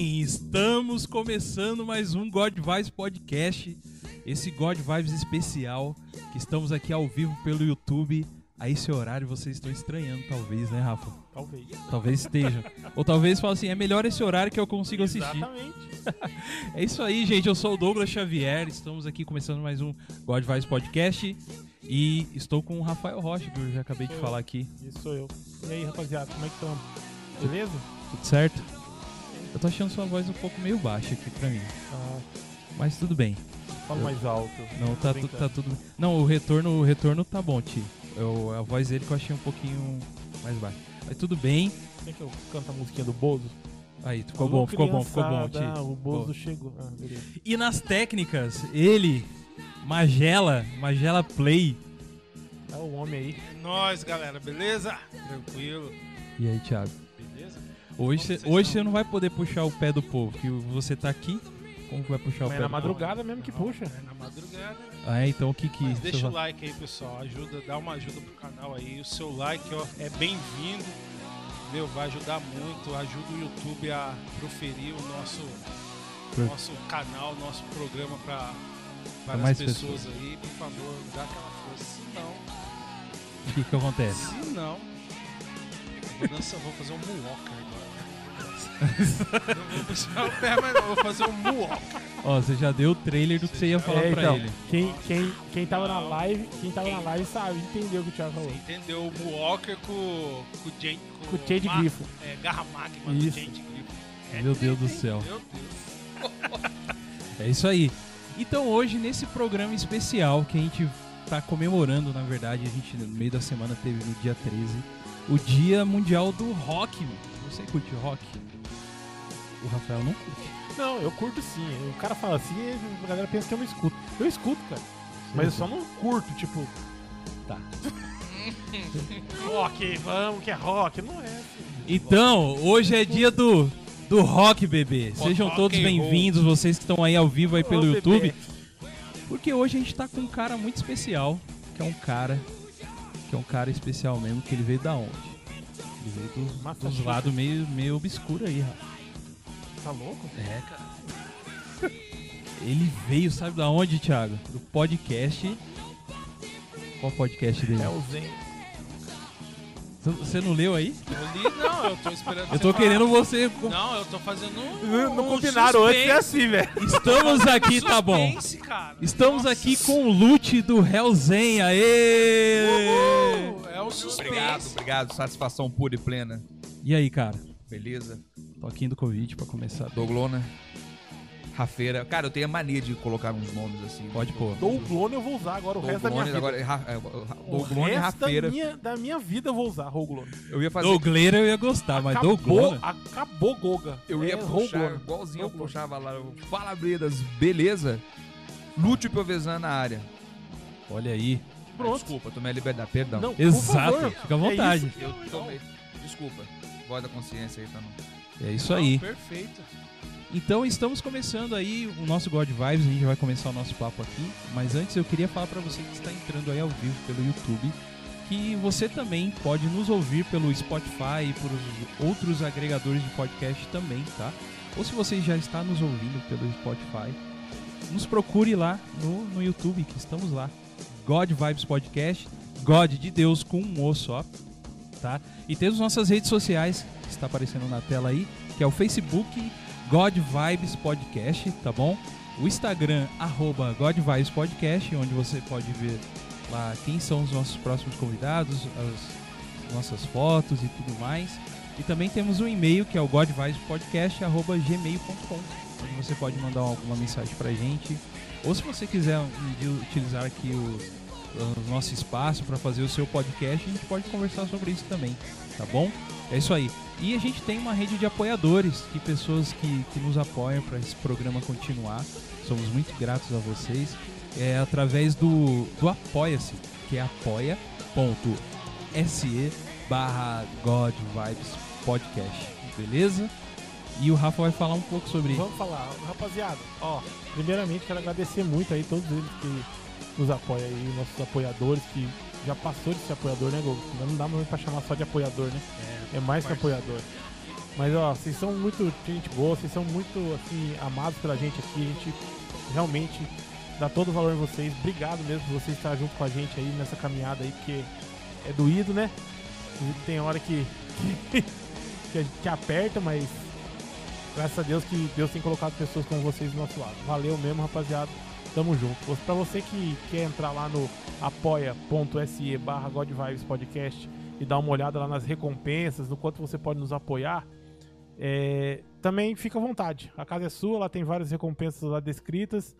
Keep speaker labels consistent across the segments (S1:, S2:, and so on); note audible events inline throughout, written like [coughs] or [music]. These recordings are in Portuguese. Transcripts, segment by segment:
S1: Estamos começando mais um God Vibes Podcast, esse God Vibes especial, que estamos aqui ao vivo pelo YouTube. A esse horário vocês estão estranhando, talvez, né, Rafa?
S2: Talvez.
S1: Talvez estejam. Ou talvez falem assim, é melhor esse horário que eu consigo assistir.
S2: Exatamente.
S1: É isso aí, gente. Eu sou o Douglas Xavier. Estamos aqui começando mais um God Vibes Podcast. E estou com o Rafael Rocha, que eu já acabei de falar aqui.
S2: Isso sou eu. E aí, rapaziada, como é que estamos? Beleza?
S1: Tudo certo? Eu tô achando sua voz um pouco meio baixa aqui pra mim.
S2: Ah,
S1: Mas tudo bem.
S2: fala
S1: Eu-
S2: mais alto.
S1: Não, tá, tu- tá tudo. Não, o retorno, o retorno tá bom, Ti. Eu, a voz dele que eu achei um pouquinho mais baixa. Mas tudo bem.
S2: Como é que eu canto a musiquinha do Bozo?
S1: Aí, tá- ficou bom, ficou bom, ficou bom, Ti.
S2: Ah, o Bozo
S1: Boa.
S2: chegou. Ah, beleza.
S1: E nas técnicas, ele, Magela, Magela Play.
S2: É o homem aí.
S3: É nóis, galera, beleza? Tranquilo,
S1: E aí, Thiago?
S3: beleza?
S1: Hoje,
S3: Como
S1: cê, hoje
S3: vocês estão?
S2: então.
S1: você não vai poder puxar o pé do povo, que você tá aqui. Como que vai puxar É o
S2: Mas é
S1: pé
S2: na
S1: do
S2: madrugada mesmo que
S3: Não,
S2: puxa.
S3: É na madrugada.
S1: povo? Ah, é, então o que que.
S3: Mas deixa
S1: você
S3: o
S1: vai-
S3: like aí, pessoal. Ajuda, dá uma ajuda pro canal aí. O seu like ó, é bem-vindo. Meu, vai ajudar muito. Ajuda o YouTube a proferir o nosso,
S1: Pro-
S3: nosso canal, nosso programa pra várias
S1: mais
S3: pessoas, aí. Por favor, dá aquela força. Se não,
S1: O que que acontece?
S3: se não. Vou, dançar, vou fazer um muoca
S1: [laughs]
S3: agora. não vou puxar o pé, mas não, vou fazer um muoca.
S1: Ó, você já deu o trailer do que você ia falar
S2: É,
S1: pra
S2: então,
S1: ele.
S2: Quem, quem, quem tava na live, quem tava na live sabe, entendeu o que o Thiago falou.
S3: Você entendeu? O Walker com, com o Jane.
S2: Com o cheio de
S3: Ma-
S2: grifo.
S3: É, garra magma do
S2: Isso.
S3: Jane de grifo.
S1: Meu Deus do céu.
S3: Meu Deus.
S1: É isso aí. Então hoje, nesse programa especial que a gente tá comemorando, na verdade, a gente no meio da semana teve no dia 13, o Dia Mundial do Rock. mano. Você curte rock? O Rafael não curte.
S2: Não, eu curto sim. O cara fala assim, a galera pensa que eu não escuto. Eu escuto, cara. Mas eu só não curto, tipo.
S1: Tá.
S2: rock, vamos, que é rock. Não é. filho.
S1: Então, hoje é dia do, do rock, bebê.
S3: Rock
S1: Sejam todos
S3: and roll.
S1: bem-vindos, vocês que estão aí ao vivo aí pelo
S2: Ô,
S1: YouTube.
S2: bebê.
S1: Porque hoje a gente tá com um cara muito especial, que é um cara, que é um cara especial mesmo, que ele veio da onde? Ele veio dos, dos
S2: Massachusetts.
S1: lados meio, meio obscuro aí, rapaz.
S2: Tá louco?
S1: É, cara. Ele veio, sabe da onde, Thiago? Do podcast. Qual podcast dele?
S2: É o Zen.
S1: Você não leu aí?
S3: Eu li, não, eu tô esperando.
S1: [laughs] Eu
S3: você
S1: tô
S3: falar.
S1: querendo você.
S3: Não, eu tô fazendo um.
S2: Não,
S3: um
S2: combinaram antes, é
S3: suspense.
S2: assim, velho.
S1: Estamos aqui, tá bom.
S3: Suspense, cara.
S1: Estamos
S3: Nossa.
S1: aqui com o loot do Hellzen, aê!
S3: Uhul, É o suspense.
S4: Obrigado, obrigado. Satisfação pura e plena.
S1: E aí, cara?
S4: Beleza.
S1: Toquinho do Covid pra começar.
S4: Douglona. Rafeira. Cara, eu tenho a mania de colocar uns nomes assim.
S1: Pode pôr.
S2: Dou o clone, eu vou usar agora o resto da minha
S4: Douglones
S2: vida.
S4: agora. Ra- é, Ra-
S2: O
S4: Douglona e
S2: resto da
S4: Rafeira.
S2: minha, da minha vida eu vou usar Roglone.
S4: Eu ia fazer.
S1: Dougleira eu ia gostar, mas Douglona...
S2: acabou Goga.
S4: Eu ia
S2: é,
S4: puxar
S2: Roglone.
S4: igualzinho eu
S2: Douglona.
S4: puxava lá. eu- Fala, Bredas. Beleza? Lúcio Piovesan na área. É,
S1: Olha aí.
S2: Pronto.
S4: Desculpa, tomei a liberdade. Perdão.
S2: Não, por
S1: Exato,
S2: favor.
S1: fica à
S2: É
S1: vontade.
S2: isso.
S4: Eu tomei. Desculpa. Voz da consciência aí, tá não.
S1: É isso aí.
S3: Perfeito.
S1: Então estamos começando aí o nosso God Vibes, a gente vai começar o nosso papo aqui, mas antes eu queria falar para você que está entrando aí ao vivo pelo YouTube, que você também pode nos ouvir pelo Spotify e por os outros agregadores de podcast também, tá? Ou se você já está nos ouvindo pelo Spotify, nos procure lá no, no YouTube, que estamos lá. God Vibes Podcast, God de Deus com um O só, tá? E temos nossas redes sociais, que está aparecendo na tela aí, que é o Facebook God Vibes Podcast, tá bom? O Instagram, arroba God Vibes Podcast, onde você pode ver lá quem são os nossos próximos convidados, as nossas fotos e tudo mais. E também temos um e-mail que é o godvibespodcast, arroba gmail.com, onde você pode mandar alguma mensagem pra gente. Ou se você quiser um dia utilizar aqui o, o nosso espaço para fazer o seu podcast, a gente pode conversar sobre isso também, tá bom? É isso aí. E a gente tem uma rede de apoiadores, que pessoas que, que nos apoiam para esse programa continuar. Somos muito gratos a vocês. É através do, do Apoia-se, que é apoia.se barra God Vibes Podcast, beleza? E o Rafa vai falar um pouco sobre
S2: Vamos falar. Rapaziada, ó, primeiramente quero agradecer muito aí todos eles que nos apoiam aí, nossos apoiadores que já passou de ser apoiador, né, Gogo? Não dá mais pra chamar só de apoiador, né? É mais que apoiador. Mas ó, vocês são muito gente boa, vocês são muito assim, amados pela gente aqui, a gente realmente dá todo o valor em vocês. Obrigado mesmo por vocês estarem junto com a gente aí nessa caminhada aí, porque é doído, né? E Tem hora que, [laughs] que, que, a- que aperta, mas graças a Deus que Deus tem colocado pessoas como vocês do nosso lado. Valeu mesmo, rapaziada. Tamo junto. Você- Pra você que quer entrar lá no apoia.se barra God Vibes Podcast e dar uma olhada lá nas recompensas, no quanto você pode nos apoiar, é, também fica à vontade. A casa é sua, lá tem várias recompensas lá descritas.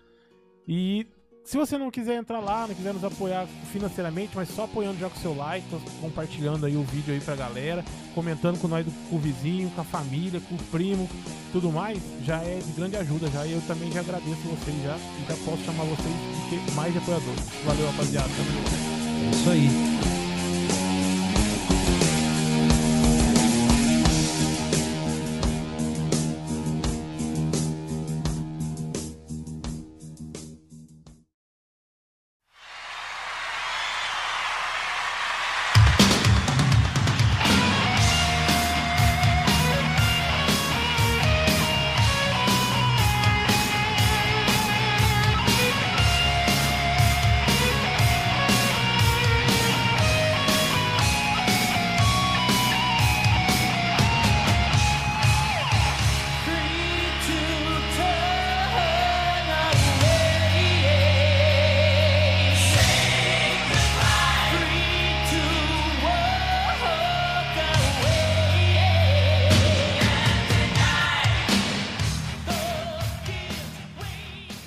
S2: E se você não quiser entrar lá, não quiser nos apoiar financeiramente, mas só apoiando já com o seu like, com- compartilhando aí o vídeo aí pra galera, comentando com nós, do- com o vizinho, com a família, com o primo, tudo mais, já é de grande ajuda já. E eu também já agradeço vocês já e já posso chamar vocês de ter mais de apoiadores. Valeu, rapaziada. Tamo junto.
S1: É isso aí.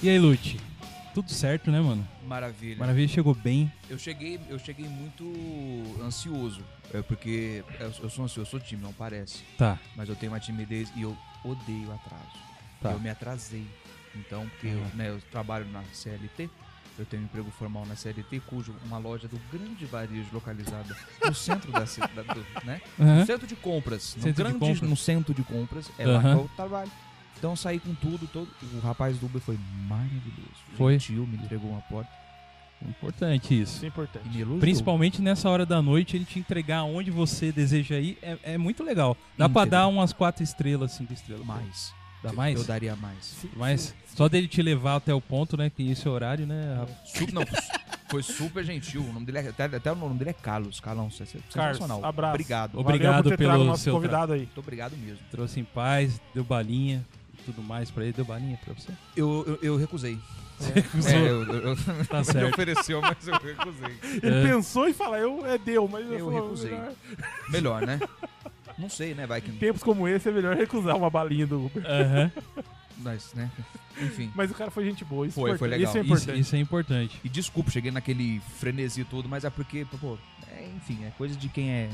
S1: E aí, Lute? Tudo certo, né, mano?
S4: Maravilha.
S1: Maravilha chegou bem.
S4: Eu cheguei, eu cheguei muito ansioso, é, porque eu, eu sou ansioso, eu sou tímido, não parece,
S1: Tá.
S4: mas eu tenho uma timidez e eu odeio atraso.
S1: Tá.
S4: Eu me atrasei. Então, porque
S1: Uhum.
S4: eu, né, eu trabalho na CLT, eu tenho um emprego formal na CLT, cujo uma loja do grande varejo localizada no centro
S1: [laughs]
S4: da cidade, né?
S1: Aham.
S4: Centro de compras. No
S1: Centro de
S4: grande,
S1: compras.
S4: no centro de compras, é lá que
S1: Aham.
S4: eu trabalho. Então eu saí com tudo, todo. O rapaz do Uber foi maravilhoso.
S1: Foi.
S4: Gentil, me entregou uma porta
S1: Importante isso.
S2: Isso é importante.
S4: e me elogiou.
S1: Principalmente nessa hora da noite, ele te entregar onde você deseja ir é, é muito legal. Dá pra
S4: Íntegro.
S1: dar umas quatro estrelas, cinco estrelas.
S4: mais.
S1: Dá mais?
S4: Eu daria mais.
S1: Mas só dele te levar até o ponto, né? Que esse horário, né? rapaz?
S4: É, Su- não, foi super gentil. O nome dele é, até, até o nome dele é Carlos. Carlão, você é sensacional.
S2: abraço.
S4: Obrigado.
S1: Ob- Obrigado
S2: Valeu por ter trago
S1: pelo
S2: o nosso
S1: seu
S2: convidado aí.
S4: Muito obrigado mesmo.
S1: Trouxe em paz, deu balinha e tudo mais pra ele. Deu balinha pra você?
S4: Eu, eu, eu recusei.
S1: Recusou.
S4: É, eu, eu- eu- [laughs]
S1: Tá
S4: me
S1: certo.
S4: ofereceu, mas eu recusei.
S2: Ele
S1: É.
S2: pensou e fala, eu é deu, mas
S4: Eu
S2: falo,
S4: recusei.
S2: melhor-
S4: Melhor, né? Não sei, né? Vai que.
S2: Em tempos como esse é melhor recusar uma balinha do Uber.
S1: Aham.
S4: Mas, né? Enfim.
S2: Mas o cara foi gente boa, isso,
S4: Foi,
S2: é
S4: foi
S2: importante, isso é
S4: legal.
S1: Isso,
S2: importante.
S1: isso é importante.
S4: E desculpa, cheguei naquele frenesi todo, mas é porque, pô, é, enfim, é coisa de quem é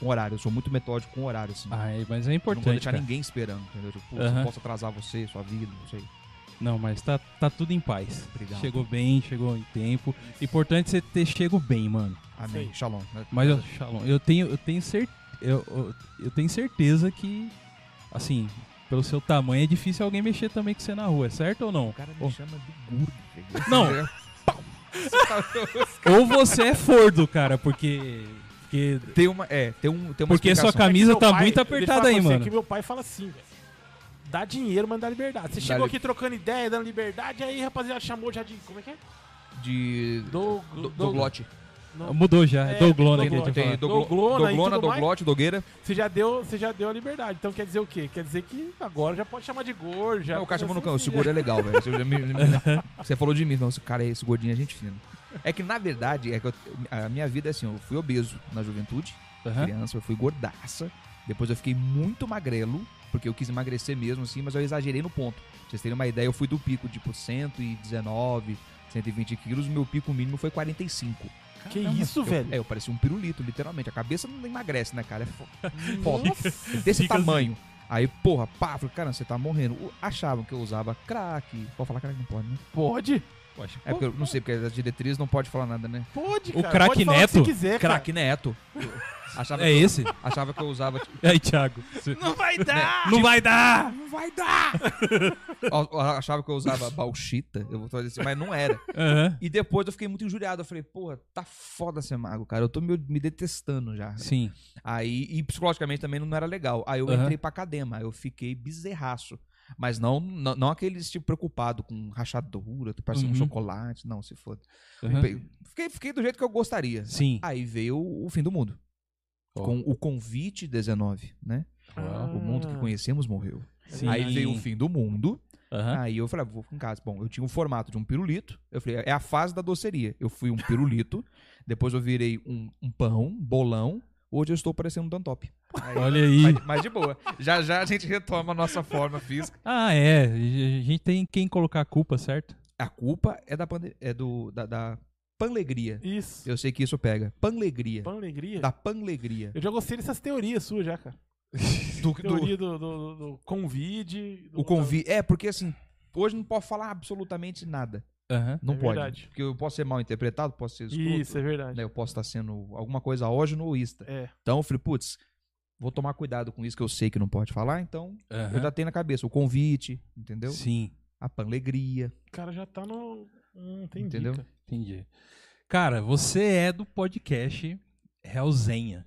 S4: com horário. Eu sou muito metódico com horário, assim.
S1: Ah, é, mas é
S4: Eu não vou
S1: importante.
S4: deixar
S1: cara.
S4: ninguém esperando, entendeu? Tipo, putz,
S1: Aham.
S4: eu posso atrasar você, sua vida, não sei.
S1: Não, mas tá, tá tudo em paz.
S4: Obrigado.
S1: Chegou bem, chegou em tempo. Importante você ter chego bem, mano.
S4: Amém.
S2: Sei.
S4: Shalom. né?
S1: Mas, eu, Shalom, eu tenho, eu tenho cer- eu, eu- eu tenho certeza que, assim, pelo seu tamanho é difícil alguém mexer também com você na rua, é certo ou não?
S4: O cara me
S1: Ou,
S4: chama de gordo. velho. é-
S1: Não.
S4: Eu-
S1: ou você é fordo, cara, porque. Porque,
S4: Tem uma, é, tem um, tem uma
S1: porque sua
S4: explicação.
S1: camisa
S2: É que meu
S1: tá
S2: pai-
S1: muito
S2: deixa eu falar
S1: apertada
S2: com
S1: aí,
S2: você
S1: mano.
S2: é Que meu pai fala assim, velho. Dá dinheiro, mas dá liberdade. Você
S4: Dá
S2: chegou
S4: li-
S2: aqui trocando ideia, dando liberdade, aí rapaziada chamou já de. Como é que é?
S4: de
S2: Do-
S4: do,
S2: do-
S4: glote.
S1: Mudou já, é
S2: É,
S1: Douglona que
S2: Douglona.
S1: eu tinha
S4: Tem
S1: falado.
S4: do, glo-
S2: Doglona e
S4: doglona,
S2: tudo mais.
S4: doglote, dogueira.
S2: Você já deu, você já deu a liberdade. Então quer dizer o quê? Quer dizer que agora já pode chamar de gordo. Já
S4: Não, o cara chamou no
S2: Assim,
S4: cão, esse gordo é legal, velho. Você, já me- me- você falou de mim, não, esse cara é esse gordinho, é gente fina. É que, na verdade, é que eu- a minha vida é assim, eu fui obeso na juventude,
S1: Aham.
S4: criança, eu fui gordaça. Depois eu fiquei muito magrelo, porque eu quis emagrecer mesmo, assim, mas eu exagerei no ponto. Pra vocês terem uma ideia, eu fui do pico, tipo, 119, 120 quilos, o meu pico mínimo foi 45.
S2: Que isso, né?
S4: Eu-
S2: velho?
S4: É, eu parecia um pirulito, literalmente. A cabeça não emagrece, né, cara? É fo- foda.
S2: Nossa.
S4: Desse
S1: Fica assim.
S4: tamanho. Aí, porra, pá, falei, cara, você tá morrendo. O- Achavam que eu usava crack. Pode falar crack? Não pode, né?
S2: Pode?
S1: Poxa,
S4: É porque eu não sei, porque as diretrizes não pode falar nada, né?
S2: Pode,
S1: O
S2: cara.
S1: craque
S2: pode falar o que
S1: Neto,
S2: você quiser, cara.
S4: Craque Neto. Achava,
S1: [laughs] é esse?
S4: achava que eu usava. tipo, né,
S1: E aí, Thiago? Você-
S5: Não vai dar!
S1: [laughs] Não vai dar!
S4: Não vai dar! [laughs] achava que eu usava bauxita, eu vou fazer assim, mas não era.
S1: Aham.
S4: E depois eu fiquei muito injuriado. Eu falei, porra, tá foda ser mago, cara. Eu tô me, me detestando já.
S1: Sim.
S4: Aí, e psicologicamente também não era legal. Aí eu
S1: Aham.
S4: entrei pra academa, eu fiquei bezerraço. Mas não, não, não aqueles tipo preocupado com rachadura, tu parece um
S1: Uhum.
S4: chocolate, não, se foda.
S1: Aham.
S4: Fiquei, fiquei do jeito que eu gostaria.
S1: Sim.
S4: Aí veio o fim do mundo.
S1: Ó.
S4: Com o convite 19, né?
S2: Ah.
S4: O mundo que conhecemos morreu.
S1: Sim.
S4: Aí veio o fim do mundo.
S1: Aham.
S4: Aí eu falei, ah, vou ficar em casa. Bom, eu tinha o formato de um pirulito. Eu falei, é a fase da doceria. Eu fui um pirulito, [laughs] depois eu virei um, um pão, um bolão. Hoje eu estou parecendo um Dantop. Aí-
S1: Olha aí.
S4: Mas, mas de boa. Já já a gente retoma a nossa forma física.
S1: Ah, é. A gente tem quem colocar a culpa, certo?
S4: A culpa é da, pande- é do, da, da panlegria.
S2: Isso.
S4: Eu sei que isso pega. Panlegria.
S2: Pão alegria. [laughs]
S4: Da panlegria.
S2: Eu já gostei dessas teorias suas já, cara.
S4: Do, do,
S2: Teoria do, do, do- do convide. do-
S4: o convite. É, porque assim, hoje não pode falar absolutamente nada.
S1: Aham.
S4: Não
S2: É
S4: pode.
S2: verdade.
S4: Porque eu posso ser mal interpretado, posso ser escroto.
S2: Isso, é verdade.
S4: né, Eu posso estar sendo alguma coisa ógeno ou ista.
S2: É.
S4: Então eu falei, putz, vou tomar cuidado com isso que eu sei que não pode falar, então eu
S1: Aham.
S4: já tenho na cabeça o convite, entendeu?
S1: Sim.
S4: A panlegria.
S2: O cara já tá no. Hum, entendi.
S4: Entendeu?
S2: cara.
S1: Entendi. Cara, você é do podcast Realzenha.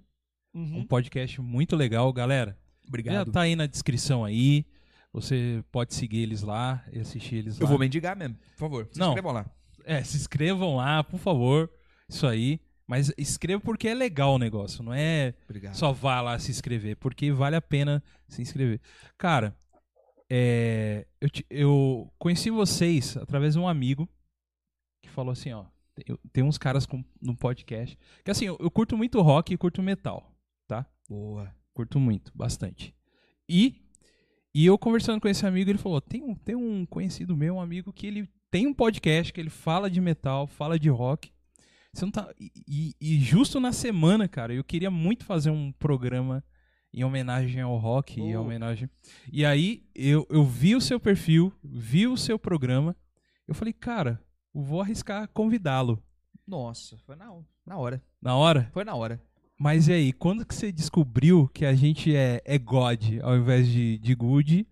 S2: Uhum.
S1: Um podcast muito legal, galera. Já
S4: Obrigado.
S1: tá aí na descrição aí. Você pode seguir eles lá e assistir eles lá.
S4: Eu vou mendigar mesmo, por favor. Se
S1: Não.
S4: inscrevam lá.
S1: É, se inscrevam lá, por favor. Isso aí. Mas escreva porque é legal o negócio, não é
S4: Obrigado.
S1: só vá lá se inscrever, porque vale a pena se inscrever. Cara, é, eu, te- eu conheci vocês através de um amigo que falou assim, ó, tem, tem uns caras com, no podcast, que assim, eu, eu curto muito rock e curto metal, tá?
S4: Boa.
S1: Curto muito, bastante. E, e eu conversando com esse amigo, ele falou: tem um, tem um conhecido meu, um amigo, que ele tem um podcast que ele fala de metal, fala de rock. Você não tá... e, e- e justo na semana, cara, eu queria muito fazer um programa em homenagem ao rock, em
S4: Oh.
S1: homenagem. E aí eu, eu vi o seu perfil, vi o seu programa, eu falei, cara, eu vou arriscar convidá-lo
S4: Nossa, foi na, na hora.
S1: na hora.
S4: Foi na hora.
S1: Mas e aí, quando que você descobriu que a gente é, é God ao invés de, de good?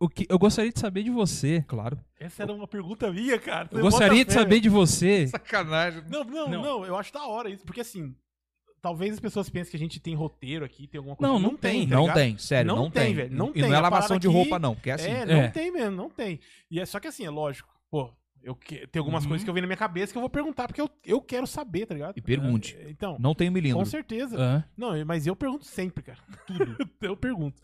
S1: O que, eu gostaria de saber de você.
S4: Claro.
S2: Essa era uma pergunta minha, cara.
S1: Eu gostaria de saber de você.
S4: Sacanagem.
S2: Não, não,
S1: Não.
S2: não, eu acho da hora isso. Porque assim, talvez as pessoas pensem que a gente tem roteiro aqui, tem alguma coisa.
S1: Não, não tem.
S2: tá
S4: Não
S2: ligado?
S4: tem, sério, não,
S2: Não tem,
S4: tem.
S2: velho, não
S4: e
S2: tem.
S4: não é
S2: A
S4: lavação
S2: parada
S4: de
S2: aqui
S4: roupa, não, que é assim.
S2: É,
S1: É.
S2: não tem mesmo, não tem. E é só que assim, é lógico, pô, eu que- tem algumas
S1: Uhum.
S2: coisas que eu vi na minha cabeça que eu vou perguntar, porque eu, eu quero saber, tá ligado?
S4: E pergunte.
S2: Então,
S4: Não tem milímetro.
S2: com certeza.
S1: Hã?
S2: Não, eu- mas eu pergunto sempre, cara. Tudo. [laughs] eu pergunto.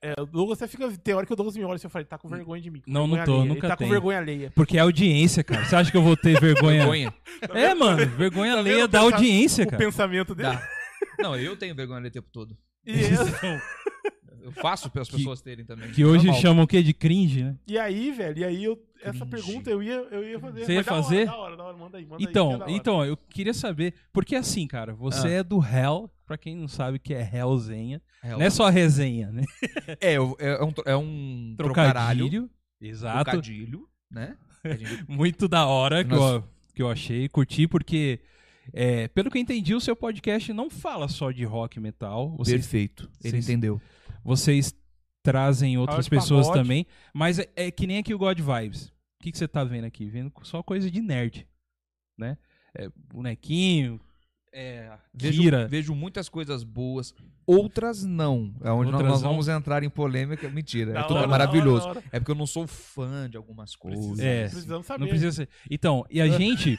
S2: É, o Douglas até fica. Tem hora que o Douglas me olha e eu falei, tá com vergonha de mim. com
S1: Não, não
S2: vergonha
S1: tô,
S2: alheia.
S1: nunca
S2: Ele tá
S1: tenho.
S2: com vergonha alheia.
S1: Porque é audiência, cara. Você acha que eu vou ter vergonha?
S4: Vergonha. tá
S1: É, mano, vergonha alheia
S2: vendo?
S1: da
S2: Pensar-
S1: audiência,
S2: o
S1: cara.
S2: pensamento dele.
S4: Dá. Não, eu tenho vergonha ali o tempo todo.
S2: [laughs] E,
S4: Eu faço para as
S1: Que-
S4: pessoas terem
S1: [laughs]
S4: também.
S1: Que hoje
S4: Normal.
S1: chamam o quê? De cringe, né?
S2: e aí, velho, e aí eu. Essa
S4: Cringe.
S2: pergunta eu ia, eu ia fazer.
S1: Você ia
S2: mas da hora,
S1: fazer?
S2: Da hora, da hora, manda aí, manda aí. que é da
S1: Então,
S2: hora.
S1: então, eu queria saber. Porque assim, cara, você
S4: Ah.
S1: é do Hell. Pra quem não sabe o que é Hellzenha.
S4: Hell.
S1: Não é só resenha, né?
S4: É, eu- é, é um, tro- é um trocadilho.
S1: Trocadilho. Exato.
S4: Trocadilho, né? A
S1: [laughs]
S4: gente-
S1: muito da hora que,
S4: Nós-
S1: eu, que eu achei, curti, porque, é, pelo que eu entendi, o seu podcast não fala só de rock e metal. Vocês,
S4: Perfeito. Ele
S1: vocês-
S4: entendeu.
S1: vocês trazem outras
S2: de
S1: pessoas
S2: pagode.
S1: também. Mas é, é que nem aqui o God Vibes. O que, que você tá vendo aqui? Vendo só coisa de nerd, né? É, bonequinho, é,
S4: Vejo,
S1: Kira.
S4: vejo muitas coisas boas, outras não. É onde nós-
S1: Outras
S4: nós
S1: não.
S4: vamos entrar em polêmica. Mentira,
S1: Então,
S2: Da
S4: é, tudo
S2: hora,
S4: é
S2: da
S4: maravilhoso.
S2: hora, da hora.
S4: É porque eu não sou fã de algumas coisas.
S2: Precisa-
S1: É,
S2: Precisamos saber.
S1: Não precisa ser. Então, e a gente.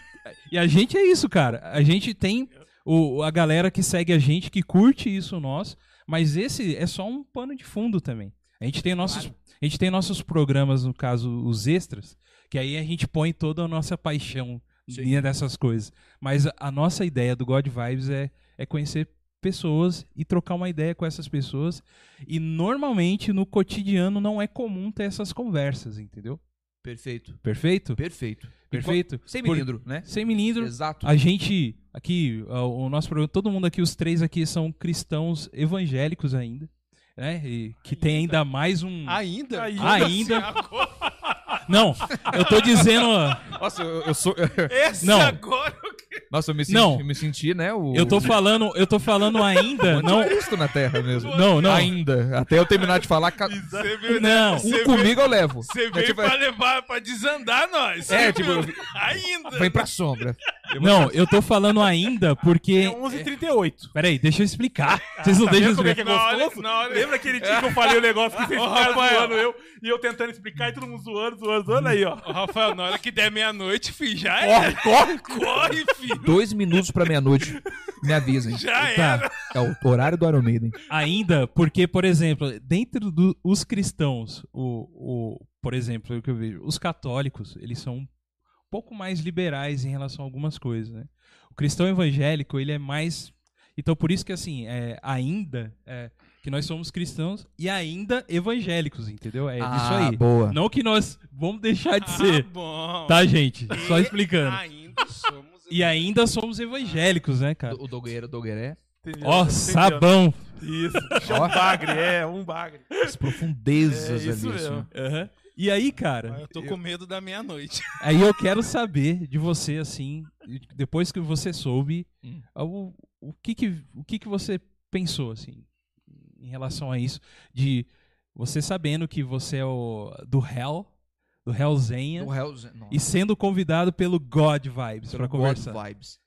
S1: E a gente é isso, cara. A gente tem o, a galera que segue a gente, que curte isso nós, mas esse é só um pano de fundo também. A gente tem nossos, a gente tem nossos programas, no caso, os extras, que aí a gente põe toda a nossa paixão
S4: Sim.
S1: linha dessas coisas. Mas a, a nossa ideia do God Vibes é, é conhecer pessoas e trocar uma ideia com essas pessoas. E normalmente no cotidiano não é comum ter essas conversas, entendeu?
S4: Perfeito.
S1: Perfeito?
S4: Perfeito.
S1: Perfeito?
S4: Sem
S1: Por-
S4: milindro, né?
S1: Sem milindro.
S4: Exato.
S1: A gente aqui, ó, o nosso programa, todo mundo aqui, os três aqui são cristãos evangélicos ainda, né? E que tem ainda mais um.
S5: Ainda?
S2: Aí,
S1: Ainda? [laughs]
S2: assim, agora-
S1: Não, eu tô dizendo.
S4: Ó, Nossa, eu, eu
S1: [laughs]
S4: sou.
S3: Esse
S1: Não.
S3: agora eu
S4: Nossa, eu me senti,
S1: É. Não.
S4: eu me senti né? O,
S1: Eu tô falando, eu tô falando ainda, não,
S4: Cristo na Terra mesmo.
S1: não, não,
S4: Ainda. Até eu terminar de falar, ca-
S3: quis. Você veio,
S1: não.
S4: um comigo eu levo.
S3: você
S4: é,
S3: veio
S4: tipo,
S3: pra levar, pra desandar nós.
S4: é,
S3: Você
S4: tipo,
S3: viu?
S4: eu-
S3: [laughs] Ainda.
S4: é, vem pra sombra.
S1: Não, eu tô falando ainda
S2: É
S1: porque.
S2: 11h38.
S1: Peraí, deixa eu explicar. Vocês não deixam eu
S2: como é
S1: explicar.
S2: que é
S3: Na hora-
S2: gostoso?
S3: na hora-
S2: Lembra aquele dia que eu falei o negócio que vocês
S3: Ô,
S2: ficaram
S3: Rafael.
S2: zoando eu e eu tentando explicar e todo mundo zoando, zoando, zoando aí, ó.
S3: Ô, Rafael, na hora que der meia-noite, fi, já é.
S4: Corre!
S3: Corre, filho.
S4: Dois minutos pra meia-noite.
S1: [laughs]
S4: Me avisem.
S3: Já era.
S1: Tá,
S4: É o horário do Iron Maiden.
S1: ainda porque, por exemplo, dentro dos cristãos, o, o, por exemplo, é o que eu vejo, os católicos, eles são um pouco mais liberais em relação a algumas coisas, né? O cristão evangélico, ele é mais. Então, por isso que, assim, é, ainda é, que nós somos cristãos e ainda evangélicos, entendeu? É isso
S4: Ah,
S1: aí.
S4: boa.
S1: Não que nós vamos deixar de
S3: Ah,
S1: ser.
S3: bom.
S1: Tá, gente? Só
S3: E
S1: explicando.
S3: Ainda somos.
S1: E ainda somos evangélicos, né, cara?
S4: O dogueiro, é o dogueiré.
S1: [laughs]
S2: Entendeu?
S1: Ó,
S2: Entendeu?
S1: sabão!
S2: Isso.
S4: Ó.
S2: Um bagre, é, um bagre.
S4: As profundezas
S2: É isso
S4: ali.
S2: mesmo.
S4: Assim.
S1: Aham. E aí,
S3: Ah,
S1: cara,
S3: Eu tô com medo da meia-noite.
S1: aí eu quero saber de você, assim, depois que você soube, ah,
S4: Hum.
S1: o, o, que, que, o que que você pensou, assim, em relação a isso? De você sabendo que você é o, do Hell, do Hellzenha,
S4: O Hell's- Nossa.
S1: e sendo convidado pelo God Vibes pra
S4: pelo God
S1: conversar.
S4: Vibes.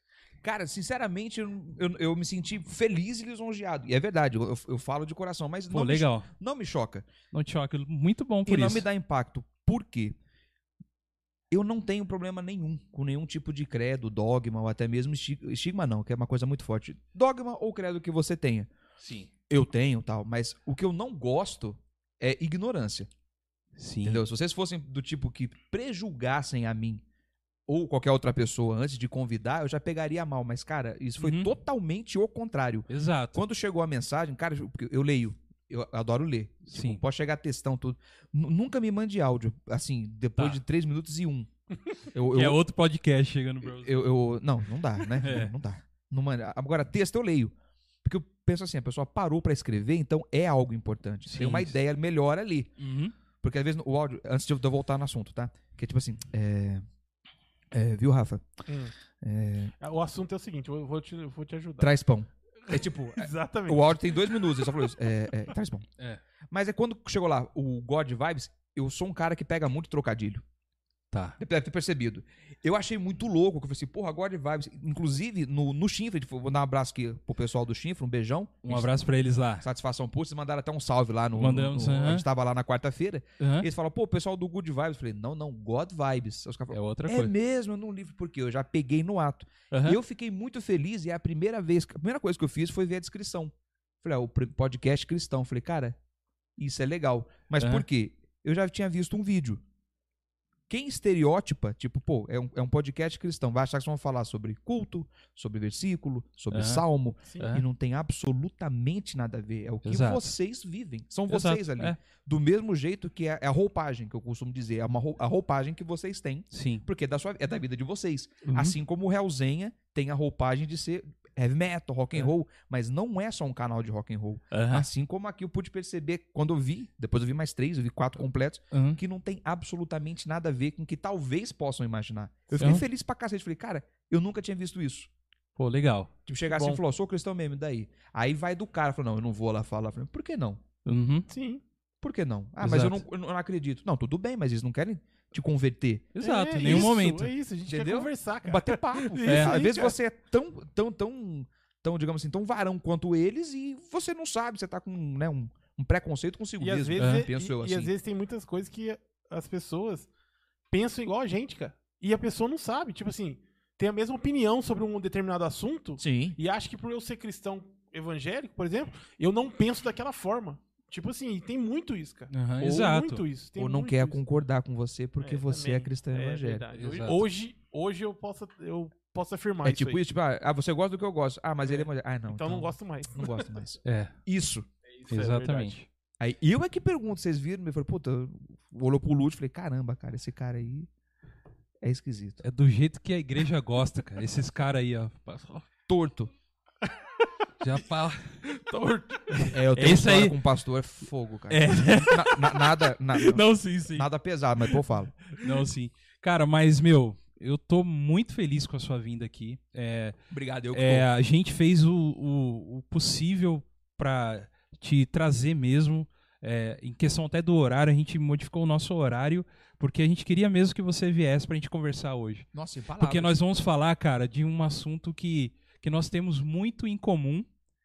S4: Cara, sinceramente, eu, eu- eu me senti feliz e lisonjeado. E é verdade, eu, eu falo de coração, mas
S1: Pô,
S4: não, me,
S1: legal.
S4: não me choca.
S1: Não te choque, muito bom
S4: E
S1: por
S4: não
S1: isso.
S4: me dá impacto. Por quê? Eu não tenho problema nenhum com nenhum tipo de credo, dogma ou até mesmo esti- estigma, não, que é uma coisa muito forte. Dogma ou credo que você tenha.
S3: Sim.
S4: Eu tenho, tal, mas o que eu não gosto é ignorância.
S1: Sim.
S4: Entendeu? Se vocês fossem do tipo que prejulgassem a mim ou qualquer outra pessoa antes de convidar, eu já pegaria mal. Mas, cara, isso foi
S1: Uhum.
S4: totalmente o contrário.
S1: Exato.
S4: Quando chegou a mensagem, cara, eu- porque eu leio. Eu adoro ler. Tipo,
S1: Sim.
S4: pode chegar textão, tudo. Nu- nunca me mande áudio, assim, depois
S1: Tá.
S4: de 3 minutos
S1: [laughs]
S4: e um. Eu,
S1: Que é
S4: eu,
S1: outro podcast chegando pra você.
S4: eu, eu- Não, não dá, né?
S1: [laughs] É.
S4: Não, não dá. Não manda. Agora, texto eu leio. Porque eu penso assim, a pessoa parou pra escrever, então é algo importante.
S1: Sim.
S4: Tem uma ideia melhor ali.
S1: Uhum.
S4: Porque às vezes o áudio, antes de eu voltar no assunto, tá? Que é tipo assim, é. é, viu, Rafa?
S2: O assunto é o seguinte, eu vou te, eu vou te ajudar.
S4: Traz pão. É tipo, é,
S2: [laughs] Exatamente.
S4: o áudio tem dois minutos, ele só falou isso. É, é, traz pão.
S3: É.
S4: Mas é quando chegou lá o God Vibes, eu sou um cara que pega muito trocadilho.
S1: Tá.
S4: Deve ter percebido. Eu achei muito louco, que eu falei assim, porra, God Vibes. Inclusive, no, no Chinfre, vou dar um abraço aqui pro pessoal do Chinfre, um beijão.
S1: Um abraço pra eles lá.
S4: Satisfação pura, vocês mandaram até um salve lá no.
S1: Mandamos,
S4: no- A
S1: aham.
S4: gente tava lá na quarta-feira.
S1: Aham.
S4: E eles falam, pô, o pessoal do Good Vibes. Eu falei, não, não, God Vibes. Aí os caras falaram,
S1: É outra
S4: É
S1: coisa.
S4: mesmo, eu não livro porque eu já peguei no ato.
S1: Aham.
S4: E eu fiquei muito feliz e é a primeira vez, a primeira coisa que eu fiz foi ver a descrição. Falei, ah, o pr- podcast cristão. Falei, cara, isso é legal. Mas
S1: Aham.
S4: por quê? Eu já tinha visto um vídeo. Quem estereótipa, tipo, pô, é um, é um podcast cristão, vai achar que vocês vão falar sobre culto, sobre versículo, sobre
S1: Aham.
S4: salmo,
S2: Sim.
S1: Aham.
S4: e não tem absolutamente nada a ver. É o que
S1: Exato.
S4: vocês vivem. São
S1: Exato,
S4: vocês ali.
S1: é.
S4: Do mesmo jeito que é é a roupagem, que eu costumo dizer, é uma rou- a roupagem que vocês têm
S1: Sim.
S4: porque é da, sua, é da vida de vocês.
S1: Uhum.
S4: Assim como o Hellzenha tem a roupagem de ser heavy metal, rock and
S1: É.
S4: roll, mas não é só um canal de rock and roll.
S1: Aham.
S4: Assim como aqui eu pude perceber quando eu vi, depois eu vi mais três, eu vi quatro completos,
S1: Aham.
S4: que não tem absolutamente nada a ver com o que talvez possam imaginar. Eu fiquei
S1: Aham.
S4: feliz pra cacete, falei, cara, eu nunca tinha visto isso.
S1: Pô, legal.
S4: Tipo, chegar
S2: Bom.
S4: assim e falar, sou cristão mesmo, e daí? Aí vai do cara, falou, não, eu não vou lá falar. Eu Falei, por que não?
S1: Uhum.
S2: Sim.
S4: Por que não? Ah, mas eu não,
S1: Exato.
S4: eu não acredito. Não, tudo bem, mas eles não querem te converter.
S1: Exato,
S2: É
S1: em nenhum
S2: isso,
S1: momento.
S2: É isso, a gente
S4: Entendeu? É um
S2: quer conversar, cara.
S4: bater papo.
S2: [laughs] Isso
S4: É.
S2: aí,
S4: Às vezes
S2: cara.
S4: você é tão, tão, tão, tão, digamos assim, tão varão quanto eles e você não sabe, você tá com né, um, um preconceito consigo
S2: E às,
S4: mesmo.
S2: vezes,
S1: É.
S2: e-
S4: Penso eu
S2: e
S4: assim.
S2: às vezes tem muitas coisas que as pessoas pensam igual a gente, cara. E a pessoa não sabe. Tipo assim, tem a mesma opinião sobre um determinado assunto
S4: Sim.
S2: e acha que por eu ser cristão evangélico, por exemplo, eu não penso daquela forma. Tipo assim, e tem muito isso, cara.
S1: Aham,
S2: Ou
S1: Exato.
S2: Muito isso. tem
S4: Ou não
S2: muito
S4: quer
S2: isso.
S4: concordar com você porque
S2: É,
S4: você é
S2: também.
S4: cristão
S2: É
S4: evangélico.
S2: verdade. Hoje-
S1: Exato.
S2: Hoje, hoje eu posso, eu posso afirmar
S4: É
S2: isso
S4: tipo
S2: aí.
S4: isso, tipo, ah, ah, você gosta do que eu gosto. Ah, mas ele é
S2: É.
S4: evangélico. Ah, não.
S2: Então, não gosto mais.
S4: Não gosto mais.
S1: É,
S4: Isso.
S2: Isso é verdade.
S1: exatamente.
S4: Aí eu é que pergunto, vocês viram? Me falou, puta, olhou pro Lúcio e falei, caramba, cara, esse cara aí é esquisito.
S1: É, do jeito que a igreja gosta, cara. Esses caras aí, ó.
S2: [laughs]
S4: Torto.
S1: Já
S2: [laughs]
S1: fala.
S2: Tá
S4: É, eu
S1: tenho uma história
S4: com um pastor, é fogo, cara.
S1: É.
S4: nada, [laughs]
S1: Não, sim, sim.
S4: nada pesado, mas pô, falo.
S1: Não, sim. Cara, mas, meu, eu tô muito feliz com a sua vinda aqui.
S2: Tá
S1: É,
S4: [laughs] Obrigado, eu que
S1: é, a gente fez o, o- o possível pra te trazer mesmo. É, em questão até do horário, a gente modificou o nosso horário, porque a gente queria mesmo que você viesse pra gente conversar hoje.
S4: tô... Nossa, em palavras.
S1: Porque nós vamos falar, cara, de um assunto que, que nós temos muito em comum,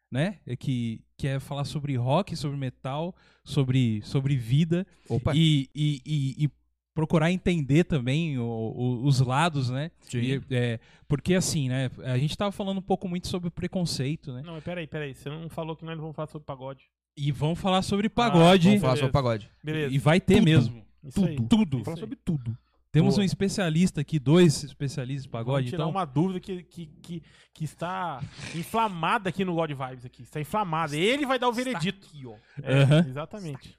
S1: né? É que, que é falar sobre rock, sobre metal, sobre, sobre vida
S4: Opa,
S1: e, e, e- e procurar entender também o- o- os lados, né?
S4: sim.
S1: E, é, porque assim, né? A gente tava falando um pouco muito sobre preconceito, né?
S2: Não, mas peraí, peraí. Você não falou que nós não vamos falar sobre pagode.
S1: E vamos falar sobre pagode.
S4: Ah, Vamos falar sobre
S2: Beleza.
S4: pagode.
S2: Beleza.
S1: e vai ter
S4: Tudo.
S1: mesmo.
S2: Isso aí.
S1: Tudo. Tudo.
S2: Isso aí.
S4: tudo.
S1: Temos
S2: Boa.
S1: um especialista aqui, dois especialistas em
S2: Vamos
S1: pagode.
S2: tirar
S1: Então,
S2: uma dúvida que, que, que, que está inflamada aqui no God Vibes aqui. Está inflamada. Ele vai dar o veredito. É,
S1: Aham.
S2: Exatamente.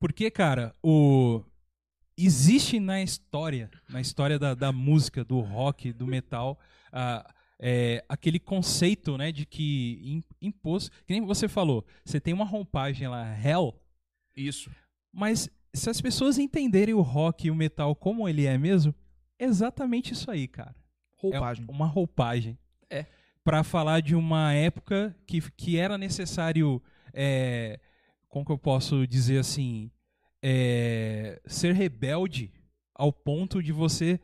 S1: Porque, cara, o. Existe na história, na história da, da música, do rock, do metal, ah, é, aquele conceito, né, de que im- impôs. Que nem você falou, você tem uma rompagem lá, hell,
S4: Isso.
S1: mas se as pessoas entenderem o rock e o metal como ele é mesmo, é exatamente isso aí, cara.
S4: Roupagem.
S1: É uma roupagem.
S4: É.
S1: Pra falar de uma época que, que era necessário. é, como que eu posso dizer assim? é, ser rebelde ao ponto de você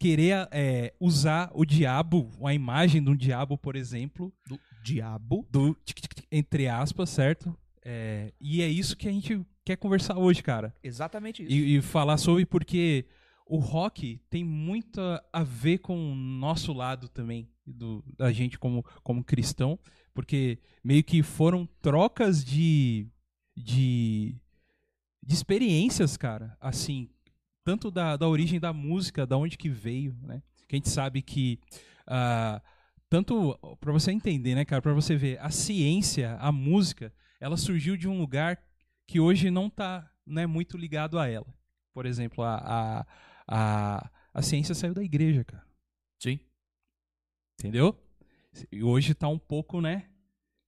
S1: querer é, usar o diabo, a imagem do diabo, por exemplo,
S4: Do diabo.
S1: do tic, tic, tic, entre aspas, certo? É, e é isso que a gente quer conversar hoje, cara.
S4: Exatamente isso.
S1: E, e falar sobre porque o rock tem muito a- a ver com o nosso lado também, do, da gente como, como cristão, porque meio que foram trocas de, de, de experiências, cara, assim, tanto da, da origem da música, da onde que veio, né? Que a gente sabe que ah, tanto pra você entender, né, cara, pra você ver, a ciência, a música, ela surgiu de um lugar que hoje não tá, não é muito ligado a ela. Por exemplo, a a, a, a ciência saiu da igreja, cara.
S4: Sim.
S1: Entendeu? E hoje tá um pouco, né?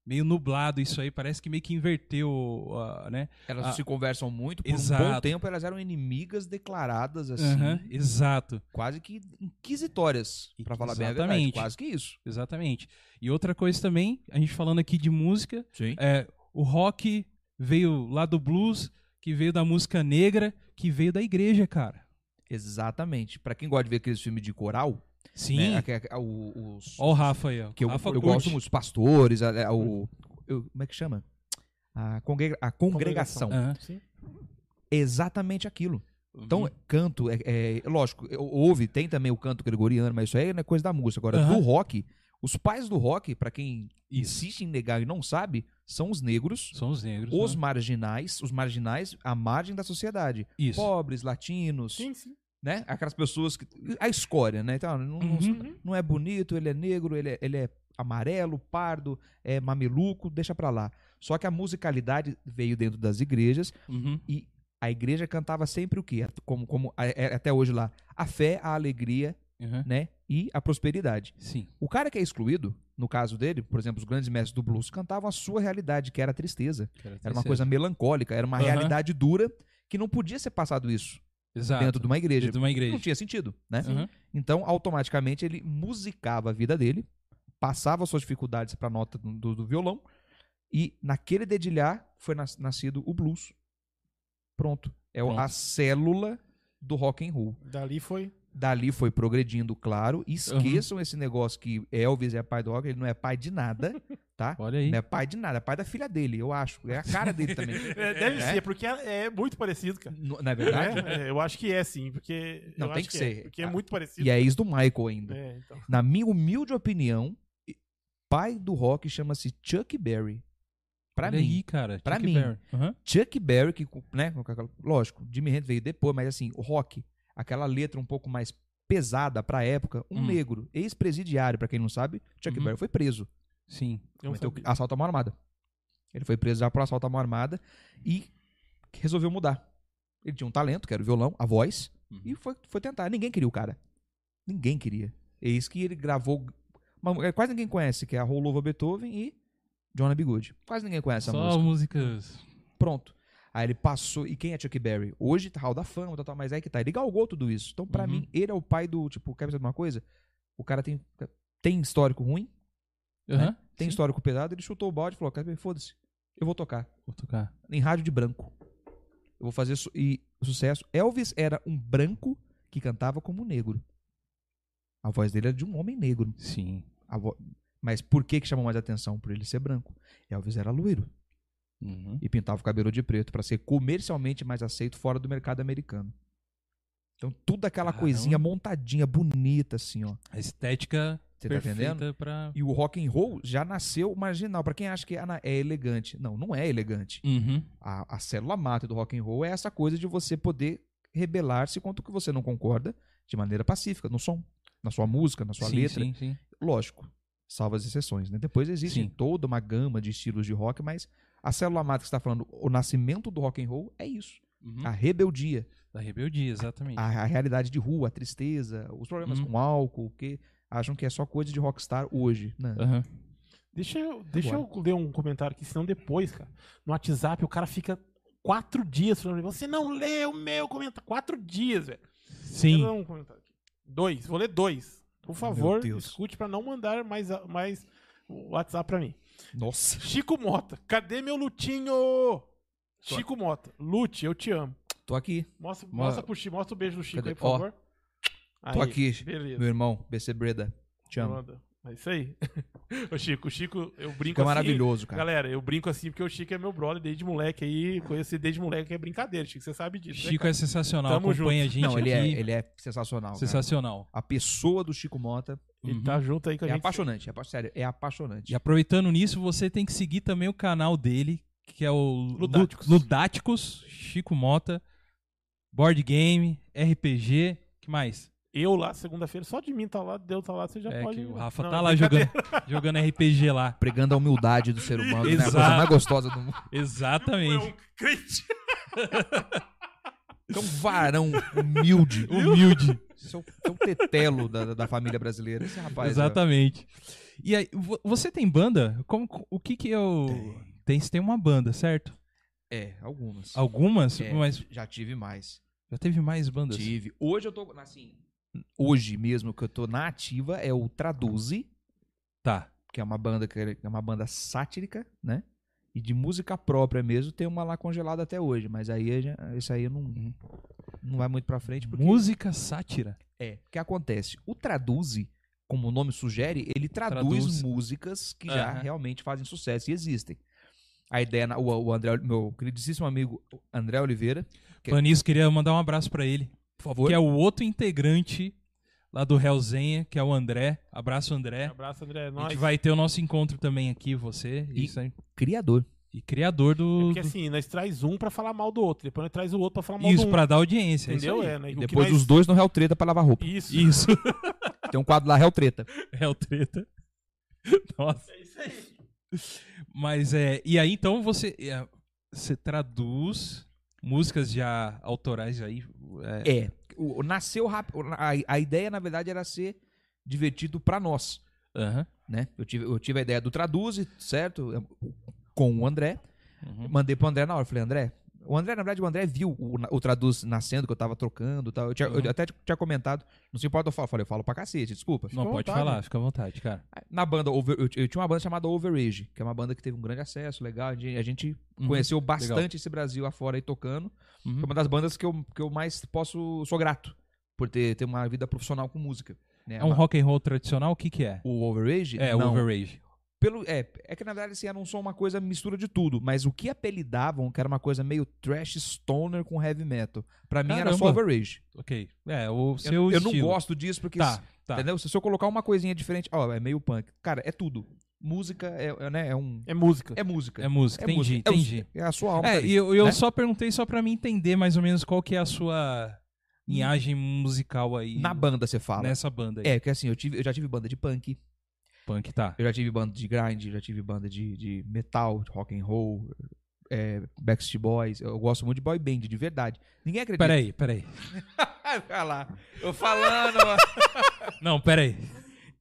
S1: Meio nublado isso aí, parece que meio que inverteu, ah, né?
S4: Elas
S1: Ah,
S4: se conversam muito. Por um bom
S1: exato.
S4: tempo, elas eram inimigas declaradas, assim.
S1: Aham, exato.
S4: Quase que inquisitórias, pra falar bem a verdade.
S1: Exatamente.
S4: Quase que isso.
S1: Exatamente. E outra coisa também, a gente falando aqui de música,
S4: Sim.
S1: é, o rock veio lá do blues, que veio da música negra, que veio da igreja, cara.
S4: Né, Exatamente. Pra quem gosta de ver aqueles filmes de coral,
S1: Sim.
S4: né, aque- aque- o- os,
S1: Ó o Rafa aí, ó.
S4: que eu,
S1: Rafa Hum.
S4: eu
S1: curte.
S4: gosto muito, os pastores, a- a- o, eu- como é que chama? A, congrega- a congregação.
S1: Aham.
S2: Sim.
S4: Exatamente aquilo.
S1: Uhum.
S4: Então, canto, é, é- lógico, eu- houve, tem também o canto gregoriano, mas isso aí não é coisa da música. Agora,
S1: Aham.
S4: do rock, os pais do rock, pra quem
S1: Isso.
S4: insiste em negar e não sabe, são os negros,
S1: são os negros.
S4: os
S1: né?
S4: marginais, os marginais à margem da sociedade.
S1: Isso.
S4: Pobres, latinos,
S2: Sim, sim.
S4: né? Aquelas pessoas que. A escória, né? Então, não, não-
S1: Uhum.
S4: não é bonito, ele é negro, ele é, ele é amarelo, pardo, é mameluco, deixa pra lá. Só que a musicalidade veio dentro das igrejas.
S1: Uhum.
S4: A igreja cantava sempre o quê? Como, como a- é- até hoje lá. A fé, a alegria,
S1: Uhum.
S4: né? E a prosperidade.
S1: Sim.
S4: O cara que é excluído, no caso dele, por exemplo, os grandes mestres do blues cantavam a sua realidade, que era a tristeza. Era uma coisa melancólica, era uma
S1: Aham.
S4: realidade dura que não podia ser passado isso
S1: Exato.
S4: dentro de uma igreja.
S1: Dentro de uma
S4: Não
S1: igreja.
S4: tinha sentido, né?
S1: Aham.
S4: Então, automaticamente, ele musicava a vida dele, passava suas dificuldades para nota do, do violão, e naquele dedilhar foi nas- nascido o blues. Pronto. É o-
S1: Pronto.
S4: a célula do rock and roll.
S2: Dali foi.
S4: Dali foi progredindo, claro. Esqueçam esse negócio que Elvis é pai do rock, ele não é pai de nada, tá?
S1: Olha aí.
S4: Não é pai de nada, é pai da filha dele, eu acho. É a cara dele também.
S2: É, deve
S4: É?
S2: ser, porque é, é muito parecido, cara.
S4: Não não é verdade?
S2: É, é, eu acho que é, sim. Porque.
S4: Não,
S2: eu
S4: tem
S2: acho
S4: que
S2: é,
S4: ser.
S2: porque é
S4: Ah,
S2: muito parecido.
S4: E é ex do Michael ainda.
S2: É, então.
S4: Na minha humilde opinião, e- pai do rock chama-se Chuck Berry. Pra
S1: Olha
S4: mim,
S1: aí, cara.
S4: Pra
S1: Chuck
S4: mim.
S1: Berry. Aham.
S4: Chuck Berry, que, com- né, com aquela- lógico, Jimmy Hendrix veio depois, mas assim, o rock, aquela letra um pouco mais pesada pra época, um
S1: Hum.
S4: negro, ex-presidiário, pra quem não sabe, Chuck
S1: Uhum.
S4: Berry foi preso.
S1: Sim. é
S2: Não
S4: cometeu
S2: sabia.
S4: assalto à mão armada. Ele foi preso já por assalto à mão armada e resolveu mudar. Ele tinha um talento, que era o violão, a voz, e foi, foi tentar. Ninguém queria o cara. Ninguém queria. Eis que ele gravou. uma- é, quase ninguém conhece, que é a Roll Over Beethoven e John B. Good. Quase ninguém conhece a
S1: Só
S4: música.
S1: músicas.
S4: Pronto. Aí ele passou. E quem é Chuck Berry? Hoje tá Hall da Fama, tal, tal, mas aí que tá. Ele galgou tudo isso. Então, pra
S1: Uhum.
S4: mim, ele é o pai do. Tipo, quer saber de uma coisa? O cara tem, tem histórico ruim,
S1: Aham.
S4: Né? tem
S1: Sim.
S4: histórico pesado, ele chutou o balde e falou: quer saber? Foda-se, eu vou tocar.
S1: Vou tocar.
S4: Em rádio de branco. Eu vou fazer su e sucesso. Elvis era um branco que cantava como um negro. A voz dele era de um homem negro.
S1: Sim.
S4: A vo- Mas por que, que chamou mais atenção? Por ele ser branco. Elvis era loiro
S1: Uhum.
S4: e pintava o cabelo de preto para ser comercialmente mais aceito fora do mercado americano. Então, tudo aquela
S1: Caramba.
S4: coisinha montadinha, bonita, assim, ó.
S1: A estética
S4: Você tá
S1: perfeita
S4: entendendo?
S1: pra.
S4: E o rock and roll já nasceu marginal. Para quem acha que ah, não, é elegante. Não, não é elegante.
S1: Uhum.
S4: A, a célula mata do rock and roll é essa coisa de você poder rebelar-se contra o que você não concorda de maneira pacífica, no som, na sua música, na sua
S1: sim,
S4: letra.
S1: sim, sim.
S4: Lógico, salvo as exceções, né? Depois existe
S1: Sim.
S4: toda uma gama de estilos de rock, mas a célula mata que você está falando, o nascimento do rock and roll é isso.
S1: Uhum.
S4: A rebeldia,
S1: Da rebeldia, exatamente.
S4: a, a realidade de rua, a tristeza, os problemas
S1: Uhum.
S4: com álcool, que acham que é só coisa de rockstar hoje. Não.
S1: Aham.
S2: Deixa
S4: Tá
S2: eu, deixa eu ler um comentário aqui, senão depois, cara, no WhatsApp o cara fica quatro dias falando, você não leu o meu comentário. Quatro dias, velho. Deixa
S1: Sim.
S2: eu ler um comentário aqui. Dois, vou ler dois. Por
S4: Meu
S2: favor,
S4: Deus.
S2: escute pra não mandar mais, a- mais o WhatsApp pra mim.
S4: Nossa.
S2: Chico Mota, cadê meu Lutinho? Chico Mota, Lute, eu te amo.
S4: Tô aqui,
S2: Mostra,
S1: Mo-
S2: mostra pro Chico, mostra o beijo do Chico
S4: Cadê?
S2: aí, por
S4: Ó.
S2: favor.
S4: tô
S2: Aí,
S4: aqui, meu
S2: Beleza.
S4: irmão, BC Breda. Te amo.
S2: manda. É isso aí. [laughs] Ô, Chico, o Chico, eu brinco
S4: Fica
S2: assim,
S4: maravilhoso, cara.
S2: Galera, eu brinco assim porque o Chico é meu brother desde moleque aí. Conheci desde moleque que é brincadeira, Chico. Você sabe disso. né,
S1: Chico é sensacional.
S2: Tamo
S1: Acompanha a gente
S4: Não, ele é,
S1: aqui.
S4: ele é sensacional. cara.
S1: sensacional.
S4: A pessoa do Chico Mota
S2: cara? Ele
S1: Uhum.
S2: tá junto aí com a
S4: é
S2: gente.
S4: apaixonante, é apa- sério, é apaixonante.
S1: E aproveitando nisso, você tem que seguir também o canal dele, que é o
S2: Ludáticos.
S1: Lu- Ludáticos, Chico Mota, Board Game, RPG, que mais?
S2: Eu lá, segunda-feira, só de mim tá lá, Deus tá lá, você já
S1: é
S2: pode.
S1: que o Rafa
S2: Não,
S1: tá lá jogando, jogando RPG lá.
S4: Pregando a humildade do ser humano, né? A coisa
S1: Exato.
S4: mais gostosa do mundo.
S1: Exatamente.
S2: crente.
S4: Você é um varão
S1: [laughs]
S4: humilde.
S1: Humilde.
S4: Você é um- você é um tetelo da, da- da família brasileira. Esse rapaz. é
S1: Exatamente. E aí, vo- você tem banda? Como, o que que eu... Tem, você tem uma banda, certo?
S4: ó. É, algumas.
S1: Algumas,
S4: É,
S1: mas
S4: Já tive mais.
S1: já teve mais bandas.
S4: Tive. Hoje eu tô. Assim, hoje mesmo que eu tô na ativa é o Traduze,
S1: Tá.
S4: que é uma banda que é uma banda sátrica, né? E de música própria mesmo, tem uma lá congelada até hoje. Mas aí já- isso aí não, não vai muito pra frente. Porque,
S1: Uhum. Música sátira.
S4: É, o que acontece? O Traduze, como o nome sugere, ele traduz,
S1: Traduz.
S4: músicas que já
S1: Aham.
S4: realmente fazem sucesso e existem. A ideia, na- o, o André, meu queridíssimo amigo André Oliveira, Que-
S1: Panis, queria mandar um abraço pra ele.
S4: por favor.
S1: Que é o outro integrante lá do Hellzenha, que é o André. Abraço, André.
S2: Abraço, André. É
S1: A
S2: nóis.
S1: gente vai ter o nosso encontro também aqui, você.
S4: E-
S1: Isso aí.
S4: criador.
S1: E criador
S2: É
S1: do.
S2: porque
S1: do-
S2: assim, nós traz um pra falar mal do outro, depois nós traz o outro pra falar mal
S1: isso,
S2: do um.
S1: pra dar audiência. é
S2: Entendeu?
S1: Isso aí.
S2: É, né?
S4: E
S2: O que
S4: depois
S2: nós-
S4: os dois no Real Treta pra lavar roupa.
S2: Isso.
S1: Isso, [laughs]
S4: Tem um quadro lá, Real Treta.
S1: é o treta. [laughs] Nossa. É isso aí. Mas é. E aí, então, você. é, você traduz músicas já autorais aí. é,
S4: É. O, o- nasceu rápido. A, a ideia, na verdade, era ser divertido pra nós.
S1: aham,
S4: Né? Eu, tive, eu tive a ideia do Traduze, certo? Eu- Com o André.
S1: uhum.
S4: Mandei pro André na hora. Falei, André. O André, na verdade, o André viu o, o Traduz nascendo, que eu tava trocando e tal. Eu, tinha- eu
S1: Uhum.
S4: até tinha comentado. Não se importa, eu falo. Falei, eu falo pra cacete, desculpa.
S1: Não,
S2: à
S1: pode
S2: vontade.
S1: falar, fica à vontade, cara.
S4: Na banda, Over- eu, eu tinha uma banda chamada Overage, que é uma banda que teve um grande acesso, legal. A gente, a gente
S1: Uhum,
S4: conheceu bastante esse Brasil afora aí tocando.
S1: Uhum.
S4: Foi uma das bandas que eu, que eu mais posso. Sou grato por ter, ter uma vida profissional com música. né?
S1: É um rock and roll tradicional, o que que é?
S4: O Overage?
S1: É,
S4: não.
S1: Overage.
S4: Pelo, é, é que na verdade assim, era um som uma coisa mistura de tudo, mas o que apelidavam que era uma coisa meio trash stoner com heavy metal. Pra mim era só
S1: Caramba.
S4: Overage.
S1: Ok. É, o
S4: Eu,
S1: seu
S4: eu
S1: estilo.
S4: não gosto disso porque.
S1: Tá, tá.
S4: Entendeu? Se eu colocar uma coisinha diferente, ó, é meio punk. Cara, é tudo. Música é, é, né, é um.
S2: É música.
S4: É música.
S1: É música, entendi,
S4: música. É o-
S1: entendi.
S4: É, a sua alma. tá
S1: É,
S4: ali.
S1: e eu, eu
S4: né?
S1: só perguntei só pra mim entender mais ou menos qual que é a sua linhagem musical aí
S4: Hum. Na banda você fala.
S1: nessa banda aí.
S4: É, porque assim, eu, tive, eu já tive banda de punk,
S1: Punk, tá.
S4: eu já tive banda de grind, eu já tive banda de, de metal, de rock and roll, é, Backstreet Boys. Eu gosto muito de boy band, de verdade. Ninguém acredita.
S1: Peraí, peraí.
S4: Olha lá. Eu falando.
S1: Não,
S4: [laughs]
S1: peraí.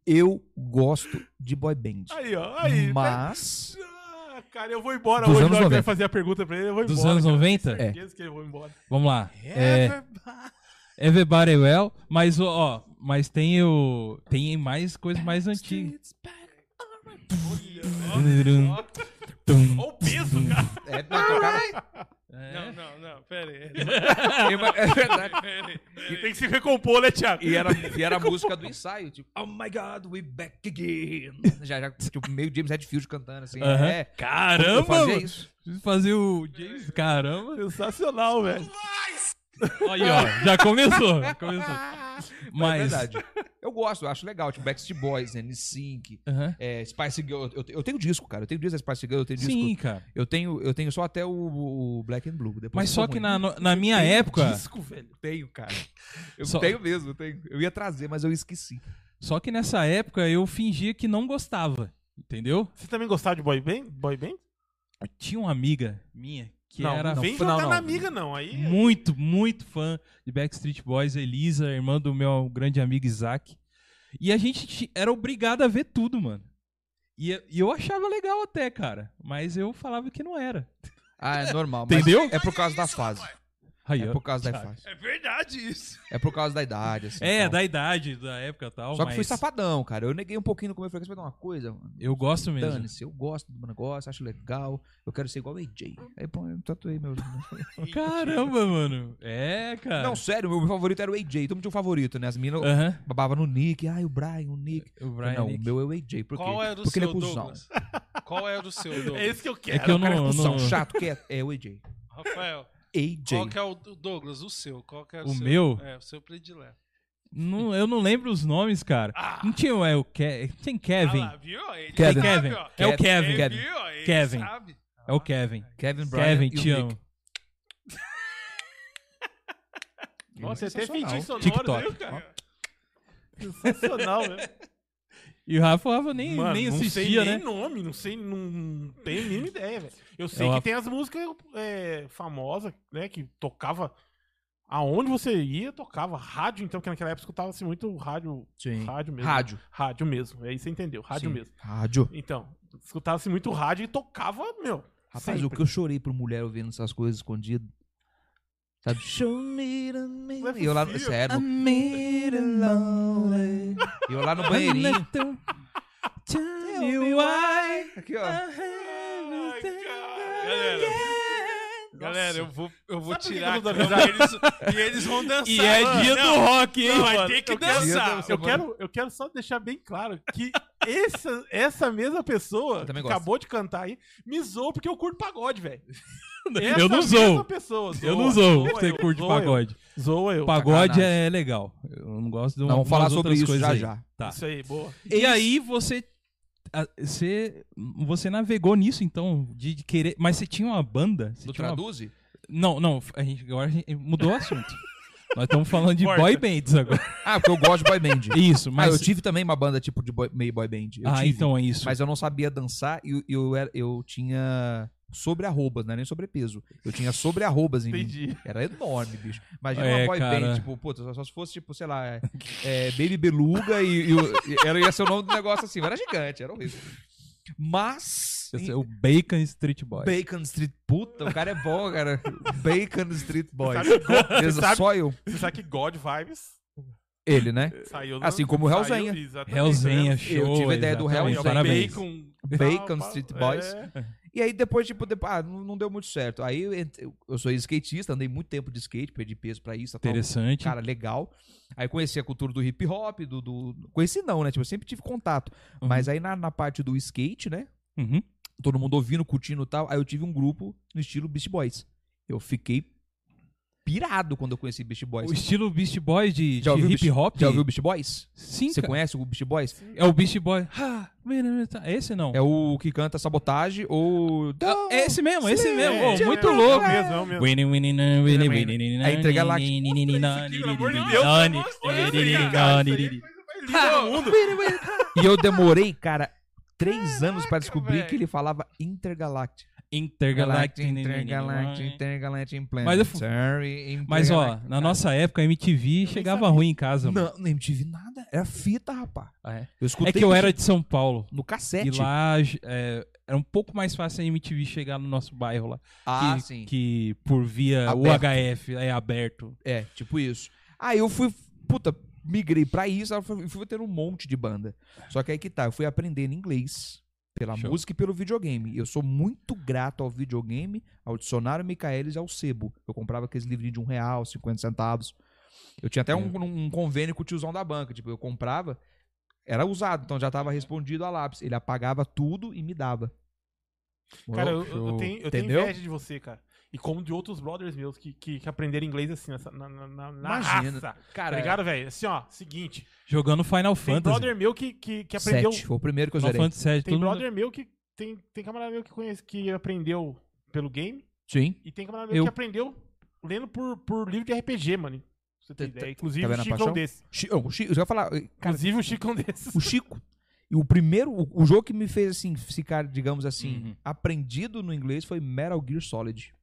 S4: eu gosto de boy band. né?
S2: Aí, né? ó. Aí.
S4: É. mas
S2: Ah, Cara, eu vou embora
S1: Dos
S2: hoje.
S1: anos
S2: Na hora que
S1: 90.
S2: vai fazer a pergunta pra ele, eu vou
S1: Dos
S2: embora.
S1: anos
S2: cara.
S1: 90?
S2: Eu
S4: É.
S2: tenho certeza que eu vou embora.
S1: Vamos lá.
S2: É,
S1: É, Everybody Well, mas ó, mas tem o tem mais coisas mais antigas. Tum.
S2: Olha o peso,
S1: Uhum.
S2: cara.
S4: É, não, tocava-
S1: É?
S3: Não, não, não, pera aí.
S4: é verdade.
S3: Pera aí.
S2: Tem que se recompor, né, Thiago?
S4: E era, e era a música do ensaio, tipo, Oh my God, we back again. Já, já, tipo, meio James Hetfield cantando assim.
S1: Aham.
S4: É, eu
S1: Caramba!
S4: fazia
S1: mano.
S4: isso.
S1: Fazer o James, caramba.
S2: Sensacional, velho.
S1: Aí, ó, já começou, já começou.
S4: É
S1: Mas
S4: verdade. Eu gosto, eu acho legal. Tipo, Backstreet Boys, NSYNC,
S1: Aham.
S4: é, Spice Girl. Eu, eu tenho disco, cara. Eu tenho disco da Spice Girl, eu tenho disco.
S1: Sim, cara.
S4: Eu tenho, eu tenho só até o, o Black and Blue. Depois
S1: Mas
S4: ficou
S1: só que
S4: ruim.
S1: na, no- na minha época,
S4: Disco, velho. Tenho, cara. Eu
S1: Só-
S4: tenho mesmo, eu tenho. Eu ia trazer, mas eu esqueci.
S1: só que nessa época eu fingia que não gostava, entendeu?
S2: Você também gostava de boy band? Boy band?
S1: Eu tinha uma amiga minha que
S2: não,
S1: era
S2: não vem
S1: fã-
S2: jogar
S1: não,
S2: na
S1: não.
S2: amiga, não. Aí
S1: muito, muito fã de Backstreet Boys, Elisa, irmã do meu grande amigo Isaac. E a gente ti- era obrigado a ver tudo, mano. E eu- e eu achava legal até, cara. Mas eu falava que não era.
S4: Ah, é normal. mas
S1: Entendeu?
S4: É por causa da fase.
S1: Aí,
S4: É
S1: ó.
S4: por causa da
S1: Sabe?
S4: fase.
S3: É verdade isso.
S4: É por causa da idade, assim.
S1: É,
S4: tal.
S1: da idade, da época e tal.
S4: Só que
S1: mas
S4: fui safadão, cara. Eu neguei um pouquinho no começo. Falei, quer saber de uma coisa, mano?
S1: Eu gosto mesmo.
S4: Dane-se, eu gosto do negócio, acho legal. Eu quero ser igual o AJ. Aí, pô, eu tatuei meu.
S1: Caramba, mano. [laughs] É, cara.
S4: Não, sério, meu favorito era o AJ. Todo mundo tinha um favorito, né? As meninas
S1: Aham.
S4: babavam no Nick. Ai, o Brian, o Nick.
S1: O Brian
S4: não,
S1: Nick.
S4: o meu é o AJ. Por quê?
S3: Qual era o
S4: Porque ele é
S3: seu,
S4: cuzão.
S3: Douglas? Qual era o seu,
S2: é
S3: Douglas?
S2: isso que eu
S1: É
S2: quero.
S1: que eu
S4: O cara é
S1: não.
S4: cuzão,
S1: não...
S4: chato, que é, é o AJ.
S3: Rafael, qual
S4: AJ.
S3: que é o do- Douglas? O seu. Qual que era
S1: O
S3: seu?
S1: meu?
S3: É, o seu predileto.
S1: não- eu não lembro os nomes, cara.
S3: Ah,
S1: Não tinha o. É, o Ke... Tem
S3: ah
S1: Kevin.
S3: lá, viu? Ele
S1: Kevin.
S3: sabe, ó.
S1: É o Kevin.
S3: Ele
S4: Kevin.
S3: viu, ó, ele
S1: Kevin.
S3: sabe.
S1: É o Kevin.
S4: Kevin Brian.
S1: Kevin,
S4: e o
S1: te amo.
S4: Nick.
S2: Nossa, você até
S4: Sensacional.
S2: fingiu sonoro,
S1: TikTok.
S2: viu, cara? Sensacional, velho.
S1: E o Rafa, o Rafa [laughs] nem,
S2: Mano,
S1: nem
S2: não
S1: assistia,
S2: sei
S1: né?
S2: nem nome, não sei, não tenho a mínima ideia, velho. Eu sei
S1: É
S2: que
S1: uma-
S2: tem as músicas é, famosas, né, que tocava aonde você ia, tocava rádio, então, que naquela época escutava-se muito rádio,
S4: Sim.
S2: rádio mesmo. né?
S4: Rádio.
S2: Rádio mesmo, aí você entendeu, rádio
S4: Sim.
S2: mesmo.
S4: Rádio.
S2: Então, escutava-se muito rádio e tocava, meu,
S4: Rapaz, o
S2: sempre.
S4: que eu chorei por mulher ouvindo essas coisas escondido. Sabe? Show me the
S2: Não é
S4: E eu lá no.
S2: possível.
S4: Sério.
S1: made a lonely.
S4: E eu lá no banheirinho.
S1: é Tell me why.
S4: Aqui, ó.
S2: Ai, cara.
S3: Galera, galera, eu vou, eu vou
S2: Sabe por que
S3: tirar
S2: eu tô
S3: a câmera, eles- e eles vão dançar.
S1: E é dia do rock, hein?
S3: Não, vai ter que
S2: Eu quero-
S3: dançar.
S2: Eu quero, eu quero só deixar bem claro
S4: [laughs]
S2: que essa, essa mesma pessoa
S4: Eu
S2: que
S4: também gosto.
S2: acabou de cantar aí me zoou porque eu curto pagode,
S4: [laughs]
S2: velho.
S1: eu não sou. Eu não sou.
S2: Zoa
S1: Você
S2: eu,
S1: curte
S2: zoa
S1: pagode.
S2: eu, Zoa eu.
S1: Pagode
S4: sacanagem.
S1: é legal. Eu não gosto de
S4: Não, vamos
S1: umas
S4: falar sobre
S1: outras
S4: isso
S1: coisas
S4: já
S1: aí.
S4: já.
S1: Tá.
S2: Isso aí, boa.
S1: E aí você a- você você navegou nisso então de, de querer, mas você tinha uma banda? Você
S4: Tu
S1: tinha uma-
S4: traduze?
S1: Não, não, a gente agora a gente mudou o
S4: [laughs]
S1: assunto. Nós estamos falando de
S2: Corta.
S1: boy bands agora.
S4: Ah, porque eu gosto de boy band.
S1: [laughs] Isso,
S4: Mas
S1: mas
S4: Ah, eu tive também uma banda tipo de boy- meio boy band. Eu
S1: Ah,
S4: tive,
S1: então é isso.
S4: Mas eu não sabia dançar e eu, eu, era- eu tinha sobre arrobas, não era nem sobrepeso. Eu tinha sobre arrobas em mim.
S2: Entendi.
S4: Era enorme, bicho. Imagina
S1: É,
S4: uma boy
S1: cara.
S4: band, tipo, puta, só, só se fosse, tipo, sei lá, é, é, Baby Beluga e, e, o- e era, ia ser o nome do negócio assim. mas Era gigante, era horrível. Mas.
S1: Esse é o Bacon Street Boy.
S4: Bacon Street, puta, o cara é bom, cara. Bacon Street Boy.
S2: Sabe, God-
S4: Beleza,
S2: sabe-
S4: Só eu.
S2: Você sabe que God Vibes
S4: Ele, né?
S2: saiu
S4: Assim como o
S2: saiu-
S4: Hellzenha.
S2: exatamente,
S1: Hellzenha,
S2: né?
S1: show.
S4: Eu tive a ideia do
S1: exatamente,
S2: É
S4: Hellzenha.
S2: o
S1: Parabéns.
S2: Bacon,
S4: Bacon
S2: tal,
S4: Street
S2: pá,
S4: Boys.
S2: é.
S4: E aí depois, tipo, depo- ah, não, não deu muito certo. Aí eu, ent- eu- eu sou skatista, andei muito tempo de skate, perdi peso pra isso. tal.
S1: Interessante.
S4: Cara, legal. Aí conheci a cultura do hip hop, do, do- Conheci não, né? Tipo, eu sempre tive contato.
S1: Uhum.
S4: Mas aí na, na parte do skate, né?
S1: Uhum.
S4: Todo mundo ouvindo, curtindo e tal. Aí eu tive um grupo no estilo Beast Boys. Eu fiquei pirado quando eu conheci Beast Boys.
S1: O estilo Beast Boy de,
S4: Já ouviu
S1: de hip
S4: Beast-
S1: hop?
S4: Já ouviu Beast Boys?
S1: Sim,
S4: Você
S1: cara.
S4: conhece o Beast Boys?
S1: É o Beast Boy. Ah, é esse não.
S4: É o que canta Sabotagem ou.
S1: Ah, é esse mesmo, é esse
S4: Sim,
S1: mesmo.
S2: é,
S1: Oh, muito
S2: é,
S1: louco.
S2: É o mesmo, é o mesmo.
S1: Winnie, winnie, nan, winnie, winnie, winnie, nan,
S4: Aí entrega lá,
S1: ninini, ninini, nan,
S2: pelo amor de
S1: ninini,
S2: Deus,
S1: nan,
S2: eu gostei,
S1: ninini,
S2: eu gostei,
S1: nan,
S2: cara, isso aí
S1: ninini.
S4: é um E eu demorei, cara, três anos pra descobrir que ele falava Intergalactic.
S1: Intergalactic.
S4: Intergalactic,
S1: ninini, nan.
S4: Intergalactic Planet.
S1: Mas eu fu-
S4: Sorry,
S1: Mas ó,
S4: Intergalactic.
S1: na nossa época, a MTV chegava ruim em casa. mano.
S4: Não, nem tive nada. Era fita, rapaz.
S6: Ah, é?
S4: Eu escutei
S6: É que eu
S4: isso
S6: era de São Paulo.
S4: no
S6: E
S4: cassete.
S6: lá é, era um pouco mais fácil a MTV chegar no nosso bairro lá.
S4: ah,
S6: que,
S4: sim.
S6: que por via
S4: Aberto.
S6: UHF é aberto.
S4: É, tipo isso. Aí eu fui, puta, migrei pra isso, eu fui, fui ter um monte de banda. Só que aí que tá, eu fui aprendendo inglês pela
S6: Show.
S4: música e pelo videogame. Eu sou muito grato ao videogame, ao dicionário Michaelis e ao sebo. Eu comprava aqueles livrinhos de um real, 50 centavos. Eu tinha até um, um convênio com o tiozão da banca. Tipo, eu comprava, era usado, então já tava respondido a lápis. Ele apagava tudo e me dava.
S2: [laughs] Cara, eu,
S4: Morou?
S2: eu, eu tenho, eu tenho
S4: Entendeu?
S2: inveja de você, cara. E como de outros brothers meus que, que, que aprenderam inglês assim, nessa, na, na, na, na
S4: Imagina.
S2: raça.
S4: Cara,
S2: Tá ligado, velho? Assim, ó, seguinte.
S6: Jogando Final
S2: Tem
S6: Fantasy.
S2: brother meu que, que, que aprendeu.
S4: sete, foi o primeiro que eu
S6: Final
S4: zerei.
S6: Fantasy VII,
S2: Tem
S6: todo mundo-
S2: brother meu que. Tem, tem camarada meu que conhece que aprendeu pelo game.
S4: Sim.
S2: E tem camarada meu
S4: Eu.
S2: que aprendeu lendo por, por livro de RPG, mano. Pra Você tem
S4: Tá-
S2: ideia.
S4: tá-
S2: Inclusive,
S4: tá vendo
S2: o
S4: a
S2: Chico é um
S4: paixão?
S2: desses.
S4: Chi- eu- Chi- eu já ia falar, cara,
S2: Inclusive, o Chico é um desses.
S4: o Chico. E o primeiro, o, o jogo que me fez assim ficar, digamos assim,
S6: Uhum.
S4: aprendido no inglês foi Metal Gear Solid.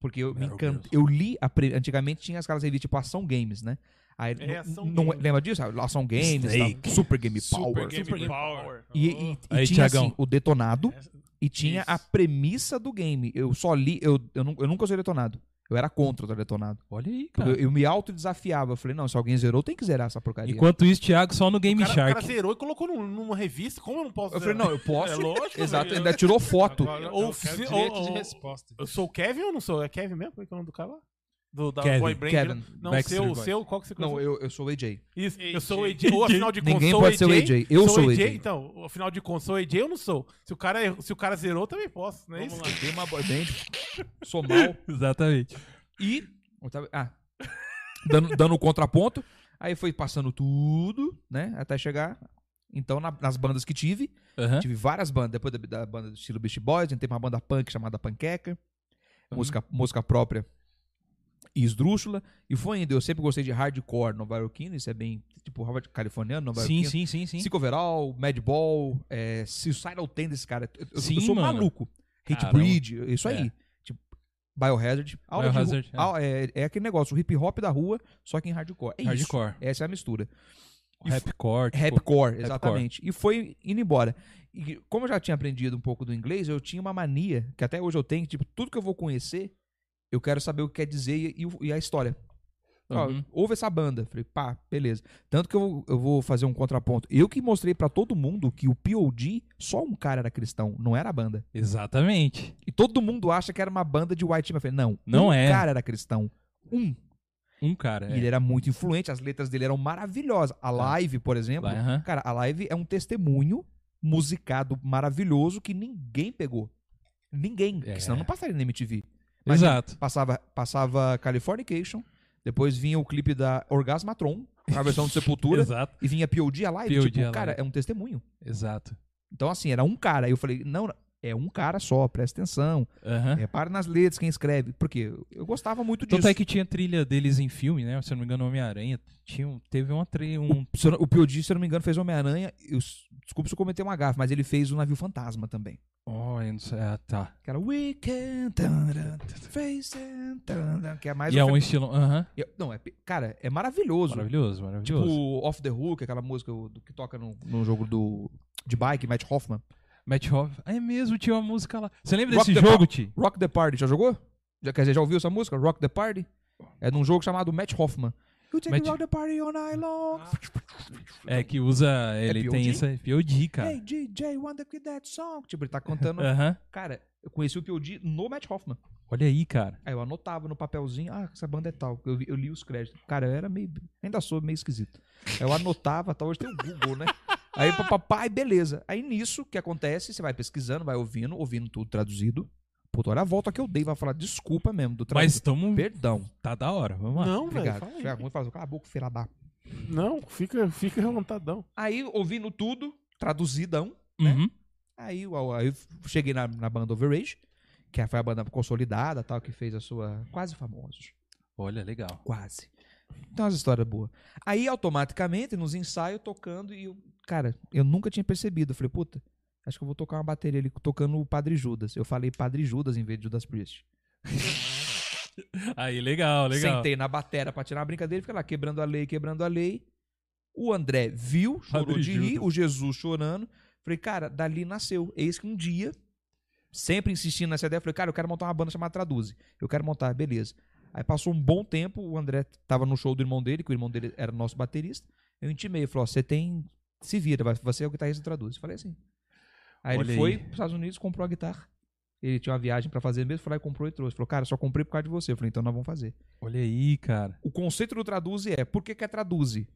S4: Porque eu me
S6: Metal Gear
S4: encantei. Eu li, apre- antigamente tinha aquelas revistas tipo Ação Games, né? Aí,
S2: É,
S4: n-
S2: Ação
S4: n- não-
S2: Games.
S4: Lembra disso? Ação Games,
S6: Snake.
S4: tal, Super Game Power.
S3: Super Game, Power.
S4: E, e- e
S6: Aí,
S4: tinha
S6: Thiagão.
S4: assim, o detonado e tinha a
S3: Isso.
S4: premissa do game. Eu só li, eu, eu, nu- eu nunca usei detonado. Eu era contra o detonado.
S6: Olha aí,
S1: Tá.
S4: Porque
S6: cara.
S4: Eu, eu me autodesafiava. Eu falei, não, se alguém zerou, tem que zerar essa porcaria.
S6: Enquanto isso, Thiago só no
S2: O
S6: Game
S2: cara, o
S6: Shark.
S2: cara zerou e colocou num- numa revista. Como eu não posso
S4: Eu falei,
S2: zerar?
S4: não, eu posso.
S2: É lógico.
S4: [laughs] Exato,
S2: velho.
S4: ainda tirou foto.
S3: Agora, eu
S2: Ou
S3: quero
S2: se-
S3: direito
S2: ou-
S3: de
S2: ou-
S3: resposta.
S2: Eu sou o Kevin ou não sou? É Kevin mesmo? Como é que é o nome do cara lá? Do, da
S6: Kevin,
S2: Boy Brand.
S4: Kevin.
S2: né? Não,
S6: Backstreet
S2: seu,
S6: Boys.
S2: seu, qual que você conhece?
S4: Não, eu, eu sou o AJ.
S2: Isso, eu
S3: AJ.
S2: sou o AJ. Ou afinal de
S4: Ninguém
S2: contas, sou
S4: pode ser o AJ. Eu sou o AJ.
S2: Então, afinal de contas, sou o AJ, eu não sou. Se o cara, er- se o cara zerou, eu também posso, não é
S3: Vamos
S2: isso?
S3: lá.
S4: Tem uma boy band. Sou mal.
S6: [laughs] Exatamente.
S4: E. eu tava- Ah. Dando, dando o contraponto. Aí foi passando tudo, né? Até chegar. Então, na- nas bandas que tive,
S6: Aham.
S4: tive várias bandas. Depois da, da banda do estilo Beast Boys, a gente teve uma banda punk chamada Panqueca,
S6: Hum.
S4: música, música própria e esdrúxula. E foi indo. Eu sempre gostei de hardcore nova-iorquino, isso é bem tipo hard- californiano,
S6: Sim,
S4: nova-iorquino.
S6: sim, sim, sim.
S4: Sick Overall, Madball, é, Suicidal Tendency, cara. Eu, eu- eu
S6: Sim,
S4: sou
S6: mano.
S4: maluco. Hate
S6: Caramba. É.
S4: Breed, isso aí. Tipo, Biohazard. Aula de ru-
S6: Biohazard, é.
S4: au- é. é aquele negócio, o hip hop da rua, só que em hardcore. É
S6: Hardcore. Tipo,
S4: isso. Essa é a mistura. E
S6: Rapcore. tipo-
S4: Rapcore, exatamente. E foi indo embora. E como eu já tinha aprendido um pouco do inglês, eu tinha uma mania, que até hoje eu tenho, que, tipo, tudo que eu vou conhecer, eu quero saber o que quer dizer e, e o- e a história. Ó,
S6: Uhum.
S4: ouve essa banda. Falei, pá, beleza. Tanto que eu, eu vou fazer um contraponto. Eu que mostrei pra todo mundo que o POD, só um cara era cristão, não era a banda.
S6: Exatamente.
S4: E todo mundo acha que era uma banda de white team. Eu falei, não,
S6: Não
S4: um
S6: é.
S4: cara era cristão. Um.
S6: Um cara.
S4: E é ele era muito influente, as letras dele eram maravilhosas. A live, por exemplo,
S6: Lá, Tá. aham.
S4: cara, a live é um testemunho musicado maravilhoso que ninguém pegou. Ninguém.
S6: É.
S4: Porque senão não passaria na MTV. Mas
S6: Exato.
S4: Passava, passava Californication, depois vinha o clipe da Orgasmatron, a versão [laughs] de Sepultura,
S6: Exato.
S4: e vinha POD a live.
S6: POD
S4: tipo,
S6: a
S4: cara,
S6: live.
S4: é um testemunho.
S6: Exato.
S4: Então, assim, era um cara. Aí eu falei, não, é um cara só, presta atenção.
S6: Aham.
S4: Repara nas letras, quem escreve. Porque eu gostava muito disso.
S6: Tanto é que tinha trilha deles em filme, né? Se eu não me engano, Homem-Aranha. Tinha um- teve uma trilha. Um...
S4: Se eu não- O POD, se eu não me engano, fez Homem-Aranha. Eu- Desculpa se eu cometer uma gafe, mas ele fez o Navio Fantasma também.
S6: Oh, eu não sei. Ah, tá.
S4: Que era We can tarara, face and tarara, que é mais
S6: e é
S4: um
S6: um
S4: fe-
S6: estilo. Aham.
S4: E- Não, é, pe- cara, é maravilhoso.
S6: Maravilhoso,
S4: Tipo
S6: maravilhoso.
S4: Off the Hook, aquela música do- que toca no, no jogo do de bike, Matt Hoffman.
S6: Matt Hoff. É mesmo, tinha uma música lá. Você lembra
S4: Rock
S6: desse
S4: the
S6: jogo, Ti?
S4: Rock the Party, já jogou? Já, quer dizer, já ouviu essa música? Rock the Party? É de um jogo chamado Matt Hoffman. You take
S6: Matt-
S4: rock the party all night long.
S6: É, que usa. Ele
S4: POD?
S6: tem essa. é POD, cara.
S4: Hey, DJ, wanna quit that song? Tipo, ele tá [laughs] cantando.
S6: Aham.
S4: Cara, eu conheci o P.O.D. no Matt Hoffman.
S6: Olha aí, cara.
S4: Aí eu anotava no papelzinho, ah, essa banda é tal. Eu, vi- eu li os créditos. Cara, eu era meio. Ainda sou meio esquisito. Aí eu anotava, tal, hoje tem o Google, né? Aí papai, beleza. Aí nisso, o que acontece? Você vai pesquisando, vai ouvindo, ouvindo tudo traduzido. Puta, olha a volta que eu dei, vai falar desculpa mesmo do
S6: Mas
S4: traduzido.
S6: estamos.
S4: Perdão.
S6: Tá da hora. Vamos lá.
S2: Não, velho.
S4: Obrigado.
S2: fala aí.
S4: Chega muito e fala, cala a boca, filha da.
S2: Não, fica, fica remontadão.
S4: Aí, ouvindo tudo, traduzidão.
S6: Uhum.
S4: Aí, eu- aí eu cheguei na, na banda Overage, que foi a banda consolidada, tal, que fez a sua. Quase famosos.
S6: Olha, legal.
S4: Quase. Então, uma história boa. Aí, automaticamente, nos ensaios, tocando, e eu, cara, eu nunca tinha percebido. Eu falei, puta, acho que eu vou tocar uma bateria ali tocando o Padre Judas. Eu falei Padre Judas em vez de Judas Priest.
S6: Aí, legal, legal.
S4: Sentei na batera pra tirar uma brincadeira, fica lá quebrando a lei, quebrando a lei. O André viu, chorou
S1: Padre
S4: de rir,
S1: Gildo.
S4: o Jesus chorando. Falei, cara, dali nasceu. Eis que um dia, sempre insistindo nessa ideia, falei, cara, eu quero montar uma banda chamada Traduze. Eu quero montar, beleza. Aí passou um bom tempo, o André tava no show do irmão dele, que o irmão dele era nosso baterista. Eu intimei, falou, ó, você tem... Se vira, vai- você é o guitarrista do Traduze. Falei assim. Aí
S1: Olha
S4: ele
S1: aí.
S4: foi pros Estados Unidos, comprou a guitarra. Ele tinha uma viagem pra fazer mesmo, foi lá e comprou e trouxe. Falou, cara, só comprei por causa de você. Eu falei, então nós vamos fazer.
S1: Olha aí, cara.
S4: O conceito do Traduze é por que, que é Traduze?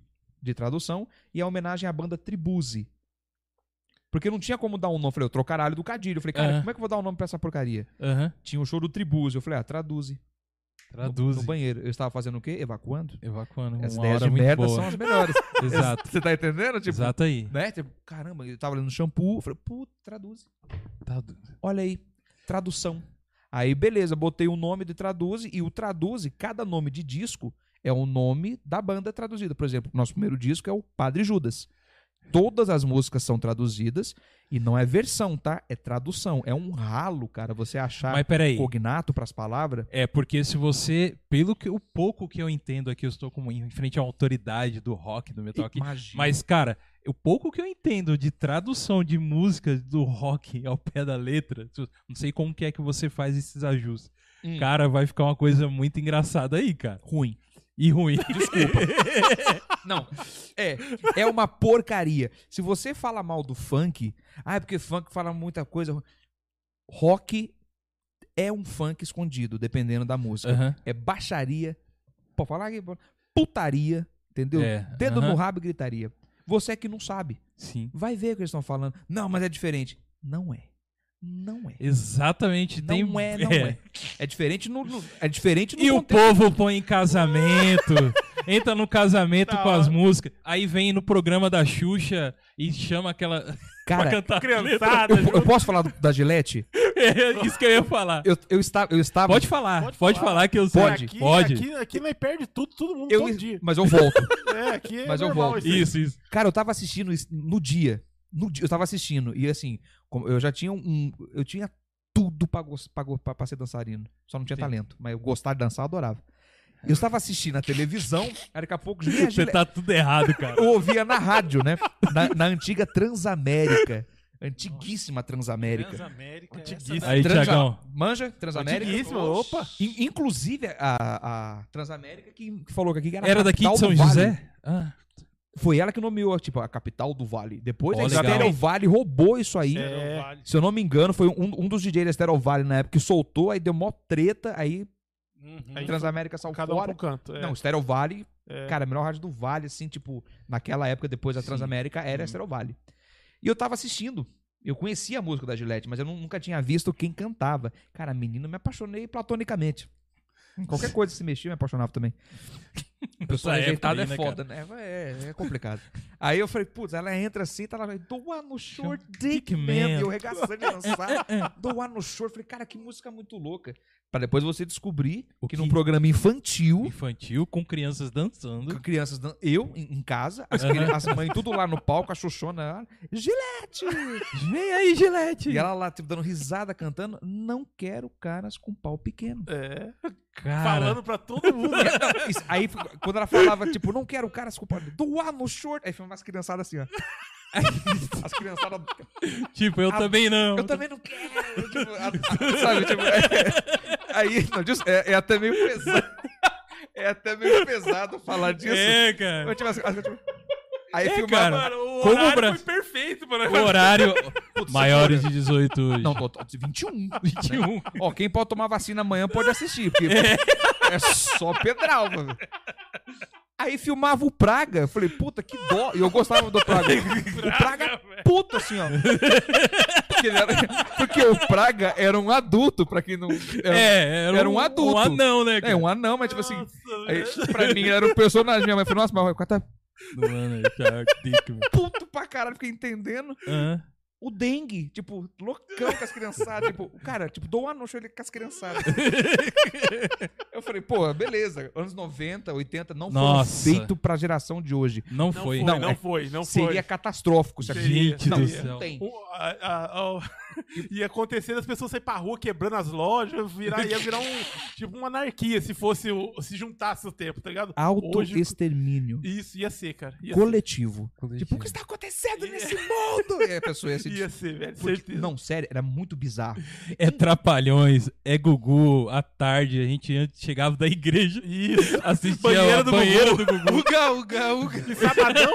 S4: De tradução, e a homenagem à banda Tribuze. Porque não tinha como dar um nome. Eu falei, eu trou caralho do Cadilho. Eu falei, cara,
S1: Aham.
S4: como é que eu vou dar um nome pra essa porcaria?
S1: Aham.
S4: Tinha o show do Tribuze. Eu falei, ah, traduze. No-
S1: Traduz.
S4: No, banheiro. Eu estava fazendo o quê? Evacuando?
S1: Evacuando.
S4: Essas
S1: uma
S4: ideias
S1: hora
S4: de
S1: muito
S4: merda
S1: boa.
S4: são as
S1: [laughs]
S4: melhores.
S1: Exato.
S4: Você tá entendendo? Tipo,
S1: Exato aí.
S4: né? Tipo, caramba, eu tava lendo shampoo. Eu falei, puta, traduze. Tá,
S1: Tradu-
S4: Olha aí, tradução. Aí, beleza, botei o nome de Traduze e o Traduze, cada nome de disco é o nome da banda traduzida. Por exemplo, nosso primeiro disco é o Padre Judas. Todas as músicas são traduzidas e não é versão, tá? É tradução. É um ralo, cara, você achar
S1: Mas peraí.
S4: cognato pras palavras.
S1: Tá. É, porque se você, pelo que o pouco que eu entendo aqui, eu estou como em frente à autoridade do rock, do metal aqui.
S4: Imagina.
S1: Mas, cara, o pouco que eu entendo de tradução de músicas do rock [laughs] ao pé da letra, se- não sei como que é que você faz esses ajustes.
S4: Hum.
S1: Cara, vai ficar uma coisa muito engraçada aí, cara.
S4: ruim.
S1: E
S4: [laughs]
S1: ruim.
S4: Não. É, é uma porcaria. Se você fala mal do funk, ah, é porque funk fala muita coisa. Rock é um funk escondido, dependendo da música.
S1: Aham.
S4: É baixaria, pode falar aqui, pode- putaria, entendeu?
S1: É,
S4: Dedo
S1: aham.
S4: no rabo e gritaria. Você é que não sabe,
S1: Sim.
S4: vai ver o que eles estão falando. Não, mas é diferente. Não é. Não é.
S1: Exatamente.
S4: Não
S1: tem... [laughs]
S4: é, não é. É diferente no, no- é diferente no
S1: E o
S4: contexto.
S1: povo põe em
S4: [laughs]
S1: casamento, entra no casamento com as músicas, aí vem no programa da Xuxa e chama aquela [laughs] pra
S4: Cara,
S1: cantar.
S2: Criançada,
S4: eu, eu posso falar do- da Gillette?
S1: [laughs] É isso que eu ia falar.
S4: Eu, eu estava eu estava
S1: Pode falar, pode,
S2: Pode
S1: falar. que eu sei.
S4: Pode,
S2: aqui,
S1: pode.
S2: Aqui, aqui nós perde tudo, todo mundo,
S4: eu,
S2: todo dia.
S4: mas eu volto.
S2: É, aqui é
S4: Mas eu
S2: normal
S4: volto.
S2: aí.
S1: Isso, isso.
S4: Cara, eu tava assistindo isso no dia. No dia, eu tava assistindo. E assim, como eu já tinha um. Eu tinha tudo pra, gos- pra, go- pra- pra ser dançarino. Só não tinha
S1: Sim.
S4: talento. Mas eu gostar de dançar, eu adorava. Eu estava assistindo a televisão, aí daqui a
S1: [laughs]
S4: pouco vinha a
S1: Você
S4: Gillette-
S1: tá tudo errado,
S4: [laughs]
S1: cara.
S4: eu ouvia na rádio, né? Na, na antiga Transamérica. Antiguíssima Transamérica.
S3: Transamérica. é
S2: Antiguíssimo.
S3: Essa
S1: Aí,
S4: Transa-
S1: Tiagão.
S4: Manja, Transamérica.
S2: Antiguíssimo, opa.
S4: In- inclusive a, a Transamérica que, que falou que aqui era, a
S1: Era daqui
S4: capital
S1: de São
S4: do Vale.
S1: José? Ah,
S4: Foi ela que nomeou, tipo, a capital do Vale. Depois
S1: Ó,
S4: a
S1: legal.
S4: Stereo Vale roubou isso aí.
S3: era o
S2: É.
S3: Vale.
S4: Se eu não me engano, foi um, um dos DJs da Stereo Vale na época que soltou, aí deu mó treta, aí
S3: Uhum.
S2: Aí
S4: Transamérica saiu
S2: Cada um
S4: fora.
S2: pro canto. é.
S4: Não, Stereo Vale,
S2: É.
S4: cara, a melhor rádio do Vale, assim, tipo, naquela época, depois da
S1: Sim.
S4: Transamérica, era a
S1: Sim.
S4: Stereo Vale. E eu tava assistindo. Eu conhecia a música da Gillette, mas eu nu- nunca tinha visto quem cantava. Cara, menino, eu me apaixonei platonicamente. Qualquer
S1: [laughs]
S4: coisa que se mexia, eu me apaixonava também. Pessoa
S1: Essa
S4: rejeitada é
S1: época aí, né,
S4: foda, né? É, é
S1: [laughs]
S4: complicado. Aí eu falei, putz, ela entra assim, tá lá, do ano short dick é
S1: Dick
S4: man.
S1: Man.
S4: E eu regaçando de dançar,
S1: [laughs]
S4: do ano short. Falei, cara, que música muito louca. Pra depois você descobrir
S1: O
S4: que
S1: que-
S4: num programa infantil,
S1: Infantil, com crianças dançando.
S4: [laughs] com crianças, dan- eu em em casa, as, cri- as mães tudo lá no palco, a Xoxona, lá, Gillette!
S1: Vem aí, Gillette.
S4: E ela lá, tipo, dando risada, cantando, não quero caras com
S1: [laughs]
S4: pau pequeno.
S2: É.
S1: Cara,
S2: Falando pra todo mundo.
S4: Isso, Aí, quando ela falava, tipo, não quero caras com pau doar no short. Aí foi umas criançadas assim, ó. [laughs] As criançadas.
S1: tipo, eu
S4: Ah,
S1: também não.
S4: Eu também não quero. Tipo, a- a- sabe, tipo. [laughs] é- aí, não, disso- é, é até meio pesado. É até meio pesado falar disso.
S1: É, cara.
S4: Eu, tipo, as- as- tipo, aí
S1: É,
S4: filmava.
S1: cara.
S2: Mano, o
S1: Como o
S2: horário
S1: Bra-
S2: foi perfeito, mano.
S1: O
S2: [laughs]
S1: horário
S6: [laughs]
S1: maiores de 18 hoje.
S4: Não, tô, tô, [laughs] 21.
S1: 21.
S4: Ó, quem pode tomar vacina amanhã pode assistir, porque é só pedral, mano. Aí filmava o Praga, eu falei, puta, que dó. E eu gostava do [laughs] Praga. O Praga puto, assim, ó. Porque, ele era- porque o Praga era um adulto, pra quem não... Era,
S1: É, era,
S4: Era um
S1: um,
S4: adulto.
S1: Um anão, né?
S4: é, um anão, mas tipo assim...
S2: Nossa,
S4: aí, pra mim era um personagem. Minha mãe falou, nossa, mas o cara tá
S1: Mano, Shark Dick, mano.
S4: puto pra caralho, fiquei entendendo.
S1: Hã?
S4: o dengue, tipo, loucão com as criançadas. tipo, o cara, tipo, dou um anúncio ele com as criançadas. eu falei, pô, beleza. Anos 90, 80 não foi
S1: Nossa.
S4: feito pra geração de hoje.
S1: Não,
S2: Não
S1: foi.
S2: foi,
S4: Não,
S2: não
S4: é-
S2: foi, não foi.
S4: Seria catastrófico se aquilo.
S1: Gente
S4: Não,
S1: do
S4: não
S1: céu.
S4: tem.
S2: O- a- a- a- [laughs] Ia acontecer as pessoas saírem pra rua quebrando as lojas, virar, ia virar um tipo uma anarquia se fosse o- se juntasse o tempo, tá ligado? Hoje-
S4: Autoextermínio.
S2: Isso, ia ser, cara. Ia ser.
S4: Coletivo. Tipo, o que está acontecendo
S2: Ia-
S4: nesse mundo? E a pessoa ia se
S2: Ia ser, velho,
S4: é Porque-
S2: certeza.
S4: não, sério, era muito bizarro.
S6: É Trapalhões, é Gugu, à tarde, a gente antes chegava da igreja e [laughs] assistia
S2: Banheira
S6: a
S2: do
S6: banheira
S2: Gugu.
S6: do Gugu.
S4: Uga, uga, uga.
S2: E sabadão?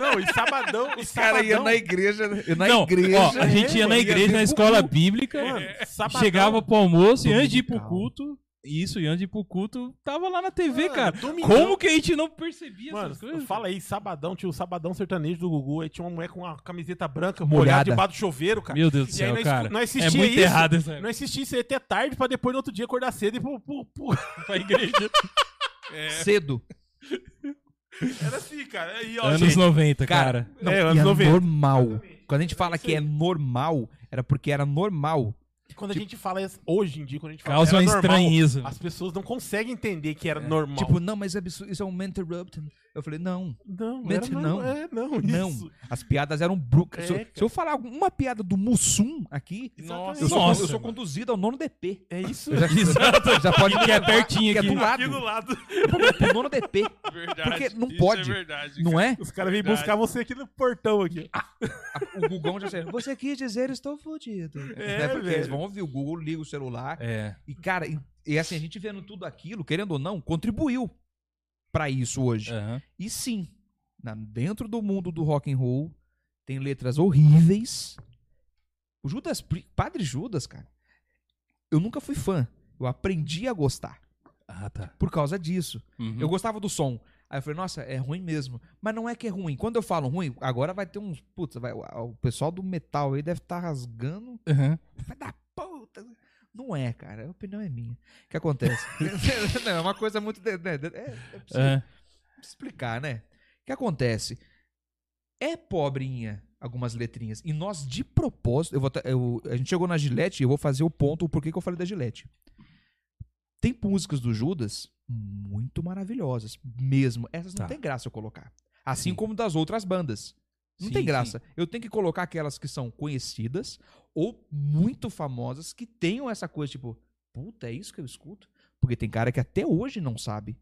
S2: Não, e sabadão. e
S4: Os caras iam
S2: sabadão-
S4: na igreja. né? Na
S6: Não,
S4: igreja. É,
S6: ó, a gente ia
S2: É,
S6: na
S4: ia
S6: igreja,
S4: ver
S6: na
S4: Gugu.
S6: escola bíblica,
S2: Mano, tá sabadão.
S6: chegava pro almoço e
S4: Dominical.
S6: antes de ir pro culto, isso, e antes de ir pro culto, tava lá na TV,
S2: Mano,
S6: cara.
S2: domingão.
S6: Como que a gente não percebia
S2: Mano,
S6: essas coisas?
S2: fala aí, sabadão, tinha o sabadão sertanejo do Gugu, aí tinha uma mulher com uma camiseta branca molhada
S4: Molhada.
S2: debaixo do chuveiro, cara.
S6: Meu Deus do
S2: Tá. E aí
S6: céu,
S2: nós-
S6: cara.
S2: nós
S6: é
S2: assistia
S6: muito
S2: isso.
S6: errado essa
S2: [laughs] Não assisti isso aí até tarde pra depois no outro dia acordar cedo e pro, pro, pro- [laughs]
S6: pra igreja.
S4: É. Cedo.
S2: Era assim, cara. Aí, ó,
S6: Anos
S2: gente.
S6: 90, cara.
S4: Não,
S2: É,
S4: e
S2: anos
S4: era
S2: 90.
S4: normal. Quando a gente fala que é normal, era porque era normal.
S2: Quando a
S4: Tipo,
S2: gente fala isso- hoje em dia, quando a gente fala
S6: Causa
S2: era
S6: uma
S4: um
S2: normal,
S6: estranheza.
S2: As pessoas não conseguem entender que era normal.
S4: Tipo, não, mas é absurdo, isso é um Manterrupt. Eu falei, não,
S2: não,
S4: mete
S2: era
S4: não.
S2: normal. É, não,
S4: não.
S2: isso.
S4: As piadas eram brucas. se,
S2: É,
S4: eu- se eu falar uma piada do Mussum aqui,
S2: Exatamente.
S4: eu sou,
S6: Nossa,
S4: eu sou
S6: mano.
S4: conduzido ao
S2: [laughs]
S4: nono DP.
S2: É isso.
S4: Eu já, já pode me
S6: Que é
S4: levar,
S6: pertinho
S4: que é
S6: aqui.
S4: do lado.
S2: Aqui do lado.
S4: pro
S2: [laughs]
S4: nono DP,
S3: Verdade.
S4: Porque não
S3: isso
S4: pode.
S3: É verdade,
S4: não é?
S2: Os caras vêm
S3: Verdade.
S2: buscar você aqui no portão aqui.
S4: O Gugão já serve. Você quis dizer, estou fudido. Né,
S2: É,
S4: porque
S2: velho.
S4: eles vão ouvir o Google, liga o celular.
S6: É.
S4: E, cara, e, e assim, a gente vendo tudo aquilo, querendo ou não, contribuiu pra isso hoje.
S6: aham.
S4: E sim, na- dentro do mundo do rock and roll, tem letras horríveis. O Judas, Pri- Padre Judas, cara, eu nunca fui fã. Eu aprendi a gostar
S6: Ah, tá.
S4: por causa disso.
S6: Uhum.
S1: Hum.
S4: Eu gostava do som. Aí eu falei, nossa, é ruim mesmo. Mas não é que é ruim. Quando eu falo ruim, agora vai ter uns. Putz, vai, o- o pessoal do metal aí deve estar rasgando.
S6: Aham.
S4: Vai dar puta. Não é, cara. A opinião é minha. O que acontece? [laughs] não, é uma coisa muito. de- né, de- É, é preciso-
S6: É.
S4: explicar, né? O que acontece? É pobrinha algumas letrinhas. E nós, de propósito, eu vou ta- eu- a gente chegou na Gillette e eu vou fazer o ponto, o porquê que eu falei da Gillette. Tem músicas do Judas muito maravilhosas, mesmo. Essas
S6: Tá.
S4: não tem graça eu colocar. Assim
S6: Sim.
S4: como das outras bandas. Não
S6: Sim,
S4: tem
S6: sim.
S4: graça. Eu tenho que colocar aquelas que são conhecidas ou muito famosas que tenham essa coisa, tipo, puta, é isso que eu escuto? Porque tem cara que até hoje não sabe.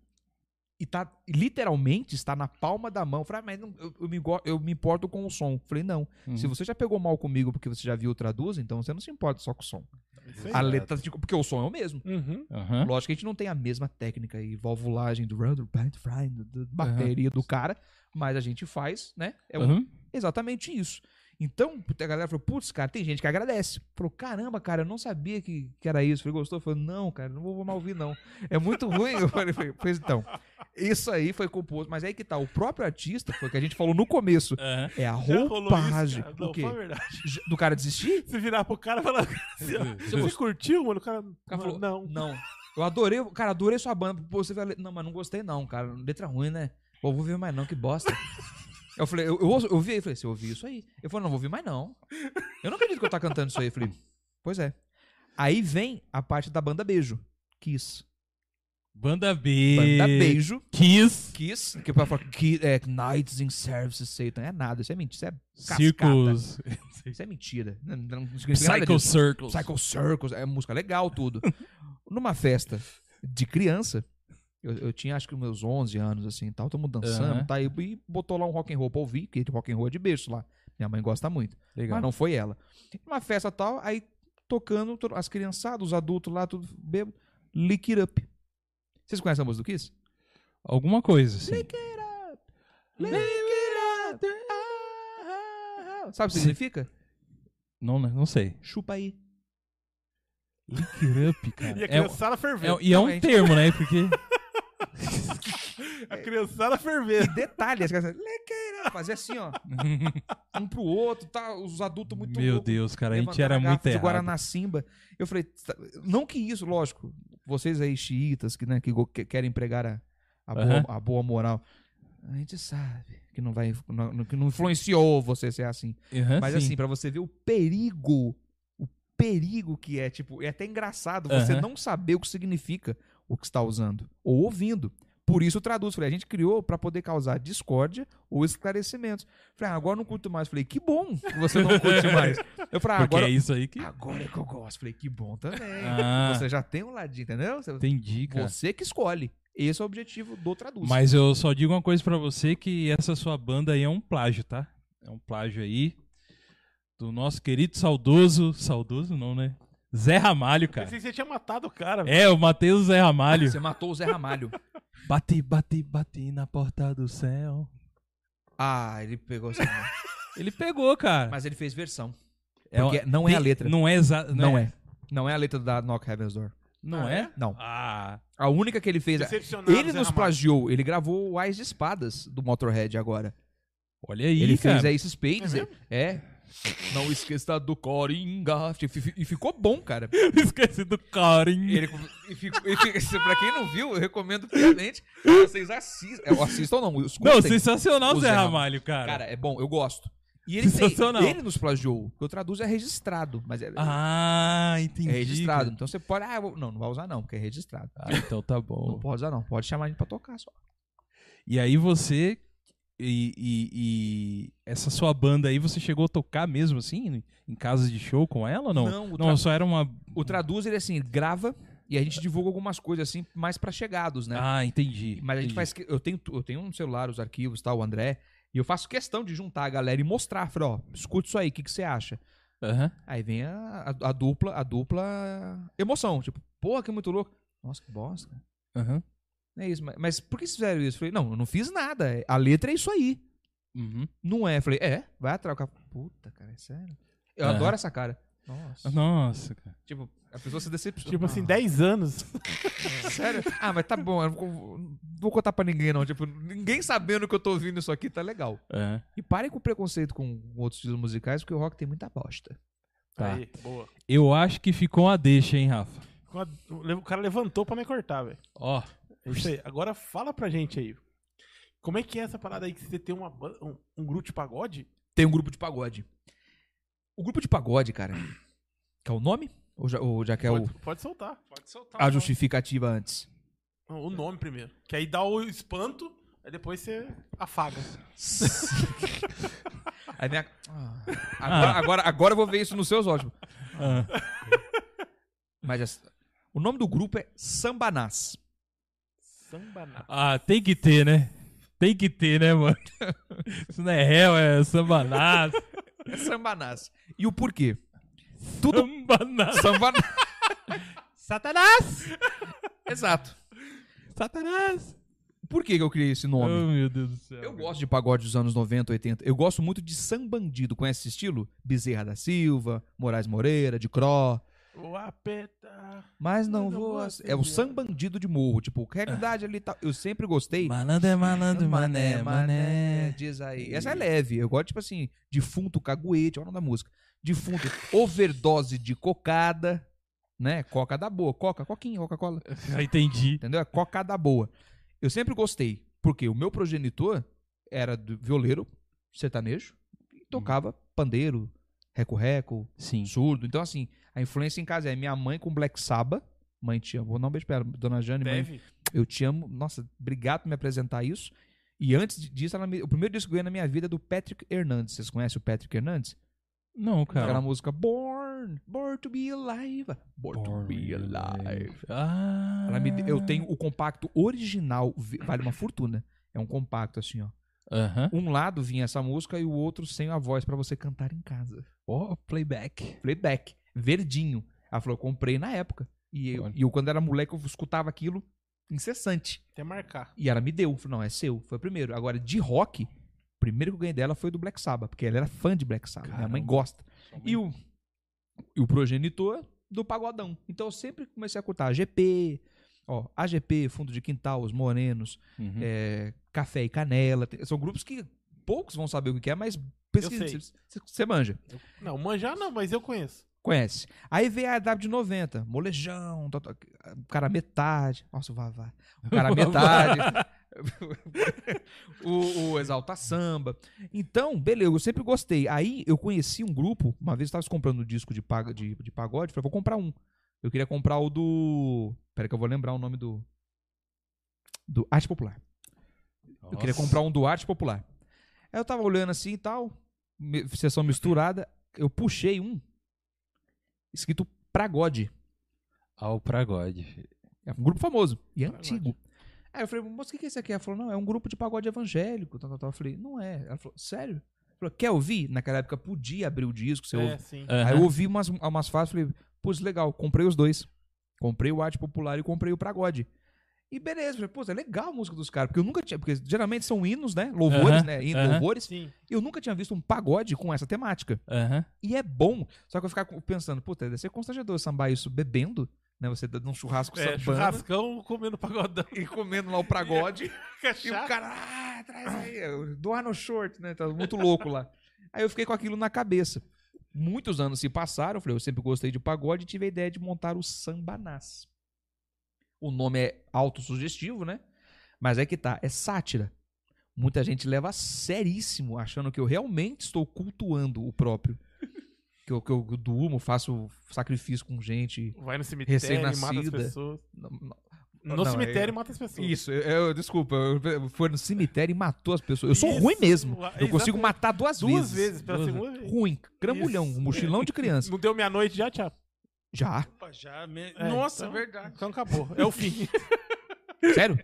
S4: E tá, literalmente, está na palma da mão. Falei, ah, mas não- eu, eu me, go- eu me importo com o som. Falei, não.
S6: Uhum.
S4: Se você já pegou mal comigo porque você já viu o Traduz, então você não se importa só com o som.
S2: Isso aí.
S4: A letra, tipo, porque o som é o mesmo.
S2: Uhum.
S6: Aham.
S4: Lógico que a gente não tem a mesma técnica e valvulagem do Randall, Fry, da bateria do cara, mas a gente faz, né? É o-
S6: Aham.
S4: exatamente isso. Então, puta, a galera falou, putz, cara, tem gente que agradece. Falou, caramba, cara, eu não sabia que, que era isso. Falei, gostou? Falei, não, cara, não vou mal ouvir, não. É muito ruim. Eu falei, falei, pois então, isso aí foi composto. Mas aí que tá, o próprio artista, foi o que a gente falou no começo,
S6: Aham.
S4: é
S2: Já
S4: a
S2: rolou isso,
S4: roupagem.
S2: cara.
S4: o
S2: Não,
S4: quê?
S2: fala a verdade.
S4: Do cara desistir?
S2: Se virar pro cara e
S4: [laughs]
S2: falar assim, ó, você curtiu, mano? O cara,
S4: O cara falou,
S2: não.
S4: Não. Eu adorei, cara, adorei sua banda. Pô, você vai ler- Não, mas não gostei não, cara. Letra ruim, né? Pô, vou ouvir mais não, que
S2: [laughs]
S4: bosta. Eu falei, eu, eu, ouço- eu ouvi aí, falei, você ouviu isso aí? Eu falei, não, vou ouvir mais não. Eu não acredito que eu tá cantando isso aí. Eu falei, pois é. Aí vem a parte da banda Beijo. Kiss.
S6: Banda B.
S4: Banda Beijo.
S6: Kiss.
S4: Kiss. Que o pessoal fala, "Ki- é, Knights in Service Satan. É nada, isso é mentira. Isso é cascata.
S6: Circos.
S4: Isso é mentira. Não, não, não significa nada
S6: Psycho
S4: disso.
S6: Circles.
S4: Psycho Circles, é música legal, [laughs] tudo. Numa festa de criança, eu, eu tinha acho que meus 11 anos, assim, e tal, todo mundo dançando,
S6: Aham.
S4: tá, e, e botou lá um rock and roll pra ouvir, que rock and roll é de beijo lá. Minha mãe gosta muito. Mas não foi ela. Uma festa tal, aí tocando to- as criançadas, os adultos lá, tudo bêbado. Lick It Up. Vocês conhecem a música do Kiss?
S6: Alguma coisa, assim.
S4: Lick It Up! Lick It Up! ah, ah, ah. Sabe o que significa?
S6: Não, né? não sei.
S4: Chupa aí.
S6: Lick it up, cara.
S2: E a
S6: É um-
S2: criançada ferveu.
S6: é- e é um
S4: Realmente.
S6: termo, né? Porque.
S4: é
S2: A criançada ferveu.
S4: E detalhe, as crianças, "Lick it up", fazia assim,
S6: [laughs]
S4: ó. um pro outro, tá? Os adultos muito
S6: Meu
S4: loucos,
S6: Deus, cara, a gente
S4: levantando
S6: era
S4: garrafa
S6: muito
S4: de
S6: errado.
S4: Guaraná Simba. Eu falei, "Tá, não que isso, lógico. Vocês aí xiitas que, né, que go- que querem pregar a, a
S6: Aham.
S4: boa, a boa moral. A gente sabe que não vai não- que não influenciou você ser assim.
S6: Aham,
S4: Mas
S6: sim.
S4: assim, pra você ver o perigo, o perigo que é, tipo, é até engraçado você
S6: Aham.
S4: não saber o que significa o que está usando tá ou ouvindo. Por isso eu traduzo. Falei, a gente criou para poder causar discórdia ou esclarecimentos. Falei, ah, agora eu não curto mais. Falei, que bom que você não
S1: [laughs]
S4: curte mais. Eu falei, ah,
S1: Porque
S4: agora,
S1: é isso aí que.
S4: agora é que eu gosto. Falei, que bom também.
S1: Ah,
S4: Você já tem um ladinho, entendeu? Você,
S1: entendi, cara.
S4: você que escolhe. Esse é o objetivo do Traduz.
S1: Mas eu só digo uma coisa pra você que essa sua banda aí é um plágio, tá? É um plágio aí do nosso querido saudoso, saudoso não, né? Zé Ramalho,
S4: É.
S1: cara.
S2: Pensei que você tinha matado o cara. velho.
S1: É, eu matei o Zé
S4: [laughs]
S1: Ramalho.
S4: Você matou o Zé Ramalho.
S1: Bati, bati, bati na porta do céu.
S4: ah, ele pegou essa mão.
S1: Ele pegou, cara.
S4: Mas ele fez versão.
S1: É
S4: Porque
S1: uma-
S4: não é a
S1: tem-
S4: letra.
S1: Não é exato.
S4: Não é. Não é a letra da Knock Heaven's Door.
S1: Não
S2: Ah,
S1: é?
S2: é?
S4: Não.
S1: Ah,
S4: A única que ele fez.
S2: Decepcionado,
S4: Ele
S2: Zé
S4: nos
S2: Ramalho.
S4: plagiou. Ele gravou o Ais de Espadas do Motorhead agora.
S1: olha aí,
S4: ele
S1: cara.
S4: fez Ace Spades. É. é. Não esqueça do Coringa. E fi- E ficou bom, cara.
S1: [laughs] Esqueci do carinho.
S4: Ele, e fico- e fica- se- pra quem não viu, eu recomendo piamente que vocês assistam. É, Assistam não, escutem.
S1: Não, sensacional o
S4: O
S1: Zé
S4: Zé
S1: Ramalho, cara.
S4: Cara, é bom, eu gosto. E ele, tem-
S1: Sensacional.
S4: ele nos plagiou. O que eu traduzo é registrado, mas é,
S1: Ah, entendi.
S4: é registrado.
S1: cara.
S4: Então você pode. Ah, eu vou- não, não vai usar não, porque é registrado.
S1: Ah, então tá
S4: Não [laughs]
S1: bom.
S4: pode usar não, pode chamar a gente pra tocar só.
S1: E aí você. E, e- e essa sua banda aí, você chegou a tocar mesmo assim? Em casas de show com ela ou não?
S4: Não, o, tra-
S1: Não, só era uma.
S4: o traduz ele assim, grava e a gente divulga algumas coisas assim, mais pra chegados, né?
S1: Ah, entendi.
S4: Mas a gente
S1: entendi.
S4: faz. que- Eu tenho, tu- eu tenho um celular, os arquivos, tal, o André. E eu faço questão de juntar a galera e mostrar. Falei, ó, escuta isso aí, o que, que você acha?
S1: Aham.
S4: Aí vem a, a- a dupla, a dupla emoção. Tipo, porra, que muito louco. Nossa, que bosta.
S1: Aham.
S4: Não É isso, mas, mas por que vocês fizeram isso? Falei, não, eu não fiz nada. A letra é isso aí.
S1: Uhum.
S4: Não é. Falei, é, vai atrás. O cara, Puta, cara, é sério. Eu
S1: Aham.
S4: adoro essa cara. Nossa.
S1: Nossa, cara.
S4: Tipo, a pessoa se decepciona. Ah.
S2: Tipo assim, 10 anos.
S4: [laughs] Sério? Ah, mas tá bom, eu não vou, não vou contar pra ninguém, não. Tipo, ninguém sabendo que eu tô ouvindo isso aqui, tá legal.
S1: É.
S4: E parem com o preconceito com outros estilos musicais, porque o rock tem muita bosta.
S1: Tá.
S2: Aí, boa.
S1: Eu acho que ficou uma deixa, hein, Rafa?
S2: Com a- O cara levantou pra me cortar, velho.
S1: Ó.
S2: É isso aí. Agora fala pra gente aí. Como é que é essa parada aí que você tem uma, ban- um, um grupo de pagode?
S4: Tem um grupo de pagode. O grupo de pagode, cara, [clears throat] que é o nome? Ou já, ou já quer é o,
S2: pode, pode soltar.
S3: Pode soltar.
S4: a
S3: o nome.
S4: justificativa antes?
S2: Não, O nome primeiro. Que aí dá o espanto, aí depois você afaga.
S4: [laughs] Aí vem a- Ah, agora, agora, agora eu vou ver isso nos seus olhos.
S1: Ah,
S4: Mas essa- o nome do grupo é Sambanás.
S2: Sambaná.
S1: Ah, tem que ter, né? Tem que ter, né, mano? [laughs] Isso não é réu, é sambanás. [laughs]
S4: É Sambanás. E o porquê? Tudo
S1: Sambanás.
S4: Sambanás.
S1: Satanás!
S4: Exato.
S1: Satanás!
S4: Por que que eu criei esse
S1: Oh,
S4: nome?
S1: meu Deus do céu.
S4: Eu
S1: cara.
S4: gosto de pagode dos anos 90, 80. Eu gosto muito de sambandido. Conhece esse estilo? Bezerra da Silva, Moraes Moreira, de Cro.
S2: O apeta.
S4: Mas não,
S2: Eu não
S4: vou.
S2: gosto
S4: É o
S2: de-
S4: sambandido de morro. Tipo, realidade ali e tal. Eu sempre gostei.
S1: Malandro é malandro,
S4: né?
S1: mané, mané.
S4: Diz aí. Essa é leve. Eu gosto, tipo assim, defunto caguete, olha o nome da música. Defunto, overdose de cocada, né? Coca da boa. Coca, coquinha, Coca-Cola.
S1: Ah, entendi.
S4: Entendeu? É coca da boa. Eu sempre gostei, porque o meu progenitor era do violeiro, sertanejo, e tocava pandeiro, reco-reco,
S1: Sim.
S4: surdo. Então, assim, a influência em casa é minha mãe com Black Sabbath. Mãe, te amo. Vou dar um beijo pra ela, dona Jane, mãe,
S2: Deve.
S4: eu te amo. Nossa, obrigado por me apresentar isso. E antes de- disso, ela me- o primeiro disco que eu ganhei na minha vida é do Patrick Hernandes. Vocês conhecem o Patrick Hernandes?
S1: Não, cara.
S4: Aquela música Born, Born to be Alive. Born, to be Alive.
S1: Ah.
S4: Ela me de- eu tenho o compacto original, vi- vale uma fortuna. É um compacto assim, ó.
S1: Aham.
S4: Um lado vinha essa música e o outro sem a voz pra você cantar em casa.
S1: Ó, playback.
S4: Playback, verdinho. Ela falou, eu comprei na época. E eu,
S1: Olha.
S4: e eu, quando era moleque, eu escutava aquilo incessante.
S2: Até marcar.
S4: E ela me deu. Eu Falei, não, é seu. Foi o primeiro. Agora, de rock, o primeiro que eu ganhei dela foi do Black Sabbath, porque ela era fã de Black Sabbath. Minha mãe
S1: Caramba.
S4: gosta. E o, e o progenitor do pagodão. Então eu sempre comecei a curtar AGP, ó, AGP, Fundo de Quintal, Os Morenos,
S1: Uhum.
S4: é, Café e Canela. Tem- São grupos que poucos vão saber o que que é, mas
S2: sei.
S4: pesquisa, você- você manja.
S2: Não, manjar não, mas eu conheço.
S4: Conhece. Aí veio a W90, Molejão, tal, tal, o cara metade. Nossa, o Vavá. [laughs] O cara metade. o, o Exalta Samba. Então, beleza, eu sempre gostei. Aí eu conheci um grupo, uma vez eu tava comprando um disco de, paga, de, de pagode, falei, vou comprar um. Eu queria comprar o do. Peraí que eu vou lembrar o nome do. Do Arte Popular. Eu queria comprar um do Arte Popular. Aí eu tava olhando assim e tal, mi- sessão misturada, eu puxei um escrito Pragode.
S1: Ao Pragode.
S4: É um grupo famoso e antigo. Aí eu falei, moço, o que que é isso aqui? Ela falou, não, é um grupo de pagode evangélico. Tal, tal, tal. Eu falei, não é. Ela falou, sério? Ela falou, quer ouvir? Naquela época podia abrir o disco, você ouve.
S2: É, sim.
S1: Aham.
S4: Aí eu ouvi umas, umas fases falei, putz, legal, comprei os dois. Comprei o Arte Popular e comprei o Pragode. E beleza, falei, pô, é legal a música dos caras, porque eu nunca tinha, porque geralmente são hinos, né? Louvores,
S1: Aham,
S4: né? Hinos,
S1: aham.
S4: louvores.
S2: Sim.
S4: Eu nunca tinha visto um pagode com essa temática.
S1: Aham.
S4: E é bom. Só que eu ficava pensando, puta, deve ser constrangedor sambar isso bebendo, né? Você dando um churrasco
S3: É,
S4: sambando
S3: churrascão comendo pagodão.
S2: [laughs]
S4: e comendo lá o pagode.
S3: Que é
S4: E
S3: chato.
S4: o cara, ah, traz aí, eu- doar no short, né? Tava muito louco lá. [laughs] Aí eu fiquei com aquilo na cabeça. Muitos anos se passaram, eu falei, eu sempre gostei de pagode e tive a ideia de montar o Sambanás. O nome é autossugestivo, né? Mas é que tá, é sátira. Muita gente leva a seríssimo, achando que eu realmente estou cultuando o próprio. [laughs] Que eu, que eu durmo, faço sacrifício com gente.
S2: Vai no cemitério e mata as
S4: Recém-nascida.
S2: pessoas. No
S4: é. Não, é-
S2: cemitério e mata as pessoas.
S4: Isso, eu, eu- desculpa, eu, eu fui no cemitério e matou as pessoas. Eu sou
S2: Isso,
S4: ruim mesmo.
S2: lá-
S4: Eu consigo
S2: exatamente.
S4: matar duas,
S2: Duas
S4: vezes.
S2: vezes, pela
S1: Duas
S2: segunda vez.
S4: Ruim, cramulhão,
S2: Isso.
S4: mochilão de [laughs] criança.
S2: Não deu meia-noite já, Tiago?
S4: Já,
S3: Opa, já me-
S2: É,
S3: Nossa,
S2: então-
S3: verdade.
S2: Então acabou. É o fim.
S4: sério?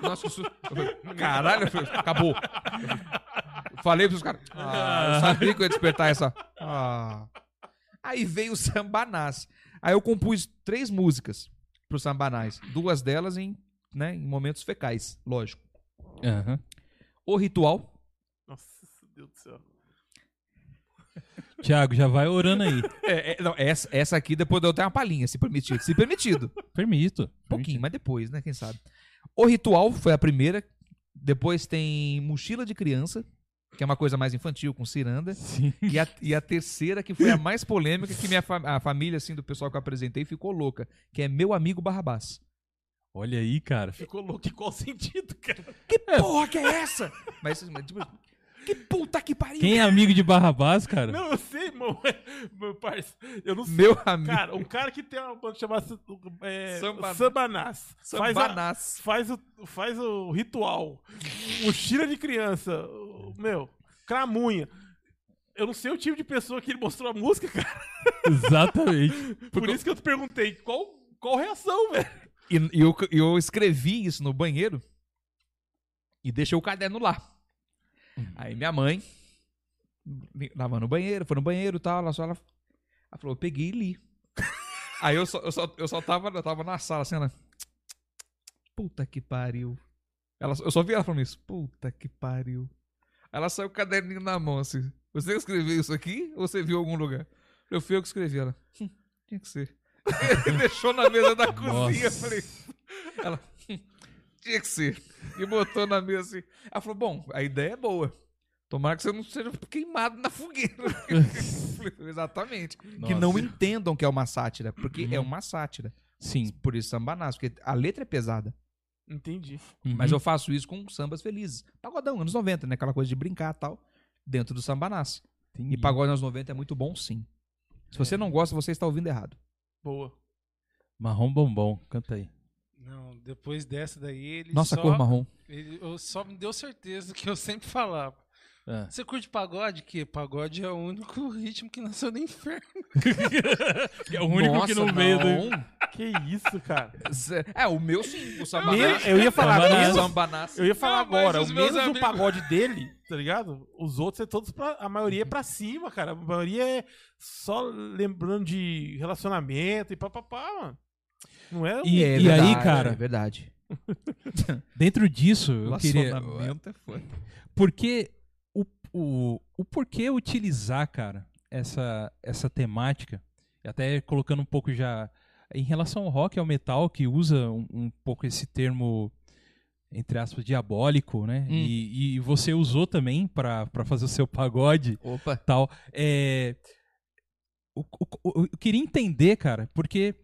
S4: Nossa, que susto. Eu falei, Caralho, eu falei, acabou. Eu Falei pros caras. Ah, eu sabia que eu ia despertar essa. Ah. Aí veio o Sambanás. Aí eu compus três músicas pro Sambanás. Duas delas em, né, em momentos fecais, lógico.
S1: Aham.
S4: O Ritual,
S2: [laughs] Nossa, Deus do céu.
S1: Tiago, já vai orando aí.
S4: É, é, não, essa, essa aqui depois eu dou até uma palhinha, se permitido. Se permitido.
S1: Permito.
S4: Um pouquinho, mas depois, né? Quem sabe. O Ritual foi a primeira. Depois tem Mochila de Criança, que é uma coisa mais infantil, com ciranda.
S1: Sim.
S4: E a, e a terceira, que foi a mais polêmica, que minha fa- a família, assim, do pessoal que eu apresentei ficou louca, que é Meu Amigo Barrabás.
S1: Olha aí, cara.
S2: Ficou louco em qual sentido, cara?
S4: Que porra que é essa? Mas, mas, tipo, que puta que pariu!
S1: Quem é amigo de Barrabás, cara?
S2: Não, eu sei, irmão. Meu parceiro. Eu não sei.
S4: Meu amigo.
S2: Cara, um cara que tem uma banda chamada é,
S4: Samba-
S2: Sambanás. Faz, a-
S4: Sambanás.
S2: faz, o, faz o ritual. Mochila de criança. o- Meu, cramunha. Eu não sei o tipo de pessoa que ele mostrou a música, cara.
S1: Exatamente.
S2: Por isso que eu te perguntei qual, qual reação, velho.
S4: E, e eu, e eu escrevi isso no banheiro e deixei o caderno lá. Aí minha mãe, me- lavando o banheiro, foi no banheiro e tal, ela só ela, ela falou, eu peguei e li. [laughs] Aí eu só, eu só, eu só tava, eu tava na sala, assim, ela, puta que pariu. Ela, eu só vi ela falando isso, puta que pariu. Aí Ela saiu com o caderninho na mão, assim, você escreveu isso aqui ou você viu em algum lugar? Eu fui eu que escrevi, ela, "Hum, tinha que ser. [laughs] Deixou na mesa da cozinha, eu falei, ela, "Hum, tinha que ser. E botou na mesa assim. Ela falou, bom, a ideia é boa. Tomara que você não seja queimado na fogueira. Exatamente. [laughs] Que não entendam que é uma sátira, porque é uma sátira.
S1: Sim.
S4: Por isso sambanás, porque a letra é pesada.
S2: Entendi.
S4: Mas
S1: Uhum.
S4: eu faço isso com sambas felizes. Pagodão, anos 90, né? Aquela coisa de brincar e tal, dentro do sambanás.
S1: Uhum.
S4: E pagode anos 90 é muito bom, sim. Se você não gosta, você está ouvindo errado.
S2: Boa.
S1: Marrom bombom. Canta aí.
S3: Não, depois dessa daí ele
S4: Nossa,
S3: só...
S4: cor marrom.
S3: ele- eu só me deu certeza que eu sempre falava.
S1: Ah.
S3: Você curte pagode? Que pagode é o único ritmo que nasceu do inferno.
S1: É o único que não né?
S4: Nossa,
S1: veio do.
S4: não.
S2: Que isso, cara.
S4: É, o meu sim, o
S2: Meu-
S4: sambanás.
S2: eu ia falar
S1: Sambanás.
S4: O
S2: menos,
S4: sambanás.
S2: eu ia falar
S3: Não, mas
S2: agora,
S3: os
S2: o
S3: meus
S2: menos o
S3: amigos-
S2: pagode dele, tá ligado? Os outros é todos pra, a maioria é pra cima, cara. A maioria é só lembrando de relacionamento e papapá, mano. Não é?
S1: E-
S4: É
S1: e aí,
S4: verdade,
S1: cara?
S4: É verdade.
S1: Dentro disso, eu queria.
S4: Relacionamento é foda.
S1: Porque o, o, o porquê utilizar, cara, essa, essa temática, até colocando um pouco já em relação ao rock e ao metal, que usa um, um pouco esse termo, entre aspas, diabólico, né?
S4: Hum.
S1: E, e você usou também pra pra fazer o seu pagode
S4: Opa.
S1: tal. É, o- o- o- eu queria entender, cara, porque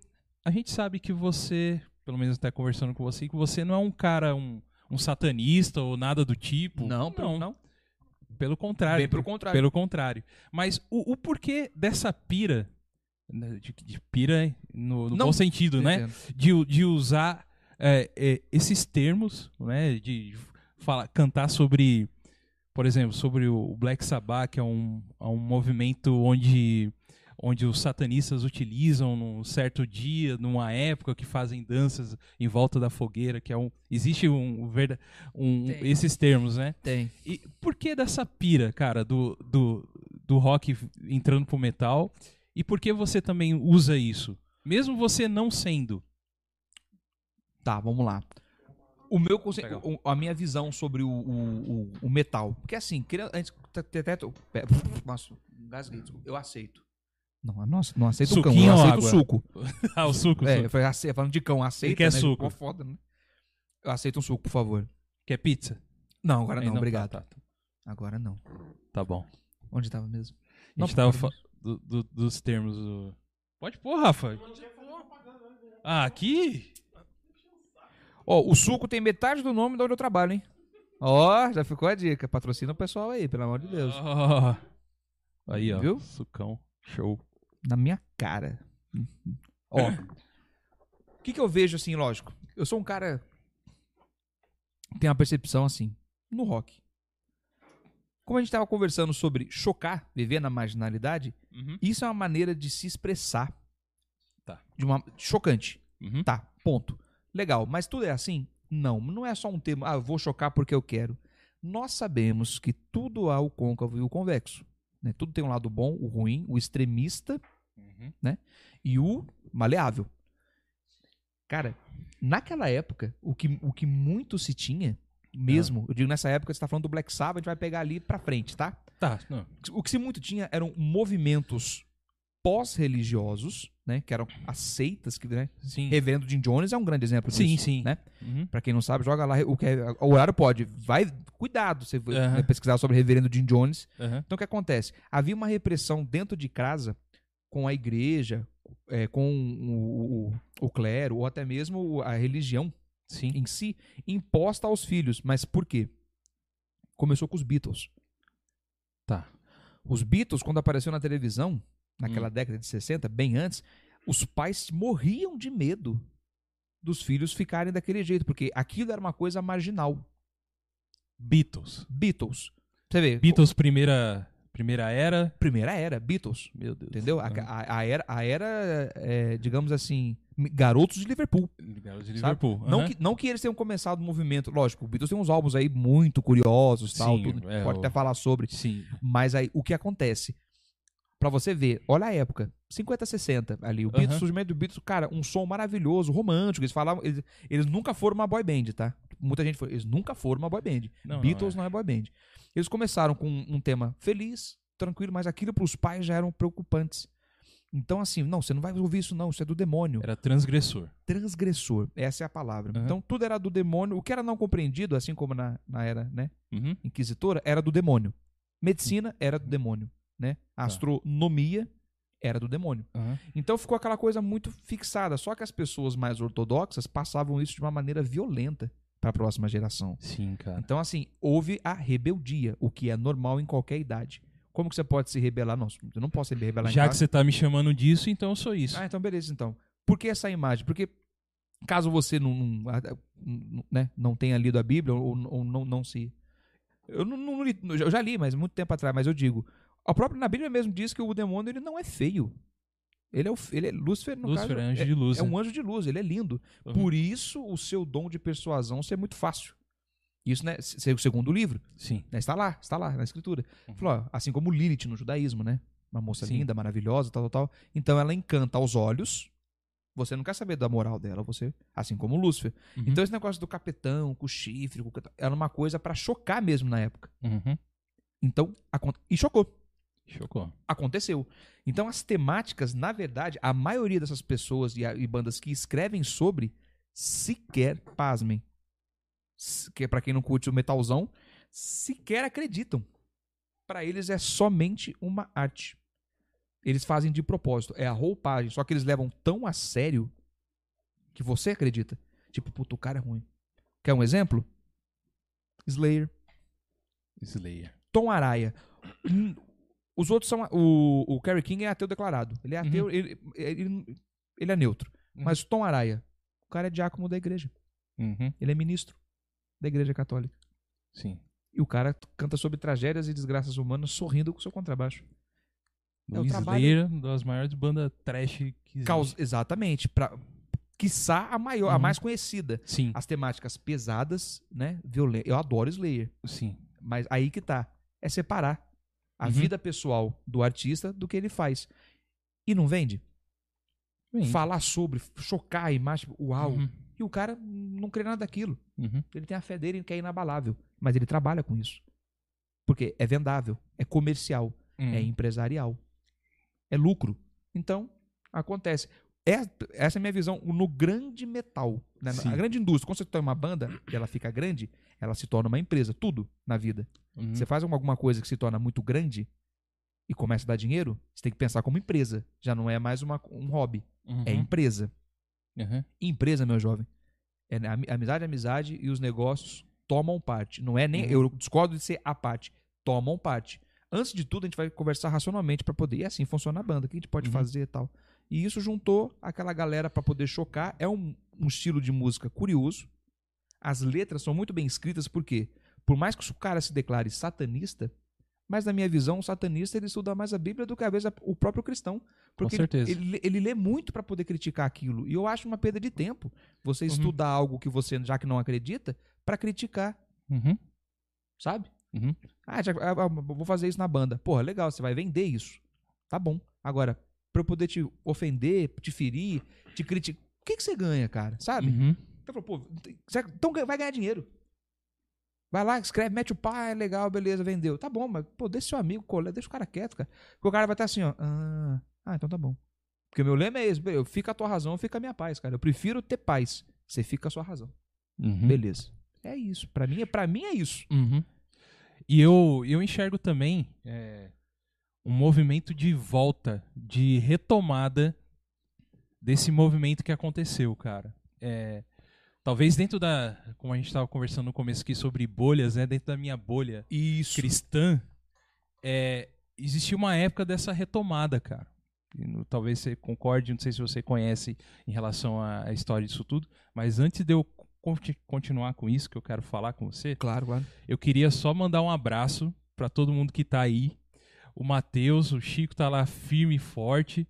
S1: a gente sabe que você, pelo menos até conversando com você, que você não é um cara, um, um satanista ou nada do tipo.
S4: Não, não. não.
S1: Pelo contrário.
S4: Bem pelo contrário.
S1: Pelo contrário. Mas o, o porquê dessa pira, né, de, de pira no, né? no
S4: Não,
S1: bom sentido, né? De, u- de usar é, é, esses termos, né, de falar, cantar sobre, por exemplo, sobre o Black Sabbath, que é um, é um movimento onde, onde os satanistas utilizam num certo dia, numa época, que fazem danças em volta da fogueira, que é um... Existe um, verda- um
S4: Tem.
S1: esses termos, né?
S4: Tem.
S1: E por que dessa pira, cara, do, do, do rock entrando pro metal? E por que você também usa isso? Mesmo você não sendo.
S4: Tá, vamos lá. O meu conce-
S1: Legal.
S4: o- a minha visão sobre o, o, o- o metal. Porque assim, queria- antes. até- até- pe- Nossa, engasguei, desculpa. Eu aceito. Não, nossa, não aceito o cão,
S1: Suquinho
S4: eu
S1: ou
S4: aceito
S1: água?
S4: o suco.
S1: [laughs] ah, o suco,
S4: É,
S1: suco.
S4: eu falei, ace- falando de cão, aceita.
S1: quer
S4: né?
S1: suco.
S4: Ficou foda, né? Eu aceito um suco, por favor.
S1: Que é pizza?
S4: Não, agora
S1: Aí
S4: não,
S1: tá,
S4: obrigado.
S1: Tá, tá.
S4: Agora não.
S1: Tá bom.
S4: Onde tava mesmo?
S1: A gente tava falando dos termos do. Pode pôr, Rafa. Ah, aqui?
S4: Ó, o suco tem metade do nome de onde eu trabalho, hein? Ó, já ficou a dica. Patrocina o pessoal aí, pelo amor de Deus.
S1: Ó. Oh. Aí, ó.
S4: Viu?
S1: Sucão. Show.
S4: na minha cara.
S1: [coughs]
S4: Ó. O que, que eu vejo assim, lógico? Eu sou um cara. Tem uma percepção assim, no rock. Como a gente tava conversando sobre chocar, viver na marginalidade,
S1: Uhum.
S4: isso é uma maneira de se expressar.
S1: Tá.
S4: De uma chocante.
S1: Uhum.
S4: Tá, ponto. Legal, mas tudo é assim? Não, não é só um tema, ah, eu vou chocar porque eu quero. Nós sabemos que tudo há o côncavo e o convexo. né? Tudo tem um lado bom, o ruim, o extremista
S1: Uhum.
S4: e o maleável. Cara, naquela época, o que, o que muito se tinha, mesmo, eu digo nessa época, você tá falando do Black Sabbath, a gente vai pegar ali pra frente, tá?
S1: Tá, não.
S4: o que se muito tinha eram movimentos pós-religiosos, né? Que eram as seitas que, né?
S1: Sim.
S4: Revendo Jim Jones é um grande exemplo
S1: Sim,
S4: disso,
S1: sim.
S4: né?
S1: Uhum.
S4: Pra quem não sabe, joga lá o que é, o horário pode. Vai, cuidado, você vai
S1: Aham.
S4: né, pesquisar sobre Reverendo Jim Jones.
S1: Aham.
S4: Então o que acontece? Havia uma repressão dentro de casa com a igreja, é, com o, o- o clero, ou até mesmo a religião
S1: Sim.
S4: em si imposta aos filhos. Mas por quê? Começou com os Beatles.
S1: Tá.
S4: Os Beatles, quando apareceu na televisão, naquela década de 60, bem antes, os pais morriam de medo dos filhos ficarem daquele jeito, porque aquilo era uma coisa marginal.
S1: Beatles.
S4: Beatles. Você vê,
S1: Beatles, primeira, primeira era.
S4: primeira era, Beatles.
S1: Meu Deus.
S4: Entendeu? A,
S1: Ah,
S4: a- a era, a era é, digamos assim, garotos de Liverpool.
S1: Ligaram de
S4: sabe?
S1: Liverpool.
S4: Não,
S1: aham.
S4: que, não que eles tenham começado o movimento. Lógico, o Beatles tem uns álbuns aí muito curiosos tal.
S1: Sim,
S4: tudo.
S1: é,
S4: Pode
S1: o-
S4: até falar sobre.
S1: Sim.
S4: Mas aí, o que acontece? Pra você ver, olha a época. 50, 60 ali. O
S1: Aham.
S4: Beatles, o surgimento do Beatles, cara, um som maravilhoso, romântico. Eles falavam... Eles, eles nunca foram uma boy band, tá? Muita gente foi... Eles nunca foram uma boy band.
S1: Não, não,
S4: Beatles
S1: é.
S4: não é. boy band. Eles começaram com um tema feliz, tranquilo, mas aquilo pros pais já eram preocupantes. Então, assim, não, você não vai ouvir isso não, isso é do demônio
S1: Era transgressor.
S4: transgressor. Essa é a palavra.
S1: Aham.
S4: Então tudo era do demônio. O que era não compreendido, assim como na, na era né,
S1: Uhum.
S4: inquisitora, era do demônio.
S1: Hum.
S4: Medicina era do demônio. Né?
S1: Tá.
S4: Astronomia era do demônio.
S1: Aham.
S4: Então ficou aquela coisa muito fixada. Só que as pessoas mais ortodoxas passavam isso de uma maneira violenta para a próxima geração.
S1: Sim, cara.
S4: Então, assim, houve a rebeldia, o que é normal em qualquer idade. Como que você pode se rebelar? Não, eu não posso me rebelar em
S1: Já
S4: casa.
S1: que você tá me chamando disso, então eu sou isso.
S4: Ah, então beleza, então. Por que essa imagem? Porque caso você não, não- ah, ah, não- né, não tenha lido a Bíblia ou, ou não, não se... Eu, não, não li- eu já li, mas muito tempo atrás, mas eu digo. A própria, na Bíblia mesmo diz que o demônio ele não é feio. Ele é, o, ele é Lúcifer, no
S1: Lúcifer,
S4: caso,
S1: anjo
S4: é,
S1: de luz.
S4: é
S1: né?
S4: um anjo de luz, ele é lindo.
S1: Uhum.
S4: Por isso, o seu dom de persuasão ser muito fácil. Isso, né? se- se- Segundo o livro.
S1: Sim.
S4: Né, Está lá, está lá na escritura. Falou, ó, assim como Lilith no judaísmo, né? Uma moça
S1: Uhum. Sim.
S4: linda, maravilhosa, tal, tal, tal. Então ela encanta aos olhos. Você não quer saber da moral dela, você, assim como Lúcifer.
S1: Uhum.
S4: Então esse negócio do capetão, com o chifre, com o cata- era uma coisa pra chocar mesmo na época.
S1: Uhum.
S4: Então, acon- e chocou.
S1: Chocou.
S4: Aconteceu. Então as temáticas, na verdade, a maioria dessas pessoas e, a- e bandas que escrevem sobre sequer, pasmem, se- que é pra quem não curte o metalzão, sequer acreditam. Pra eles é somente uma arte. Eles fazem de propósito, é a roupagem, só que eles levam tão a sério que você acredita. Tipo, puto, o cara é ruim. Quer um exemplo? Slayer.
S1: Slayer.
S4: Tom Araya. Hum, Os outros são. O, o Kerry King é ateu declarado. Ele é ateu, ele, ele, ele é neutro.
S1: Uhum.
S4: Mas o Tom Araya, o cara é diácono da igreja.
S1: Uhum.
S4: Ele é ministro da Igreja Católica.
S1: Sim.
S4: E o cara canta sobre tragédias e desgraças humanas sorrindo com seu contrabaixo. É o
S1: Luiz
S4: trabalho-
S1: Leira, uma das maiores bandas trash que existe.
S4: Caus- Exatamente. Pra, quiçá a maior, a
S1: Uhum.
S4: mais conhecida.
S1: Sim,
S4: As temáticas pesadas, né? Violen... Eu adoro Slayer.
S1: sim.
S4: Mas aí que tá. É separar a
S1: Uhum.
S4: vida pessoal do artista do que ele faz. E não vende?
S1: Bem,
S4: Falar sobre, chocar a imagem, uau.
S1: Uhum,
S4: E o cara não crê nada daquilo.
S1: uhum.
S4: Ele tem a fé dele que é inabalável. Mas ele trabalha com isso. Porque é vendável, é comercial,
S1: Hum.
S4: é empresarial, é lucro. Então, acontece. É- essa é a minha visão no grande metal. né?
S1: Sim.
S4: A grande indústria, quando você torna uma banda e ela fica grande, ela se torna uma empresa. Tudo na vida.
S1: Uhum.
S4: Você faz alguma coisa que se torna muito grande e começa a dar dinheiro, você tem que pensar como empresa. Já não é mais uma- um hobby,
S1: Uhum.
S4: é empresa.
S1: Uhum.
S4: E empresa, meu jovem, é na- amizade, é amizade e os negócios tomam parte. Não é
S1: Uhum.
S4: nem. Eu discordo de ser a parte. Tomam parte. Antes de tudo, a gente vai conversar racionalmente pra poder. E assim funciona a banda, o que a gente pode
S1: Uhum.
S4: fazer e tal. E isso juntou aquela galera pra poder chocar. É um, um estilo de música curioso. As letras são muito bem escritas, porque por mais que o cara se declare satanista, mas na minha visão, o satanista ele estuda mais a Bíblia do que às vezes a- o próprio cristão. Porque ele-
S1: certeza.
S4: Ele, ele lê muito pra poder criticar aquilo. E eu acho uma perda de tempo você
S1: Uhum.
S4: estudar algo que você já que não acredita pra criticar,
S1: Uhum.
S4: sabe?
S1: Uhum.
S4: Ah, já- ah, ah, vou fazer isso na banda. Porra, legal, você vai vender isso. Tá bom. Agora, pra eu poder te ofender, te ferir, te criticar. O que, que você ganha, cara? Sabe?
S1: Uhum.
S4: Então, falou, pô, será que- então vai ganhar dinheiro. Vai lá, escreve, mete o pá, é legal, beleza, vendeu. Tá bom, mas pô, deixa seu amigo, colega, deixa o cara quieto, cara. Porque o cara vai estar assim, ó. Ah, ah, então tá bom. Porque meu lema é esse, eu fica a tua razão, fica a minha paz, cara. Eu prefiro ter paz. Você fica a sua razão.
S1: Uhum.
S4: Beleza. É isso. Pra mim, é- pra mim é isso.
S1: Uhum. E eu, eu enxergo também é, um movimento de volta, de retomada desse movimento que aconteceu, cara. É, talvez dentro da. Como a gente estava conversando no começo aqui sobre bolhas, né? Dentro da minha bolha
S4: Isso.
S1: cristã, é, existiu uma época dessa retomada, cara. E no- Talvez você concorde, não sei se você conhece em relação à à história disso tudo, mas antes de eu conti- continuar com isso que eu quero falar com você,
S4: É Claro, claro.
S1: eu queria só mandar um abraço pra todo mundo que tá aí. O Matheus, o Chico tá lá firme e forte.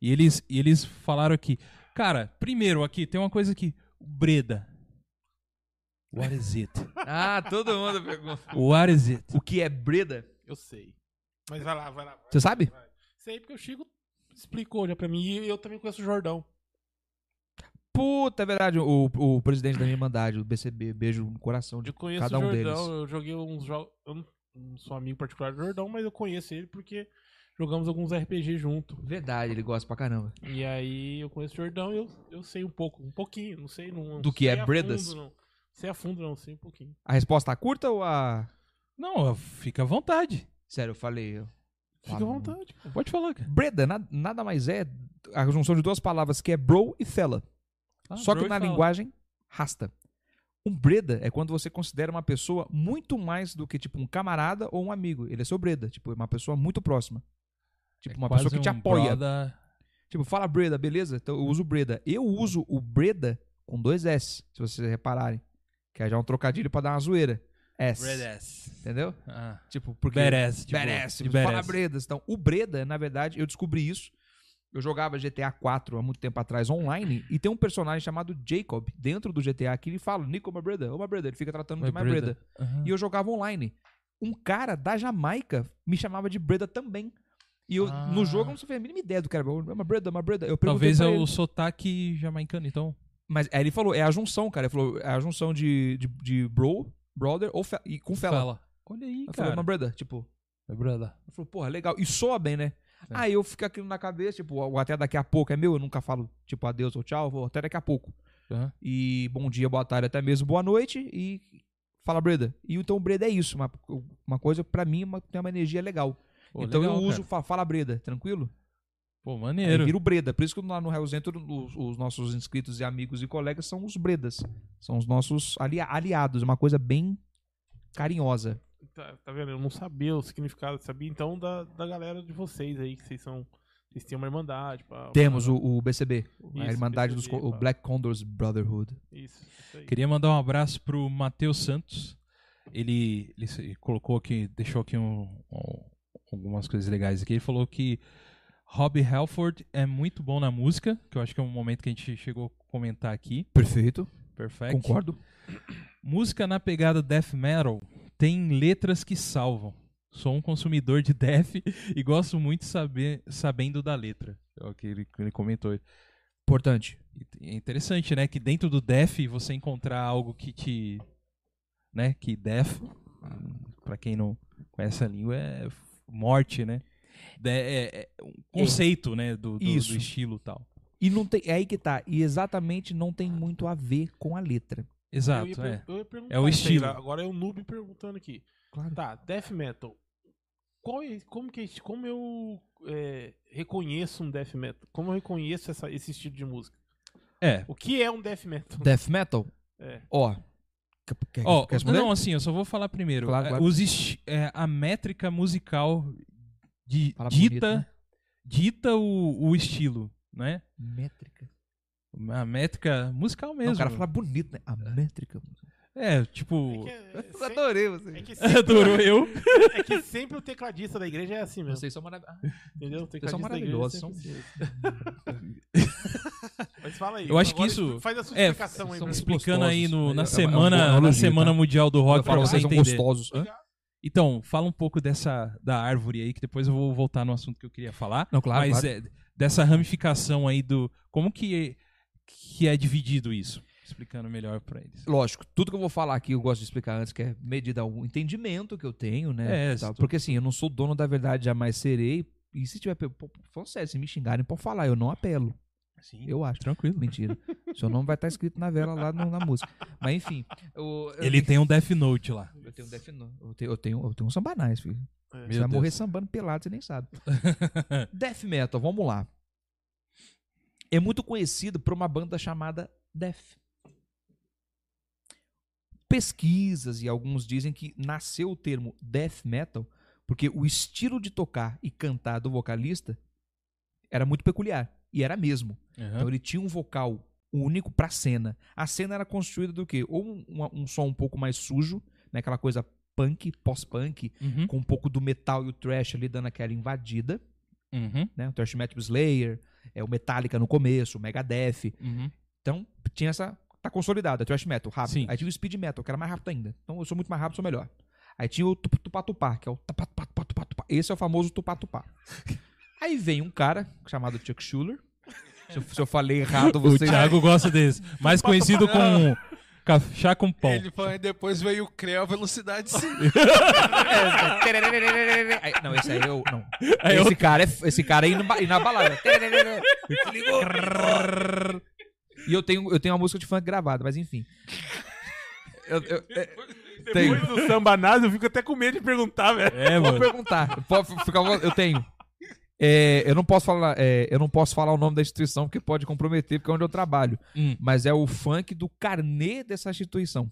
S1: E eles, e eles falaram aqui. Cara, primeiro aqui, tem uma coisa aqui. Breda. What is it?
S4: Ah, todo mundo pergunta.
S1: What is it?
S4: O que é Breda?
S2: Eu sei. Mas vai lá, vai lá. vai.
S4: Você sabe?
S2: Sei porque o Chico explicou já pra mim e eu também conheço o Jordão.
S4: Puta, é verdade. O, o presidente da minha Irmandade, o BCB, beijo no coração de
S2: Eu conheço
S4: cada
S2: o
S4: um
S2: Jordão,
S4: deles.
S2: eu joguei uns jogos. Eu não- não sou amigo particular do Jordão, mas eu conheço ele porque jogamos alguns RPG junto.
S4: Verdade, ele gosta pra caramba.
S2: E aí eu conheço o Jordão e eu, eu sei um pouco, um pouquinho, não sei. Não,
S4: Do
S2: não
S4: que
S2: sei
S4: é
S2: a fundo,
S4: Bredas?
S2: não. Sei a fundo, não, sei um pouquinho.
S4: A resposta tá curta ou a.
S1: Não, fica à vontade.
S4: Sério, eu falei. eu-
S2: Fica à
S4: Fala,
S2: vontade, cara.
S1: Pode falar, cara.
S4: Breda na- nada mais é a junção de duas palavras que é bro e fella.
S1: Ah,
S4: Só que
S1: bro,
S4: na
S1: fala.
S4: linguagem rasta. Um Breda é quando você considera uma pessoa muito mais do que tipo um camarada ou um amigo. Ele é seu Breda, tipo, é uma pessoa muito próxima. Tipo,
S1: É
S4: uma pessoa
S1: quase
S4: que te
S1: um
S4: apoia.
S1: brother-
S4: Tipo, fala Breda, beleza? Então eu uso o Breda. Eu uso o Breda com dois S, se vocês repararem. Que é já um trocadilho pra dar uma zoeira. S.
S1: é Badass.
S4: Entendeu?
S1: Ah,
S4: Tipo, porque.
S1: badass. tipo,
S4: Merece,
S1: de
S4: fala
S1: badass.
S4: Bredas. Então, o Breda, na verdade, eu descobri isso. Eu jogava GTA 4 há muito tempo atrás online e tem um personagem chamado Jacob dentro do GTA que ele fala, Nico, my Breda, oh my Breda. Ele fica tratando de
S1: Vai,
S4: my Breda.
S1: Aham.
S4: E eu jogava online. Um cara da Jamaica me chamava de Breda também. E eu,
S1: Ah.
S4: no jogo, eu não sabia a mínima ideia do cara. Eu, my Breda, my Breda. Eu perguntei
S1: Talvez é
S4: pra
S1: o
S4: ele.
S1: sotaque jamaicano, então.
S4: Mas aí ele falou, é a junção, cara. Ele falou, é a junção de, de, de bro, brother ou fe- e com fella.
S1: Fala. Olha aí,
S4: Eu falei, my
S1: cara.
S4: Breda, tipo,
S1: É brother.
S4: eu falei, porra, legal. E soa bem, né?
S1: É.
S4: Aí eu fico aquilo na cabeça, tipo, o até daqui a pouco é meu, eu nunca falo, tipo, adeus ou tchau, vou até daqui a pouco.
S1: Aham.
S4: E bom dia, boa tarde, até mesmo boa noite e fala Breda. E então o Breda é isso, uma, uma coisa pra mim uma- tem uma energia legal.
S1: Pô,
S4: então
S1: legal,
S4: eu uso,
S1: cara.
S4: fa- fala Breda, tranquilo?
S1: Pô,
S4: Aí
S1: maneiro.
S4: vira o Breda. Por isso que lá no Real Centro os, os nossos inscritos e amigos e colegas são os Bredas. São os nossos ali, aliados, uma coisa bem
S1: Tá
S4: carinhosa.
S2: Tá, tá vendo? Eu não sabia o significado, sabia então da, da galera de vocês aí, que vocês são Vocês têm uma irmandade. Pra,
S1: né?
S4: Temos o, o BCB, a
S2: Isso, BCB,
S4: Irmandade dos Co- o
S2: pá.
S4: Black Condors Brotherhood.
S2: Isso, isso aí.
S1: Queria mandar um abraço pro Matheus Santos. Ele, ele se- colocou aqui, deixou aqui um- um- algumas coisas legais aqui. Ele falou que Rob Halford é muito bom na música, que eu acho que é um momento que a gente chegou a comentar aqui.
S4: Perfeito,
S1: Perfeito.
S4: concordo.
S1: Música na pegada death metal tem letras que salvam. Sou um consumidor de death [laughs] e gosto muito de saber sabendo da letra. É o que ele, que ele comentou.
S4: Importante.
S1: E t- É interessante, né? Que dentro do Def você encontrar algo que te. Né? Que Def, pra quem não conhece a língua, é f- morte, né? De- é, é um conceito, né? Do, do,
S4: Isso.
S1: do estilo e tal.
S4: E não tem, é aí que tá. E exatamente não tem muito a ver com a letra.
S2: Eu ia
S1: Exato,
S2: per-
S1: é.
S2: eu ia perguntar
S1: É o
S2: isso aí,
S1: estilo.
S2: lá. agora é o noob perguntando aqui.
S4: Claro.
S2: Tá, death metal. Qual é- como, que, é- como eu é, reconheço um death metal? Como eu reconheço essa- esse estilo de música?
S1: É.
S2: O que é um death metal?
S4: Death metal?
S2: É.
S4: Ó. Quer, quer,
S1: Ó,
S4: quer responder?
S1: não, assim, eu só vou falar primeiro.
S4: Claro,
S1: É,
S4: claro.
S1: os esti- é, a métrica musical de,
S4: Fala bonito,
S1: dita,
S4: né?
S1: dita o, o estilo, né?
S4: Métrica.
S1: A métrica musical mesmo.
S4: Não, o cara fala bonito, né? A métrica.
S1: É, [laughs] tipo.
S2: É que é- é sem-
S4: adorei você.
S2: é que
S1: Tá [laughs]
S2: sempre-
S1: Adorou eu.
S2: é que sempre o tecladista da igreja é assim mesmo.
S4: Vocês são maravilhosos.
S2: Entendeu? O
S4: são
S2: tecladista da igreja é
S4: maravilhosos.
S2: sempre
S4: São...
S2: assim. Mas fala aí.
S1: Eu acho que
S2: agora
S1: isso-
S2: Faz a sua
S1: é,
S2: explicação aí.
S4: são
S2: pra mim.
S1: explicando
S4: gostosos.
S1: aí no-
S4: É- é
S1: na
S4: uma-
S1: semana,
S4: é uma
S1: na
S4: analogia,
S1: semana
S4: tá?
S1: mundial do
S4: Eu
S1: rock pra
S4: falo,
S1: você
S4: vocês são
S1: entender.
S4: gostosos. Hã?
S1: Então, fala um pouco dessa da árvore aí que depois eu vou voltar no assunto que eu queria falar,
S4: Não, claro,
S1: mas
S4: claro.
S1: é, dessa ramificação aí do como que que é dividido isso, explicando melhor pra eles.
S4: Lógico, tudo que eu vou falar aqui eu gosto de explicar antes, que é medida o entendimento que eu tenho, né?
S1: É,
S4: tal.
S1: isso.
S4: Porque assim, eu não sou dono da verdade, jamais serei. E se tiver. pe- pô, Falando sério, se me xingarem, pode falar, eu não apelo.
S1: Sim.
S4: Eu acho. Tranquilo. Mentira. Seu nome vai estar escrito na vela lá no- na música. Mas enfim. Eu, eu-
S1: Ele tem um Death Note lá.
S4: Eu tenho um Death Note. Eu tenho, eu tenho, eu tenho um sambanais, filho.
S2: É.
S4: você
S1: Meu
S4: vai
S1: Deus.
S4: morrer sambando pelado, você nem
S1: [laughs]
S4: sabe. Death Metal, vamos lá. É muito conhecido por uma banda chamada Death. Pesquisas e alguns dizem que nasceu o termo Death Metal porque o estilo de tocar e cantar do vocalista era muito peculiar. E era mesmo. Então
S1: Aham.
S4: ele tinha um vocal único pra cena. A cena era construída do quê? Ou um, uma- um som um pouco mais sujo, né? aquela coisa punk, pós-punk,
S1: Uhum.
S4: com um pouco do metal e o thrash ali dando aquela invadida,
S1: Uhum.
S4: né? O thrash metal Slayer, é o Metallica no começo, o Megadeth.
S1: Uhum.
S4: Então tinha essa tá consolidada, thrash metal, rápido.
S1: Sim.
S4: Aí tinha o speed metal, que era mais rápido ainda. Então eu sou muito mais rápido, sou melhor. Aí tinha o tup- tupá-tupá, que é o tupá-tupá-tupá-tupá. Esse é o
S1: [laughs]
S4: famoso tupá-tupá. Aí vem um cara chamado Chuck Schuller. Se eu, se eu falei errado,
S1: O
S4: vocês
S1: Thiago gosta desse, mais conhecido como ca- chá com pão.
S3: Ele falou, "E depois veio o Creu Velocidade 5.
S4: Aí- não, esse aí eu. Não.
S1: [laughs] Aí
S4: esse, cara é, esse cara é inaba- inabalável. e eu tenho, eu tenho uma música de funk gravada, mas enfim. Eu, eu- é, tenho.
S2: Depois do sambanás, eu fico até com medo de perguntar,
S1: [laughs]
S2: velho.
S1: É,
S4: Vou
S1: mano.
S4: perguntar. [laughs] Pode ficar à vontade, eu tenho. É, eu, não posso falar, é, eu não posso falar o nome da instituição porque pode comprometer, porque é onde eu trabalho.
S1: Hum.
S4: Mas é o funk do carnê dessa instituição.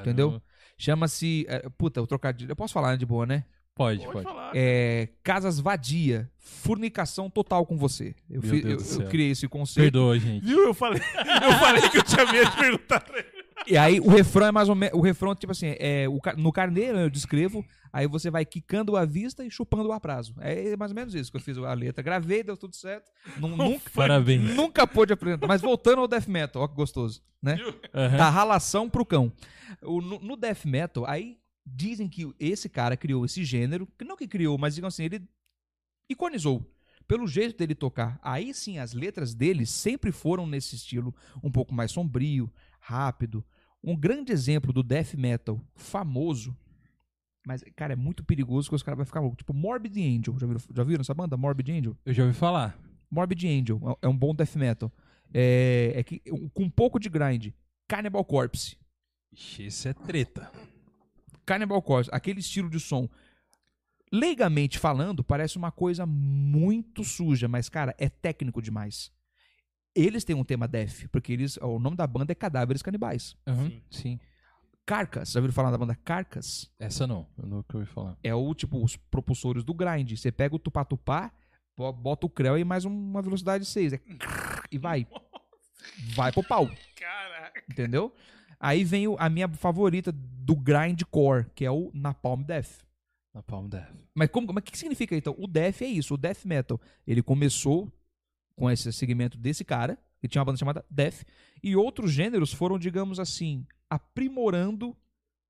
S4: Entendeu? Chama-se. é, puta, o trocadilho. Eu posso falar de boa, né?
S1: Pode, pode.
S2: falar.
S4: É, casas vadia, fornicação total com você. Eu,
S1: Meu
S4: fi-
S1: Deus do
S4: eu- eu
S1: céu.
S4: criei esse conceito.
S1: Perdoa, gente.
S2: Viu? Eu falei, eu falei que eu tinha medo de perguntar.
S4: E aí o refrão é mais ou menos. O refrão, tipo assim, é, o ca- no carneiro eu descrevo, aí você vai quicando a vista e chupando o aprazo. É mais ou menos isso que eu fiz a letra. Gravei, deu tudo certo. Nun- nunca,
S1: Parabéns.
S4: nunca pôde apresentar. Mas voltando ao death metal, ó que gostoso, né?
S1: Aham.
S4: Da ralação pro cão. O- no, no death metal, aí dizem que esse cara criou esse gênero, que não que criou, mas digam assim, ele iconizou. Pelo jeito dele tocar. Aí sim, as letras dele sempre foram nesse estilo um pouco mais sombrio, rápido. Um grande exemplo do death metal famoso, mas, cara, é muito perigoso que os caras vão ficar loucos. Tipo, Morbid Angel. Já viram, já viram essa banda? Morbid Angel?
S1: Eu já ouvi falar.
S4: Morbid Angel é é um bom death metal. É, é que com um pouco de grind. Cannibal Corpse.
S1: Ixi, isso é treta.
S4: Cannibal Corpse, aquele estilo de som. Leigamente falando, parece uma coisa muito suja, mas cara, é técnico demais. Eles têm um tema death, porque eles, o nome da banda é Cadáveres Canibais.
S1: Aham,
S2: Sim.
S1: Sim.
S4: Carcas, já ouviram falar da banda Carcas?
S1: Essa não, eu nunca ouvi falar.
S4: É o tipo os propulsores do grind. Você pega o tupá-tupá, Bo- Bota o Creu e mais uma velocidade 6. É crrr, e vai. Vai pro pau,
S3: Caraca.
S4: entendeu? Aí vem o- a minha favorita do grindcore, que é o Napalm Death.
S6: Na Palm Death.
S4: Mas como, mas o que que significa então? O death é isso, o death metal. Ele começou com esse segmento desse cara, que tinha uma banda chamada death, e outros gêneros foram, digamos assim, aprimorando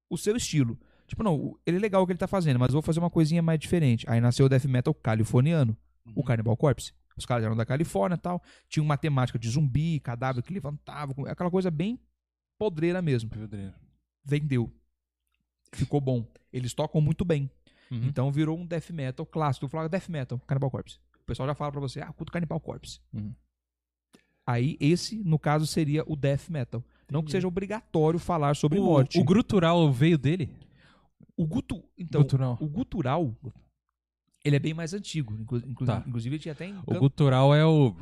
S4: o seu estilo. Tipo, não, o- ele é legal o que ele tá fazendo, mas eu vou fazer uma coisinha mais diferente. Aí nasceu o death metal californiano, o Cannibal Corpse. Os caras eram da Califórnia e tal. Tinha uma temática de zumbi, cadáver que levantava, com- aquela coisa bem podreira mesmo. Vendeu. Ficou bom. Eles tocam muito bem.
S6: Uhum.
S4: Então virou um death metal clássico. Tu fala death metal, Cannibal Corpse. O pessoal já fala pra você, ah, culto Cannibal Corpse.
S6: Uhum.
S4: Aí esse, no caso, seria o death metal. Não que seja obrigatório falar sobre morte.
S6: O, o grutural veio dele?
S4: O gutu, então,
S6: gutural.
S4: o gutural, ele é bem mais antigo. Inclu- inclu-
S6: Tá.
S4: Inclusive, ele tinha até em
S6: O
S4: can-
S6: gutural é o.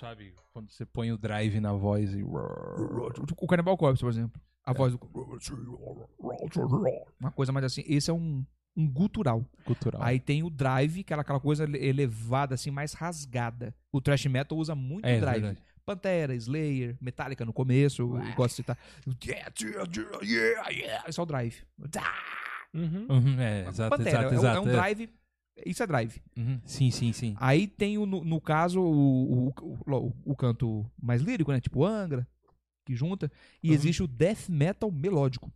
S6: Sabe? Quando você põe o drive na voz e.
S4: o Cannibal Corpse, por exemplo.
S6: É.
S4: A voz do... Uma coisa mais assim. Esse é um, um gutural.
S6: Gutural.
S4: Aí tem o drive, que era aquela coisa ele- elevada, assim, mais rasgada. O thrash metal usa muito
S6: É,
S4: drive.
S6: verdade.
S4: Pantera, Slayer, Metallica no começo, eu gosto de citar. Yeah, yeah, yeah, yeah, yeah. Isso é o drive. Tá,
S2: Uhum.
S6: Uhum, é, exato,
S4: Pantera,
S6: exato,
S4: é um-
S6: exato.
S4: é um
S6: é.
S4: drive. Isso é drive.
S6: Uhum, Sim, sim, sim.
S4: Aí tem, o, no, no caso, o, o, o, o canto mais lírico, né? Tipo Angra, que junta.
S6: Uhum.
S4: E existe o death metal melódico,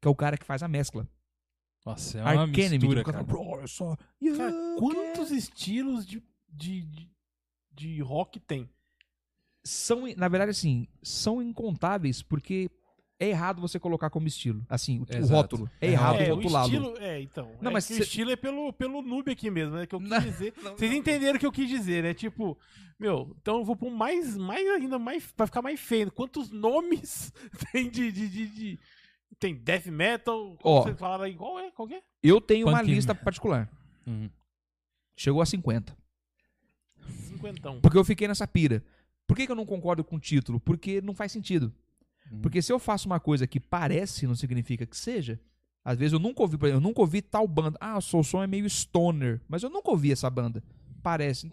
S4: que é o cara que faz a mescla.
S6: Nossa, é uma
S4: Arch Enemy,
S6: mistura,
S4: tipo, o
S6: cara.
S4: cara fala, "Bro, só- you
S2: Cara,
S4: can
S2: quantos estilos de, de, de, de rock tem?
S4: são, na verdade, assim, são incontáveis porque é errado você colocar como estilo. Assim, o, o
S6: Exato.
S4: rótulo. É
S6: É,
S4: errado
S2: é, o
S4: rotulá-lo.
S2: estilo, é, então.
S4: Não,
S2: é
S4: mas
S2: que o
S4: cê-
S2: estilo é pelo, pelo noob aqui mesmo, né? Que eu quis
S4: Não,
S2: dizer. Vocês entenderam o que eu quis dizer, né? Tipo, meu, então eu vou pôr mais, mais ainda, mais, pra ficar mais feio. Quantos nomes [laughs] tem de. de, de- de- Tem death metal, como
S4: Ó.
S2: vocês falaram aí, qual é? Qual que é?
S4: Eu tenho uma
S6: Punk né?
S4: lista particular.
S6: Uhum.
S4: Chegou a 50.
S2: Cinquentão.
S4: Porque eu fiquei nessa pira. Por que, que eu não concordo com o título? Porque não faz sentido.
S6: Hum.
S4: Porque se eu faço uma coisa que parece, não significa que seja. Às vezes eu nunca ouvi, por exemplo, eu nunca ouvi tal banda. Ah, o seu som é meio stoner, mas eu nunca ouvi essa banda. Parece.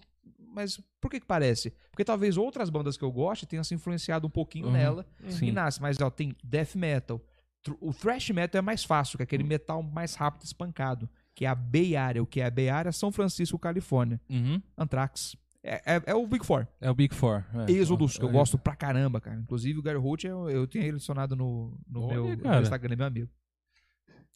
S4: Mas por que, que parece? Porque talvez outras bandas que eu goste tenham se influenciado um pouquinho
S6: Uhum.
S4: nela. e
S6: Sim.
S4: nasce. Mas ó, tem death metal. Tr- O thrash metal é mais fácil, que é
S6: Hum.
S4: aquele metal mais rápido espancado, que é a Bay Area. O que é a Bay Area? São Francisco, Califórnia.
S6: Uhum.
S4: Anthrax. É, é- é o Big Four.
S6: É o Big Four. é.
S4: Exodus, que eu
S6: É.
S4: gosto pra caramba, cara. Inclusive o Gary Holt, eu, eu tenho ele adicionado no, no
S6: Olha,
S4: meu, no
S6: cara.
S4: Instagram, ele é meu amigo.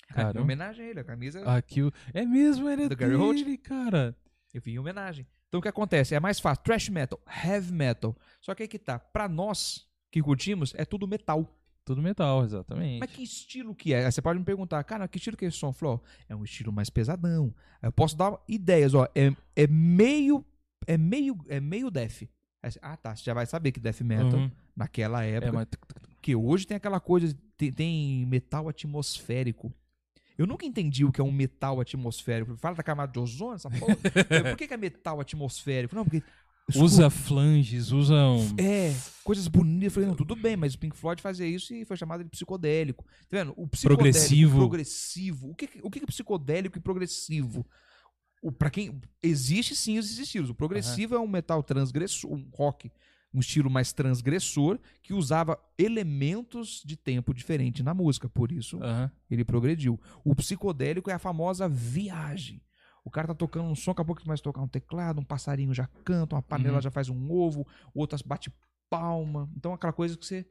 S4: Cara,
S6: Caramba.
S4: em homenagem a ele, a camisa,
S6: Aqui o... É mesmo, era
S4: Do Gary Holt?
S6: dele, cara.
S4: eu fiz em homenagem. Então o que acontece? É mais fácil. Thrash metal, heavy metal. Só que aí que tá, pra nós que curtimos, é tudo metal.
S6: Tudo metal, exatamente.
S4: Mas que estilo que é? Aí Você pode me perguntar, cara, que estilo que é esse som? Eu falo, ó, é um estilo mais pesadão. Aí eu posso dar ideias, ó. É, é meio. É meio. É meio def. Aí você, Ah, tá. Você já vai saber que death metal,
S6: Uhum.
S4: naquela época.
S6: É, mas...
S4: Porque hoje tem aquela coisa. Tem, tem metal atmosférico. Eu nunca entendi o que é um metal atmosférico. Fala da camada de ozônio, essa
S6: [laughs]
S4: porra. Eu, Por que, que é metal atmosférico? Não, porque.
S6: Usa flanges, usa um...
S4: É, coisas bonitas. Eu falei, não, tudo bem, mas o Pink Floyd fazia isso e foi chamado de psicodélico. Tá vendo? O psicodélico,
S6: Progressivo.
S4: progressivo. O que, que- o que que é psicodélico e progressivo? O, pra quem. Existe sim esses estilos. O progressivo é um metal transgressor, um rock, um estilo mais transgressor, que usava elementos de tempo diferente na música. Por isso,
S6: Aham.
S4: ele progrediu. O psicodélico é a famosa viagem. O cara tá tocando um som, daqui a pouco começa a tocar um teclado, um passarinho já canta, uma panela
S6: Uhum.
S4: já faz um ovo, outras bate palma. Então aquela coisa que você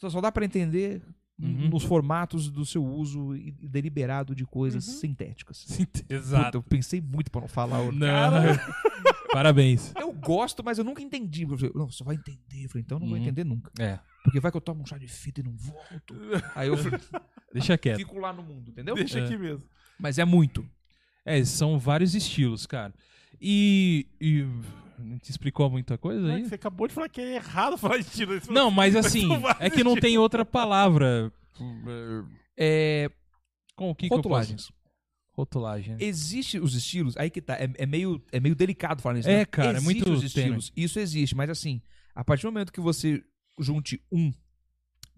S4: só- só dá pra entender
S6: Uhum.
S4: nos formatos do seu uso e- e deliberado de coisas
S2: Uhum.
S4: sintéticas.
S6: Sim,
S4: Puta,
S6: Exato.
S4: eu pensei muito pra não falar.
S6: [laughs]
S4: o-
S6: Não. [laughs] Parabéns.
S4: Eu gosto, mas eu nunca entendi. Eu falei, não, você vai entender. Eu falei, então eu não vou
S6: Uhum.
S4: entender nunca.
S6: É.
S4: Porque vai que eu tomo um chá de fita e não
S6: [laughs]
S4: volto. Aí eu fico-
S6: Deixa quieto.
S4: fico lá no mundo, entendeu?
S2: Deixa
S6: É.
S2: aqui mesmo.
S4: Mas é muito.
S6: É, são vários estilos, cara. E. e não te explicou muita coisa aí?
S2: Você acabou de falar que é errado [laughs] falar estilo. Aí você falou,
S6: Não, mas assim,
S2: são vários
S6: é que não tem outra palavra.
S4: É,
S6: Com o que
S4: rotulagens.
S6: Que eu posso? Rotulagem.
S4: Existe os estilos, aí que tá, é, é meio, é meio delicado falar isso.
S6: É,
S4: né?
S6: cara, é
S4: Existe
S6: muito
S4: os estilos, isso existe, mas assim, a partir do momento que você junte um,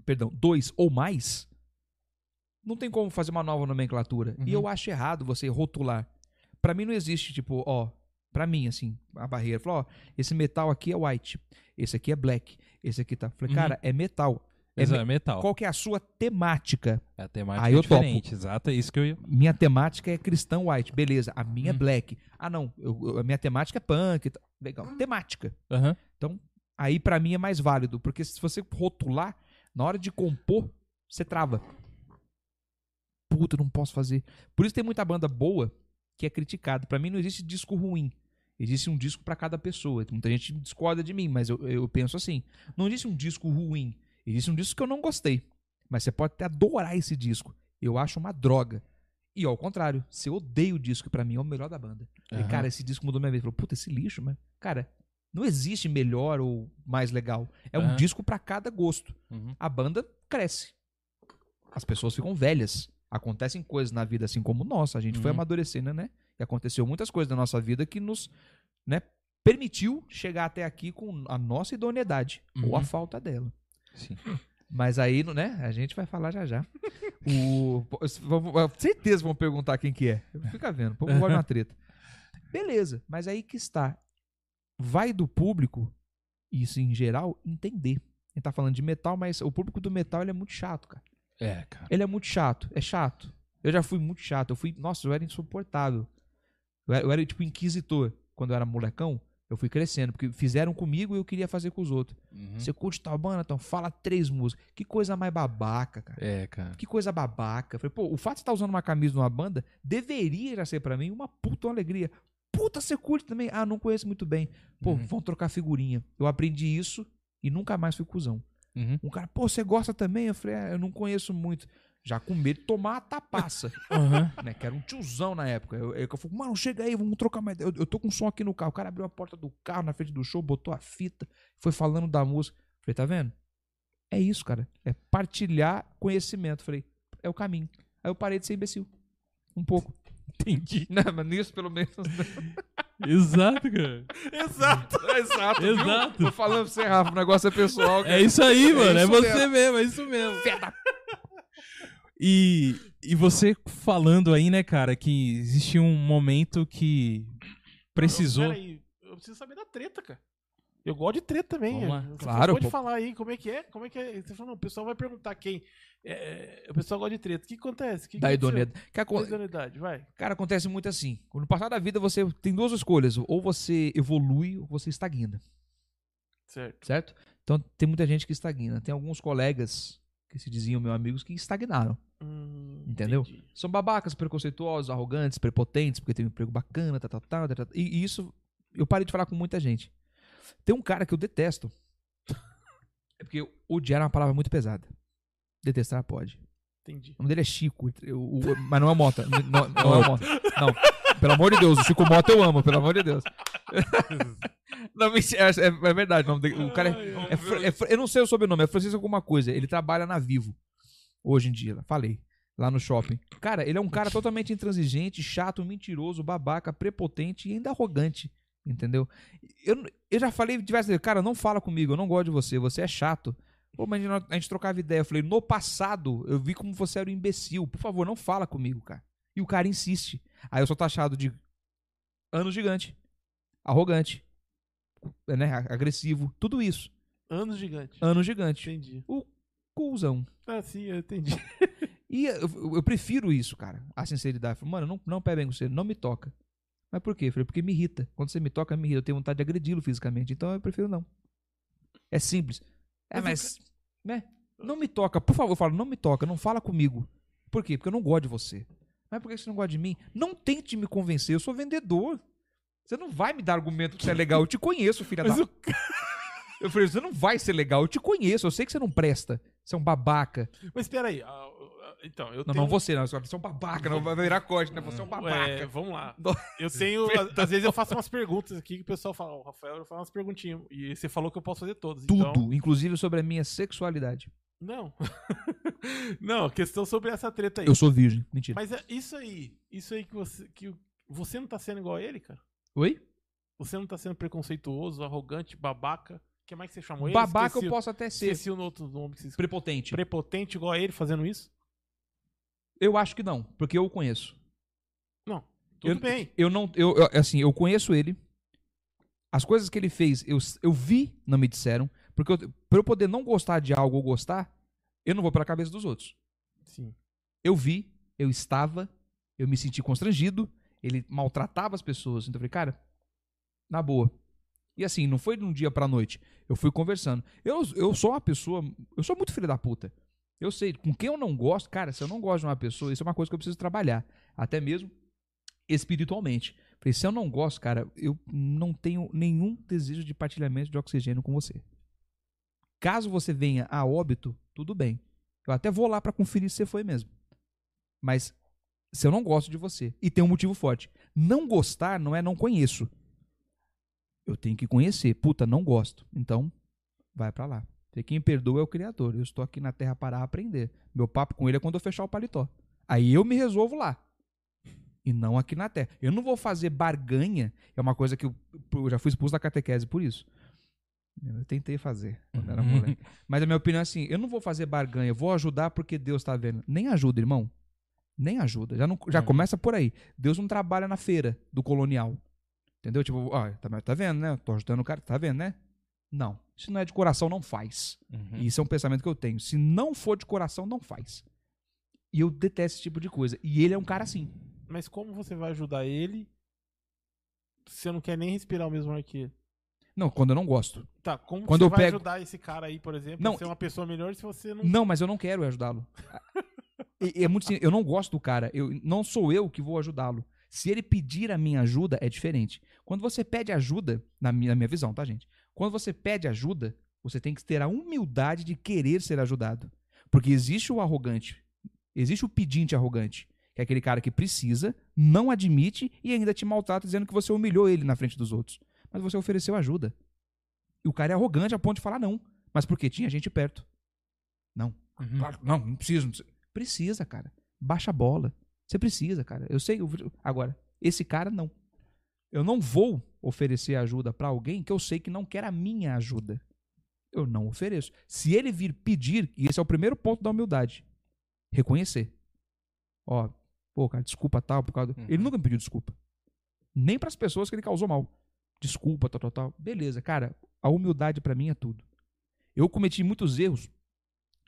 S4: perdão, dois ou mais, não tem como fazer uma nova nomenclatura.
S6: Uhum.
S4: E eu acho errado você rotular. Pra mim não existe, tipo, ó, Pra mim, assim, a barreira. Falou, ó, esse metal aqui é white, esse aqui é black, esse aqui tá. Falei,
S1: Uhum.
S4: cara, é metal. É
S1: Exato,
S4: me-
S1: é metal.
S4: Qual que é a sua temática?
S1: É a temática
S4: Aí eu
S1: é diferente, exato, é isso que eu ia.
S4: Minha temática é cristão white, beleza. A minha é
S1: Hum.
S4: black. Ah, não, eu- eu- a minha temática é punk. e tal. Legal, temática.
S1: Aham.
S4: Aí pra mim é mais válido, porque se você rotular, na hora de compor, você trava. Puta, não posso fazer. Por isso tem muita banda boa que é criticada. Pra mim não existe disco ruim. Existe um disco pra cada pessoa. Muita gente discorda de mim, mas eu, eu penso assim. Não existe um disco ruim. Existe um disco que eu não gostei. Mas você pode até adorar esse disco. Eu acho uma droga. E ao contrário, se eu odeio o disco, pra mim é o melhor da banda. Falei,
S1: Aham.
S4: cara, esse disco mudou minha vida. Falei, puta, esse lixo, mas. Cara, não existe melhor ou mais legal. É um
S1: Aham.
S4: disco pra cada gosto.
S1: Uhum.
S4: A banda cresce. As pessoas ficam velhas. Acontecem coisas na vida assim como nossa. A gente foi
S1: Uhum.
S4: amadurecendo, né? E aconteceu muitas coisas na nossa vida que nos né, permitiu chegar até aqui com a nossa idoneidade ou a
S1: Uhum.
S4: falta dela.
S1: Sim.
S4: Mas aí, né? A gente vai falar já já. O, pô, s- vamos- ah, certeza vão perguntar quem que é. Fica vendo, vamos embora uma
S1: [laughs]
S4: treta. Beleza, mas aí que está. Vai do público, isso em geral, entender. A gente tá falando de metal, mas o público do metal ele é muito chato, cara.
S1: É, cara.
S4: Ele é muito chato, é chato. Eu já fui muito chato, eu fui, nossa, eu era insuportável. Eu era, eu era, tipo inquisitor quando eu era molecão. Eu fui crescendo, porque fizeram comigo e eu queria fazer com os outros.
S1: Uhum.
S4: Você curte tal banda, então fala três músicas. Que coisa mais babaca, cara.
S1: É, cara.
S4: Que coisa babaca. Eu Falei, pô, o fato de estar usando uma camisa de uma banda deveria já ser pra mim uma puta uma alegria. Puta, você curte também? Ah, não conheço muito bem. Pô,
S1: Uhum.
S4: vão trocar figurinha. Eu aprendi isso e nunca mais fui cuzão.
S1: Uhum.
S4: Um cara, pô, você gosta também? Eu falei, ah, eu não conheço muito. Já com medo de tomar a tapaça,
S1: [laughs] Aham.
S4: né? Que era um tiozão na época. Eu, eu, eu falei, mano, chega aí, vamos trocar mais. Eu, eu tô com som aqui no carro. O cara abriu a porta do carro na frente do show, botou a fita, foi falando da música. Falei, tá vendo? É isso, cara. É partilhar conhecimento. Falei, é o caminho. Aí eu parei de ser imbecil. Um pouco.
S1: Entendi.
S4: [laughs] Não, mas nisso, pelo menos. [laughs]
S1: Exato, cara.
S4: Exato, É exato. viu?
S1: Exato.
S4: Tô falando pra você, Rafa, o negócio é pessoal.
S1: É isso aí, mano. É,
S4: isso
S1: você mesmo, é isso mesmo.
S4: Fé da-
S1: E, e você falando aí, né, cara, que existiu um momento que precisou.
S2: Peraí, eu preciso saber da treta, cara. Eu gosto de treta também.
S1: Vamos lá.
S2: eu- eu-
S4: Claro,
S2: Pode
S4: pô.
S2: falar aí como é que é, como é que é. Você falou, não, o pessoal vai perguntar quem. É, é, o pessoal gosta de treta. O que acontece? O que
S4: Da
S2: aconteceu?
S4: idoneidade. Que
S2: Da
S4: acon-
S2: idoneidade, vai.
S4: Cara, acontece muito assim. No passar da vida, você tem duas escolhas. Ou você evolui ou você estagna,
S2: Certo.
S4: certo? Então, tem muita gente que estagna. Tem alguns colegas que se diziam meus amigos que estagnaram.
S2: Hum,
S4: Entendeu?
S2: entendi.
S4: São babacas, preconceituosos, arrogantes, prepotentes, porque tem um emprego bacana, tá, tá, tá, tá, tá. E isso, eu parei de falar com muita gente. Tem um cara que eu detesto. [laughs] É porque odiar é uma palavra muito pesada. Detestar pode.
S2: Entendi.
S4: O nome dele é Chico, o- o- mas não é Mota. n- Não, não é o Mota. Não. Pelo amor de Deus, o Chico Mota eu amo, pelo amor de Deus. [laughs] Não, mas é, é- é verdade. O, nome dele- o cara é- é Fra- é Fra- Eu não sei o sobrenome, é Francisco alguma coisa. Ele trabalha na Vivo. Hoje em dia, falei. Lá no shopping. Cara, ele é um cara totalmente intransigente, chato, mentiroso, babaca, prepotente e ainda arrogante. Entendeu? Eu, eu já falei diversas vezes, cara, não fala comigo, eu não gosto de você, você é chato. Pô, mas a gente- a gente trocava ideia. Eu falei, no passado, eu vi como você era um imbecil. Por favor, não fala comigo, cara. E o cara insiste. Aí eu sou taxado de ano gigante, arrogante, né, agressivo, tudo isso.
S2: Anos gigante.
S4: Ano gigante.
S2: Entendi.
S4: Cusão.
S2: Ah, sim, eu entendi. [laughs]
S4: E eu, eu- eu prefiro isso, cara. A sinceridade. Eu falo, Mano, não, não pega bem com você, não me toca. Mas por quê? Eu falei, porque me irrita. Quando você me toca, me irrita. Eu tenho vontade de agredi-lo fisicamente. Então eu prefiro não. É simples. É, mas. Né? Não me toca, por favor. Eu falo, não me toca, não fala comigo. Por quê? Porque eu não gosto de você. Mas por que você não gosta de mim? Não tente me convencer, eu sou vendedor. Você não vai me dar argumento que você é legal. Eu te conheço, filha da.
S2: Mas
S4: Eu falei, você não vai ser legal, eu te conheço, eu sei que você não presta. Você é um babaca.
S2: Mas peraí. ah, ah, Então, eu
S4: Não,
S2: tenho.
S4: não você, não. Você é um babaca, não vai virar corte, né? Você é um
S2: É,
S4: babaca.
S2: vamos lá.
S4: Não.
S2: Eu tenho.
S4: [laughs]
S2: às- Às vezes eu faço umas perguntas aqui que o pessoal fala, o Rafael, eu faço umas perguntinhas. E você falou que eu posso fazer todas.
S4: Tudo,
S2: então-
S4: inclusive sobre a minha sexualidade.
S2: Não. [laughs] não, a questão sobre essa treta aí.
S4: Eu sou virgem. Mentira.
S2: Mas é isso aí, isso aí que você. Que o- você não tá sendo igual a ele, cara?
S4: Oi?
S2: Você não tá sendo preconceituoso, arrogante, babaca. O que mais que você chamou ele?
S4: Babaca
S2: Esqueci
S4: eu
S2: o-
S4: posso até ser.
S2: Esqueci o outro nome que você escreveu.
S4: Prepotente.
S2: Prepotente igual a ele fazendo isso?
S4: Eu acho que não, porque eu o conheço.
S2: Não. Tudo bem.
S4: Eu não. Eu, eu- assim, eu conheço ele. As coisas que ele fez, eu, s- eu vi, não me disseram. Porque eu, pra eu poder não gostar de algo ou gostar, eu não vou pela cabeça dos outros.
S2: Sim.
S4: Eu vi, eu estava, eu me senti constrangido. Ele maltratava as pessoas. Então eu falei, cara, na boa. E assim, não foi de um dia pra noite. Eu fui conversando. Eu, eu sou uma pessoa. Eu sou muito filho da puta. Eu sei, com quem eu não gosto, cara, se eu não gosto de uma pessoa, isso é uma coisa que eu preciso trabalhar. Até mesmo espiritualmente. Falei, se eu não gosto, cara, eu não tenho nenhum desejo de partilhamento de oxigênio com você. Caso você venha a óbito, tudo bem. Eu até vou lá pra conferir se você foi mesmo. Mas se eu não gosto de você, e tem um motivo forte. Não gostar não é não conheço. Eu tenho que conhecer. Puta, não gosto. Então, vai pra lá. Porque Quem perdoa é o Criador. Eu estou aqui na Terra para aprender. Meu papo com ele é quando eu fechar o paletó. Aí eu me resolvo lá e não aqui na Terra. Eu não vou fazer barganha, é uma coisa que eu, eu já fui expulso da catequese por isso. Eu tentei fazer quando era moleque. Mas a minha opinião é assim: eu não vou fazer barganha, eu vou ajudar porque Deus tá vendo. Nem ajuda, irmão. Nem ajuda. Já, não, já começa por aí. Deus não trabalha na feira do colonial. Entendeu? Tipo, ó, tá, tá vendo, né? Tô ajudando o cara, tá vendo, né? Não. Se não é de coração, não faz. E isso é um pensamento que eu tenho. Se não for de coração, não faz. E eu detesto esse tipo de coisa. E ele é um cara assim.
S2: Mas como você vai ajudar ele se você não quer nem respirar o mesmo ar que ele?
S4: Não, quando eu não gosto.
S2: Tá, como
S4: Quando
S2: você
S4: eu
S2: vai
S4: pego-
S2: ajudar esse cara aí, por exemplo,
S4: Não,
S2: a ser uma pessoa melhor se você não.
S4: Não, mas eu não
S2: [laughs]
S4: quero ajudá-lo. E- e é muito simples, eu não gosto do cara. Eu não sou eu que vou ajudá-lo. Se ele pedir a minha ajuda é diferente. Quando você pede ajuda, na minha, na minha visão, tá, gente? Quando você pede ajuda, você tem que ter a humildade de querer ser ajudado. Porque existe o arrogante, existe o pedinte arrogante, que é aquele cara que precisa, não admite e ainda te maltrata dizendo que você humilhou ele na frente dos outros. Mas você ofereceu ajuda. E o cara é arrogante a ponto de falar não. Mas porque tinha gente perto. Claro, que não, não precisa, não precisa. Uhum. Precisa, cara. Baixa a bola. Você precisa, cara. Eu sei. eu- Agora, esse cara não. Eu não vou oferecer ajuda pra alguém que eu sei que não quer a minha ajuda. Eu não ofereço. Se ele vir pedir, e esse é o primeiro ponto da humildade, reconhecer. Ó, pô, cara, desculpa tal por causa. do- Ele nunca me pediu desculpa. Nem pras pessoas que ele causou mal. Desculpa, tal, tal, tal. Beleza, cara, a humildade pra mim é tudo. Eu cometi muitos erros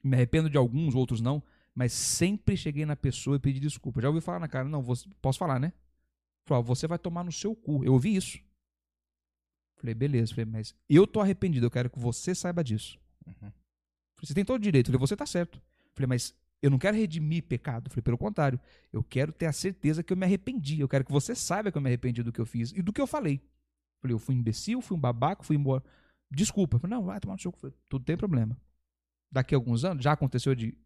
S4: me arrependo de alguns, outros não, mas sempre cheguei na pessoa e pedi desculpa. Já ouvi falar na cara, não, você- posso falar, né? Falei, ó, você vai tomar no seu cu. Eu ouvi isso. Falei, beleza, falei, mas eu tô arrependido, eu quero que você saiba disso. Falei, você tem todo o direito. Falei, você tá certo. Falei, mas eu não quero redimir pecado. Falei, pelo contrário, eu quero ter a certeza que eu me arrependi. Eu quero que você saiba que eu me arrependi do que eu fiz e do que eu falei. Falei, eu fui imbecil, fui um babaca, fui embora. Desculpa. Falei, não, vai tomar no seu cu. Falei, tudo tem problema daqui a alguns anos, já aconteceu de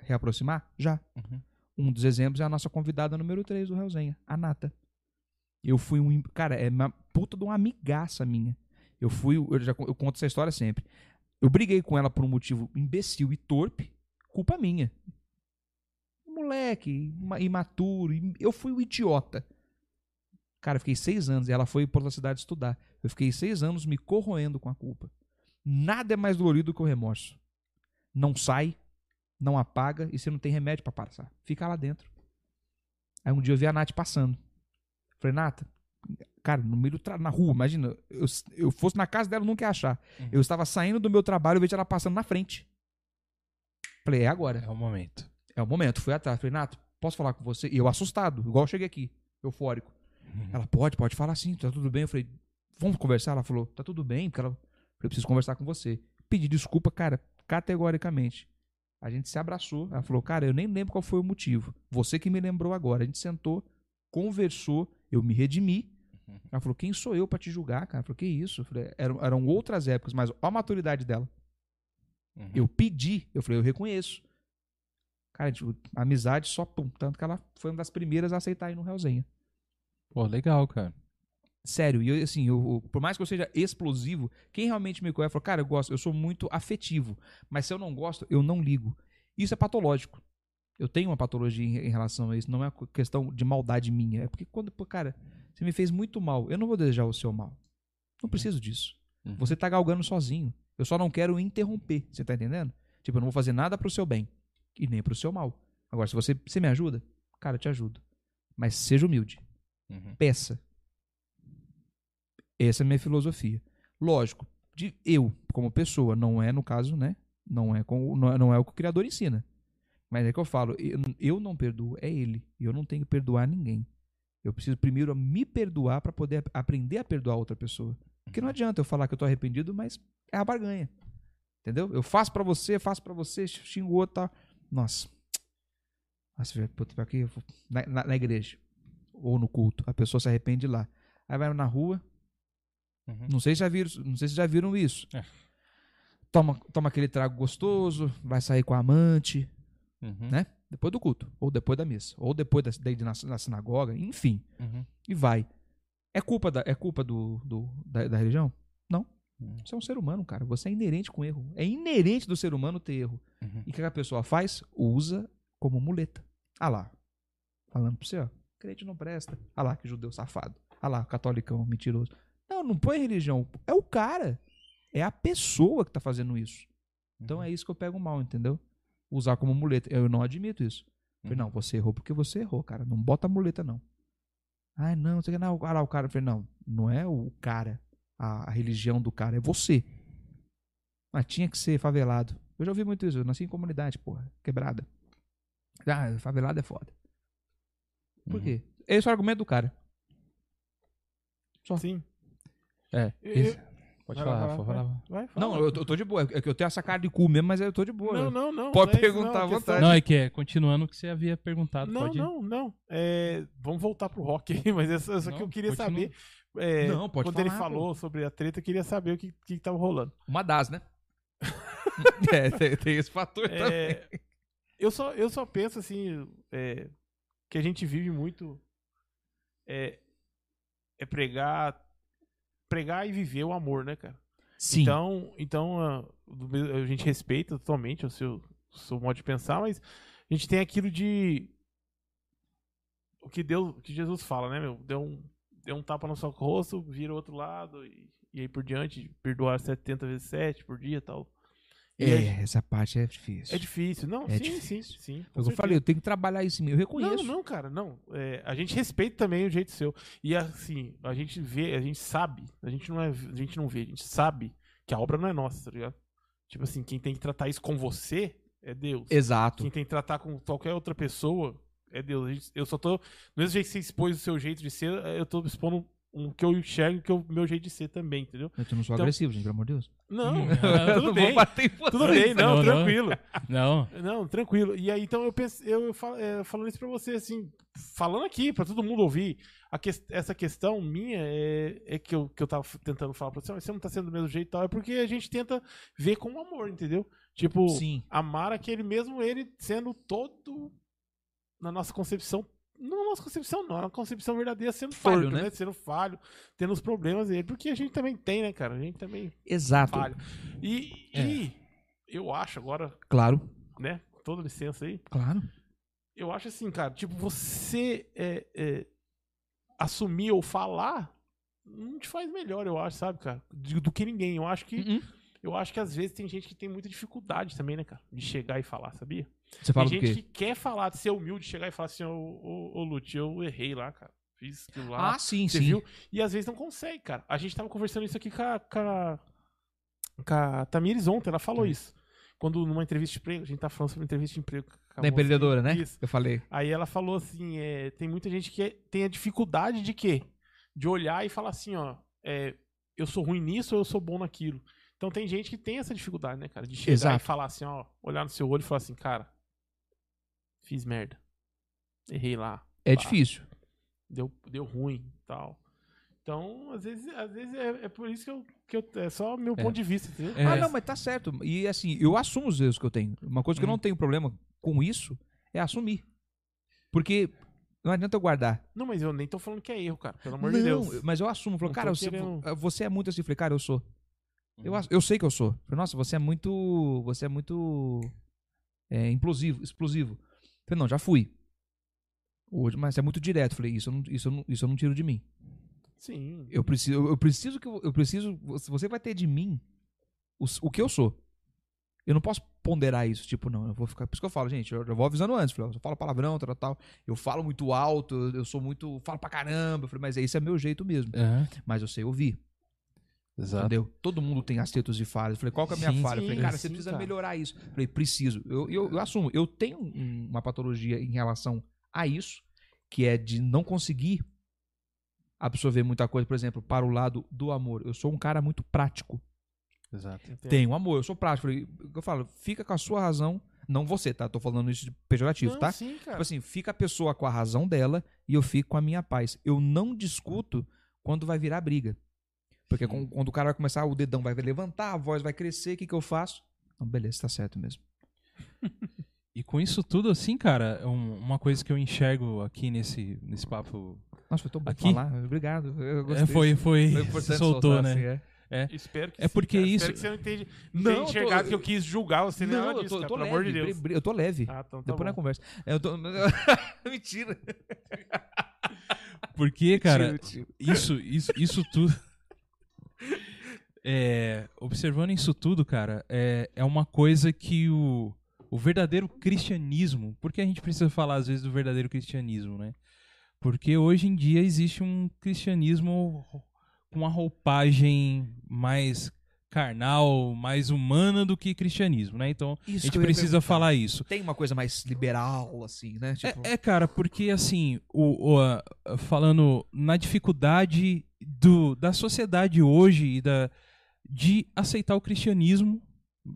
S4: reaproximar? Já. Um dos exemplos é a nossa convidada número 3 do Realzenha, a Nata. Eu fui um. im- Cara, é uma puta de uma amigaça minha. Eu fui. Eu, já, con- eu conto essa história sempre. Eu briguei com ela por um motivo imbecil e torpe, culpa minha. Moleque, ima- imaturo. im- Eu fui o idiota. Cara, eu fiquei seis anos. e Ela foi para outra cidade estudar. Eu fiquei seis anos me corroendo com a culpa. Nada é mais dolorido que o remorso não sai, não apaga e você não tem remédio pra passar. Fica lá dentro. Aí um dia eu vi a Nath passando. Falei, Nata, cara, no meio do tra- na rua, imagina, eu, eu fosse na casa dela, eu nunca ia achar. Eu estava saindo do meu trabalho, eu vejo ela passando na frente. Falei, é agora.
S1: É o momento.
S4: É o momento. Fui atrás. Falei, Nato, posso falar com você? E eu assustado, igual eu cheguei aqui, eufórico. Ela, pode, pode falar sim, tá tudo bem. Eu falei, vamos conversar? Ela falou, tá tudo bem, porque ela. Eu falei, preciso conversar com você. Pedi desculpa, cara, categoricamente. A gente se abraçou. Ela falou, cara, eu nem lembro qual foi o motivo. Você que me lembrou agora. A gente sentou, conversou, eu me redimi. Ela falou, quem sou eu pra te julgar, cara? Eu falei, que isso? Eu falei, eram, eram outras épocas, mas olha a maturidade dela. Eu pedi, eu falei, eu reconheço. Cara, tipo, amizade só pum. Tanto que ela foi uma das primeiras a aceitar ir no Hellzinha.
S1: Pô, legal, cara.
S4: Sério, e eu, assim, eu, eu- por mais que eu seja explosivo, quem realmente me conhece falou, cara, eu gosto, eu sou muito afetivo, mas se eu não gosto, eu não ligo. Isso é patológico. Eu tenho uma patologia em, em relação a isso, não é uma co- questão de maldade minha. É porque quando, pô, cara, você me fez muito mal, eu não vou desejar o seu mal. Não preciso disso.
S1: Uhum.
S4: Você tá galgando sozinho. Eu só não quero interromper, você tá entendendo? Tipo, eu não vou fazer nada pro seu bem e nem pro seu mal. Agora, se você, você me ajuda, cara, eu te ajudo. Mas seja humilde.
S1: Uhum.
S4: peça. Essa é a minha filosofia. Lógico, de eu, como pessoa, não é no caso, né? Não é, com, o- não é, não é o que o criador ensina. Mas é que eu falo, eu, eu não perdoo, é ele. E eu não tenho que perdoar ninguém. Eu preciso primeiro me perdoar para poder ap- aprender a perdoar outra pessoa. Porque não adianta eu falar que eu tô arrependido, mas é a barganha. Entendeu? Eu faço pra você, faço pra você, xingo o outro e tal. Nossa. Nossa, velho, puta, pior que eu vou- na, na- na igreja ou no culto, a pessoa se arrepende lá. Aí vai na rua.
S1: Uhum.
S4: Não sei se já viram, não sei se já viram isso.
S1: É.
S4: Toma, toma aquele trago gostoso, vai sair com a amante,
S1: Uhum.
S4: né? Depois do culto, ou depois da missa, ou depois da, da, na, na sinagoga, enfim,
S1: Uhum.
S4: e vai. É culpa da, é culpa do, do- da, da religião? Não.
S1: Hum.
S4: Você é um ser humano, cara. Você é inerente com erro. É inerente do ser humano ter erro.
S1: Uhum.
S4: E o que a pessoa faz? Usa como muleta. Ah lá. Falando pra você, ó. Crente não presta. Ah lá, que judeu safado. Ah lá, catolicão, mentiroso. Não, não põe religião. É o cara. É a pessoa que tá fazendo isso.
S1: Uhum.
S4: Então é isso que eu pego mal, entendeu? Usar como muleta. Eu não admito isso. Eu Falei, não, você errou porque você errou, cara. Não bota a muleta, não. Ah, não, não sei o que. Não, ah, lá, o cara. Eu Falei, não, não é o cara. A, a religião do cara é você. Mas tinha que ser favelado. Eu já ouvi muito isso. Eu nasci em comunidade, porra. Quebrada. Ah, favelado é foda. Por
S1: Uhum.
S4: quê? Esse é o argumento do cara.
S2: Sim.
S1: É,
S2: Eu-
S1: esse- Pode
S2: Vai
S1: falar,
S2: lá,
S1: Rafa.
S2: vai
S1: Vai
S2: lá.
S1: lá.
S2: Vai, fala.
S4: Não, eu, tô- eu tô de boa. É que eu tenho essa cara de cu mesmo, mas eu tô de boa.
S2: Não, não, não.
S4: Pode
S2: não é isso,
S4: perguntar à
S2: não, a questão é-
S1: Não, é que é, continuando o que você havia perguntado.
S2: Não,
S1: pode...
S2: não, não. É, vamos voltar pro rock aí, mas essa, essa que
S1: Não,
S2: eu queria
S1: continua.
S2: saber. é,
S4: Não, pode
S2: quando ele
S4: falar, pô.
S2: falou sobre a treta, eu queria saber o que, que tava rolando.
S4: Uma das,
S2: [laughs]
S4: né? [laughs] é, tem, tem esse fator também.
S2: É, eu, só, eu só penso assim é, que a gente vive muito é, é pregar pregar e viver o amor, né, cara?
S4: Sim.
S2: Então, então a, do mesmo- a gente respeita totalmente o seu, o seu modo de pensar, mas a gente tem aquilo de o que Deus, o que Jesus fala, né, meu? Deu um, deu um tapa no seu rosto, vira o outro lado e, e aí por diante, perdoar 70 vezes 7 por dia, e tal. E a
S4: é, essa parte é difícil.
S2: é difícil, não?
S4: É
S2: sim,
S4: difícil.
S2: sim, sim. com
S4: Foi o que eu
S2: certeza.
S4: falei, eu tenho que trabalhar isso em mim. Eu
S2: Não,
S4: reconheço.
S2: não, cara, não. É, a gente respeita também o jeito seu. E assim, a gente vê, a gente sabe, a gente não é, a gente não vê, a gente sabe que a obra não é nossa, tá ligado? Tipo assim, quem tem que tratar isso com você é Deus.
S4: Exato.
S2: Quem tem que tratar com qualquer outra pessoa é Deus. A gente- Eu só tô. Do mesmo jeito que você expôs o seu jeito de ser, eu tô expondo um que eu enxergo que é o meu jeito de ser também, entendeu?
S4: Eu não
S2: Então-
S4: sou agressivo, gente, pelo amor de Deus.
S1: Não,
S2: Não, [laughs] tudo
S4: não
S2: bem.
S4: vou bater em você.
S2: Tudo bem, não,
S1: Não, não.
S2: tranquilo.
S1: Não,
S2: Não, tranquilo. E aí, então, eu penso, eu, eu falo, é, falando isso pra você, assim, falando aqui, pra todo mundo ouvir, a ques- essa questão minha é, é que, eu, que eu tava f- tentando falar pra você, mas você não tá sendo do mesmo jeito e tal, é porque a gente tenta ver com amor, entendeu? Tipo,
S4: Sim.
S2: amar aquele mesmo ele sendo todo na nossa concepção. Não na nossa concepção, não. Na concepção verdadeira, sendo
S4: Falho,
S2: torto,
S4: né?
S2: né? Sendo falho, tendo os problemas dele. Porque a gente também tem, né, cara? A gente também
S4: Exato.
S2: falha. E,
S4: É.
S2: e eu acho agora,
S4: Claro,
S2: né? Toda licença aí.
S4: claro.
S2: Eu acho assim, cara, tipo, você é, é, assumir ou falar não te faz melhor, eu acho, sabe, cara? Do, do que ninguém. Eu acho que.
S4: Uhum.
S2: Eu acho que às vezes tem gente que tem muita dificuldade também, né, cara? De chegar e falar, sabia?
S4: Você fala
S2: tem
S4: o quê?
S2: gente que quer falar, ser humilde, chegar e falar assim, ô, ô, ô Lute, eu errei lá, cara. Fiz aquilo lá.
S4: Ah, sim,
S2: Você
S4: sim.
S2: viu? E às vezes não consegue, cara. A gente tava conversando isso aqui com a, com a, com a Tamires ontem, ela
S4: Uhum.
S2: falou isso. Quando numa entrevista de emprego, a gente tá falando sobre entrevista de emprego. com a
S4: Da
S2: moça.
S4: empreendedora, né?
S2: Isso.
S4: Eu falei.
S2: Aí ela falou assim: é, tem muita gente que é- tem a dificuldade de quê? De olhar e falar assim, ó, é, eu sou ruim nisso ou eu sou bom naquilo. Então tem gente que tem essa dificuldade, né, cara? De chegar
S4: Exato.
S2: e falar assim, ó, olhar no seu olho e falar assim, cara, fiz merda. Errei lá
S4: É
S2: Pá.
S4: difícil.
S2: deu, deu ruim tal. Então, às vezes, às vezes é, é por isso que eu, que eu. É só meu ponto de vista, entendeu?
S1: É.
S4: Ah, não, mas tá certo. E assim, eu assumo os erros que eu tenho. Uma coisa que
S2: Hum.
S4: eu não tenho problema com isso é assumir. Porque não adianta eu guardar.
S2: Não, mas eu nem tô falando que é erro, cara. Pelo amor de Deus.
S4: mas eu assumo. Falo,
S2: Não
S4: cara,
S2: tô
S4: você,
S2: querendo-
S4: você é muito assim. Falei, cara, eu sou. Eu,
S2: Uhum.
S4: ass- eu sei que eu sou. Falei, nossa, você é muito. Você é muito. É, implosivo, explosivo. Falei, não, já fui. Hoje, mas você é muito direto. Falei, isso eu não, isso eu não, isso eu não tiro de mim.
S2: Sim.
S4: Eu preciso, eu- eu preciso que eu eu preciso. Você vai ter de mim o, s- o que eu sou. Eu não posso ponderar isso. Tipo, não, eu vou ficar. Por isso que eu falo, gente, eu, eu vou avisando antes. Falei, ó, eu falo palavrão, tal, tal. Eu falo muito alto, eu- eu sou muito. Falo pra caramba. Eu falei, mas isso é meu jeito mesmo. Mas eu sei ouvir,
S3: Tá.
S1: Exato.
S4: entendeu? Todo mundo tem acertos e falhas. Eu falei, qual que é a minha
S1: Sim,
S4: falha? Eu falei,
S2: sim,
S4: cara,
S2: sim,
S4: você precisa
S2: cara.
S4: melhorar isso. Eu falei, preciso. Eu, eu, eu assumo, eu tenho um- uma patologia em relação a isso, que é de não conseguir absorver muita coisa, por exemplo, para o lado do amor. Eu sou um cara muito prático.
S1: Exato.
S2: tá, Entendo.
S4: Tenho amor, eu sou prático. Falei, Eu falo, fica com a sua razão. Não você, tá? Tô falando isso de pejorativo,
S2: Não,
S4: tá?
S2: Sim, cara.
S4: Tipo assim, fica a pessoa com a razão dela e eu fico com a minha paz. Eu não discuto quando vai virar briga. Porque com- quando o cara vai começar, o dedão vai levantar, a voz vai crescer, o que, que eu faço? Não, beleza, tá certo mesmo.
S1: E com isso tudo, assim, cara, um- uma coisa que eu enxergo aqui nesse, nesse papo.
S4: Nossa, foi tão bom
S1: Aqui?
S4: falar. Obrigado. Eu
S1: É,
S4: gostei.
S1: foi, [laughs] foi.
S4: Foi
S1: se
S4: importante
S1: soltou,
S4: soltar,
S1: né?
S4: assim, é.
S2: Espero que
S1: É
S2: sim,
S1: porque
S2: cara.
S1: isso-
S2: Espero que você não entende.
S4: Não, eu
S2: tenha
S4: tô-
S2: enxergado que eu quis julgar você nem nada
S4: Não, eu
S2: disso,
S4: tô, eu
S2: cara,
S4: tô
S2: pelo
S4: leve.
S2: amor de Deus.
S4: bri- bri- Eu tô leve.
S2: Ah, então tá
S4: Depois na
S2: bom.
S4: conversa. Eu tô... [laughs] Mentira.
S1: Porque, cara,
S4: Mentira, mentira.
S1: isso, isso, isso tudo. É, observando isso tudo, cara, é, é uma coisa que o, o verdadeiro cristianismo. Por que a gente precisa falar às vezes do verdadeiro cristianismo, né? Porque hoje em dia existe um cristianismo com uma roupagem mais carnal, mais humana do que cristianismo, né? Então
S4: Isso
S1: a
S4: que
S1: gente
S4: eu ia
S1: precisa
S4: perguntar.
S1: falar isso.
S4: Tem uma coisa mais liberal, assim, né? Tipo...
S1: É, é, cara, porque assim, o, o, a- a- falando na dificuldade do, da sociedade hoje e da, de aceitar o cristianismo,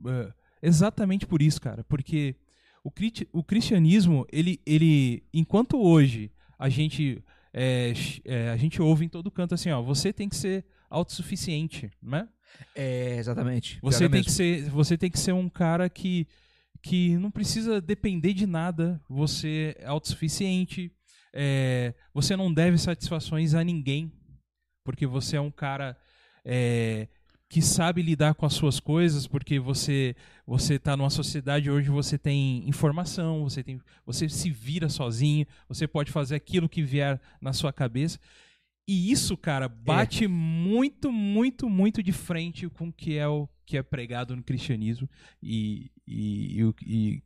S1: é, exatamente por isso, cara, porque o, crit- o cristianismo, ele, ele, enquanto hoje a gente, é, ch- é, a gente ouve em todo canto assim, ó, você tem que ser autossuficiente, né?
S4: É, exatamente.
S1: Você
S4: Pior
S1: tem,
S4: mesmo.
S1: que ser, você tem que ser um cara que, que não precisa depender de nada. Você é autossuficiente. é, você não deve satisfações a ninguém. Porque você é um cara é, que sabe lidar com as suas coisas. Porque você você tá numa sociedade hoje, você tem informação, você, tem, você se vira sozinho, você pode fazer aquilo que vier na sua cabeça. E isso, cara, bate muito, muito, muito de frente com o que é o que é pregado no cristianismo e, e, e, o- e,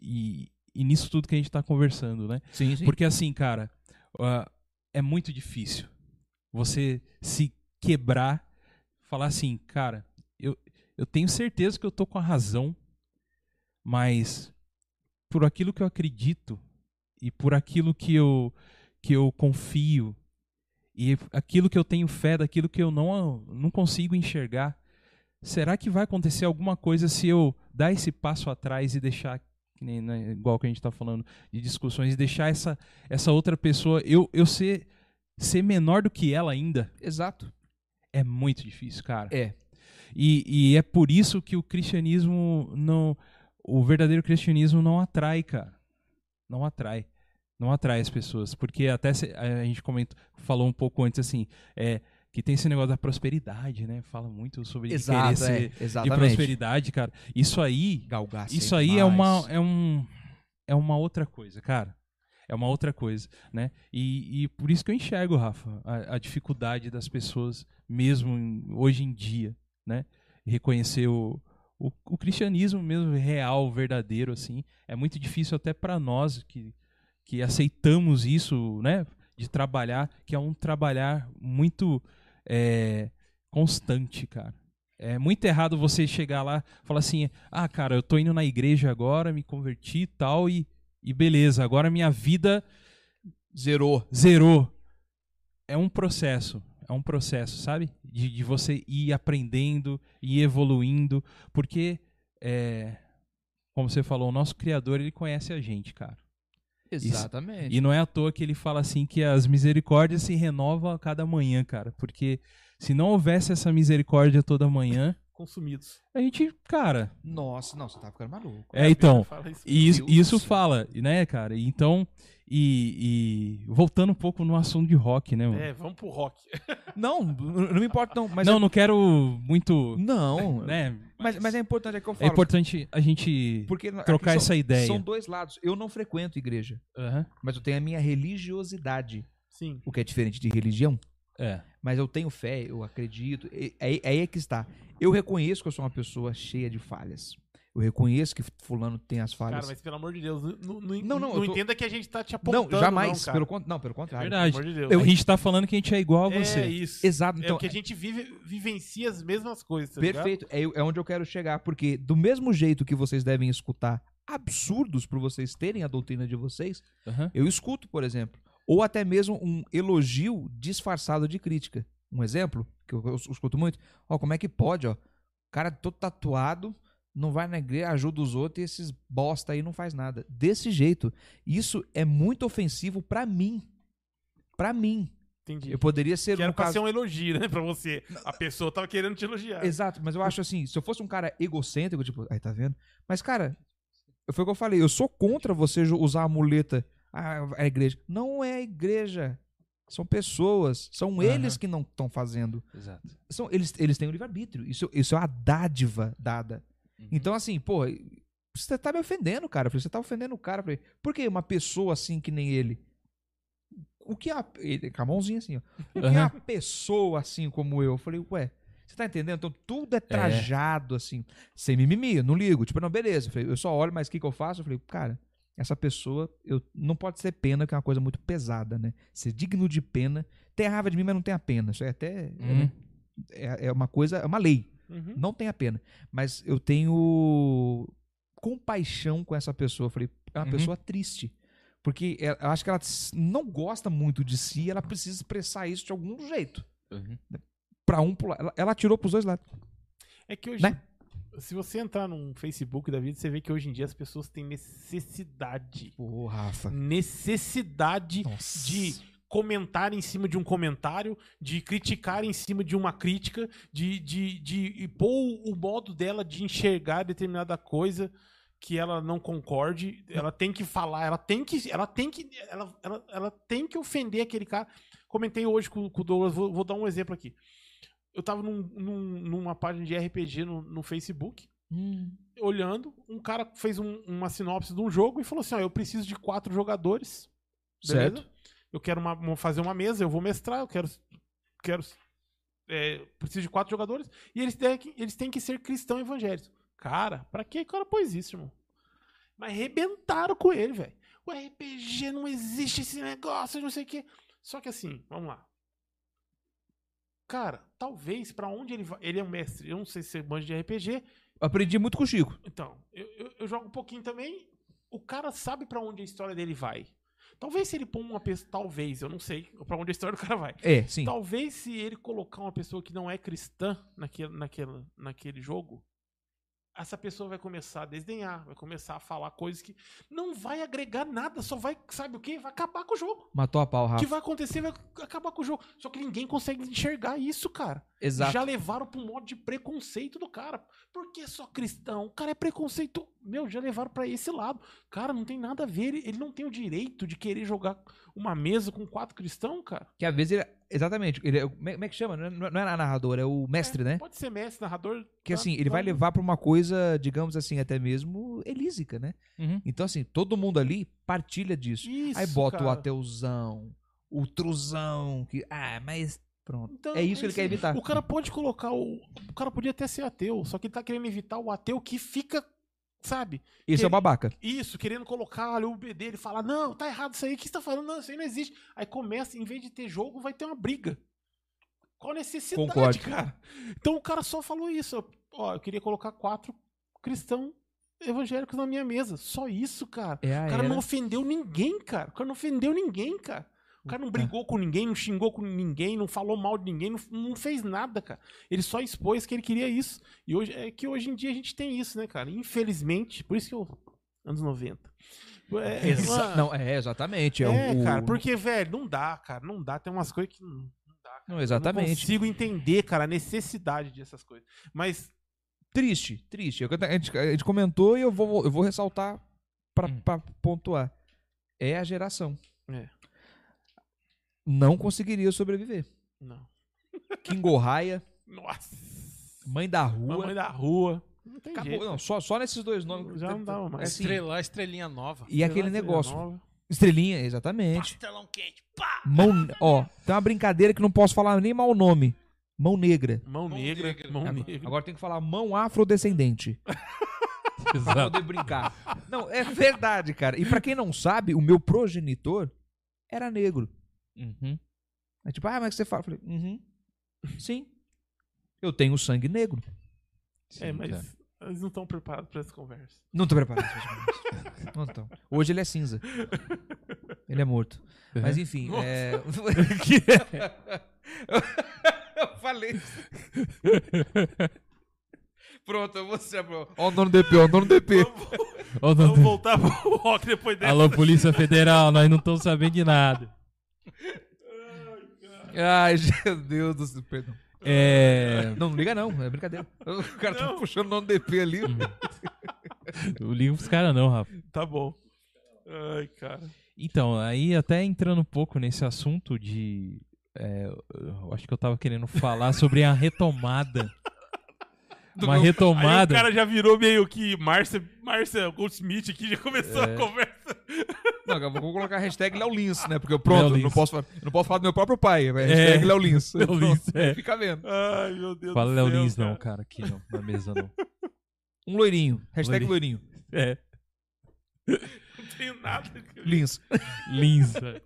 S1: e- e nisso tudo que a gente está conversando, né?
S4: Sim, sim.
S1: Porque assim, cara, ah, é muito difícil você se quebrar, falar assim, cara, eu, eu tenho certeza que eu tô com a razão, mas por aquilo que eu acredito e por aquilo que eu, que eu confio e aquilo que eu tenho fé, daquilo que eu não, não consigo enxergar, será que vai acontecer alguma coisa se eu dar esse passo atrás e deixar, que nem, né, igual que a gente está falando, de discussões, e deixar essa, essa outra pessoa, eu, eu ser, ser menor do que ela ainda?
S4: Exato.
S1: É muito difícil, cara.
S4: É.
S1: E, e é por isso que o cristianismo não. O verdadeiro cristianismo não atrai, cara. Não atrai. Não atrai as pessoas. Porque até se- a a gente comentou, falou um pouco antes assim, é, que tem esse negócio da prosperidade, né? Fala muito sobre querer
S4: Exato,
S1: ser
S4: é.
S1: de
S4: Exatamente.
S1: prosperidade, cara. Isso aí.
S4: Galgar
S1: Isso
S4: sempre
S1: aí é uma,
S4: mais.
S1: é, um, é uma outra coisa, cara. É uma outra coisa, né? E, e por isso que eu enxergo, Rafa, a, a dificuldade das pessoas, mesmo em- hoje em dia, né? Reconhecer o, o, o cristianismo mesmo real, verdadeiro, assim. É muito difícil até para nós que, que aceitamos isso, né? De trabalhar, que é um trabalhar muito é, constante, cara. É muito errado você chegar lá e falar assim: ah, cara, eu tô indo na igreja agora, me converti e tal, e, e beleza, agora minha vida
S4: Zerou.
S1: zerou. É um processo, é um processo, sabe? De, de você ir aprendendo e evoluindo, porque, é, como você falou, o nosso Criador, ele conhece a gente, cara.
S4: Exatamente.
S1: E não é à toa que ele fala assim que as misericórdias se renovam a cada manhã, cara. Porque se não houvesse essa misericórdia toda manhã,
S2: Consumidos.
S1: a gente, cara.
S4: Nossa, não, você tá ficando maluco.
S1: É, então.
S2: Fala isso.
S1: E isso,
S4: Deus
S1: e isso
S4: do céu.
S1: fala, né, cara? Então, e, e voltando um pouco no assunto de rock, né, mano?
S2: É, vamos pro rock. [laughs]
S4: Não, não me importa não. Mas é
S1: não, não quero muito.
S4: Não.
S1: [laughs] Né?
S4: mas, mas é importante, é que eu
S1: É
S4: falo.
S1: importante a gente
S4: Porque aqui
S1: trocar
S4: são-
S1: essa ideia.
S4: São dois lados. Eu não frequento igreja,
S1: Aham.
S4: mas eu tenho a minha religiosidade,
S2: Sim.
S4: o que é diferente de religião.
S1: É.
S4: Mas eu tenho fé, é eu acredito. e- Aí aí é que está. Eu reconheço que eu sou uma pessoa cheia de falhas. Eu reconheço que fulano tem as falhas.
S2: Cara, mas pelo amor de Deus, não, não,
S4: Não, não, eu tô-
S2: entenda que a gente tá te apontando.
S4: não, jamais.
S2: não, cara.
S4: pelo, con- não, pelo contrário.
S1: Verdade.
S2: Pelo amor de Deus.
S1: A gente tá falando que a gente é igual a você.
S2: É isso.
S4: Exato.
S2: é
S4: Então,
S2: o que a gente vive, vivencia as mesmas coisas, tá ligado?
S4: Perfeito. É, é onde eu quero chegar, porque do mesmo jeito que vocês devem escutar absurdos por vocês terem a doutrina de vocês,
S1: Aham.
S4: eu escuto, por exemplo. Ou até mesmo um elogio disfarçado de crítica. Um exemplo, que eu, eu escuto muito. Ó, como é que pode, ó? O cara todo tatuado, não vai na igreja, ajuda os outros e esses bosta aí não faz nada. Desse jeito. Isso é muito ofensivo pra mim. Pra mim.
S2: Entendi.
S4: Eu poderia ser
S2: Que era
S4: um
S2: pra
S4: caso...
S2: ser um elogio, né? Pra você. A pessoa tava querendo te elogiar.
S4: Exato, mas eu acho assim, se eu fosse um cara egocêntrico, tipo, aí tá vendo? Mas, cara, foi o que eu falei, eu sou contra você ju- usar a muleta, ah, a igreja. Não é a igreja. São pessoas, são eles que não estão fazendo.
S1: Exato.
S4: São, eles, eles têm o livre-arbítrio. Isso, isso é uma dádiva dada.
S1: Uhum.
S4: Então, assim, pô, você tá me ofendendo, cara. Eu falei, Você tá ofendendo o cara. Eu falei, Por que uma pessoa assim que nem ele? O que a. Ele, com a mãozinha assim, ó. O que
S1: Aham.
S4: a pessoa assim como eu? Eu falei, ué, você tá entendendo? Então tudo é trajado, assim, sem mimimi, eu não ligo. Tipo, não, beleza. Eu, falei, eu só olho, mas o que, que eu faço? Eu falei, cara, essa pessoa, eu não pode ser pena, que é uma coisa muito pesada, né? Ser digno de pena. Tem raiva de mim, mas não tem a pena. Isso é até.
S1: Uhum.
S4: É, é uma coisa, é uma lei.
S2: Uhum.
S4: Não tem a pena. Mas eu tenho compaixão com essa pessoa. Eu falei, é uma
S1: Uhum.
S4: pessoa triste. Porque ela- eu acho que ela s- não gosta muito de si, ela precisa expressar isso de algum jeito.
S1: Uhum.
S4: Pra um pular. Ela, ela tirou pros dois lados.
S2: É que hoje,
S4: Né?
S2: se você entrar num Facebook da vida, você vê que hoje em dia as pessoas têm necessidade.
S4: Pô, Rafa.
S2: Necessidade
S4: Nossa.
S2: de comentar em cima de um comentário, de criticar em cima de uma crítica, de, de, de e pôr o modo dela de enxergar determinada coisa que ela não concorde, ela tem que falar, ela tem que, ela tem que, ela, ela, ela tem que ofender aquele cara. Comentei hoje com, com o Douglas, vou, vou dar um exemplo aqui. Eu tava num- num- numa página de RPG no, no Facebook, Hum. olhando, um cara fez um- uma sinopse de um jogo e falou assim, ó, eu preciso de quatro jogadores Beleza?
S4: Certo.
S2: Eu quero uma- uma- fazer uma mesa, eu vou mestrar, eu quero. quero é, preciso de quatro jogadores. E eles têm, que- eles têm que ser cristão evangélico. Cara, pra que o cara pôs isso, irmão? Mas arrebentaram com ele, velho. O RPG não existe esse negócio, não sei o quê. Só que assim, vamos lá. Cara, talvez pra onde ele vai. Ele é um mestre, eu não sei se é manja de RPG.
S4: Aprendi muito com o Chico.
S2: Então, eu, eu- eu jogo um pouquinho também. O cara sabe pra onde a história dele vai. Talvez se ele põe uma pessoa. Talvez, eu não sei pra onde a história do cara vai.
S4: É, sim.
S2: Talvez se ele colocar uma pessoa que não é cristã naquele, naquele, naquele jogo, essa pessoa vai começar a desdenhar, vai começar a falar coisas que não vai agregar nada, só vai, sabe o quê? Vai acabar com o jogo.
S4: Matou a pau,
S2: O que
S4: Rafa.
S2: vai acontecer vai acabar com o jogo. Só que ninguém consegue enxergar isso, cara.
S4: Exato.
S2: Já levaram pro modo de preconceito do cara. Por que só cristão? O cara é preconceito. Meu, já levaram pra esse lado. Cara, não tem nada a ver. Ele, ele não tem o direito de querer jogar uma mesa com quatro cristãos, cara.
S4: Que às vezes ele. Exatamente. Ele é, o- como é como é que chama? Não é, não é narrador, é o mestre, né?
S2: Pode ser mestre, narrador.
S4: Que
S2: tá-
S4: assim, ele vai
S2: tá-
S4: levar pra uma coisa, digamos assim, até mesmo elísica, né?
S1: Uhum.
S4: Então, assim, todo mundo ali partilha disso.
S2: Isso,
S4: Aí bota o
S2: cara.
S4: ateuzão, o truzão, que. Ah, mas. Pronto.
S2: Então,
S4: é isso que ele
S2: isso.
S4: quer evitar.
S2: O cara pode colocar o. O cara podia até ser ateu, só que ele tá querendo evitar o ateu que fica. Sabe?
S4: Esse é o babaca.
S2: Isso, querendo colocar olha, o B dele, falar, não, tá errado isso aí, o que você tá falando? Não, isso aí não existe. Aí começa, em vez de ter jogo, vai ter uma briga. Qual a necessidade,
S4: Concordo.
S2: cara? Então o cara só falou isso. ó, Ó, eu queria colocar quatro cristãos evangélicos na minha mesa. Só isso, cara.
S4: É a
S2: O cara
S4: era.
S2: não ofendeu ninguém, cara. O cara não ofendeu ninguém, cara. O cara não
S4: Tá.
S2: brigou com ninguém, não xingou com ninguém, não falou mal de ninguém, não, não fez nada, cara. Ele só expôs que ele queria isso. E hoje é que hoje em dia a gente tem isso, né, cara? Infelizmente, por isso que eu. Anos 90. É,
S4: Exa-
S2: mano,
S4: Não, é, exatamente. É,
S2: é,
S4: o,
S2: cara, porque, velho, não dá, cara. Não dá. Tem umas coisas que. não-
S4: Não,
S2: Eu não
S4: exatamente.
S2: consigo entender, cara, a necessidade dessas coisas. Mas
S4: Triste, triste. É o que eu ta- A gente, a gente comentou e eu vou, eu vou ressaltar pra,
S1: Hum.
S4: pra pontuar. É a geração.
S2: É.
S4: Não conseguiria sobreviver.
S2: não.
S4: Kingorraia,
S2: Nossa.
S4: Mãe da Rua.
S2: Mamãe da rua. Não tem
S4: Acabou.
S2: jeito.
S4: Não, só, só nesses dois nomes.
S2: Já não dava mais.
S4: Assim,
S3: Estrelar, estrelinha nova.
S4: e aquele
S2: Estrela
S4: negócio.
S2: 19.
S4: Estrelinha, exatamente.
S3: Pastelão quente. Pá!
S4: Mão, ó, tem uma brincadeira que não posso falar nem mal o nome. Mão negra.
S2: Mão,
S3: Mão
S2: negra,
S3: negra.
S2: mão
S4: Agora,
S2: negra.
S4: [laughs] agora tem que falar mão afrodescendente. pra
S1: Exato.
S4: poder brincar. Não, é verdade, cara. E pra quem não sabe, o meu progenitor era negro.
S1: Uhum.
S4: É tipo, ah, mas você fala. Eu falei, uhum. Sim. Eu tenho sangue negro.
S1: Sim,
S2: É, mas
S1: cara.
S2: eles não estão preparados pra essa conversa.
S4: Não tô preparado. pra isso, gente. Não tô. Hoje ele é cinza. Ele é morto. Mas enfim, é...
S3: [laughs]
S4: eu falei. isso. Pronto, eu vou ser. Ó, o dono do DP, ó, o dono do DP.
S1: Ô,
S2: Vamos
S1: Dante,
S2: voltar pro rock depois dessa.
S1: Alô, Polícia Federal, nós não estamos sabendo de nada.
S4: Ai, meu Deus do céu, perdão.
S1: É,
S4: Não, não liga não, é brincadeira. O cara tá puxando o nome do DP ali.
S1: eu ligo pros caras não, Rafa.
S2: Tá bom. Ai, cara.
S1: Então, aí até entrando um pouco nesse assunto de... é, eu acho que eu tava querendo falar sobre a retomada.
S2: [laughs]
S4: Do
S1: Uma
S4: meu-
S2: Aí o
S1: retomada...
S2: cara já virou meio que Márcia, Márcia Goldsmith aqui, já começou
S1: É.
S2: a conversa.
S4: Não, eu vou colocar a hashtag Léo Lins, né? Porque eu, pronto,
S1: Léo
S4: eu não
S1: Lins.
S4: posso, falar- eu não posso falar do meu próprio pai. É hashtag Léo Lins.
S1: Léo Lins,
S4: Pronto,
S1: é.
S4: Fica vendo.
S2: Ai, meu Deus
S1: Fala
S2: do
S1: Léo
S2: céu,
S1: Lins
S2: cara.
S1: não, cara, aqui não, na mesa não.
S4: Um loirinho. Hashtag loirinho.
S1: É,
S2: Não tem nada. que-
S4: Lins.
S1: linsa.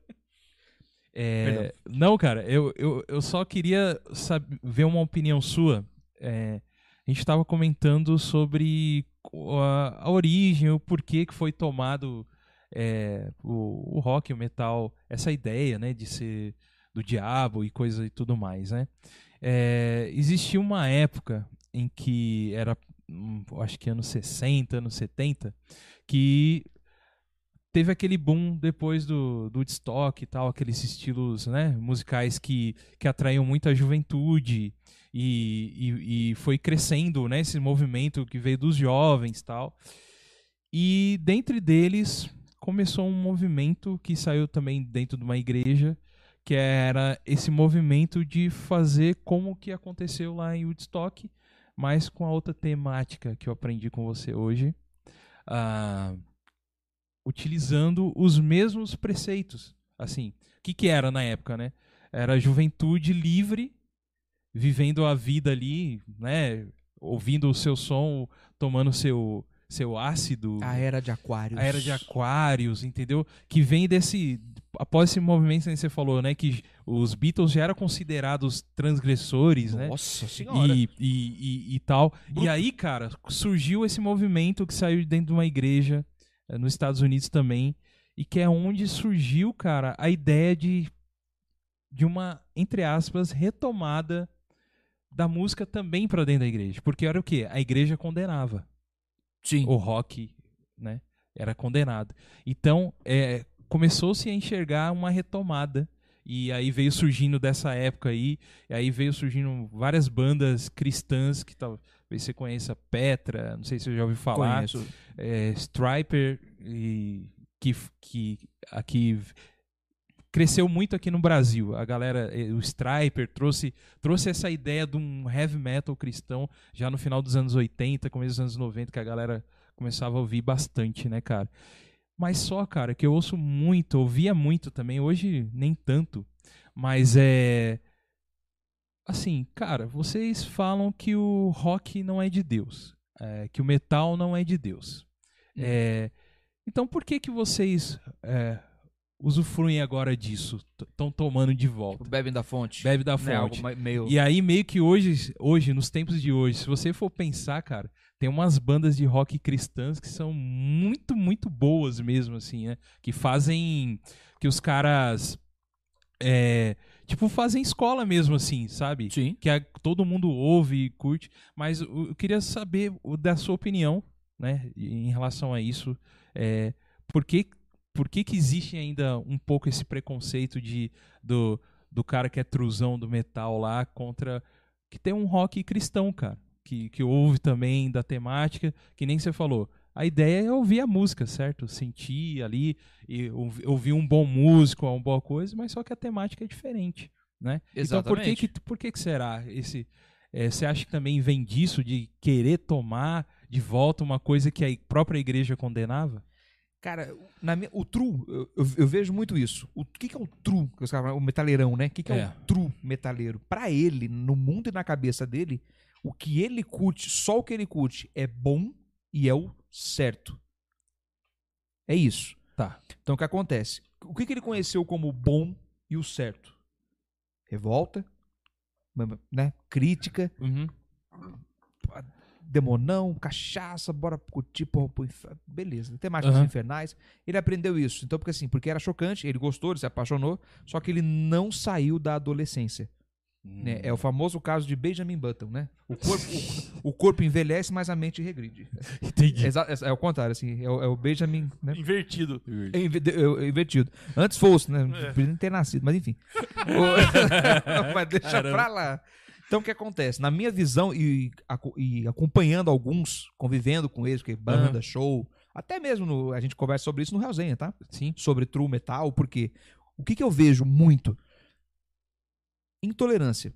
S1: É, não, cara, eu, eu, eu só queria sab- ver uma opinião sua. É, a gente estava comentando sobre co- a, a origem, o porquê que foi tomado é, o, o rock, o metal, essa ideia né, de ser do diabo e coisa e tudo mais. Né? É, existia uma época em que era, hum, acho que anos 60, anos 70, que teve aquele boom depois do, do Woodstock e tal, aqueles estilos né, musicais que, que atraíam muito a juventude e, e, e foi crescendo né, esse movimento que veio dos jovens e tal. E dentre deles começou um movimento que saiu também dentro de uma igreja, que era esse movimento de fazer como que aconteceu lá em Woodstock, mas com a outra temática que eu aprendi com você hoje. Ah, utilizando os mesmos preceitos. Assim, o que, que era na época, né? Era a juventude livre, vivendo a vida ali, né? Ouvindo o seu som, tomando seu seu ácido.
S4: A era de aquário.
S1: A era de Aquários, entendeu? Que vem desse. Após esse movimento que você falou, né? Que os Beatles já eram considerados transgressores, né?
S4: Nossa senhora.
S1: E, e, e, e tal. E aí, cara, surgiu esse movimento que saiu de dentro de uma igreja eh, nos Estados Unidos também. E que é onde surgiu, cara, a ideia de, de uma, entre aspas, retomada da música também pra dentro da igreja. Porque era o quê? A igreja condenava
S4: Sim.
S1: o rock, né? Era condenado. Então, é, começou-se a enxergar uma retomada. E aí veio surgindo dessa época aí, e aí veio surgindo várias bandas cristãs que talvez você conheça Petra, não sei se você já ouviu falar,
S4: Conheço.
S1: é, Striper, e que, que aqui cresceu muito aqui no Brasil. A galera, eh, o Striper trouxe, trouxe essa ideia de um heavy metal cristão já no final dos anos 80, começo dos anos 90, que a galera começava a ouvir bastante, né, cara? Mas só, cara, que eu ouço muito, ouvia muito também, hoje nem tanto, mas é assim, cara, vocês falam que o rock não é de Deus, é, que o metal não é de Deus. É, então por que que vocês é, usufruem agora disso? Estão tomando de volta?
S4: Bebem da fonte.
S1: Bebe da
S4: Né, algo
S1: fonte.
S4: ma- meio...
S1: E aí, meio que hoje, hoje, nos tempos de hoje, se você for pensar, cara, tem umas bandas de rock cristãs que são muito, muito boas mesmo, assim, né? Que fazem. Que os caras. é, tipo, fazem escola mesmo, assim, sabe?
S4: Sim.
S1: Que a- todo mundo ouve e curte. Mas eu eu queria saber o- da sua opinião, né? Em relação a isso. É, por que, por que que existe ainda um pouco esse preconceito de, do, do cara que é truzão do metal lá contra que tem um rock cristão, cara, que, que ouve também da temática, que nem você falou. A ideia é ouvir a música, certo? Sentir ali, e ouvi- ouvir um bom músico, uma boa coisa, mas só que a temática é diferente, né? Então por
S4: Exatamente.
S1: que que, por que, que será esse... eh, você acha que também vem disso, de querer tomar de volta uma coisa que a própria igreja condenava?
S4: Cara, na minha- o true, eu, eu- eu vejo muito isso. O que, que é o true? Que os caras falam, O metaleirão, né? O que, que é,
S1: É.
S4: o true metaleiro? Pra ele, no mundo e na cabeça dele, o que ele curte, só o que ele curte, é bom e é o certo. É isso.
S1: Tá.
S4: Então o que acontece? O que, que ele conheceu como bom e o certo? Revolta, né? Crítica,
S1: Uhum.
S4: demonão, cachaça, bora curtir, porra, pro infer- beleza, temáticas
S1: Aham.
S4: infernais. Ele aprendeu isso. Então, porque assim, porque era chocante, ele gostou, ele se apaixonou, só que ele não saiu da adolescência.
S1: Hum.
S4: né? É o famoso caso de Benjamin Button, né? O corpo, o, o corpo envelhece, mas a mente regride.
S1: [laughs] Entendi.
S4: Exa- é, é o contrário, assim, é o, é o Benjamin, né?
S2: Invertido.
S4: É inve- é- é invertido. Antes fosse, né? Não podia nem ter nascido, mas enfim. O- [laughs] mas deixa pra lá. Então o que acontece? Na minha visão, e, aco- e acompanhando alguns, convivendo com eles, que banda, show, até mesmo no- a gente conversa sobre isso no Realzenha, tá?
S1: Sim.
S4: Sobre true metal, porque o que, que eu vejo muito? Intolerância.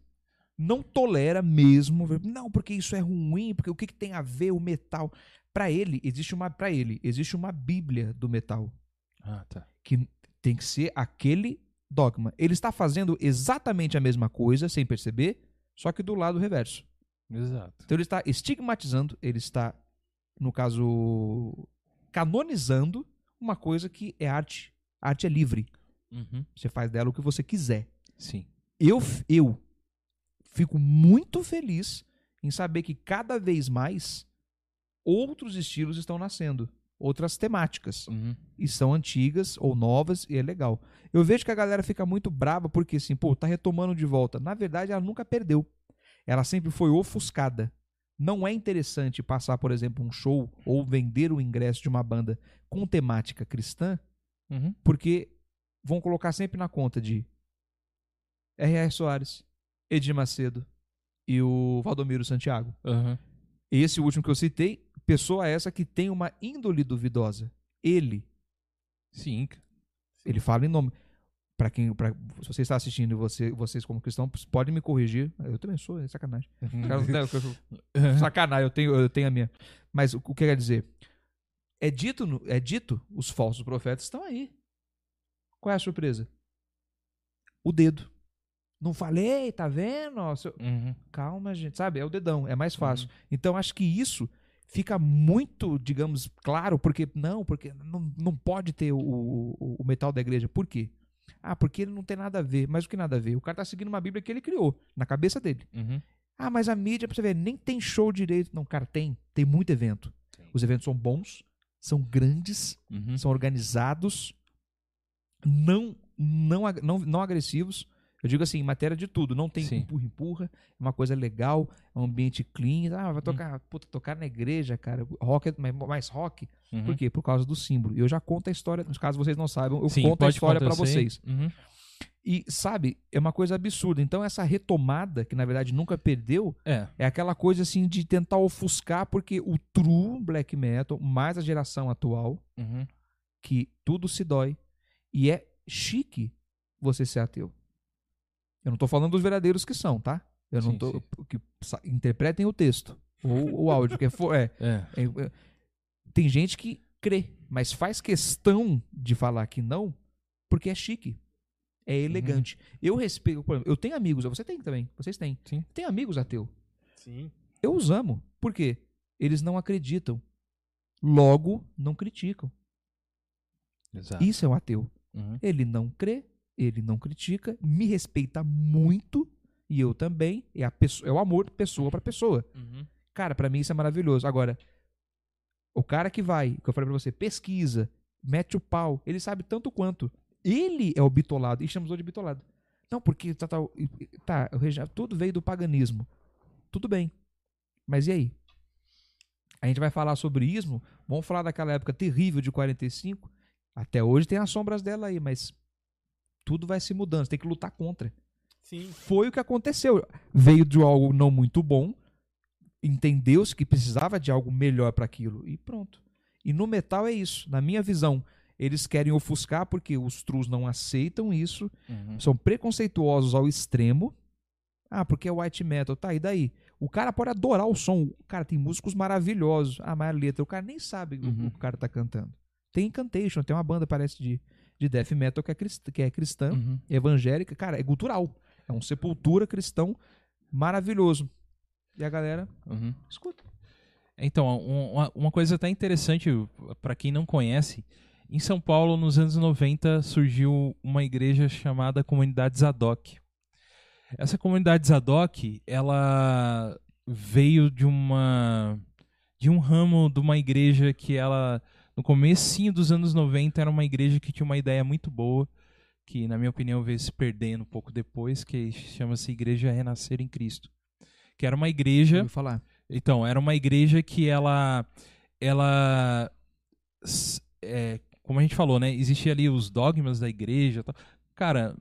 S4: Não tolera mesmo. Não, porque isso é ruim, porque o que, que tem a ver o metal? Pra ele, existe uma. para ele, existe uma bíblia do metal
S1: Ah, tá.
S4: que tem que ser aquele dogma. Ele está fazendo exatamente a mesma coisa, sem perceber, só que do lado reverso.
S1: Exato.
S4: Então ele está estigmatizando, ele está, no caso, canonizando uma coisa que é arte. A arte é livre.
S1: Uhum.
S4: Você faz dela o que você quiser.
S1: Sim.
S4: Eu, f- eu fico muito feliz em saber que cada vez mais outros estilos estão nascendo, outras temáticas
S1: Uhum.
S4: e são antigas ou novas e é legal. Eu vejo que a galera fica muito brava porque assim, pô, tá retomando de volta. Na verdade, ela nunca perdeu. Ela sempre foi ofuscada. Não é interessante passar, por exemplo, um show ou vender o ingresso de uma banda com temática cristã,
S1: Uhum.
S4: porque vão colocar sempre na conta de R.R. Soares, Edir Macedo e o Valdomiro Santiago.
S1: Aham.
S4: Esse último que eu citei, pessoa essa que tem uma índole duvidosa. Ele
S1: Sim. cara.
S4: ele fala em nome. Pra quem, pra, se você está assistindo, e você, vocês como cristão, podem me corrigir. Eu também sou, é sacanagem. O cara não tem- eu- eu- sacanagem, eu tenho, eu tenho a minha. Mas o, o que quer dizer? É dito, no- é dito, os falsos profetas estão aí. Qual é a surpresa? O dedo. Não falei, tá vendo? ó, seu-
S1: Uhum.
S4: Calma, gente. Sabe? É o dedão, é mais fácil. Então, acho que isso fica muito, digamos, claro, porque não, porque não, não pode ter o, o- o metal da igreja. Por quê? Ah, porque ele não tem nada a ver. Mas o que nada a ver? O cara tá seguindo uma Bíblia que ele criou, na cabeça dele.
S1: Uhum.
S4: Ah, mas a mídia, pra você ver, nem tem show direito. Não, cara, tem. Tem muito evento. Os eventos são bons, são grandes,
S1: Uhum.
S4: são organizados, não, não, ag- não, não agressivos. Eu digo assim, em matéria de tudo, não tem
S1: Sim.
S4: empurra, empurra, é uma coisa legal, é um ambiente clean. Ah, vai
S1: Hum.
S4: tocar, puta, tocar na igreja, cara, rock, é mais- mais rock.
S1: Uhum.
S4: Por quê? Por causa do símbolo. E eu já conto a história, caso vocês não saibam, eu
S1: Sim,
S4: conto a
S1: pode
S4: história pra
S1: contar, eu sei.
S4: vocês.
S1: Uhum.
S4: E, sabe, é uma coisa absurda. Então, essa retomada, que na verdade nunca perdeu,
S1: É.
S4: é aquela coisa assim de tentar ofuscar, porque o true black metal, mais a geração atual,
S1: Uhum.
S4: que tudo se dói e é chique você ser ateu. Eu não tô falando dos verdadeiros que são, tá? Eu não
S1: Sim,
S4: tô.
S1: sim.
S4: Que sa- interpretem o texto ou o áudio, que é, fo- é,
S1: É.
S4: é- é- Tem gente que crê, mas faz questão de falar que não, porque é chique.
S1: Uhum.
S4: É elegante. Eu respeito. por exemplo, Eu tenho amigos, você tem também, vocês têm.
S1: Sim.
S4: Tem amigos ateu.
S2: Sim.
S4: Eu os amo. Por quê? Eles não acreditam. Logo, não criticam.
S1: Exato.
S4: Isso é um ateu.
S1: Uhum.
S4: Ele não crê, ele não critica, me respeita muito e eu também. É, a pesso- é o amor pessoa pra pessoa.
S1: Uhum.
S4: Cara, pra mim isso é maravilhoso. Agora, o cara que vai, que eu falei pra você, pesquisa, mete o pau, ele sabe tanto quanto. Ele é o bitolado e chamamos de bitolado. Não, porque tá, tá, tá o reja- tudo veio do paganismo. Tudo bem. Mas e aí? A gente vai falar sobre ismo, vamos falar daquela época terrível de 45. Até hoje tem as sombras dela aí, mas tudo vai se mudando, você tem que lutar contra
S2: Sim.
S4: foi o que aconteceu. Veio de algo não muito bom, entendeu-se que precisava de algo melhor para aquilo e pronto. E no metal é isso, na minha visão. Eles querem ofuscar porque os trus não aceitam isso,
S1: Uhum.
S4: são preconceituosos ao extremo. Ah, porque é white metal, tá, e daí? O cara pode adorar o som, cara, tem músicos maravilhosos, ah, mas a letra, o cara nem sabe o-
S1: Uhum.
S4: o, que o cara tá cantando. Tem Incantation, tem uma banda, parece, de, de death metal que é, crist- que é cristã,
S1: Uhum.
S4: evangélica, cara, é cultural. É um sepultura cristão maravilhoso. E a galera
S1: Uhum.
S4: escuta.
S1: Então, um- uma, uma coisa até interessante para quem não conhece, em São Paulo, nos anos 90, surgiu uma igreja chamada Comunidade Zadok. Essa comunidade Zadok, ela veio de uma de um ramo de uma igreja que ela no comecinho dos anos 90 era uma igreja que tinha uma ideia muito boa, que na minha opinião veio se perdendo um pouco depois, que chama-se Igreja Renascer em Cristo. Que era uma igreja
S4: ouvi falar.
S1: então, era uma igreja que ela. Ela. s- é, como a gente falou, né? Existia ali os dogmas da igreja. e Tal. Cara,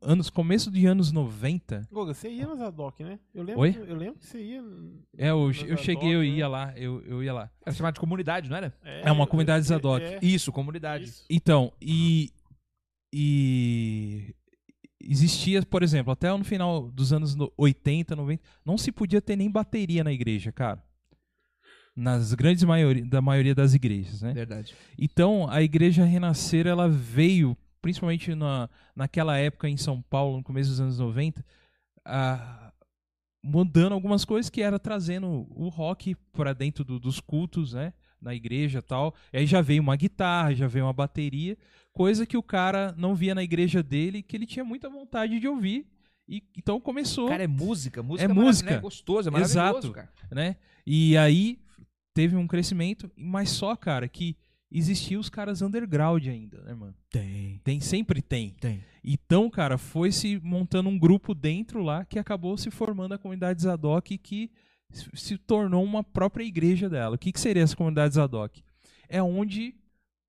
S1: anos, começo de anos 90.
S2: Goga, você ia nas ADOC, né? Eu lembro,
S1: Oi?
S2: que- Eu lembro que você ia.
S1: É, eu,
S2: Nas
S1: eu cheguei, eu
S2: Zadok, né?
S1: ia lá. Eu, eu ia lá.
S4: Era chamado de comunidade, não era?
S1: É uma comunidade Zadok.
S2: É,
S4: Isso, comunidade.
S2: isso.
S1: Então, e. E. Existia, por exemplo, até no final dos anos no- 80, 90, não se podia ter nem bateria na igreja, cara. Nas grandes maioria, da maioria das igrejas, né?
S4: É Verdade.
S1: Então, a Igreja Renascer, ela veio, principalmente na, naquela época em São Paulo, no começo dos anos 90, a- mudando algumas coisas que era trazendo o rock para dentro do- dos cultos, né? Na igreja e tal. E aí já veio uma guitarra, já veio uma bateria, coisa que o cara não via na igreja dele, que ele tinha muita vontade de ouvir. E, então começou,
S4: Cara, é música, música
S1: É
S4: maravilhosa,
S1: música.
S4: né? gostoso, é maravilhoso,
S1: Exato.
S4: cara.
S1: né? E aí teve um crescimento, mas só, cara, que existiam os caras underground ainda, né, mano?
S4: Tem,
S1: Tem, sempre tem.
S4: tem.
S1: Então, cara, foi se montando um grupo dentro lá que acabou se formando a comunidade Zadok que se- se tornou uma própria igreja dela. O que, que seria essa comunidade Zadok? É onde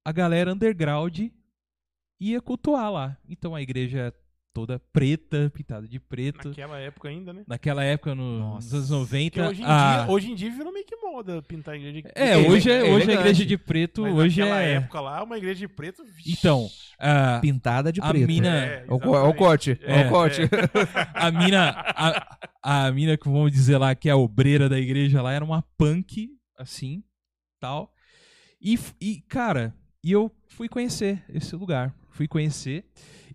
S1: a galera underground ia cultuar lá. Então a igreja é toda preta, pintada de preto.
S2: Naquela época ainda, né?
S1: Naquela época, no- nos
S4: Nossa.
S1: anos
S2: Porque
S1: 90.
S2: hoje, em
S1: a-
S2: dia, hoje em dia virou meio que moda pintar a igreja de
S1: É,
S4: É,
S1: hoje, é,
S4: é
S1: hoje a
S4: elegante.
S1: igreja de preto,
S2: Mas
S1: hoje
S2: naquela
S1: é.
S2: época lá, uma igreja de preto. vixe.
S1: Então, a-
S4: Pintada de
S1: A
S4: preto.
S1: mina-
S4: É o, co- é o corte, é,
S1: É,
S4: o corte.
S1: a mina, a, a mina que vamos dizer lá que é a obreira da igreja lá era uma punk assim, tal. E, f- e cara, e eu fui conhecer esse lugar, fui conhecer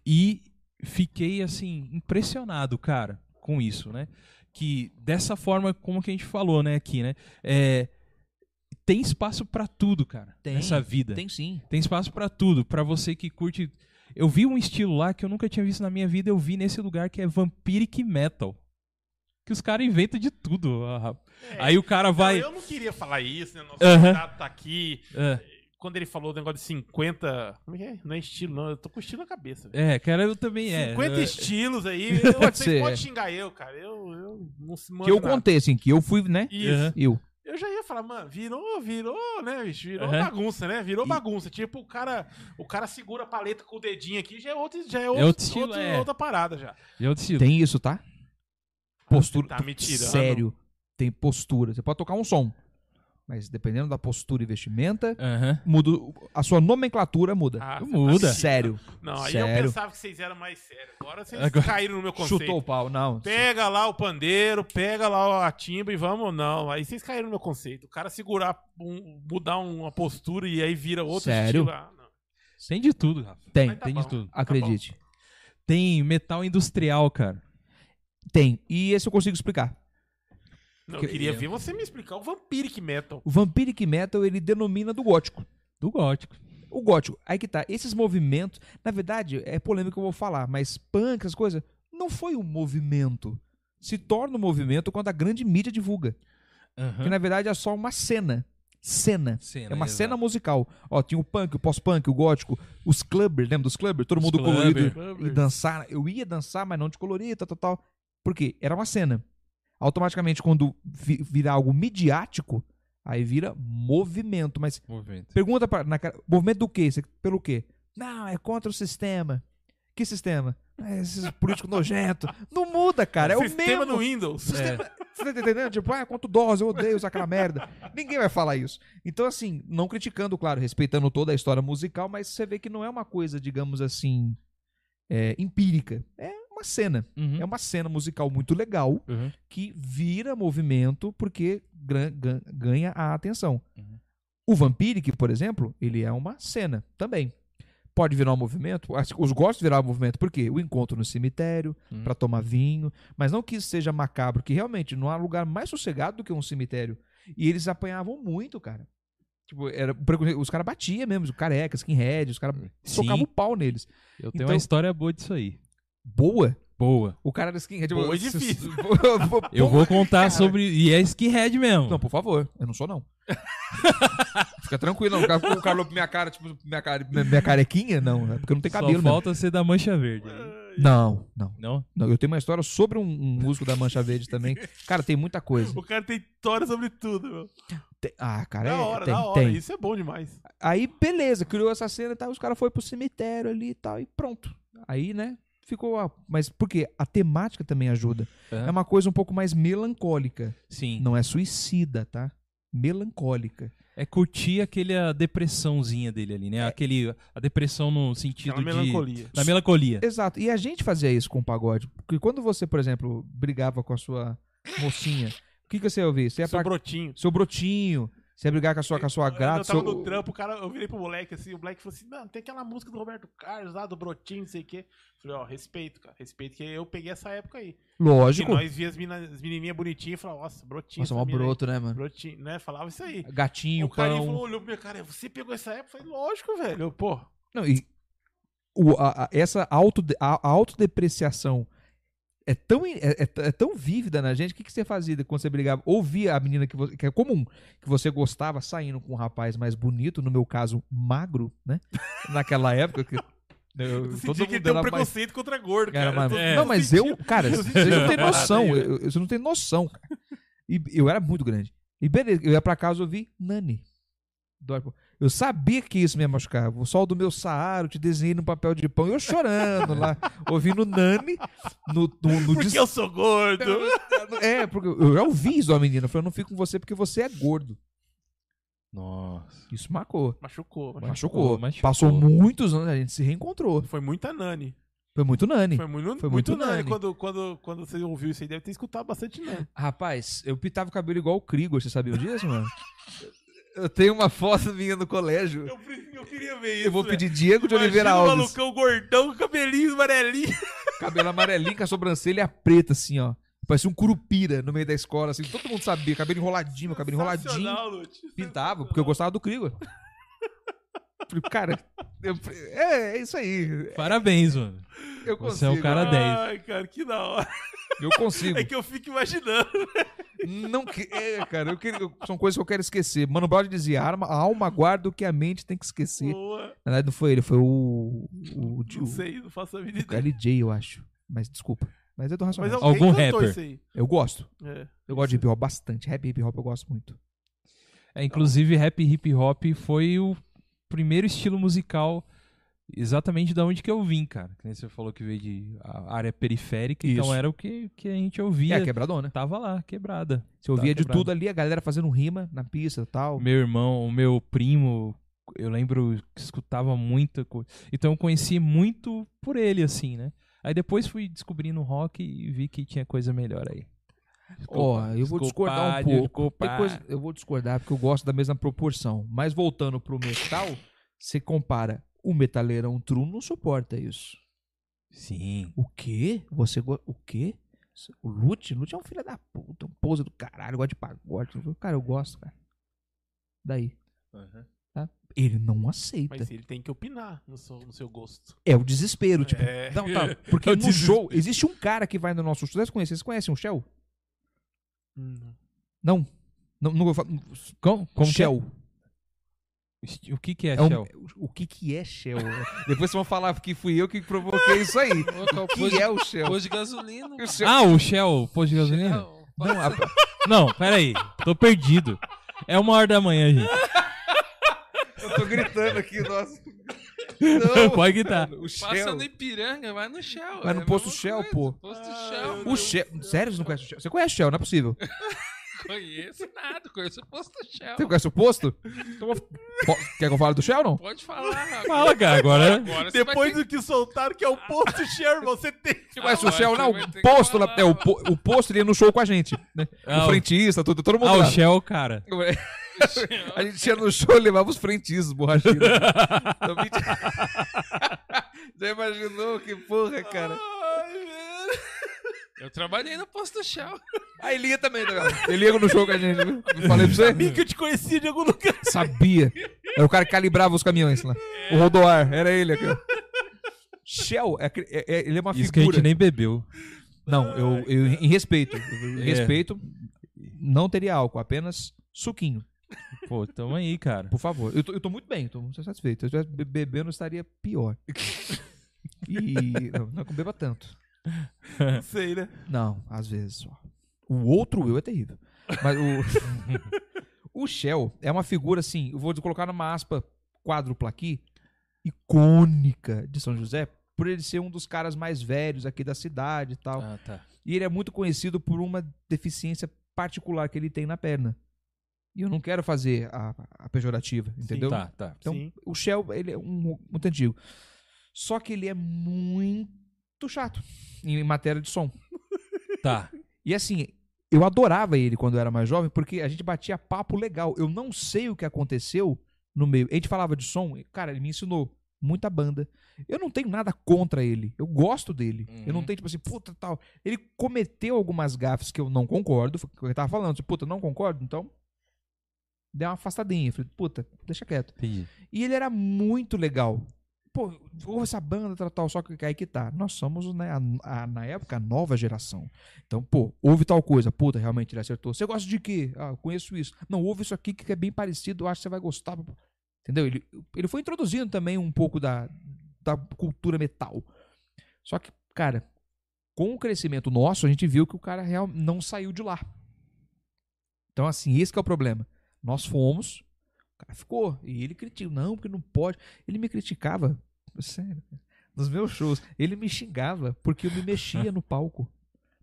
S1: e fiquei assim impressionado, cara, com isso, né? Que dessa forma como que a gente falou, né, aqui, né? É, tem espaço pra tudo, cara,
S4: Tem,
S1: nessa vida.
S4: [laughs] Tem sim.
S1: Tem espaço pra tudo, pra você que curte. Eu vi um estilo lá que eu nunca tinha visto na minha vida, eu vi nesse lugar que é Vampiric Metal. Que os caras inventam de tudo. ah, rapaz.
S2: É.
S1: Aí o cara
S2: Não,
S1: vai.
S2: Eu não queria falar isso, né? Nosso
S1: Aham.
S2: convidado tá aqui.
S1: É,
S2: Quando ele falou do negócio de 50. Como é que é? Não é estilo, não. Eu tô com estilo na cabeça. velho.
S1: é, cara, eu também. É,
S2: 50
S1: é,
S2: estilos aí. Eu,
S4: Pode
S2: vocês
S4: ser,
S2: podem
S4: é.
S2: xingar eu, cara. Eu, eu não se mando
S4: Que eu
S2: nada.
S4: contei, assim, que eu fui, né?
S2: Isso.
S1: Aham.
S4: Eu.
S2: Eu já ia falar, mano, virou, virou, né, bicho? Virou
S1: Aham.
S2: bagunça, né? Virou
S1: E-
S2: bagunça. Tipo, o cara, o cara segura a paleta com o dedinho aqui, já é outro, já é, outro,
S1: outro estilo,
S2: outro-
S1: é.
S2: outra parada já.
S1: é outro estilo.
S4: Tem isso, tá? Postura.
S2: Tá me tirando.
S4: Sério. Tem postura. Você pode tocar um som. Mas dependendo da postura e vestimenta,
S1: Aham.
S4: muda. o- A sua nomenclatura muda.
S2: Ah,
S1: Muda.
S2: me tirando.
S4: Sério.
S2: Não, aí eu
S4: Sério.
S2: pensava que vocês eram mais sérios. Agora vocês
S1: Agora-
S2: caíram no meu conceito.
S4: Chutou o pau. Não.
S2: Pega lá o pandeiro, pega lá a timba e vamos, não. Aí vocês caíram no meu conceito. O cara segurar, um- mudar uma postura e aí vira outro
S4: Sério?
S2: estilo. Ah, não.
S1: Tem de tudo, Rafa.
S4: Tem.
S2: Mas tá
S1: Tem
S2: bom.
S1: de tudo.
S4: Acredite.
S1: Tem metal industrial, cara.
S4: Tem. E esse eu consigo explicar.
S2: Não,
S1: Que-
S2: eu queria
S1: eu-
S2: ver você me explicar o Vampiric Metal.
S4: O Vampiric Metal, ele denomina do gótico.
S1: Do gótico.
S4: O gótico, aí que tá. Esses movimentos, na verdade, é polêmico que eu vou falar, mas punk, essas coisas, não foi um movimento. Se torna um movimento quando a grande mídia divulga. Que
S1: Aham.
S4: na verdade é só uma cena. Cena.
S1: Cena,
S4: É uma
S1: exato.
S4: cena musical. Ó, tinha o punk, o pós-punk, o gótico, os clubbers, lembra dos clubbers? Todo
S1: Os
S4: mundo
S1: clubber.
S4: colorido e dançar. Eu ia dançar, mas não de colorido, tal, tal, tal. Por quê? Era uma cena. Automaticamente, quando vi- vira algo midiático, aí vira movimento. Mas
S1: Movimento.
S4: Pergunta para na cara, movimento do quê? Você- Pelo quê? Não, é contra o sistema. Que sistema? Ah, esses políticos nojentos. Não muda, cara. É o
S2: sistema
S4: mesmo.
S2: do Windows.
S1: É,
S4: Você tá entendendo? Tipo, ah, quanto dose, eu odeio usar aquela merda. [laughs] Ninguém vai falar isso. Então, assim, não criticando, claro, respeitando toda a história musical, mas você vê que não é uma coisa, digamos assim, é, empírica. É uma cena.
S1: uhum.
S4: É uma cena musical muito legal
S1: Uhum.
S4: que vira movimento porque gran- gan- ganha a atenção.
S1: Uhum.
S4: O Vampiric, por exemplo, ele é uma cena também. Pode virar um movimento, as- os gostos virar um movimento, por quê? O encontro no cemitério,
S1: Uhum.
S4: pra tomar vinho, mas não que isso seja macabro, que realmente não há lugar mais sossegado do que um cemitério. E eles apanhavam muito, cara. Tipo, era, os caras batiam mesmo, os carecas, skinhead, os caras
S1: Hum, Sim.
S4: tocavam o pau neles.
S1: Eu tenho
S4: Então-
S1: uma história boa disso aí.
S4: Boa?
S1: Boa.
S4: O cara era skinhead. Tipo,
S2: Boa é
S4: eu- [laughs]
S2: difícil.
S1: Eu vou contar
S4: cara.
S1: sobre. E é skinhead
S2: Hum.
S1: mesmo.
S4: Não, por favor, eu não
S2: [laughs]
S4: sou não. Fica tranquilo, não. O cara, o cara olhou pra minha cara, tipo, minha, cara, minha, minha carequinha, não, é porque eu não tenho cabelo
S1: Só
S4: mesmo.
S1: falta ser da mancha verde. aí.
S4: Não, não,
S1: Não?
S4: não. Eu tenho uma história sobre um, um músico da Mancha Verde também. Cara, tem muita coisa.
S2: [laughs] O cara tem história sobre tudo, meu.
S4: Tem- ah, cara, é,
S2: Da hora,
S4: tem,
S2: da hora.
S4: tem.
S2: Isso é bom demais.
S4: Aí, beleza, criou essa cena e tal, os caras foram pro cemitério ali e tal, e pronto. Aí, né, ficou... a- Mas por quê? A temática também ajuda.
S1: É.
S4: É uma coisa um pouco mais melancólica.
S1: Sim.
S4: Não é suicida, tá? Melancólica.
S1: É curtir aquele a depressãozinha dele ali, né? Aquele, a depressão no sentido
S2: Aquela
S1: de.
S2: melancolia.
S1: Da melancolia.
S4: Exato. E a gente fazia isso com o pagode. Porque quando você, por exemplo, brigava com a sua mocinha, o que, que você ia ouvir? Você ia
S2: Seu
S4: pra...
S2: brotinho.
S4: seu brotinho, você ia brigar com a sua, com a sua
S2: Eu
S4: grata.
S2: tava
S4: Seu...
S2: no trampo, o cara, eu virei pro moleque assim, o moleque falou assim, mano, tem aquela música do Roberto Carlos lá, do Brotinho, não sei o quê. Eu Falei, ó, respeito, cara, respeito, que eu peguei essa época aí. Que
S4: Lógico.
S2: nós via as, mina, as menininhas bonitinhas e falava, nossa, Brotinho.
S4: Nossa,
S2: essa
S4: mó
S2: mina aí.
S4: broto, né, mano?
S2: Brotinho, né? Falava isso aí.
S4: Gatinho,
S2: o cara
S4: pão.
S2: falou, olhou pra minha cara, você pegou essa época? Eu falei, lógico, velho. Eu, pô,
S4: Não, e o- a- a- essa auto, a, a autodepreciação é tão, in- é, é t- é tão vívida na gente. O que, que você fazia quando você brigava? Ouvia a menina que, você, que é comum, que você gostava saindo com um rapaz mais bonito, no meu caso, magro, né? Naquela época.
S2: [laughs]
S4: Que, eu,
S2: eu
S4: todo
S2: senti que
S4: mundo
S2: ele tem um
S4: era mais-
S2: preconceito contra gordo, cara.
S4: Cara, mas-
S2: Eu tô-
S4: Não, mas eu, cara,
S2: eu
S4: vocês não têm
S2: senti-
S4: noção.
S2: Aí,
S4: eu- eu- Você não tem noção, cara. E eu era muito grande. E beleza, eu ia pra casa e ouvi Nani. do Arco. Eu sabia que isso me ia machucar. O sol do meu Saara, eu te desenhei no papel de pão. Eu chorando lá, [laughs] ouvindo Nani no, no, no
S2: Porque
S4: dis-
S2: eu sou gordo.
S4: É, porque eu já ouvi isso da menina. Eu falei, eu não fico com você porque você é gordo.
S1: Nossa.
S4: Isso marcou.
S2: Machucou, machucou.
S4: Machucou.
S1: machucou.
S4: Passou muitos anos, a gente se reencontrou.
S2: Foi muita Nani.
S4: Foi muito Nani.
S2: Foi muito,
S4: Foi
S2: muito
S4: muito
S2: Nani.
S4: Nani.
S2: Quando, quando, quando você ouviu isso aí, deve ter escutado bastante Nani.
S4: Rapaz, eu pintava o cabelo igual o Krigor, você sabia disso, mano? Eu tenho uma foto minha no colégio.
S2: Eu, pre- eu queria ver isso.
S4: Eu vou
S2: velho.
S4: pedir Diego de Oliveira
S2: Imagina o
S4: Alves.
S2: malucão gordão, cabelinho amarelinho.
S4: Cabelo amarelinho com a sobrancelha preta, assim, ó. Parecia um curupira no meio da escola, assim. Todo mundo sabia, cabelo enroladinho, meu cabelo enroladinho.
S2: Sensacional, Lute.
S4: Pintava, porque eu gostava do Krigor. Falei, Cara, eu- é, é isso aí.
S1: Parabéns, mano.
S4: Eu consigo.
S1: Você é um cara 10.
S2: Ai, cara, que da hora.
S4: Eu consigo.
S2: É que eu fico imaginando.
S4: Não que... É, cara, eu queria- eu- são coisas que eu quero esquecer. Mano Brown dizia, "A alma- a alma guarda o que a mente tem que esquecer.
S2: Boa.
S4: Na verdade, não foi ele, foi o. O, o,
S2: Não sei, não faço a mínima
S4: o
S2: ideia.
S4: LJ, eu acho. Mas desculpa. Mas é do
S2: Mas
S4: Racionais.
S2: alguém
S1: Algum
S2: cantou
S1: rapper.
S2: isso aí.
S4: Eu gosto.
S2: É.
S4: Eu gosto de hip hop bastante. Rap e hip hop eu gosto muito.
S1: É, inclusive, rap e hip hop foi o primeiro estilo musical exatamente da onde que eu vim, cara. Que nem Você falou que veio de a- área periférica,
S4: Isso.
S1: então era o que, que a gente
S4: E
S1: ouvia.
S4: a É, quebradona.
S1: Tava lá, quebrada.
S4: Você
S2: Tá,
S4: ouvia de
S1: quebrado.
S4: tudo ali, a galera fazendo rima na pista e tal.
S1: O meu irmão, o meu primo, eu lembro que escutava muita coisa. Então eu conheci muito por ele, assim, né? Aí depois fui descobrindo o rock e vi que tinha coisa melhor aí.
S4: Ó, eu vou discordar um pouco. Tem
S1: Desculpa.
S4: coisa- eu vou discordar porque eu gosto da mesma proporção. Mas voltando pro metal, você compara. O metaleirão true não suporta isso.
S1: Sim.
S4: O quê? Você go... O quê? O Lute? Lute é um filho da puta, um pose do caralho, gosta de pagode. Cara, eu gosto, cara. Daí. Tá? Ele não aceita.
S2: Mas ele tem que opinar no seu, no seu gosto.
S4: É o desespero, tipo.
S2: [laughs] É.
S4: Não, tá. Porque
S2: É o
S4: no show, existe um cara que vai no nosso show. Vocês conhecem? Vocês conhecem o um Shell?
S2: Hum.
S4: Não. Não, não vou falar.
S1: Como, como que é?
S4: Shell.
S1: Esti- O que, que é,
S4: É um-
S1: Shell?
S4: O que que é Shell? [laughs] Depois vocês vão falar que fui eu que provoquei isso aí. O que é o Shell?
S3: de gasolina.
S4: O Shell-
S1: Ah, o Shell, posto de gasolina?
S4: Não, a-
S1: Não, peraí. Tô perdido. É uma hora da manhã, gente.
S4: eu tô gritando aqui, nossa. Não,
S1: Pode gritar.
S4: o Shell.
S3: Passa no Ipiranga, vai no Shell.
S4: Vai no
S3: é a
S4: posto
S3: mesma
S4: Shell,
S3: coisa,
S4: pô.
S3: Posto
S2: Ah,
S3: Shell,
S4: O Shell. Sério, você não conhece o Shell? Você conhece o Shell, não é possível.
S3: conheço nada, conheço o posto Shell.
S4: Você conhece o posto? Então, po- quer que eu fale do Shell, não?
S3: Pode falar.
S1: Fala, cara, agora.
S3: Agora você
S2: Depois
S3: vai
S2: do que soltaram, que é o posto Sherman, você tem.
S4: Você conhece o
S3: Agora
S4: Shell,
S3: Ah,
S4: né?
S3: você
S4: não?
S3: vai ter
S4: O
S3: que
S4: posto, lá,
S3: falar.
S4: é, o, po- o posto ele ia no show com a gente. Né?
S1: Ah,
S4: o
S1: o-
S4: frentista, tudo, todo mundo
S1: Ah, o
S4: lá.
S1: Shell, cara.
S4: A gente ia no show e levava os frentistas, borrachinhos. Então, vinte- [laughs] Já imaginou que porra, cara?
S3: ter- Eu trabalhei no posto Shell.
S4: A Elia também, tá ligado? Elia no show com a gente, viu? Não falei pra você?
S2: Sabia que eu te conhecia de algum lugar.
S4: Sabia. Era o cara que calibrava os caminhões lá. O Rodoar, era ele aqui. ó. Shell, é aquele- é- é- ele é uma
S1: Isso que a
S4: figura.
S1: gente nem bebeu.
S4: Não, eu, eu em respeito. Em respeito, não teria álcool, apenas suquinho,
S1: Pô, tamo aí, cara.
S4: por favor. Eu tô, eu tô muito bem, tô muito satisfeito. Se eu estivesse be- bebendo, eu estaria pior. E. Não, não que eu beba tanto. É.
S2: Não sei, né?
S4: Não, às vezes só. O outro eu é terrível. Mas o. o Shell é uma figura, assim, eu vou colocar numa aspa quádrupla aqui, icônica de São José, por ele ser um dos caras mais velhos aqui da cidade e tal.
S1: Ah, tá.
S4: E ele é muito conhecido por uma deficiência particular que ele tem na perna. E eu não quero fazer a, a pejorativa, entendeu?
S1: Tá, tá.
S4: Então,
S2: Sim.
S4: o Shell, ele é um muito antigo. Só que ele é muito chato em matéria de som.
S1: Tá.
S4: E assim, eu adorava ele quando eu era mais jovem, porque a gente batia papo legal. Eu não sei o que aconteceu no meio. A gente falava de som, e, cara, ele me ensinou muita banda. Eu não tenho nada contra ele. Eu gosto dele. Eu não
S1: Uhum.
S4: tenho, tipo assim, puta tal. Ele cometeu algumas gafes que eu não concordo. Foi o que eu tava falando, tipo, puta, não concordo, então. Dei uma afastadinha. Falei, puta, deixa quieto.
S1: Entendi.
S4: E ele era muito legal. Pô, ouve essa banda, tal, tal, só que aí que tá. Nós somos, né, a- a- na época, a nova geração. Então, pô, ouve tal coisa. Puta, realmente ele acertou. Você gosta de quê? Ah, eu conheço isso. Não, ouve isso aqui que é bem parecido, eu acho que você vai gostar. Entendeu? Ele, ele foi introduzindo também um pouco da, da cultura metal. Só que, cara, com o crescimento nosso, a gente viu que o cara real, não saiu de lá. Então, assim, esse que é o problema. Nós fomos, o cara ficou. E ele criticou, não, porque não pode. Ele me criticava, sério, cara, nos meus shows. Ele me xingava porque eu me mexia no palco.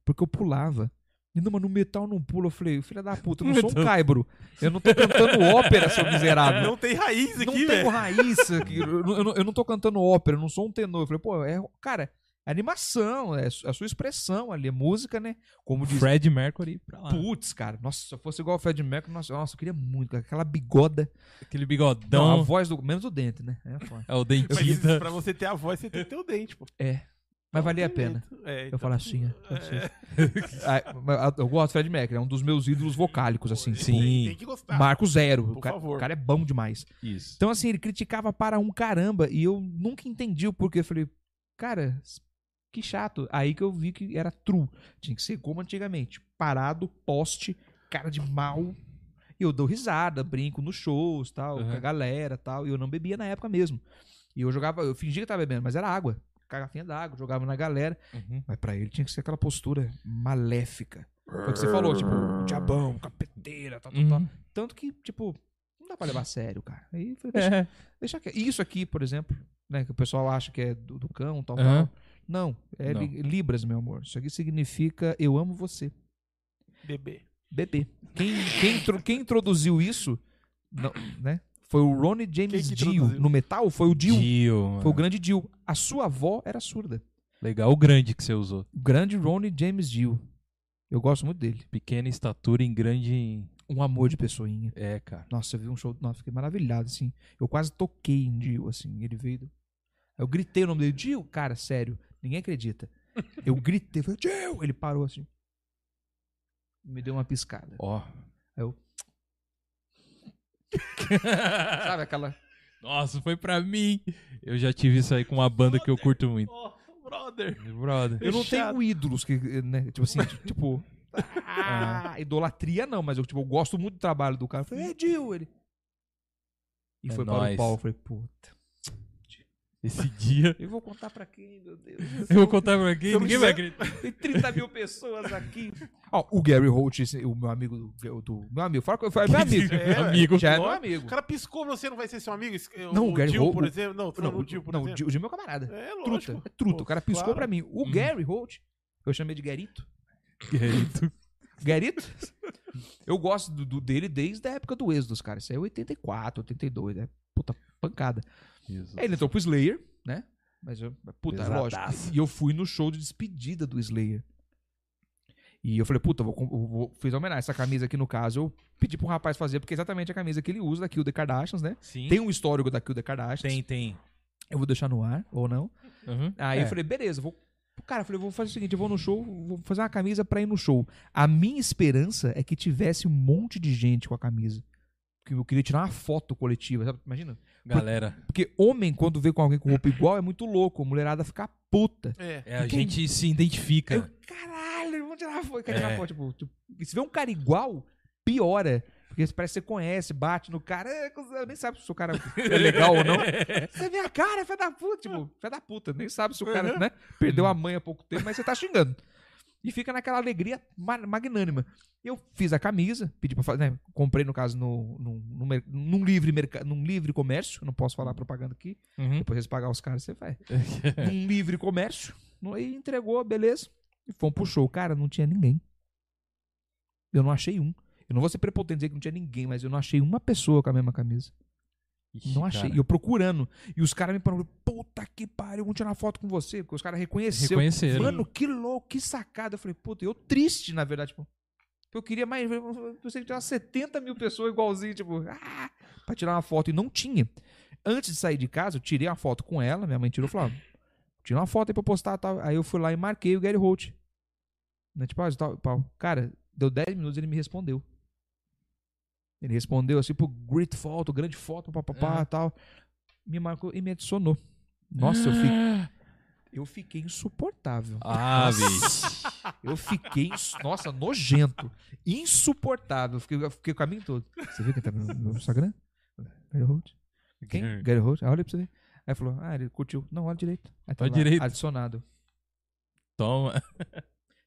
S4: Porque eu pulava. E não, mas no metal não pula. Eu falei, filha da puta, eu não sou um caibro. Eu não tô cantando ópera, seu miserável
S2: Não tem raiz
S4: não
S2: aqui,
S4: tenho
S2: velho. [laughs]
S4: raiz aqui. Eu, não- eu não- eu não tô cantando ópera, eu não sou um tenor. Eu falei, pô, é, cara, é animação, é su- a sua expressão ali, é música, né? Como diz.
S1: Fred Mercury pra lá.
S4: Putz, cara, nossa, se eu fosse igual o Fred Mercury, nossa, nossa, eu queria muito, cara, aquela bigoda.
S1: Aquele
S4: Não,
S1: bigodão.
S4: a voz do. Menos o dente, né? É, foda.
S1: É o
S2: Mas
S1: dentista.
S2: pra você ter a voz, você tem que ter o dente, pô.
S4: Mas valia a pena.
S2: É,
S4: Eu
S2: então,
S4: falo assim, é. Ah, mas Eu gosto do Fred Mercury, é um dos meus ídolos vocálicos, assim.
S2: tem,
S1: Sim.
S2: tem que gostar.
S4: Marco Zero.
S2: Por
S4: o, cara,
S2: favor.
S4: o cara é bom demais.
S1: Isso.
S4: Então, assim, ele criticava para um caramba e eu nunca entendi o porquê. Eu falei, cara, que chato. Aí que eu vi que era true. Tinha que ser como antigamente: parado, poste, cara de mal. E eu dou risada, brinco nos shows, tal, com a
S1: Uhum.
S4: galera tal. E eu não bebia na época mesmo. E eu jogava, eu fingia que tava bebendo, mas era água. Garrafinha d'água, jogava na galera.
S1: Uhum.
S4: Mas pra ele tinha que ser aquela postura maléfica. Foi o que você falou, tipo, diabão, capeteira, tal, tal, tal.
S1: Uhum.
S4: Tanto que, tipo, não dá pra levar a sério, cara. Aí eu falei, deixa,
S1: É.
S4: deixa quieto. Isso aqui, por exemplo, né, que o pessoal acha que é do, do cão, tal,
S1: Aham.
S4: tal. Não, é
S1: Não.
S4: li- Libras, meu amor. Isso aqui significa eu amo você.
S2: Bebê.
S4: Bebê. Quem, quem, intro- quem introduziu isso, não, né? Foi o Ronnie James
S2: que
S4: Dio.
S2: introduziu?
S4: No metal, foi o Dio.
S1: Dio, mano.
S4: Foi o grande Dio. A sua avó era surda.
S1: Legal, o grande que você usou.
S4: O grande Ronnie James Dio. Eu gosto muito dele.
S1: Pequena estatura em grande. em-
S4: Um amor de pessoinha.
S1: É, cara.
S4: Nossa, eu vi um show. Nossa, fiquei maravilhado, assim. Eu quase toquei em Dio, assim. Ele veio. do- Aí Eu gritei o nome dele. Dio, cara, sério.
S1: [laughs]
S4: Ninguém acredita. Eu gritei, falei, Dio! Ele parou assim. Me deu uma piscada.
S1: Ó.
S4: Sabe aquela.
S1: [laughs] Nossa, foi pra mim. Eu já tive isso aí com uma banda que eu curto muito.
S2: Oh, [laughs] brother.
S1: Brother.
S4: Eu não
S2: Fechado.
S4: tenho ídolos que, né? Tipo assim, tipo.
S1: [laughs]
S4: ah, idolatria não, mas eu, tipo, eu gosto muito do trabalho do cara. Eu falei, é Dio! Ele. E
S1: É
S4: foi para
S1: nóis.
S4: o pau. Eu falei, puta.
S1: Esse dia.
S4: Eu vou contar pra quem, meu Deus?
S1: Eu vou contar pra quem, ninguém vai acreditar.
S4: Tem 30 mil pessoas aqui. Ó, o Gary Holt, esse- o meu amigo do. do- meu amigo, fala que eu falei, meu amigo.
S2: É,
S1: Amigo.
S4: Já é meu
S2: Lógico.
S4: amigo.
S2: O cara piscou, você não vai ser seu amigo? Esse- o-
S4: Não, o Gary
S2: Dio,
S4: Ro-
S2: por
S4: o-
S2: exemplo. Não,
S4: Não,
S2: não,
S4: o
S2: o Dio, um, por
S4: não, o
S2: exemplo.
S4: Gil, o Gil é meu camarada.
S2: É
S4: truta,
S2: lógico.
S4: é truta. O cara piscou
S2: claro. Hum.
S4: pra mim. O Gary Holt, eu chamei de Garito. Garito? [laughs] eu gosto do, do dele desde a época do Êxodos, cara. Isso aí é 84, 82, né? Puta pancada.
S1: Isso.
S4: Aí ele entrou pro Slayer, né? Mas, eu, mas, puta, é lógico.
S1: Pesadaço.
S4: E eu fui no show de despedida do Slayer. E eu falei, puta, eu vou, com- eu vou- fiz uma homenagem. Essa camisa aqui, no caso, eu pedi pra um rapaz fazer, porque é exatamente a camisa que ele usa da Kill The Kardashians, né?
S1: Sim.
S4: Tem um histórico da Kill The Kardashians.
S1: tem. tem.
S4: Eu vou deixar no ar, ou não.
S1: Uhum.
S4: Aí
S1: É.
S4: eu falei, beleza, eu vou Cara, eu falei, eu vou fazer o seguinte, eu vou no show, vou fazer uma camisa pra ir no show. A minha esperança é que tivesse um monte de gente com a camisa. Porque eu queria tirar uma foto coletiva, sabe? Imagina.
S1: Galera,
S4: Porque homem, quando vê com alguém com roupa igual, é muito louco. A mulherada fica puta.
S3: É.
S1: é, a
S4: Quem-
S1: gente se identifica.
S4: Eu, caralho, vamos tirar uma foto. Quer
S1: É.
S4: tirar uma foto? Tipo, tipo, e se vê um cara igual, piora. Porque parece que você conhece, bate no cara, "Ah, cuzão", nem sabe se o cara é legal ou
S1: [laughs]
S4: não. Você vê a cara, filho da puta, tipo, filho da puta, nem sabe se o
S1: Uhum.
S4: cara, né, perdeu a mãe há pouco tempo, mas você tá xingando. E fica naquela alegria ma- magnânima. Eu fiz a camisa, pedi pra fazer, né, comprei no caso no, no, no mer- num, livre merca, num livre comércio, não posso falar propaganda aqui,
S1: Uhum.
S4: depois eles pagar os caras, você vai.
S1: É. [laughs]
S4: num livre comércio, no- e entregou, beleza, e fomos pro show. Cara, não tinha ninguém. Eu não achei um. Eu não vou ser prepotente dizer que não tinha ninguém, mas eu não achei uma pessoa com a mesma camisa.
S1: Ixi,
S4: Não achei.
S1: cara,
S4: E eu procurando. E os caras me pararam. Puta que pariu, vamos tirar uma foto com você. Porque os caras reconheceram.
S1: Reconheceram.
S4: Mano, que louco, que sacada. Eu falei, puta, eu triste, na verdade. Tipo, eu queria mais. Eu pensei que tinha umas 70 mil pessoas igualzinho, tipo, ah, pra tirar uma foto. E não tinha. Antes de sair de casa, eu tirei uma foto com ela. Minha mãe tirou e falou: ó, tira uma foto aí pra eu postar. Tal. Aí eu fui lá e marquei o Gary Holt. Né, tipo, ah, tal, pau. Cara, deu 10 minutos e ele me respondeu. Ele respondeu assim, pô, great foto, grande foto, papapá e tal. Me marcou e me adicionou. Nossa, eu fiquei. Eu fiquei insuportável.
S1: Ah, bicho. [laughs]
S4: Eu fiquei, ins- nossa, nojento. Insuportável. Eu Fiquei, eu fiquei o caminho todo. Você viu quem tá no no Instagram? Gary Holt. Quem? Gary Holt. Ah, olha pra você ver. Aí falou, ah, ele curtiu. Não, olha direito. Aí tá
S1: Olha
S4: lá,
S1: direito.
S4: Adicionado.
S1: Toma.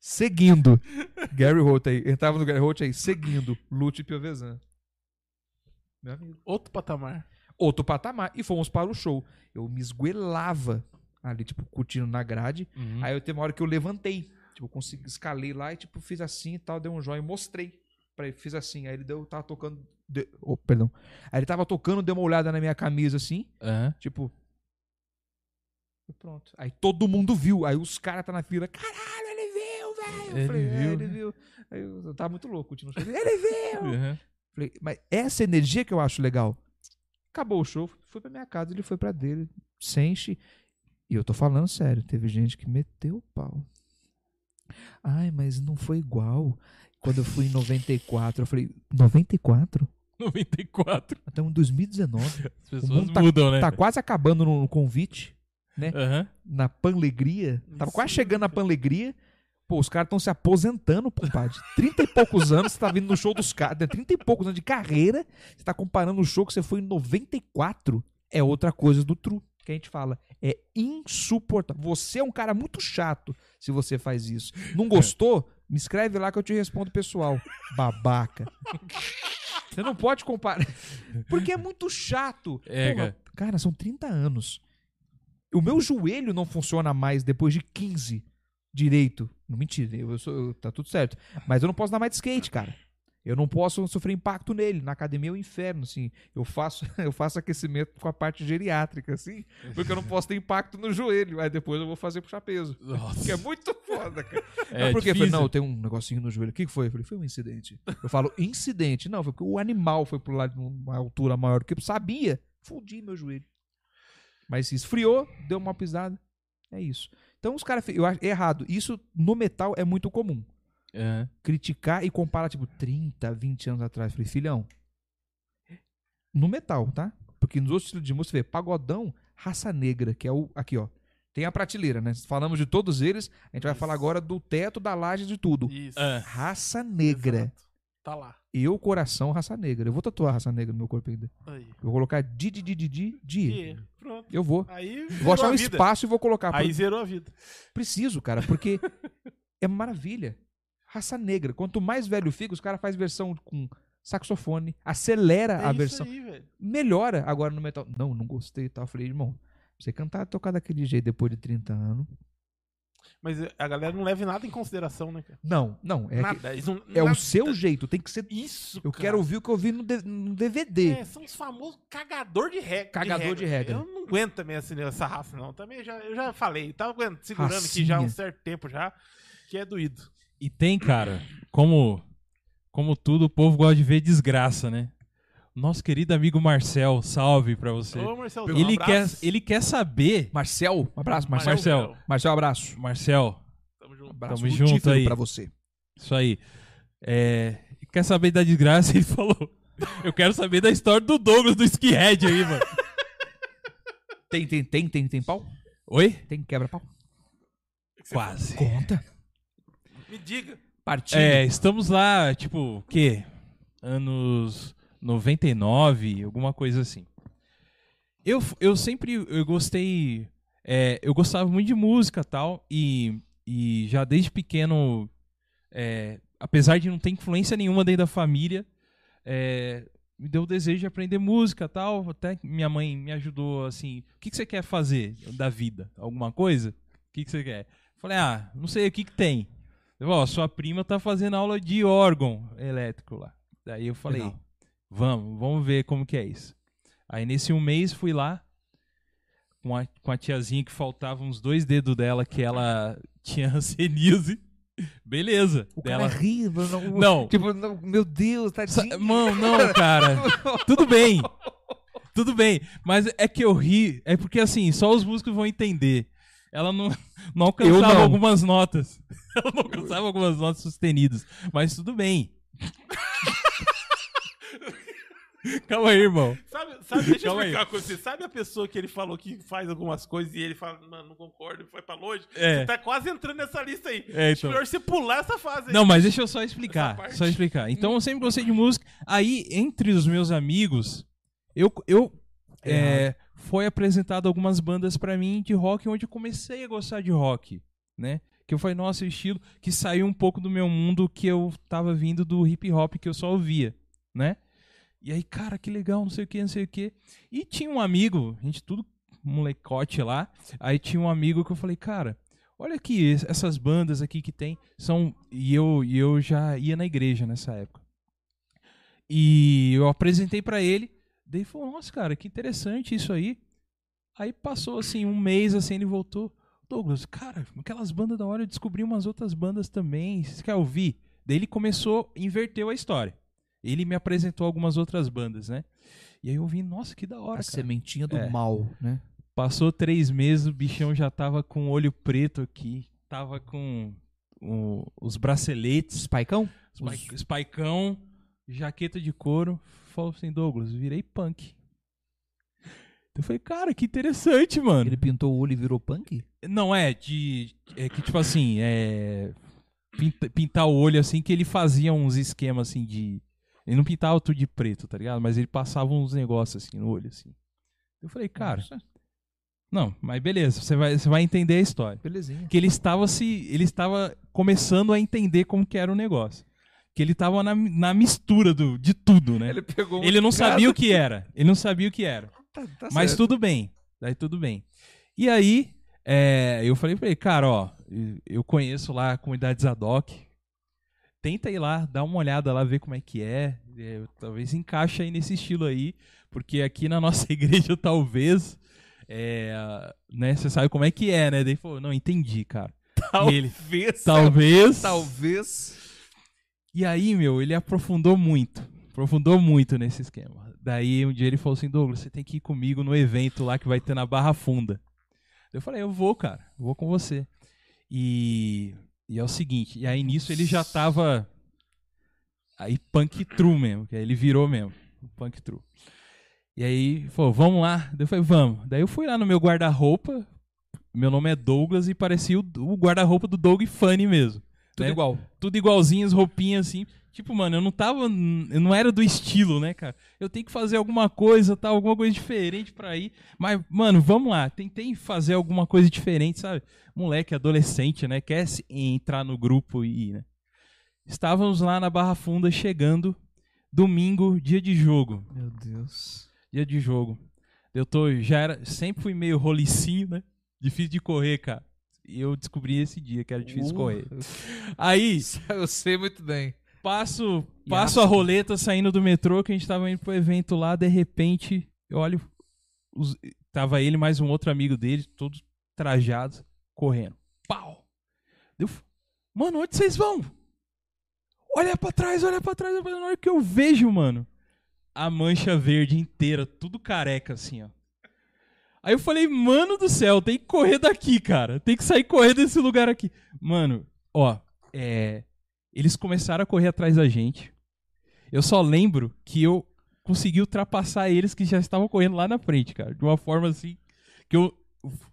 S4: Seguindo. Gary Holt aí. Entrava no Gary Holt aí. Seguindo. Lute Piovesan. Meu amigo.
S2: Outro patamar.
S4: outro patamar. E fomos para o show. Eu me esguelava ali, tipo, curtindo na grade.
S1: Uhum.
S3: Uhum.
S4: Aí eu teve uma hora que eu levantei. Tipo, eu consegui, escalei lá e, tipo, fiz assim e tal, dei um joinha e mostrei. Pra ele, fiz assim. Aí ele deu, tava tocando. de- oh, perdão. Aí ele tava tocando, deu uma olhada na minha camisa assim.
S1: Aham.
S4: Tipo. E pronto. Aí todo mundo viu. Aí os caras tá na fila. Caralho, ele viu, velho.
S1: Ele
S4: Eu falei, é,
S1: viu,
S4: ele
S1: né?"
S4: viu. Aí eu eu tava muito louco. Continuo, ele viu!
S1: [laughs] Aham.
S4: Falei, mas essa energia que eu acho legal. Acabou o show, fui pra minha casa, ele foi pra dele, sente. E eu tô falando sério, teve gente que meteu o pau. Ai, mas não foi igual. Quando eu fui em 94, eu falei, 94?
S1: 94.
S4: Até Então, em 2019.
S1: As pessoas
S4: mundo tá-
S1: mudam, né? [laughs]
S4: Tá quase acabando no, no convite,
S1: Aham.
S4: na panlegria. Tava quase chegando na panlegria. Pô, os caras estão se aposentando, compadre. Trinta e poucos anos você tá vindo no show dos caras. Trinta e poucos anos de carreira. Você tá comparando o show que você foi em 94. É outra coisa do True. Que a gente fala. É insuportável. Você é um cara muito chato se você faz isso. Não gostou? Me escreve lá que eu te respondo pessoal. Babaca. Você não pode comparar. Porque é muito chato.
S1: É,
S4: Porra, cara, são 30 anos. O meu joelho não funciona mais depois de 15 direito. Não, mentira, eu sou, eu- tá tudo certo. Mas eu não posso dar mais de skate, cara. Eu não posso sofrer impacto nele. Na academia é o inferno, assim. Eu faço, [laughs] eu faço aquecimento com a parte geriátrica, assim, porque eu não posso ter impacto no joelho. Aí depois eu vou fazer puxar peso. Que
S1: Nossa.
S4: é muito foda, cara.
S1: É,
S4: Aí por quê? Eu
S1: difícil.
S4: Falei, não, tem um negocinho no joelho. O que que foi? Eu falei, foi um incidente. Eu falo, incidente. Não, foi porque o animal foi pro lado de uma altura maior do que eu sabia. Fudi meu joelho. Mas se esfriou, deu uma pisada. É isso. Então os caras, eu acho errado. Isso no metal é muito comum.
S1: Aham.
S4: Criticar e comparar, tipo, 30, 20 anos atrás. Eu Falei, filhão. No metal, tá? Porque nos outros estilos de música, você vê, pagodão, raça negra, que é o. Aqui, ó. Tem a prateleira, né? Falamos de todos eles. A gente vai falar agora do teto, da laje, de tudo.
S2: Isso.
S1: Ah.
S4: Raça negra.
S2: Exato. Tá lá.
S4: Eu, coração, raça negra. Eu vou tatuar raça negra no meu corpo ainda.
S2: Aí.
S4: Eu vou colocar Didi, Didi, Didi, Di.
S2: E, pronto.
S4: Eu vou.
S2: Aí.
S4: Vou
S2: zerou
S4: achar
S2: a
S4: um
S2: vida.
S4: espaço e vou colocar.
S2: Aí zerou a vida.
S4: Preciso, cara, porque é maravilha. Raça negra. Quanto mais velho fica, os caras fazem versão com saxofone, acelera
S2: É
S4: a
S2: isso
S4: versão.
S2: aí, velho.
S4: Melhora agora no metal. Não, não gostei e tal. Eu Falei, irmão, você cantar, tocar daquele jeito depois de 30 anos.
S2: Mas a galera não leva nada em consideração, né, cara?
S4: Não, não. É, que-
S2: nada. Eles não-
S4: é o
S2: nada.
S4: seu jeito. Tem que ser.
S2: Isso,
S4: Eu
S2: cara.
S4: quero ouvir o que eu vi no, D- no DVD.
S2: É, são os famosos cagador de regra.
S4: Cagador de regra.
S2: Eu não aguento também assim, essa raça, não. Também já, eu já falei, tava aguentando, segurando aqui
S4: Racinha.
S2: já há um certo tempo já, que é doído.
S1: E tem, cara, como como tudo, o povo gosta de ver desgraça, né? Nosso querido amigo Marcel, salve pra você.
S2: Ô, Marcelo, um
S1: ele, quer, ele quer saber.
S4: Marcel, um abraço, Marcel. Marcel,
S1: Marcel,
S4: um abraço.
S1: Marcel,
S2: Tamo junto.
S4: Um abraço
S1: Tamo
S4: frutífero
S1: junto aí.
S4: pra você.
S1: isso aí. É, quer saber da desgraça? [laughs] Ele falou. Eu quero saber da história do Douglas do Skinhead aí, mano.
S4: Tem, tem, tem, tem, tem pau?
S1: Oi?
S4: Tem quebra-pau?
S1: Quase.
S4: Conta.
S2: Me diga.
S4: Partido.
S1: É, estamos lá, tipo, o quê? Anos 99, alguma coisa assim. Eu, f- eu sempre eu gostei. é, eu gostava muito de música tal, e e já desde pequeno, é, apesar de não ter influência nenhuma dentro da família, é, me deu o desejo de aprender música tal. Até que minha mãe me ajudou assim: o que, que você quer fazer da vida? Alguma coisa? O que, que você quer? Falei: ah, não sei, o que, que tem? Eu, Ó, sua prima tá fazendo aula de órgão elétrico lá. Daí eu falei:
S4: Legal.
S1: vamos, vamos ver como que é isso. Aí nesse um mês fui lá com a, com a tiazinha que faltava uns dois dedos dela, que ela [laughs] tinha rancenise. Beleza.
S4: O cara é
S1: dela...
S4: ri, mano, [laughs] não,
S1: Não.
S4: Tipo, não, meu Deus, tá
S1: Sa- Mano, não,
S4: [laughs]
S1: cara. Tudo bem. Tudo bem. Mas é que eu ri. É porque assim, só os músicos vão entender. Ela não, não alcançava
S4: não.
S1: algumas notas. [laughs] Ela não alcançava algumas notas sustenidas. Mas tudo bem. Calma aí, irmão.
S2: Sabe, sabe, deixa eu
S1: Calma aí.
S2: explicar uma coisa. Você sabe a pessoa que ele falou que faz algumas coisas e ele fala, mano, não concordo, e foi pra longe?
S1: É.
S2: Você tá quase entrando nessa lista aí.
S1: É,
S2: Acho
S1: então.
S2: melhor você pular essa fase aí.
S1: Não, mas deixa eu só
S2: Essa
S1: explicar.
S2: parte.
S1: Só explicar. Então eu sempre gostei de música. Aí, entre os meus amigos, eu. eu é, foi apresentado algumas bandas pra mim de rock onde eu comecei a gostar de rock, né? Que eu falei, nossa, estilo que saiu um pouco do meu mundo que eu tava vindo do hip hop que eu só ouvia, né? E aí, cara, que legal, não sei o que, não sei o que. E tinha um amigo, a gente tudo molecote lá. Aí tinha um amigo que eu falei, cara, olha aqui, es- essas bandas aqui que tem são. E eu, e eu já ia na igreja nessa época. E eu apresentei pra ele, daí ele falou, nossa, cara, que interessante isso aí. Aí passou assim, um mês assim, ele voltou. Douglas, cara, aquelas bandas da hora, eu descobri umas outras bandas também. Você quer ouvir? Daí ele começou, inverteu a história. Ele me apresentou algumas outras bandas, né? E aí eu vi, nossa, que da hora. cara.
S4: [laughs] A sementinha do
S1: É.
S4: mal, né?
S1: Passou três meses, o bichão já tava com o olho preto aqui, tava com o- os braceletes,
S4: Spikeão?
S1: spike- espaicão, jaqueta de couro. Falou assim, Douglas, virei punk. Eu falei, cara, que interessante, mano.
S4: Ele pintou o olho e virou punk?
S1: Não, é, de. É que, tipo assim, é. pinta- pintar o olho assim, que ele fazia uns esquemas assim de. Ele não pintava tudo de preto, tá ligado? Mas ele passava uns negócios assim no olho, assim. Eu falei, cara. Não, mas beleza, você vai, você vai entender a história.
S4: Belezinha.
S1: Que ele estava se. Ele estava começando a entender como que era o negócio. Que ele estava na, na mistura do, de tudo, né? Ele,
S4: pegou um tá,
S1: não sabia o que era. Ele não sabia o que era. Mas tudo bem. Daí tudo bem. E aí, é, eu falei pra ele, cara, ó, eu conheço lá a comunidade Zadok. Tenta ir lá, dá uma olhada lá, ver como é que é. É, Talvez encaixa aí nesse estilo aí, porque aqui na [laughs] nossa igreja, talvez, é, né, você sabe como é que é, né? Daí ele falou, não, entendi, cara. E ele,
S4: Talvez.
S1: talvez...
S4: [laughs] Talvez.
S1: E aí, meu, ele aprofundou muito. Aprofundou muito nesse esquema. Daí um dia ele falou assim: Douglas, você tem que ir comigo no evento lá que vai ter na Barra Funda. Eu falei: Eu vou, cara, eu vou com você. E, e é o seguinte: e aí nisso ele já tava. Aí punk true mesmo, que aí ele virou mesmo. Punk true. E aí falou: Vamos lá. Daí eu falei: Vamos. Daí eu fui lá no meu guarda-roupa. Meu nome é Douglas e parecia o, o guarda-roupa do Doug Funny mesmo.
S4: Tudo
S1: né?
S4: igual.
S1: tudo igualzinho, as roupinhas assim. Tipo, mano, eu não tava. Eu não era do estilo, né, cara? Eu tenho que fazer alguma coisa, tal, alguma coisa diferente pra ir. Mas, mano, vamos lá. Tentei fazer alguma coisa diferente, sabe? Moleque, adolescente, né? Quer se- entrar no grupo e ir, né? Estávamos lá na Barra Funda chegando. Domingo, dia de jogo.
S4: Meu Deus.
S1: Dia de jogo. Eu tô. Já era. Sempre fui meio rolicinho, né? Difícil de correr, cara. E eu descobri esse dia
S4: É
S1: que era
S4: Uh.
S1: difícil correr. Aí.
S4: [laughs] Eu sei muito bem.
S1: Passo,
S4: E
S1: passo a roleta saindo do metrô, que a gente tava indo pro evento lá, de repente, eu olho. os- tava ele mais um outro amigo dele, todos trajados, correndo. Pau! Eu f- mano, onde vocês vão? Olha pra trás, olha pra trás, olha pra trás. Na hora que eu vejo, mano, a mancha verde inteira, tudo careca, assim, ó. Aí eu falei, mano do céu, tem que correr daqui, cara. Tem que sair correr desse lugar aqui. Mano, ó, é, eles começaram a correr atrás da gente. Eu só lembro que eu consegui ultrapassar eles que já estavam correndo lá na frente, cara. De uma forma assim que eu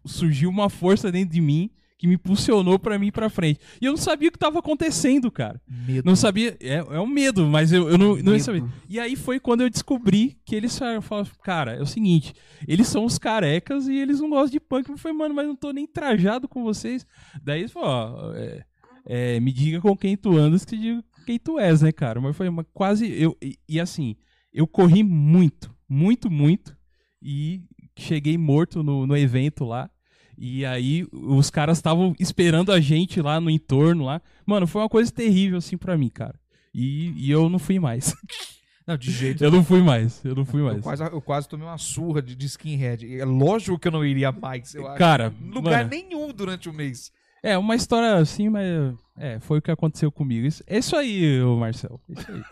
S1: surgiu uma força dentro de mim que me impulsionou pra mim pra frente. E eu não sabia o que tava acontecendo, cara.
S4: Medo.
S1: Não sabia. É, é um medo, mas eu, eu não, não
S4: Medo.
S1: sabia. E aí foi quando eu descobri que eles fa- falaram, cara, é o seguinte, eles são os carecas e eles não gostam de punk. Eu falei, mano, mas não tô nem trajado com vocês. Daí eles falaram, ó, é, é, me diga com quem tu andas, que te digo quem tu és, né, cara? Mas foi uma quase. Eu, e, e assim, eu corri muito, muito, muito. E cheguei morto no, no evento lá. E aí os caras estavam esperando a gente lá no entorno lá. Mano, foi uma coisa terrível assim pra mim, cara. E, e eu não fui mais. [laughs]
S4: Não, de jeito
S1: Eu não fui mais. Eu não fui mais.
S4: [laughs] Eu quase, eu quase tomei uma surra de, de skinhead. É lógico que eu não iria mais, eu acho.
S1: Cara,
S4: Em lugar
S1: mano,
S4: nenhum durante o mês.
S1: é uma história assim, mas é, foi o que aconteceu comigo. Isso, é isso aí, ô Marcel. É Isso aí.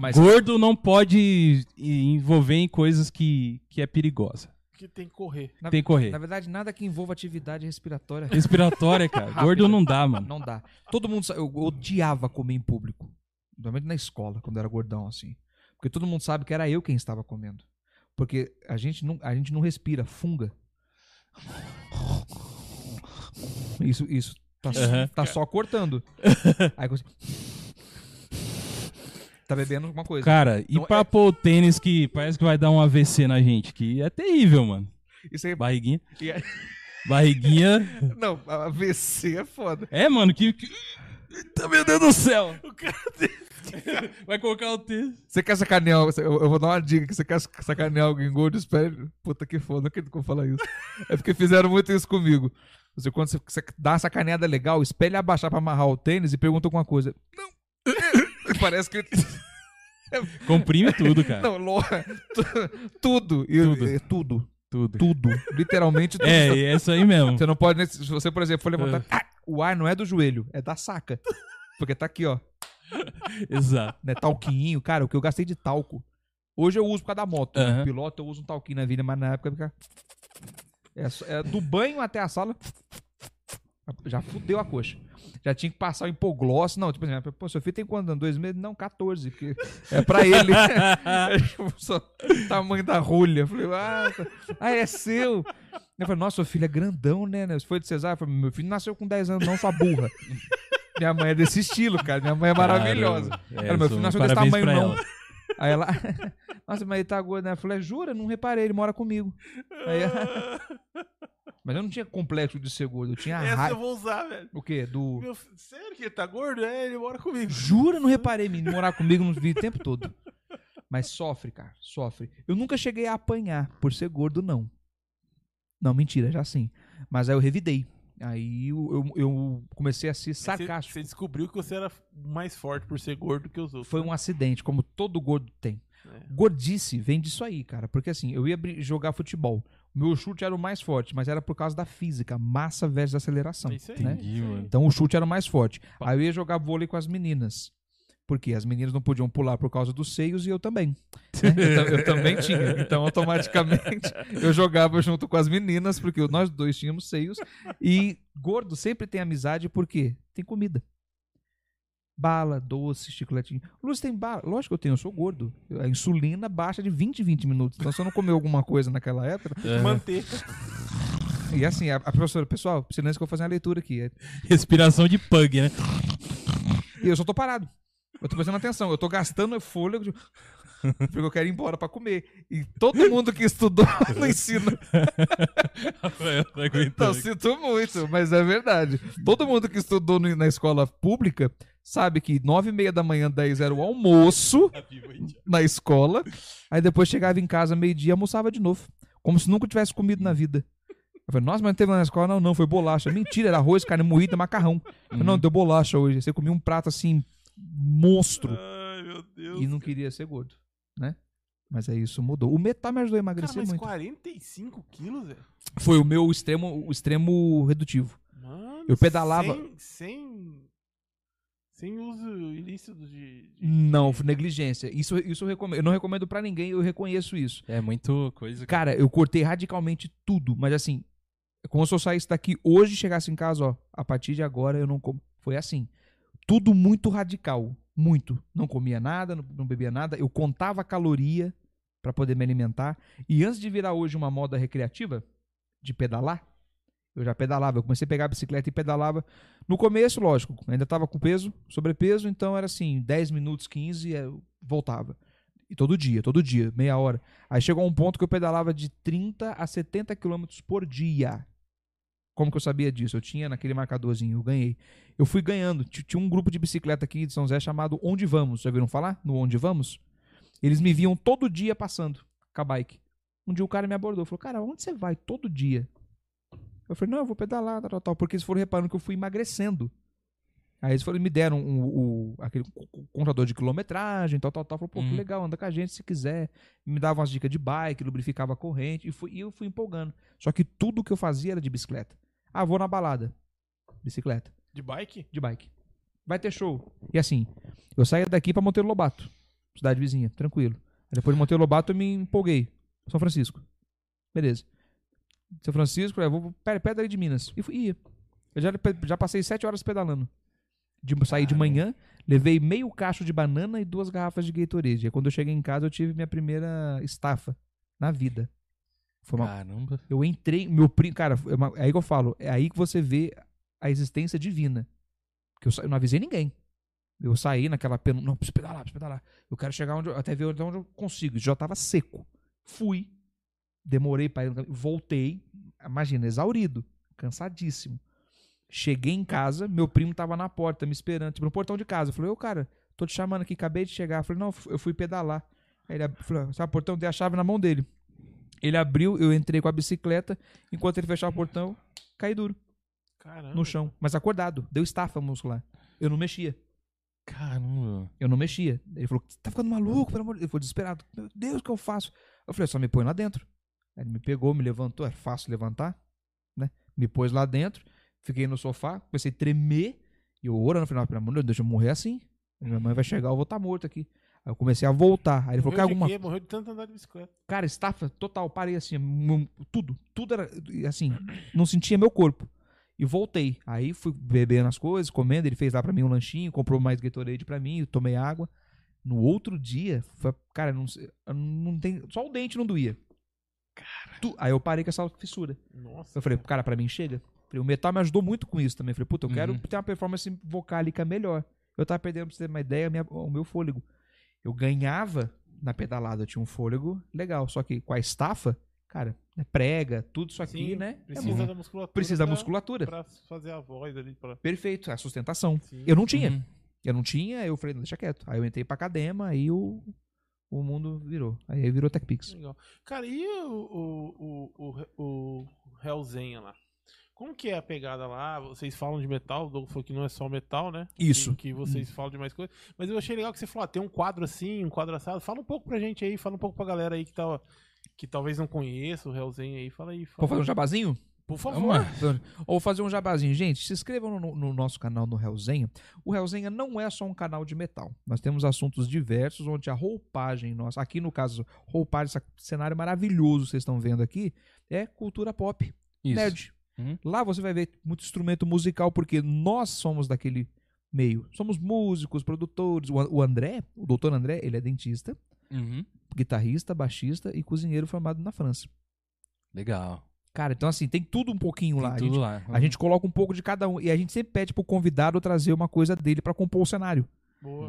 S4: Mas
S1: Gordo não pode e- envolver em coisas que, que é perigosa.
S2: Que tem
S1: [laughs]
S2: que correr.
S4: Na-
S1: Tem que
S4: Na
S1: correr.
S4: verdade, nada que envolva atividade respiratória
S1: Respiratória, cara. Gordo não dá, mano.
S4: não dá. Todo mundo sabe, eu odiava comer em público, principalmente na escola, quando eu era gordão assim, porque todo mundo sabe que era eu quem estava comendo. Porque a gente não, a gente não respira, funga. Isso isso tá, só-
S1: Aham.
S4: tá só cortando. Aí você Tá bebendo alguma coisa.
S1: Cara, e
S4: Não,
S1: pra
S4: é-
S1: pôr o tênis que parece que vai dar um AVC na gente, que é terrível, mano.
S4: Isso aí,
S1: Barriguinha.
S4: E aí-
S1: Barriguinha.
S4: [laughs] não, AVC é foda.
S1: É, mano, que. que... Eita, meu Deus do céu! Vai colocar o tênis.
S4: Você quer sacanear, eu, eu vou dar uma dica, que você quer sacanear alguém gordo, espere, puta que foda, que eu falar isso. É porque fizeram muito isso comigo. Você, quando você, você dá uma sacaneada legal, espelha abaixar pra amarrar o tênis e pergunta alguma coisa. Não. [laughs] Parece que...
S1: É. Comprime tudo, cara.
S4: Não, lo... tu- tudo. E-
S1: Tudo.
S4: é, tudo.
S1: tudo.
S4: Tudo. Literalmente tudo.
S1: É, é isso aí mesmo.
S4: Você não pode... nem- Se você, por exemplo, for levantar... Ah, o ar não é do joelho, é da saca. Porque tá aqui, ó.
S1: Exato.
S4: né? Talquinho, cara, o que eu gastei de talco. Hoje eu uso por causa da moto.
S1: Aham.
S4: né? Piloto, eu uso um talquinho na vida, mas na época fica. É, só- é do banho até a sala. Já fudeu a coxa. Já tinha que passar o hipogloss. Não, tipo assim, pô, seu filho tem quantos anos? Dois meses? Não, 14. Porque é pra ele. É, tipo, [laughs] só o tamanho da rolha. Eu Falei, ah, tá- ah, é seu. Eu falei, nossa, seu filho é grandão, né? né? Você foi de cesárea? Eu falei, meu filho nasceu com 10 anos, não, sua burra. [laughs] Minha mãe é desse estilo, cara. Minha mãe é maravilhosa.
S1: Caramba. É,
S4: Cara, meu
S1: sou-
S4: filho nasceu desse
S1: parabéns
S4: tamanho,
S1: pra
S4: não.
S1: ela.
S4: Aí ela. [laughs] Nossa, mas ele tá gordo, né? Eu falei, jura? Não reparei, ele mora comigo. Aí ela- [laughs] Mas eu não tinha complexo de ser gordo, eu tinha
S3: Essa eu
S4: raiva.
S3: vou usar, velho.
S4: O quê? Do.
S3: Meu fi- sério que ele tá gordo? É, ele mora comigo.
S4: Jura, não reparei, menino. Morar comigo no vídeo o tempo todo. Mas sofre, cara, sofre. Eu nunca cheguei a apanhar por ser gordo, não. Não, mentira, já sim. Mas aí eu revidei. Aí eu, eu- eu comecei a ser sarcástico.
S2: Você descobriu que você era mais forte por ser gordo que os outros.
S4: Foi um acidente, como todo gordo tem.
S2: É.
S4: Gordice vem disso aí, cara. Porque assim, eu ia brin- jogar futebol. Meu chute era o mais forte, mas era por causa da física, massa versus aceleração.
S2: É isso aí.
S4: né?
S1: Entendi, mano.
S4: Então o chute era o mais forte. Aí eu ia jogar vôlei com as meninas. Porque as meninas não podiam pular por causa dos seios e eu também. né? Eu, ta- eu também tinha. Então, automaticamente, eu jogava junto com as meninas, porque nós dois tínhamos seios. E gordo sempre tem amizade, porque tem comida. Bala, doce, chicletinho. Luz tem bala. Lógico que eu tenho, eu sou gordo. A insulina baixa de 20 em 20 minutos. Então, se eu não comer alguma coisa naquela época.
S1: É.
S2: Manter.
S4: E assim, a, a professora, pessoal, silêncio que eu vou fazer uma leitura aqui. É
S1: Respiração de pug, né? [laughs]
S4: E eu só tô parado. Eu tô prestando atenção. Eu tô gastando fôlego. de- [laughs] Porque eu quero ir embora pra comer. E todo mundo que estudou [laughs] no ensino.
S1: Rafael tá
S4: Então, eu
S1: aguentando.
S4: sinto muito, mas é verdade. Todo mundo que estudou no- na escola pública sabe que nove e meia da manhã, 10 era o almoço na escola. Aí depois chegava em casa meio-dia e almoçava de novo. Como se nunca tivesse comido na vida. Eu falei, nossa, mas não teve na escola? Não, não, foi bolacha. Mentira, era arroz, carne moída, macarrão. Eu falei, não, deu bolacha hoje. Você comia um prato assim, monstro.
S3: Ai, meu Deus.
S4: e não queria ser gordo, né? Mas aí isso mudou. O metal me ajudou a
S2: Cara,
S4: emagrecer
S2: mas é
S4: muito.
S2: 45 quilos, velho?
S4: Foi o meu extremo, o extremo redutivo.
S2: Mano.
S4: Eu pedalava-
S2: Sem. sem... Sem uso ilícito de. de-
S4: Não, negligência. Isso, isso eu recomendo. Eu não recomendo pra ninguém, eu reconheço isso.
S1: É muito coisa.
S4: Cara, eu cortei radicalmente tudo, mas assim, é como se eu saísse daqui hoje e chegasse em casa, ó, a partir de agora eu não como. Foi assim. Tudo muito radical. Muito. Não comia nada, não, não bebia nada. Eu contava caloria pra poder me alimentar. E antes de virar hoje uma moda recreativa, de pedalar, eu já pedalava. Eu comecei a pegar a bicicleta e pedalava. No começo, lógico, ainda tava com peso, sobrepeso, então era assim, 10 minutos, 15, eu voltava. E todo dia, todo dia, meia hora. Aí chegou um ponto que eu pedalava de 30 a 70 quilômetros por dia. Como que eu sabia disso? Eu tinha naquele marcadorzinho, eu ganhei. Eu fui ganhando. Ti- Tinha um grupo de bicicleta aqui de São Zé chamado Onde Vamos. Já viram falar no Onde Vamos? Eles me viam todo dia passando com a bike. Um dia o cara me abordou, falou: Cara, onde você vai todo dia? Eu falei: Não, eu vou pedalar, tal, tal, tal. Porque eles foram reparando que eu fui emagrecendo. Aí eles foram, me deram um, o- aquele co- co- contador de quilometragem, tal, tal, tal. Falou: Pô, que
S1: Hum.
S4: legal, anda com a gente se quiser me dava umas dicas de bike, lubrificava a corrente, e, fui- e eu fui empolgando. Só que tudo que eu fazia era de bicicleta. Ah, vou na balada. Bicicleta,
S2: De bike?
S4: de bike. Vai ter show. E assim, eu saía daqui pra Monteiro Lobato, cidade vizinha, tranquilo. Aí depois de Monteiro Lobato eu me empolguei. São Francisco. Beleza. São Francisco, eu vou pera, perto ali de Minas. E fui, ia. Eu já, já passei sete horas pedalando. De, saí de manhã, levei meio cacho de banana e duas garrafas de Gatorade. Aí quando eu cheguei em casa eu tive minha primeira estafa na vida. Foi uma
S1: Caramba.
S4: eu entrei, meu primo, cara, é uma- é aí que eu falo, é aí que você vê a existência divina. Que eu, sa- eu não avisei ninguém. Eu saí naquela pena, não, preciso pedalar, preciso pedalar. Eu quero chegar onde eu, até ver até onde eu consigo. Isso Já tava seco. Fui. Demorei para ir, no caminho, voltei, imagina, exaurido, cansadíssimo. Cheguei em casa, meu primo tava na porta me esperando, tipo, no portão de casa. Eu falei, ô cara, tô te chamando aqui, acabei de chegar. Eu falei, não, eu fui pedalar. Aí ele ab- falou, sabe o portão? Dei a chave na mão dele. Ele abriu, eu entrei com a bicicleta. Enquanto ele fechava o portão, caí duro
S2: Caramba.
S4: no chão, mas acordado. Deu estafa muscular. Eu não mexia.
S1: Caramba.
S4: Eu não mexia. Ele falou: tá ficando maluco, pelo amor de Deus. Eu falei, desesperado. Meu Deus, o que eu faço? Eu falei: só me põe lá dentro. Aí ele me pegou, me levantou. É fácil levantar, né? Me pôs lá dentro. Fiquei no sofá, comecei a tremer. E eu orando, falei: não, pelo amor de Deus, deixa eu morrer assim. Minha mãe vai chegar, eu vou estar morto aqui. Aí eu comecei a voltar. Aí ele
S2: Morreu
S4: falou: cai
S2: de
S4: alguma
S2: quê? Morreu de tanto andar de bicicleta.
S4: Cara, estafa total, parei assim, mu- tudo, tudo era assim, não sentia meu corpo. E voltei. Aí fui bebendo as coisas, comendo, ele fez lá pra mim um lanchinho, comprou mais Gatorade pra mim, eu tomei água. No outro dia, foi- cara, não, sei- eu não tem, só o dente não doía. Tu- aí eu parei com essa fissura.
S2: Nossa.
S4: Eu falei, cara, pra mim chega. Falei, o metal me ajudou muito com isso também. Falei, puta, eu quero
S1: Uhum.
S4: ter uma performance vocálica melhor. Eu tava perdendo, pra você ter uma ideia, a minha- o meu fôlego. Eu ganhava na pedalada, eu tinha um fôlego legal. Só que com a estafa, cara, né, prega, tudo isso aqui,
S2: Sim,
S4: né? é
S2: Precisa
S4: muito-
S2: da musculatura.
S4: precisa da
S2: pra-
S4: musculatura.
S2: Pra fazer a voz ali. Pra...
S4: Perfeito, a sustentação.
S2: Sim.
S4: Eu não tinha.
S1: Uhum.
S4: Eu não tinha, eu falei, não, deixa quieto. Aí eu entrei pra academa, aí o, o mundo virou. Aí virou TechPix.
S2: Tá Legal. Cara, e o, o, o, o, o Hellzenha lá? Como que é a pegada lá? Vocês falam de metal, o Douglas falou que não é só metal, né?
S4: Isso.
S2: Que, que vocês falam de mais coisas. Mas eu achei legal que você falou, ah, tem um quadro assim, um quadro assado. Fala um pouco pra gente aí, fala um pouco pra galera aí que, tá, que talvez não conheça o Hellzenha aí. Fala aí. Fala.
S4: Vou fazer um jabazinho?
S2: Por
S1: Vamos
S2: favor.
S1: lá.
S4: Ou fazer um jabazinho. Gente, se inscrevam no, no nosso canal no Hellzenha. O Hellzenha não é só um canal de metal. Nós temos assuntos diversos onde a roupagem nossa, aqui no caso, roupagem, esse cenário maravilhoso que vocês estão vendo aqui, é cultura pop,
S1: Isso.
S4: nerd.
S1: Uhum.
S4: Lá você vai ver muito instrumento musical, porque nós somos daquele meio. Somos músicos, produtores. O, o André, o doutor André, ele é dentista,
S1: Uhum.
S4: guitarrista, baixista e cozinheiro formado na França.
S1: Legal.
S4: Cara, então assim, tem tudo um pouquinho
S1: Tem
S4: lá. A gente
S1: tudo lá.
S4: a gente coloca um pouco de cada um e a gente sempre pede pro convidado trazer uma coisa dele pra compor o cenário.
S2: Boa.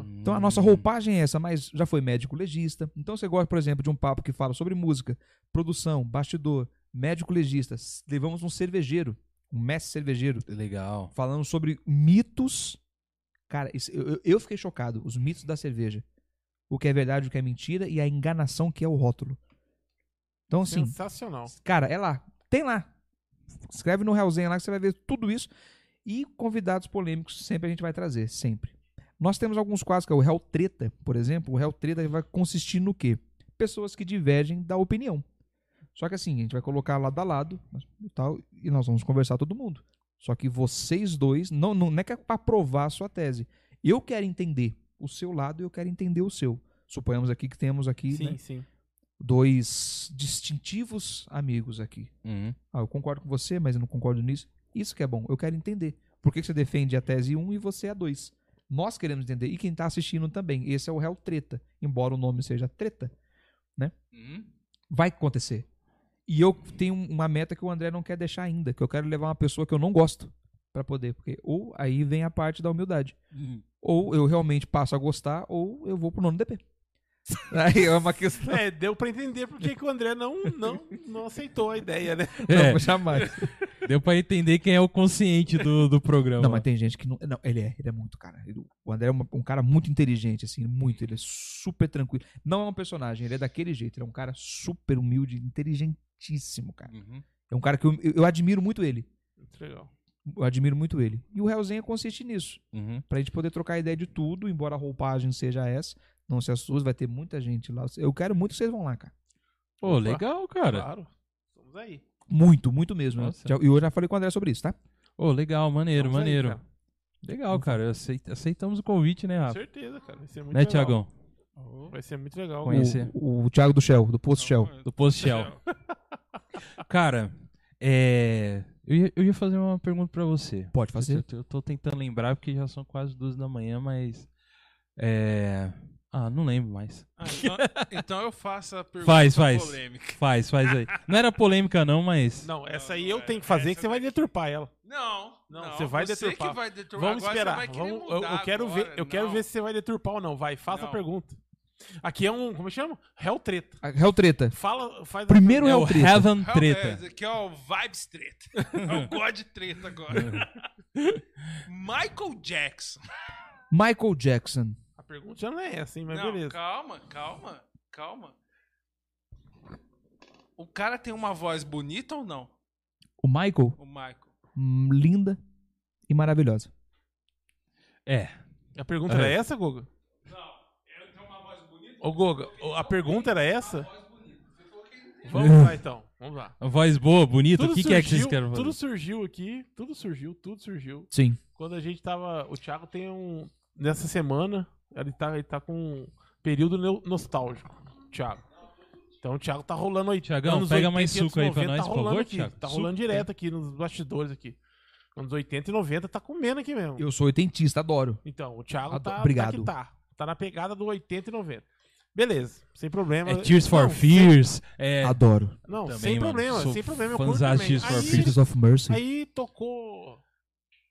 S1: Hum. Uhum.
S4: Então a nossa roupagem é essa, mas já foi médico legista. Então você gosta, por exemplo, de um papo que fala sobre música, produção, bastidor, médico legista. S- Levamos um cervejeiro, um mestre cervejeiro,
S1: Legal.
S4: falando sobre mitos. Cara, isso- eu, eu- eu fiquei chocado, os mitos da cerveja. O que é verdade, o que é mentira e a enganação que é o rótulo. Então, assim,
S2: Sensacional.
S4: Cara, é lá. Tem lá. Escreve no Realzinha lá que você vai ver tudo isso. E convidados polêmicos sempre a gente vai trazer, sempre. Nós temos alguns quadros, que é o Real Treta, por exemplo. O Real Treta vai consistir no quê? Pessoas que divergem da opinião. Só que assim, a gente vai colocar lado a lado mas- e tal, e nós vamos conversar todo mundo. Só que vocês dois, não, não, não é que é pra provar a sua tese, Eu quero entender o seu lado e eu quero entender o seu. Suponhamos aqui que temos aqui
S2: sim,
S4: né,
S2: sim.
S4: dois distintivos amigos aqui.
S1: Uhum.
S4: Ah, eu concordo com você, mas eu não concordo nisso. Isso que é bom. Eu quero entender. Por que que você defende a tese 1 e você a 2? Nós queremos entender. E quem está assistindo também. Esse é o réu treta. Embora o nome seja treta,
S3: Uhum.
S4: vai acontecer. E eu tenho uma meta que o André não quer deixar ainda, que eu quero levar uma pessoa que eu não gosto para poder, porque ou aí vem a parte da humildade, ou eu realmente passo a gostar, ou eu vou pro nono DP. Aí é uma questão.
S2: É, deu pra entender porque que o André não, não, não aceitou a ideia, né?
S1: É,
S4: Não, jamais.
S1: deu pra entender quem é o consciente do, do programa.
S4: Não, mas tem gente que não. Não, ele é, ele é muito, cara. Ele- o André é uma- um cara muito inteligente, assim, muito. Ele é super tranquilo. Não é um personagem, ele é daquele jeito. Ele é um cara super humilde, inteligentíssimo, cara.
S3: Uhum.
S4: É um cara que eu, eu- eu admiro muito ele.
S2: Legal.
S4: Eu admiro muito ele. E o Hellzinha consiste nisso.
S1: Uhum.
S4: Pra gente poder trocar ideia de tudo, embora a roupagem seja essa. Não se assuste, vai ter muita gente lá. Eu quero muito que vocês vão lá, cara.
S1: Pô, legal, cara.
S2: Claro. Estamos aí.
S4: Muito, muito mesmo. né?
S1: Nossa.
S4: Já- E eu já falei com o André sobre isso, tá?
S1: Ô, legal, maneiro,
S2: Estamos aí,
S1: maneiro.
S2: cara.
S1: Legal, cara. Aceit- aceitamos o convite, né,
S2: Com
S1: Rafa?
S2: certeza, cara. Vai ser muito
S1: Né,
S2: legal.
S1: Tiagão?
S2: Vai ser muito legal.
S1: Conhecer.
S4: O, o Thiago do Shell, do Posto Shell.
S1: Do Post Shell.
S4: [laughs]
S1: Cara, é. Eu ia, eu ia fazer uma pergunta pra você.
S4: Pode fazer.
S1: Eu, tô- eu tô tentando lembrar porque já são quase duas da manhã, mas. É. Ah, não lembro mais.
S3: Ah,
S4: [laughs]
S3: então, então eu faço a pergunta
S1: Faz, faz.
S3: polêmica.
S1: Faz, faz aí. Não era polêmica, não, mas.
S2: né? Não, essa aí
S3: Não,
S2: eu
S3: é-
S2: tenho que fazer, que
S3: essa
S2: você vai
S3: daí-
S2: deturpar ela.
S3: Não,
S2: Não, você vai deturpar.
S3: que vai deturpar.
S2: Vamos
S3: Agora você
S2: esperar.
S3: vai querer
S2: Vamos- eu, eu
S3: mudar
S2: quero
S3: agora.
S2: ver, eu quero
S3: Não.
S2: ver se você vai deturpar ou não. Vai, faça a
S3: Não.
S2: pergunta. Aqui é um, como chama? Réu treta.
S4: Ah, Hell Treta.
S2: Fala, faz a
S4: Primeiro
S1: é
S4: Hell
S1: o
S4: Treta.
S1: Heaven
S3: Hell,
S1: Treta.
S3: é, Aqui é o Vibes Treta. É
S2: [laughs]
S3: o God Treta agora. Michael Jackson.
S4: Michael Jackson.
S2: A pergunta já não é essa, hein? Mas
S3: Não,
S2: beleza.
S3: calma, calma, calma. O cara tem uma voz bonita ou não?
S4: O Michael,
S3: O Michael.
S4: hum, linda e maravilhosa.
S1: É.
S2: A pergunta
S1: É.
S2: era essa, Goga?
S3: Não, ele tem uma voz bonita.
S2: Ô, Goga, ô, a pergunta era essa?
S3: bonita.
S2: Vamos
S1: [laughs]
S2: lá, então. Vamos lá.
S1: A Voz boa, bonita.
S2: Tudo
S1: O que, que
S2: surgiu,
S1: é que vocês querem fazer?
S2: Tudo surgiu aqui. Tudo surgiu, tudo surgiu.
S4: Sim.
S2: Quando a gente tava... O Thiago tem um... Nessa semana, ele tá, ele tá com um período no- nostálgico. Thiago. Então o Thiago tá rolando aí.
S1: Thiagão,
S2: anos
S1: pega mais
S2: 80,
S1: suco aí pra
S2: 90,
S1: nós,
S2: tá
S1: por
S2: rolando
S1: favor,
S2: aqui,
S1: Thiago.
S2: Tá
S1: Suco, é.
S2: rolando direto aqui nos bastidores aqui. Anos 80 e 90 tá comendo aqui mesmo.
S4: Eu sou oitentista, adoro.
S2: Então, o Thiago
S4: Adoro-
S2: tá, tá
S4: obrigado.
S2: que tá. Tá na pegada do 80 e 90. Beleza, sem problema.
S1: É Tears for
S2: Não,
S1: Fears. É.
S4: Adoro.
S2: Não,
S1: Também,
S2: sem
S1: mano,
S2: problema,
S1: sou
S2: sem problema. Eu
S1: fãzão
S2: curto também.
S1: Tears for
S2: Aí-
S1: Fears.
S4: Tears of Mercy.
S2: Aí tocou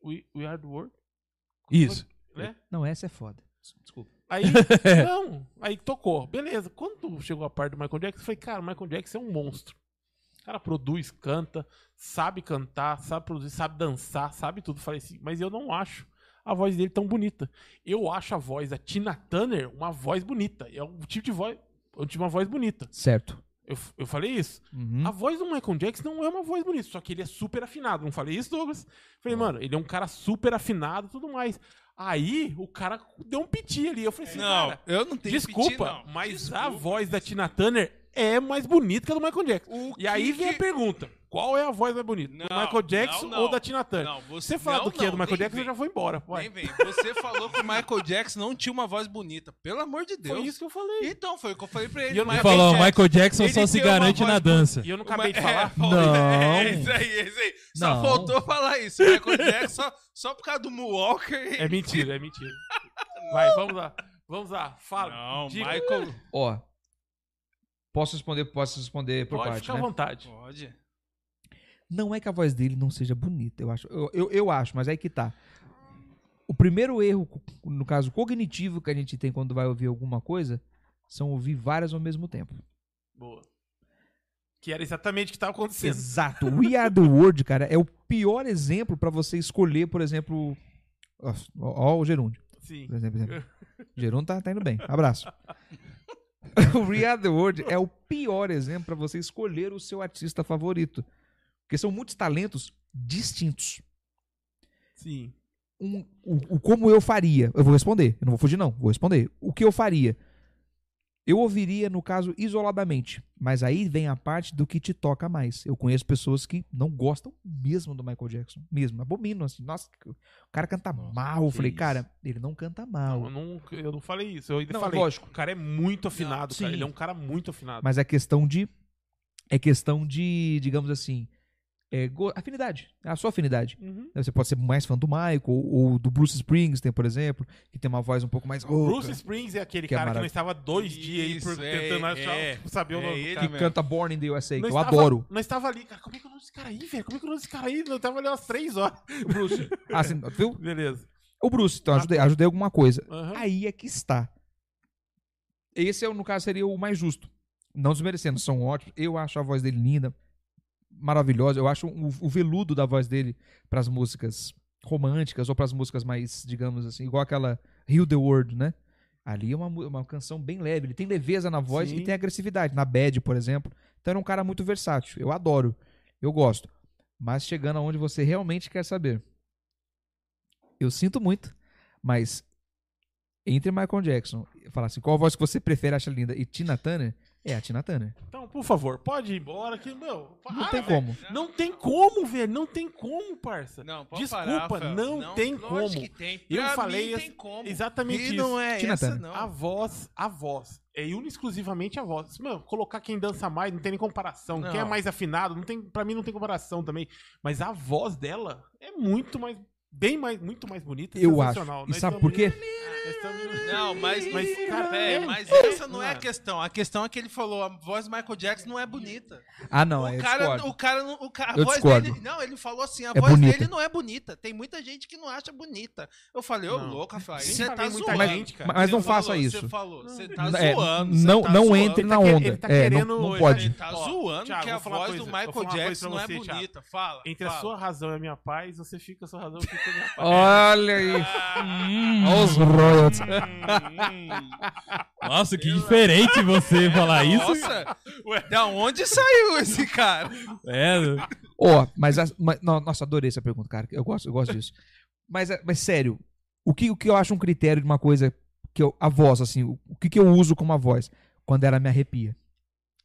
S2: We, We Are The World,
S1: Isso.
S2: né?
S4: Não, essa é foda. Desculpa.
S2: Aí, não, aí tocou. Beleza, quando chegou a parte do Michael Jackson, eu falei, cara, o Michael Jackson é um monstro. O cara produz, canta, sabe cantar, sabe produzir, sabe dançar, sabe tudo. Eu Falei assim, mas eu não acho a voz dele tão bonita. Eu acho a voz da Tina Turner uma voz bonita. É um tipo de voz, eu tive uma voz bonita.
S4: Certo.
S2: Eu, f- eu falei isso.
S4: Uhum.
S2: A voz do Michael Jackson não é uma voz bonita, só que ele é super afinado. Não falei isso, Douglas? Falei, mano, ele é um cara super afinado e tudo mais. Aí o cara deu um piti ali. Eu falei assim,
S3: Não,
S2: cara,
S3: eu não tenho
S2: desculpa,
S3: piti, não.
S2: mas a
S3: Desculpa.
S2: voz da Tina Turner é mais bonita que a do Michael Jackson.
S3: O
S2: E aí
S3: que
S2: vem a
S3: que-
S2: pergunta: qual é a voz mais bonita? do
S3: Não,
S2: Michael Jackson
S3: não, não.
S2: ou da Tina Turner?
S3: Não,
S2: você,
S3: você-
S2: falar
S3: não,
S2: do que é do
S3: não,
S2: Michael
S3: nem
S2: Jackson, eu
S3: vem.
S2: já vou embora. vai.
S3: Nem vem. Você falou que o Michael Jackson não tinha uma voz bonita. Pelo amor de Deus.
S2: Foi isso que eu falei.
S3: Então, foi o que eu falei pra ele.
S2: E eu não
S1: Ele
S3: Michael
S1: falou,
S3: Jackson.
S1: Michael Jackson
S3: é ele
S1: só se
S3: tem uma
S1: garante
S3: voz
S1: na dança.
S2: E eu não acabei de
S3: Uma-
S2: falar.
S3: [laughs] É,
S4: Não.
S3: É, isso aí, é isso aí. Só
S4: Não.
S3: faltou falar isso. Michael Jackson, só, só por causa do Moonwalker.
S2: É mentira, é
S3: [laughs]
S2: mentira. Vai, vamos lá. Vamos lá, fala.
S3: Não,
S2: diga.
S3: Michael.
S4: Ó. Posso responder, posso responder por
S2: Pode
S4: parte,
S2: ficar
S4: né?
S2: à vontade.
S3: Pode.
S4: Não é que a voz dele não seja bonita, eu acho. Eu, eu, eu acho, mas aí que tá. O primeiro erro, co- no caso cognitivo, que a gente tem quando vai ouvir alguma coisa, são ouvir várias ao mesmo tempo.
S2: Boa. Que era exatamente o que tava acontecendo.
S4: Exato. We Are The World, cara, é o pior exemplo pra você escolher, por exemplo... Ó, ó o gerúndio,
S2: Sim.
S4: por exemplo. exemplo. O gerúndio tá, tá indo bem. Abraço. [laughs] o We Are The World é o pior exemplo pra você escolher o seu artista favorito. Porque são muitos talentos distintos.
S2: Sim.
S4: um- o, o como eu faria. Eu vou responder. Eu não vou fugir, não. Vou responder. O que eu faria? Eu ouviria, no caso, isoladamente. Mas aí vem a parte do que te toca mais. Eu conheço pessoas que não gostam mesmo do Michael Jackson. Mesmo. Abominam, assim. Nossa, o cara canta
S2: Nossa,
S4: mal. Eu
S2: que
S4: falei,
S2: isso.
S4: cara, ele não canta mal.
S2: Não, eu, não, eu não falei isso. Eu ainda
S4: Não,
S2: falei.
S4: lógico.
S2: O cara é muito afinado,
S4: Não,
S2: cara.
S4: sim.
S2: Ele é um cara muito afinado.
S4: Mas é questão de. É questão de, digamos assim. é, go- afinidade. É a sua afinidade.
S2: Uhum.
S4: Você pode ser mais fã do Michael ou, ou do Bruce Springsteen, por exemplo, que tem uma voz um pouco mais.
S2: Bruce
S4: rouca,
S2: Springs é aquele
S4: Que é
S2: cara que
S4: marav-
S2: não estava dois dias aí
S3: Isso,
S2: por,
S3: é,
S2: tentando achar,
S3: é.
S2: tipo, saber o
S3: É
S2: nome do
S3: ele
S2: cara.
S4: que
S3: mesmo.
S4: canta Born in the USA, que
S2: Não
S4: eu
S2: estava-
S4: adoro.
S2: Não estava ali, cara. Como é que é o nome desse cara aí, velho? Como é que é o nome desse cara aí? Não estava ali umas três horas. Bruce.
S4: Ah, assim, viu?
S2: Beleza.
S4: O Bruce, então ajudei, ajudei alguma coisa.
S2: Aham.
S4: Aí é que está. Esse, é, no caso, seria o mais justo. Não desmerecendo, são ótimos. Eu acho a voz dele linda, maravilhosa. Eu acho o, o veludo da voz dele para as músicas românticas ou para as músicas mais, digamos assim, igual aquela Heal the World, né? Ali é uma, mu- uma canção bem leve. Ele tem leveza na voz
S2: Sim.
S4: e tem agressividade. Na Bad, por exemplo. Então ele é um cara muito versátil. Eu adoro. Eu gosto. Mas chegando aonde você realmente quer saber. Eu sinto muito, mas entre Michael Jackson, eu falar assim, qual voz que você prefere acha linda e Tina Turner, é a Tina Turner.
S2: Então, por favor, pode ir embora que, meu, para,
S4: Não tem
S2: velho.
S4: como.
S2: Não tem como, velho. Não tem como, parça.
S3: Não, pode
S2: Desculpa,
S3: parar, Rafael.
S2: não tem
S3: lógico
S2: como.
S3: Que tem.
S2: Eu
S3: Pra
S2: falei
S3: mim,
S2: esse-
S3: tem como.
S2: Exatamente
S3: e
S2: isso.
S3: não é
S4: Tina
S3: essa,
S4: Turner.
S3: não.
S2: A voz, a voz. É única e exclusivamente a voz. Mano, colocar quem dança mais, não tem nem comparação.
S3: Não.
S2: Quem é mais afinado, não tem, pra mim não tem comparação também. Mas a voz dela é muito mais, bem mais, muito mais bonita. e
S4: Eu acho.
S2: É sensacional. né? Então,
S4: E
S2: Nós
S4: sabe
S2: estamos-
S4: por quê?
S2: nós estamos-
S3: Não, mas,
S2: Mas, cara,
S3: véi,
S2: é-
S3: mas essa não é a
S2: Mano.
S3: questão. A questão é que ele falou, a voz do Michael Jackson não é bonita.
S4: Ah, não,
S3: o,
S4: é
S3: cara,
S4: discordo.
S3: o cara, não- o cara, a
S4: Eu
S3: voz
S4: discordo.
S3: dele, não, ele falou assim, a
S4: É
S3: voz
S4: bonita.
S3: dele não é bonita. Tem muita gente que não acha bonita. Eu falei, ô
S2: Não.
S3: louco, Rafael,
S2: Sim,
S3: você
S2: falei
S3: tá
S2: muita
S3: zoando.
S2: gente, cara.
S4: Mas não
S3: Você falou,
S4: faça isso.
S3: Você falou, você tá
S4: É,
S3: zoando. você
S4: não
S3: tá
S4: não
S3: zoando.
S4: entre na
S2: Ele tá que-
S4: onda.
S2: ele tá
S4: É, não-
S2: querendo-
S4: não
S2: ele
S4: pode.
S3: Ele tá
S2: Ó,
S3: zoando
S2: Thiago,
S3: que a
S2: vou falar uma
S3: voz
S2: coisa,
S3: do
S2: vou falar
S3: Michael
S2: uma coisa
S3: Jackson
S2: pra
S3: não é
S2: você, Thiago.
S3: bonita. Fala.
S2: Entre
S3: fala.
S2: a
S3: [laughs]
S2: sua razão e a minha paz, você fica a sua razão, eu fico com a minha paz.
S4: Olha aí. Olha os [laughs] royalties.
S1: Nossa, que diferente você falar isso.
S3: Nossa, da onde saiu esse cara?
S1: É,
S4: Ó, mas, as- mas- não, nossa, adorei essa pergunta, cara. Eu gosto, eu gosto disso. Mas, é- mas sério, o que, o que eu acho um critério de uma coisa que eu, a voz, assim, o, o que, que eu uso como a voz? Quando ela me arrepia.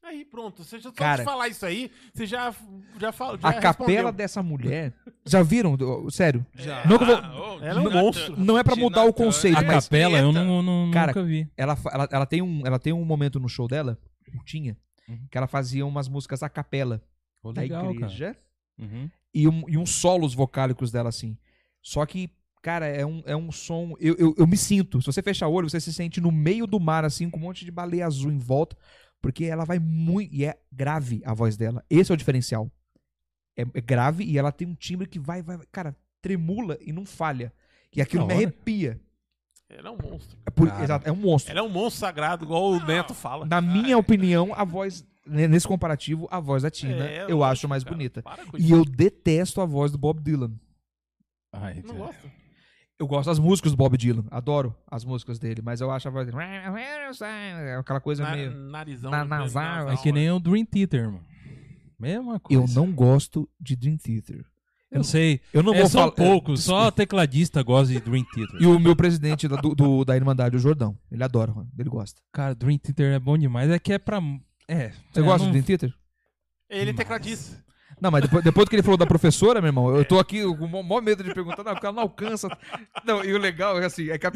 S2: Aí, pronto. Você já só
S4: Cara.
S2: de falar isso aí, você já, já, fala, já
S4: A capela
S2: respondeu.
S4: dessa mulher. Já viram? Do- Sério?
S3: Já.
S4: Não que eu vou-
S3: ô,
S2: Ela é um
S3: Tina
S2: monstro.
S4: Não é pra
S3: Tina
S4: mudar o
S3: Turner.
S4: conceito,
S1: a
S3: Ele é
S4: mas
S1: capela eu
S3: preta.
S1: não, não-
S4: Cara,
S1: nunca vi.
S4: ela, fa- ela, ela, tem um, ela tem um momento no show dela, curtinha, que ela fazia umas músicas a capela da igreja
S1: Uhum.
S4: e, um, e uns solos vocálicos dela, assim. Só que, cara, é um, é um som. Eu, eu, eu me sinto. Se você fechar o olho, você se sente no meio do mar, assim, com um monte de baleia azul em volta. Porque ela vai muito. E é grave a voz dela. Esse é o diferencial. É, é grave e ela tem um timbre que vai, vai, vai- Cara, tremula e não falha. E aquilo
S1: Da
S4: me
S1: hora.
S4: arrepia.
S2: Ela é um monstro.
S4: É, por-
S1: Cara.
S4: exato, é um monstro.
S2: Ela é um monstro sagrado, igual o Neto fala.
S3: Ah,
S4: Na minha opinião, a voz. né, Nesse comparativo, a voz da Tina
S2: É,
S4: né? eu
S2: lógico,
S4: acho mais
S2: cara.
S4: bonita.
S2: Para com
S4: E
S2: isso.
S4: eu detesto a voz do Bob Dylan.
S1: Ai,
S2: Não
S1: cara.
S2: gosto.
S4: Eu gosto das músicas do Bob Dylan, adoro as músicas dele, mas eu acho a voz dele- aquela coisa
S2: Na-
S4: meio.
S2: narizão.
S4: na- nasal,
S1: É que nem o Dream Theater, mano. Mesma coisa.
S4: Eu não gosto de Dream Theater.
S1: Eu sei.
S4: Eu não
S1: é,
S4: vou
S1: são
S2: um
S4: falar.
S1: poucos.
S4: Desculpa.
S1: Só tecladista gosta de Dream Theater.
S4: E o meu presidente da, do- do- da Irmandade, o Jordão, ele adora, mano, ele gosta.
S1: Cara, Dream Theater é bom demais. É que é pra. É.
S4: Você
S1: é,
S4: gosta
S1: não-
S4: de Dream Theater?
S2: Ele é tecladista.
S4: Não, mas depois, depois que ele falou da professora, meu irmão, eu tô aqui com o maior- maior medo de perguntar, não, porque ela não alcança. Não, e o legal é assim, é que a,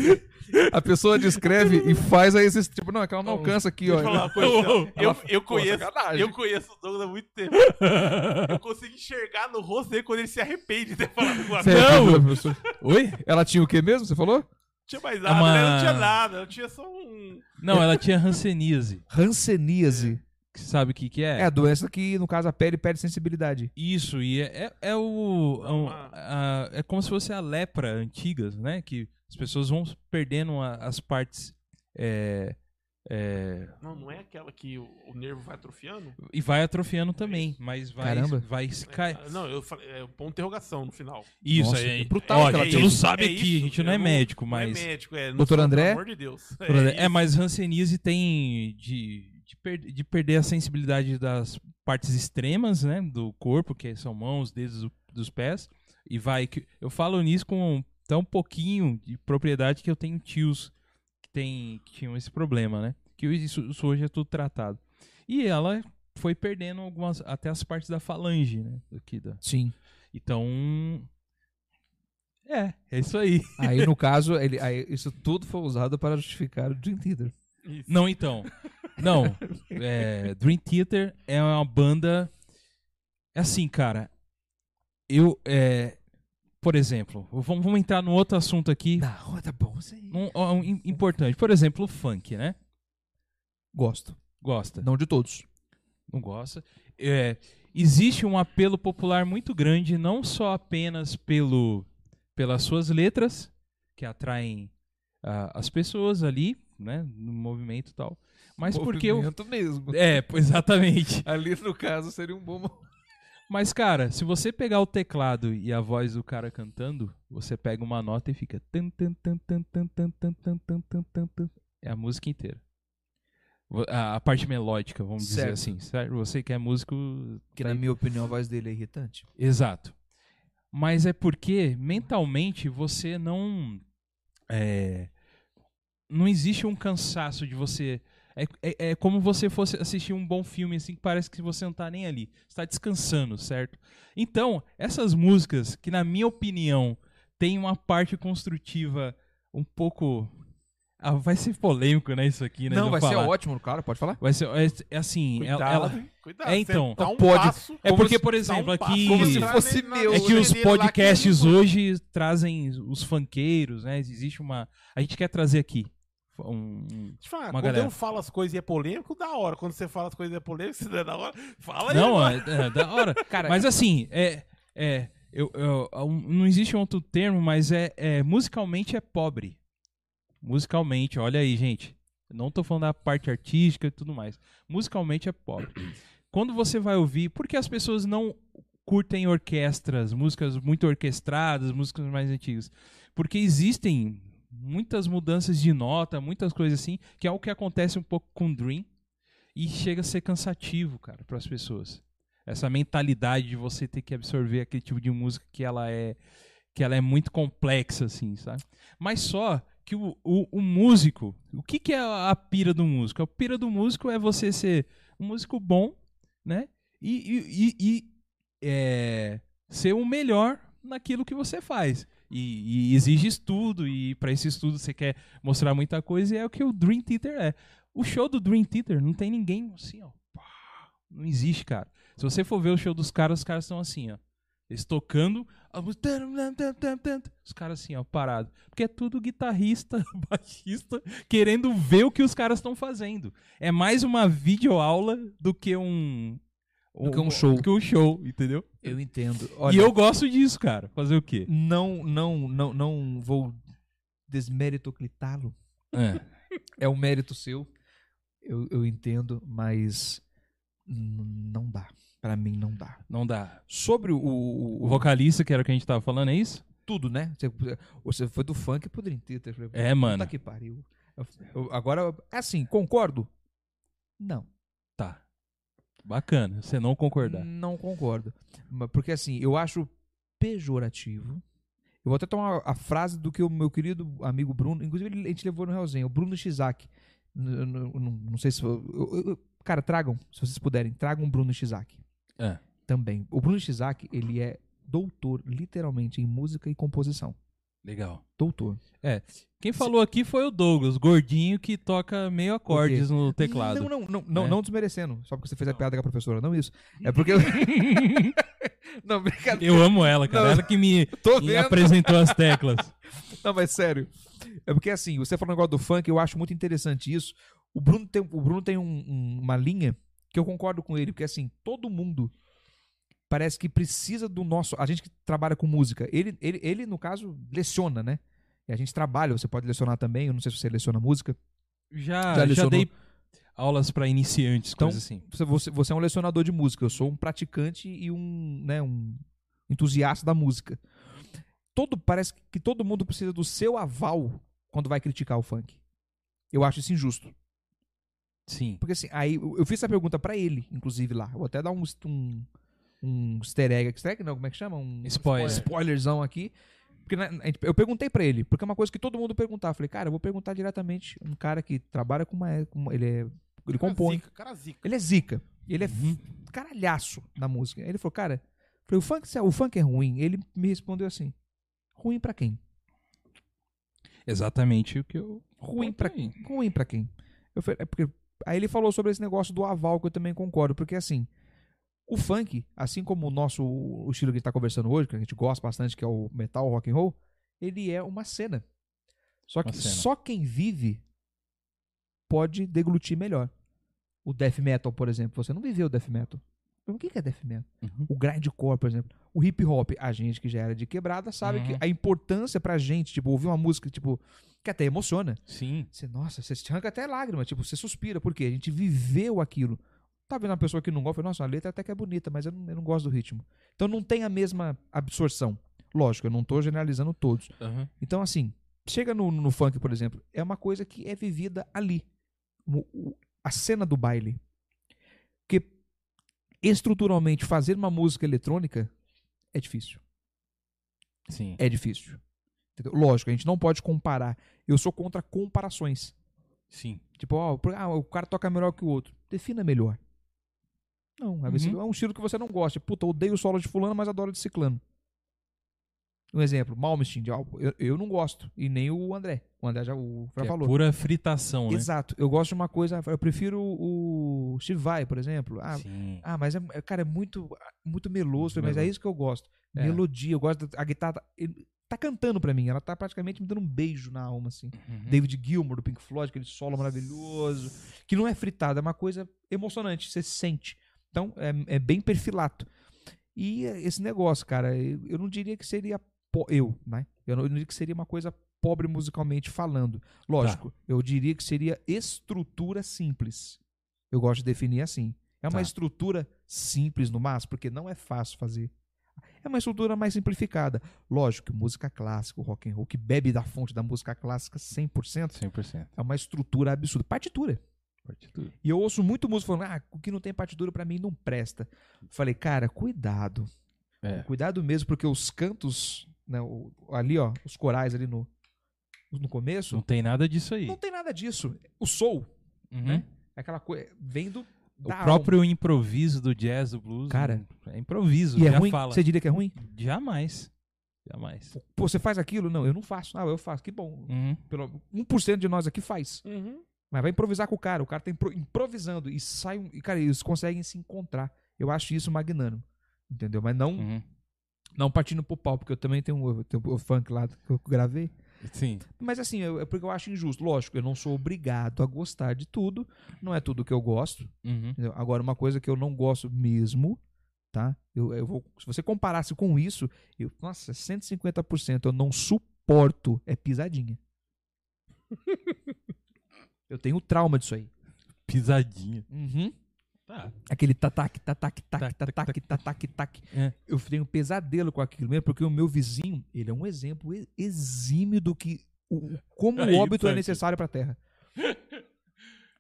S4: a pessoa descreve e faz aí esse tipo, não, é que ela não alcança aqui,
S2: Deixa eu falar
S4: ó.
S2: uma coisa. então. Eu,
S4: Ela-
S2: eu, conheço,
S4: sacanagem.
S2: eu conheço o Douglas há muito tempo. Eu consigo enxergar no rosto dele quando ele se arrepende de ter falado com a
S4: Você é
S2: Não
S4: arrependeu da professora?
S1: Oi?
S4: Ela tinha o quê mesmo? Você falou?
S2: tinha mais nada,
S1: Uma-
S2: né? Não tinha nada. Não tinha só um...
S1: [laughs] Não, ela tinha Hanseníase.
S4: Hanseníase.
S1: Que sabe o que, que é?
S4: É a doença que, no caso, a pele perde sensibilidade.
S1: Isso, e é, é, é o. É, um-
S2: Uma-
S1: a- é como se fosse a lepra antigas, né? Que as pessoas vão perdendo a- as partes. é, é,
S2: Não, não é aquela que o, o nervo vai atrofiando?
S1: e vai atrofiando também, mas vai,
S4: Caramba.
S1: vai se cair.
S2: É, não, eu falei... É um ponto de interrogação no final.
S1: Isso,
S4: Nossa,
S1: é,
S4: é brutal
S1: Ó,
S4: que
S1: a
S4: ela
S1: gente
S4: tem.
S1: não
S2: É
S1: sabe
S2: isso,
S1: aqui, a gente não
S2: eu
S1: é
S2: não-
S1: médico,
S2: Não é
S1: mas.
S2: médico, é. não
S4: Doutor
S2: sou,
S4: André?
S2: Pelo amor de Deus.
S1: Por exemplo, É,
S2: isso.
S1: mas Hanseníase tem de, de, per- de perder a sensibilidade das partes extremas, né, do corpo, que são mãos, dedos do- dos pés, e vai que eu falo nisso com tão pouquinho de propriedade que eu tenho tios que tem que tinham esse problema, né? que isso, isso hoje é tudo tratado. E ela foi perdendo algumas até as partes da falange, né, aqui da.
S4: Sim.
S1: Então é, é isso aí.
S4: Aí, no caso, ele, aí, isso tudo foi usado para justificar o Dream Theater.
S1: Não, então. Não. é, Dream Theater é uma banda. É assim, cara. Eu. É, por exemplo, vamos, vamos entrar num outro assunto aqui.
S4: Não, tá bom, isso aí.
S1: um- um- im- importante. Por exemplo, o funk, né?
S4: Gosto.
S1: Gosta.
S4: Não de todos.
S1: Não gosta. É, existe um apelo popular muito grande, não só apenas pelo, pelas suas letras, que atraem ah, as pessoas ali, né? No movimento e tal. Mas porque o
S4: Movimento mesmo.
S1: É, pô, exatamente.
S4: Ali, no caso, seria um bom...
S1: Mas, cara, se você pegar o teclado e a voz do cara cantando, você pega uma nota e fica. tan, tan, tan, tan, tan, tan, tan, tan, tan, tan, tan, tan. É a música inteira. Vo- A a parte melódica, vamos dizer
S4: Certo.
S1: assim. certo? Você que é músico.
S4: Que,
S1: tá
S4: na minha opinião, a voz dele é irritante.
S1: Exato. Mas é porque mentalmente você não. é, não existe um cansaço de você. É, é, é como você fosse assistir um bom filme, assim, que parece que você não tá nem ali. Você tá descansando, certo? Então, essas músicas, que na minha opinião, tem uma parte construtiva um pouco. Ah, vai ser polêmico, né? Isso aqui, né? de
S4: não,
S1: eu
S4: vai
S1: falar.
S4: ser ótimo, cara, pode falar?
S1: Vai ser. é- É, assim, ela-
S2: Cuidado,
S1: ela,
S2: hein? Cuidado,
S1: É, então,
S2: você dá um
S4: pode-
S2: passo,
S1: é
S2: como
S1: porque,
S2: se-
S1: por
S2: dá um
S1: exemplo,
S2: passo,
S1: aqui-
S2: como
S4: se
S2: na-
S4: fosse
S2: na-
S4: meu.
S1: É que os
S2: dele né? lá,
S1: podcasts
S2: ele-
S1: hoje trazem os funkeiros, né? Existe uma. A gente quer trazer aqui. um- um-
S2: Deixa eu falar,
S1: Uma
S2: quando
S1: galera.
S2: eu falo as coisas e é polêmico, da hora. Quando você fala as coisas e é polêmico, [laughs] se não é da hora, fala aí.
S1: Não,
S2: mano.
S1: é, é da hora.
S4: Cara,
S1: Mas assim, é. é eu, eu- um- não existe um outro termo, mas é, é- Musicalmente é pobre. Musicalmente, olha aí, gente. Não tô falando da parte artística e tudo mais. Musicalmente é pobre. Quando você vai ouvir, por que as pessoas não curtem orquestras, músicas muito orquestradas, músicas mais antigas? Porque existem muitas mudanças de nota, muitas coisas assim, que é o que acontece um pouco com Dream e chega a ser cansativo, cara, para as pessoas. Essa mentalidade de você ter que absorver aquele tipo de música que ela é que ela é muito complexa assim, sabe? Mas só que o, o, o músico, o que que é a pira do músico? A pira do músico é você ser um músico bom, né? E, e, e- e, é, ser o melhor naquilo que você faz. E, e exige estudo, e para esse estudo você quer mostrar muita coisa, e é o que o Dream Theater é. O show do Dream Theater não tem ninguém assim, ó. pá, Não existe, cara. Se você for ver o show dos caras, os caras estão assim, ó. Eles tocando. a música- Os caras assim, ó, parado. Porque é tudo guitarrista, [laughs] baixista, querendo ver o que os caras estão fazendo. É mais uma videoaula do que um.
S4: Do que um show.
S1: Do que um show, entendeu?
S4: eu entendo. Olha,
S1: E eu gosto disso, cara. Fazer o quê?
S4: não, não, não, não vou desmeritoclitá-lo. É um mérito seu, eu, eu entendo, mas n- não dá. Pra mim, não dá.
S1: Não dá.
S4: Sobre o, o-
S1: O
S4: o-
S1: vocalista, que era o que a gente tava falando, é isso?
S4: tudo, né? Você, você foi do funk pro Dream Theater. Eu falei,
S1: É,
S4: Puta
S1: mano.
S4: que pariu. Eu- eu- agora, assim, concordo? Não.
S1: Tá. Bacana. Você não concordar.
S4: Não concordo. Ma- Porque assim, eu acho pejorativo. Eu vou até tomar a frase do que o meu querido amigo Bruno, inclusive ele- a gente levou no Realzinho, o Bruno Shizak. N- n- n- Não, sei se. eu- eu- eu- cara, tragam, se vocês puderem, tragam o Bruno Shizak.
S1: É.
S4: Também. O Bruno Shizak, ele é doutor, literalmente, em música e composição.
S1: Legal.
S4: Doutor.
S1: Quem falou aqui foi o Douglas, gordinho que toca meio acordes no teclado.
S4: Não, não, não, não,
S1: É.
S4: não desmerecendo. Só porque você fez a piada com a professora, não isso. É porque. não, brincadeira.
S1: Eu amo ela, cara.
S4: Não.
S1: Ela que [laughs] me
S4: Tô
S1: me
S4: vendo.
S1: apresentou as teclas.
S4: Não, mas sério. É porque assim, você falou um negócio do funk, eu acho muito interessante isso. O Bruno tem, o Bruno tem um- um- uma linha que eu concordo com ele, porque assim, todo mundo parece que precisa do nosso. A gente que trabalha com música, ele, ele, ele no caso, leciona, né? E a gente trabalha, você pode lecionar também, eu não sei se você leciona música.
S1: [laughs] Já,
S4: Já
S1: já,
S4: lecionou?
S1: dei aulas pra iniciantes,
S4: Então,
S1: coisa assim.
S4: Você, você, você é um lecionador de música, eu sou um praticante e um, né, um entusiasta da música. Todo, parece que todo mundo precisa do seu aval quando vai criticar o funk. Eu acho isso injusto.
S1: Sim.
S4: Porque assim, aí eu eu fiz essa pergunta pra ele, inclusive lá. Vou até dar um est- um, um easter egg, easter egg não, como é que chama? Um
S1: Spoiler.
S4: spoilerzão aqui. Porque né, a gente- eu perguntei pra ele, porque é uma coisa que todo mundo perguntava. Eu Falei, cara, eu vou perguntar diretamente um cara que trabalha com uma. com- ele é- ele compõe.
S2: Zica, cara zica.
S4: Ele é zica. Ele é f- caralhaço na música. Aí Ele falou, cara, eu falei, o, funk, o funk é ruim. Ele me respondeu assim: ruim pra quem?
S1: Exatamente o que eu.
S4: Ruim pra,
S1: contei.
S4: ruim pra quem? Eu falei, é porque, aí ele falou sobre esse negócio do aval, que eu também concordo, porque assim, o funk, assim como o nosso o estilo que a gente tá conversando hoje, que a gente gosta bastante, que é o metal, o rock and roll, ele é uma cena. Só que
S1: Uma cena.
S4: só quem vive pode deglutir melhor. O death metal, por exemplo, você não viveu o death metal. Então, O que que é death metal?
S1: Uhum.
S4: O grindcore, por exemplo. O hip hop, a gente que já era de quebrada sabe
S1: Uhum.
S4: que a importância pra gente, tipo, ouvir uma música, tipo, que até emociona.
S1: Sim.
S4: Você, nossa, você te arranca até lágrima, tipo, você suspira, porque a gente viveu aquilo. Tá vendo uma pessoa que não gosta, fala, nossa, a letra até que é bonita, mas eu não, eu não gosto do ritmo. Então não tem a mesma absorção. Lógico, eu não tô generalizando todos.
S1: Aham.
S4: Então, assim, chega no, no funk, por exemplo, é uma coisa que é vivida ali. O- o- a cena do baile. Porque estruturalmente fazer uma música eletrônica é difícil.
S1: Sim.
S4: É difícil. Entendeu? Lógico, a gente não pode comparar. Eu sou contra comparações.
S1: Sim.
S4: Tipo, ó, por- ah, o cara toca melhor que o outro. Defina melhor. Não, às vezes
S1: Uhum.
S4: é um estilo que você não gosta. Puta, eu odeio o solo de fulano, mas adoro de ciclano. Um exemplo, Malmsteen, de álbum. eu, eu não gosto. E nem o André. O André já, o, já
S1: Que é
S4: falou.
S1: pura fritação, né?
S4: Exato. Eu gosto de uma coisa. Eu prefiro o Steve Vai, por exemplo. Ah,
S1: Sim.
S4: ah, mas é, é- cara, é muito, muito meloso,
S1: Muito
S4: mas é
S1: meloso.
S4: isso que eu gosto.
S1: É.
S4: Melodia, eu gosto da a guitarra. tá- ele tá cantando pra mim, ela tá praticamente me dando um beijo na alma, assim.
S1: Uhum.
S4: David Gilmour, do Pink Floyd, aquele solo maravilhoso, que não é fritado, é uma coisa emocionante, você sente. Então, é, é bem perfilado. E esse negócio, cara, eu eu não diria que seria. po- Eu, né? Eu não, eu não diria que seria uma coisa pobre musicalmente falando. Lógico, eu diria que seria estrutura simples. Eu gosto de definir assim. É uma
S1: Tá.
S4: estrutura simples no máximo, porque não é fácil fazer. É uma estrutura mais simplificada. Lógico, que música clássica, o rock and roll, que bebe da fonte da música clássica 100%,
S1: 100%.
S4: é uma estrutura absurda. Partitura.
S1: Partitura.
S4: E eu ouço muito músico falando, ah, o que não tem partitura pra mim não presta. Falei, cara, cuidado.
S1: É.
S4: Cuidado mesmo, porque os cantos, né, o- ali ó, os corais ali no, no começo,
S1: Não tem nada disso aí.
S4: não tem nada disso. O soul,
S1: Uhum.
S4: né? é aquela coisa, vem do...
S1: O
S4: da
S1: próprio improviso do jazz, do blues.
S4: Cara.
S1: não- É improviso,
S4: alma. E é
S1: já
S4: ruim?
S1: fala.
S4: Você diria que é ruim?
S1: Jamais. Jamais.
S4: Pô, você faz aquilo? Não, eu não faço. Ah, eu faço. Que bom.
S1: Uhum.
S4: Pelo 1% de nós aqui faz.
S2: Uhum.
S4: Mas vai improvisar com o cara. O cara tá impro- improvisando e sai. um- E, cara, eles conseguem se encontrar. Eu acho isso magnânimo. Entendeu? Mas não,
S1: Uhum.
S4: não partindo pro pau, porque eu também tenho, um, eu tenho o funk lá que eu gravei.
S1: Sim.
S4: Mas assim, eu- é porque eu acho injusto. Lógico, eu não sou obrigado a gostar de tudo. Não é tudo que eu gosto.
S1: Uhum.
S4: entendeu? Agora, uma coisa que eu não gosto mesmo, tá? Eu, eu vou, se você comparasse com isso, eu, nossa, 150% eu não suporto
S1: [laughs]
S4: é pisadinha. eu tenho trauma disso aí.
S1: Pisadinha.
S4: Uhum.
S1: Tá.
S4: Aquele tatac, tatac, tac,
S1: Tac, tac,
S4: tatac, tatac, tac.
S1: É.
S4: Eu tenho um pesadelo com aquilo mesmo, porque o meu vizinho, ele é um exemplo e- exímio do que. o- como
S1: Aí,
S4: o óbito é
S1: Frank.
S4: necessário pra
S1: [laughs]
S4: terra.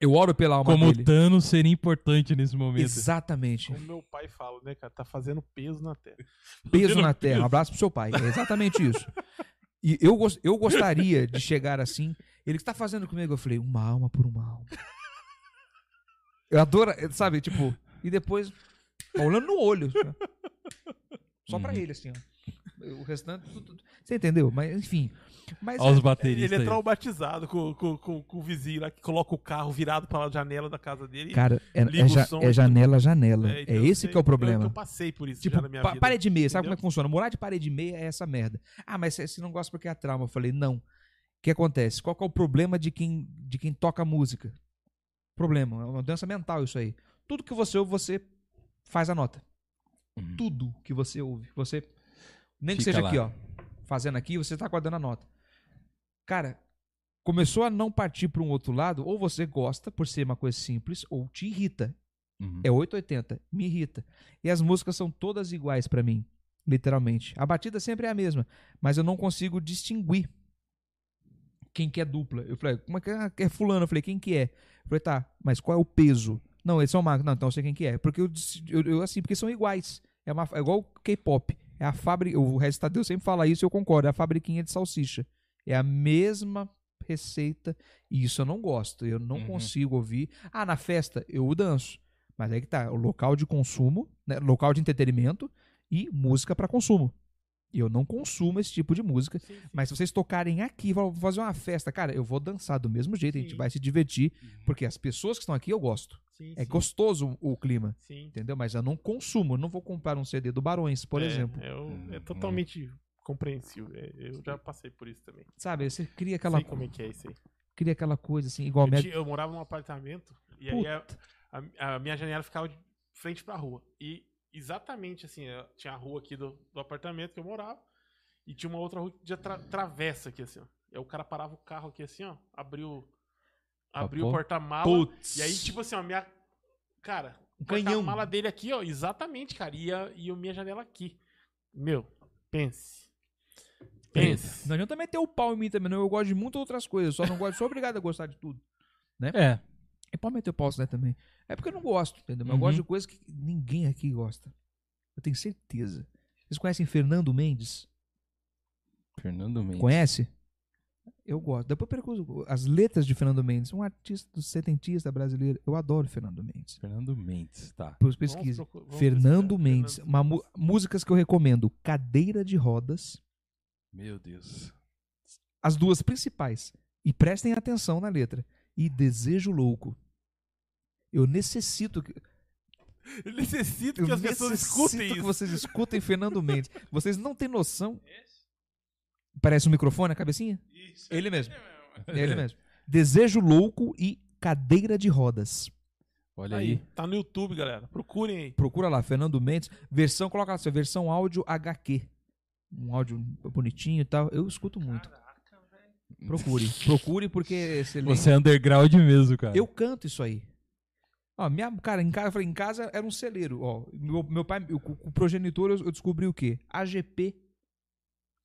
S4: Eu oro pela alma
S1: Como o
S4: dele.
S1: Thanos seria importante nesse momento.
S4: Exatamente.
S2: Como meu pai fala, né, cara? Tá fazendo peso na terra.
S4: Peso na terra. Um abraço pro seu pai. É exatamente isso. E eu, gos- eu gostaria de chegar assim. Ele, o que tá fazendo comigo? Eu falei, uma alma por uma alma. Eu adoro, sabe, tipo, e depois, olhando no olho. assim, Só pra
S1: Uhum.
S4: ele, assim, ó. O restante, tudo, tudo. Você entendeu? Mas, enfim. Mas,
S1: Olha os
S2: Ele,
S1: bateristas.
S2: é
S1: aí.
S2: traumatizado com, com, com, com o vizinho lá que coloca o carro virado pra janela da casa dele.
S4: cara, é,
S2: Liga
S4: é,
S2: o
S4: ja-
S2: som
S4: é
S2: e-
S4: janela, janela.
S2: É,
S4: É,
S2: então eu
S4: esse
S2: sei,
S4: que é o
S2: Eu,
S4: problema.
S2: eu passei por isso
S4: Tipo,
S2: já na minha
S4: pa-
S2: vida.
S4: parede meia, sabe
S2: entendeu?
S4: como é que funciona? Morar de parede meia é essa merda. Ah, mas você- você não gosta porque é trauma. Eu falei, não. O que acontece? Qual que é o problema de quem, de quem toca música? Problema, é uma doença mental isso aí. Tudo que você ouve, você faz a nota.
S1: Uhum.
S4: Tudo que você ouve, você... Nem que
S1: Fica
S4: seja
S1: lá.
S4: aqui, ó. Fazendo aqui, você tá guardando a nota. Cara, começou a não partir para um outro lado, ou você gosta por ser uma coisa simples, ou te irrita.
S1: Uhum.
S4: É 880, me irrita. E as músicas são todas iguais pra mim, literalmente. A batida sempre é a mesma, mas eu não consigo distinguir quem que é dupla. Eu falei, como é que é? Ah, é fulano? Eu falei, quem que é? Eu falei, tá, mas qual é o peso? Não, eles são magros. Não, então eu sei quem que é. Porque eu, dis- eu, eu, assim, porque são iguais. É, uma, é igual o K-pop. É a fábrica. O resto Tadeu sempre fala isso, eu concordo. É a fabriquinha de salsicha. É a mesma receita. E isso eu não gosto. Eu não
S1: Uhum.
S4: consigo ouvir. Ah, na festa eu danço. Mas aí que tá, o local de consumo, né, local de entretenimento e música para consumo. E Eu não consumo esse tipo de música. Mas se vocês tocarem aqui, vão fazer uma festa, cara, eu vou dançar do mesmo jeito, a gente
S2: Sim. Uhum.
S4: vai se divertir, porque as pessoas que estão aqui eu gosto.
S2: Sim,
S4: É
S2: sim,
S4: gostoso o o clima.
S2: sim.
S4: Entendeu? Mas eu não consumo, eu não vou comprar um CD do Barões, por
S2: É,
S4: exemplo.
S2: eu- É, totalmente compreensível. É, eu já passei por isso também.
S4: Sabe, você cria aquela,
S2: Sei como é que é isso aí.
S4: cria aquela coisa assim, igual
S2: Eu,
S4: minha...
S2: tinha- eu morava num apartamento e aí a, a- a minha janela ficava de frente pra rua. E exatamente assim, eu- tinha a rua aqui do, do apartamento que eu morava e tinha uma outra rua que tinha tra- travessa aqui assim, ó. E aí o cara parava o carro aqui assim, ó, abriu abriu o
S1: Capô.
S2: porta-mala
S1: Putz.
S2: e aí tipo assim, ó, minha cara,
S4: Um
S2: a
S4: canhão.
S2: mala dele aqui, ó, exatamente, cara, e a, e a minha janela aqui. Meu, pense. Pense.
S4: Não adianta meter o pau em mim também, não. Eu gosto de muitas outras coisas, só não gosto, sou obrigado a gostar de tudo. né?
S1: É.
S4: E pode meter o pau, né, também. É porque eu não gosto, entendeu? Mas
S1: Uhum.
S4: eu gosto de coisas que ninguém aqui gosta. Eu tenho certeza. Vocês conhecem Fernando Mendes?
S1: Fernando Mendes.
S4: Conhece? Eu gosto. Depois eu pergunto as letras de Fernando Mendes. Um artista setentista brasileiro. Eu adoro Fernando Mendes.
S1: Fernando Mendes, tá.
S4: Pois
S2: Vamos
S4: pesquise.
S2: procu- vamos
S4: Fernando
S2: pesquisar.
S4: Mendes.
S2: Fernando
S4: Uma mu- músicas que eu recomendo: Cadeira de Rodas,
S1: Meu Deus.
S4: as duas principais. E prestem atenção na letra. E Desejo Louco. Eu necessito que,
S2: Eu necessito
S4: eu
S2: que as pessoas
S4: necessito
S2: escutem
S4: que
S2: isso.
S4: vocês escutem
S2: [laughs]
S4: Fernando Mendes. Vocês não têm noção. Parece um microfone a cabecinha?
S3: Isso.
S4: Ele mesmo. É ele mesmo. Desejo Louco e Cadeira de Rodas.
S1: Olha
S2: Aí,
S1: aí.
S2: tá no YouTube, galera. Procurem aí.
S4: Procura lá, Fernando Mendes. Versão, coloca lá, sua versão áudio HQ. Um áudio bonitinho e tal. Eu escuto muito. Procure. Procure porque é excelente.
S1: Você é underground mesmo, cara.
S4: Eu canto isso aí. Ó, minha, cara, em casa, eu falei, em casa era um celeiro. Ó, meu, meu pai, eu, com o progenitor, eu, eu descobri o quê? AGP.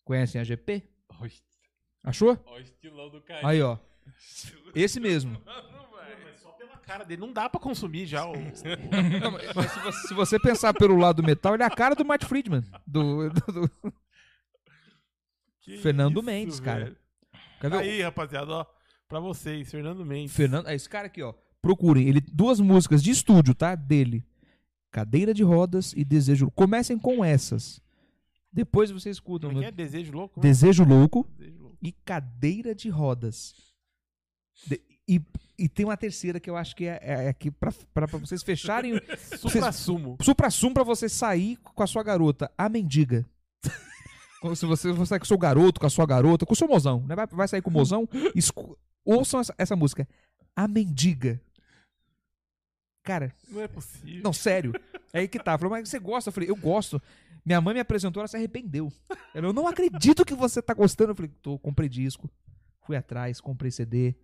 S4: Conhecem AGP?
S3: Olha
S4: Achou?
S3: o estilão do
S2: É.
S3: cara.
S4: Aí, ó. Esse mesmo.
S2: Só pela cara dele, não dá pra consumir já. O...
S4: Não, mas- mas se, você, se você pensar pelo lado do metal, ele é a cara do Matt Friedman. Do, do- do-
S2: Que
S4: Fernando Mendes, cara.
S2: velho. Tá
S4: Quer ver?
S2: Aí, rapaziada, ó. Pra vocês, Fernando Mendes.
S4: Fernando, é esse cara aqui, ó. Procurem. Ele duas músicas de estúdio, tá? Dele. Cadeira de rodas e Desejo. Comecem com essas. Depois vocês escutam.
S2: Como é que
S4: meu.
S2: é? Desejo louco? Como é?
S4: Desejo louco
S2: Desejo louco.
S4: e cadeira de rodas. De- e, e tem uma terceira que eu acho que é, é aqui pra, pra, pra vocês fecharem.
S2: Supra sumo.
S4: Supra-sum pra você sair com a sua garota. A mendiga. Como Se você, você sai com o seu garoto, com a sua garota, com o seu mozão, né? Vai, vai sair com o mozão, escu- ouçam essa, essa música. A mendiga. Cara,
S2: Não é possível.
S4: não, sério. É aí que tá. Falou, mas você gosta? Eu falei, eu gosto. Minha mãe me apresentou, ela se arrependeu. Ela, eu não acredito que você tá gostando. Eu falei, tô, comprei disco. Fui atrás, comprei CD.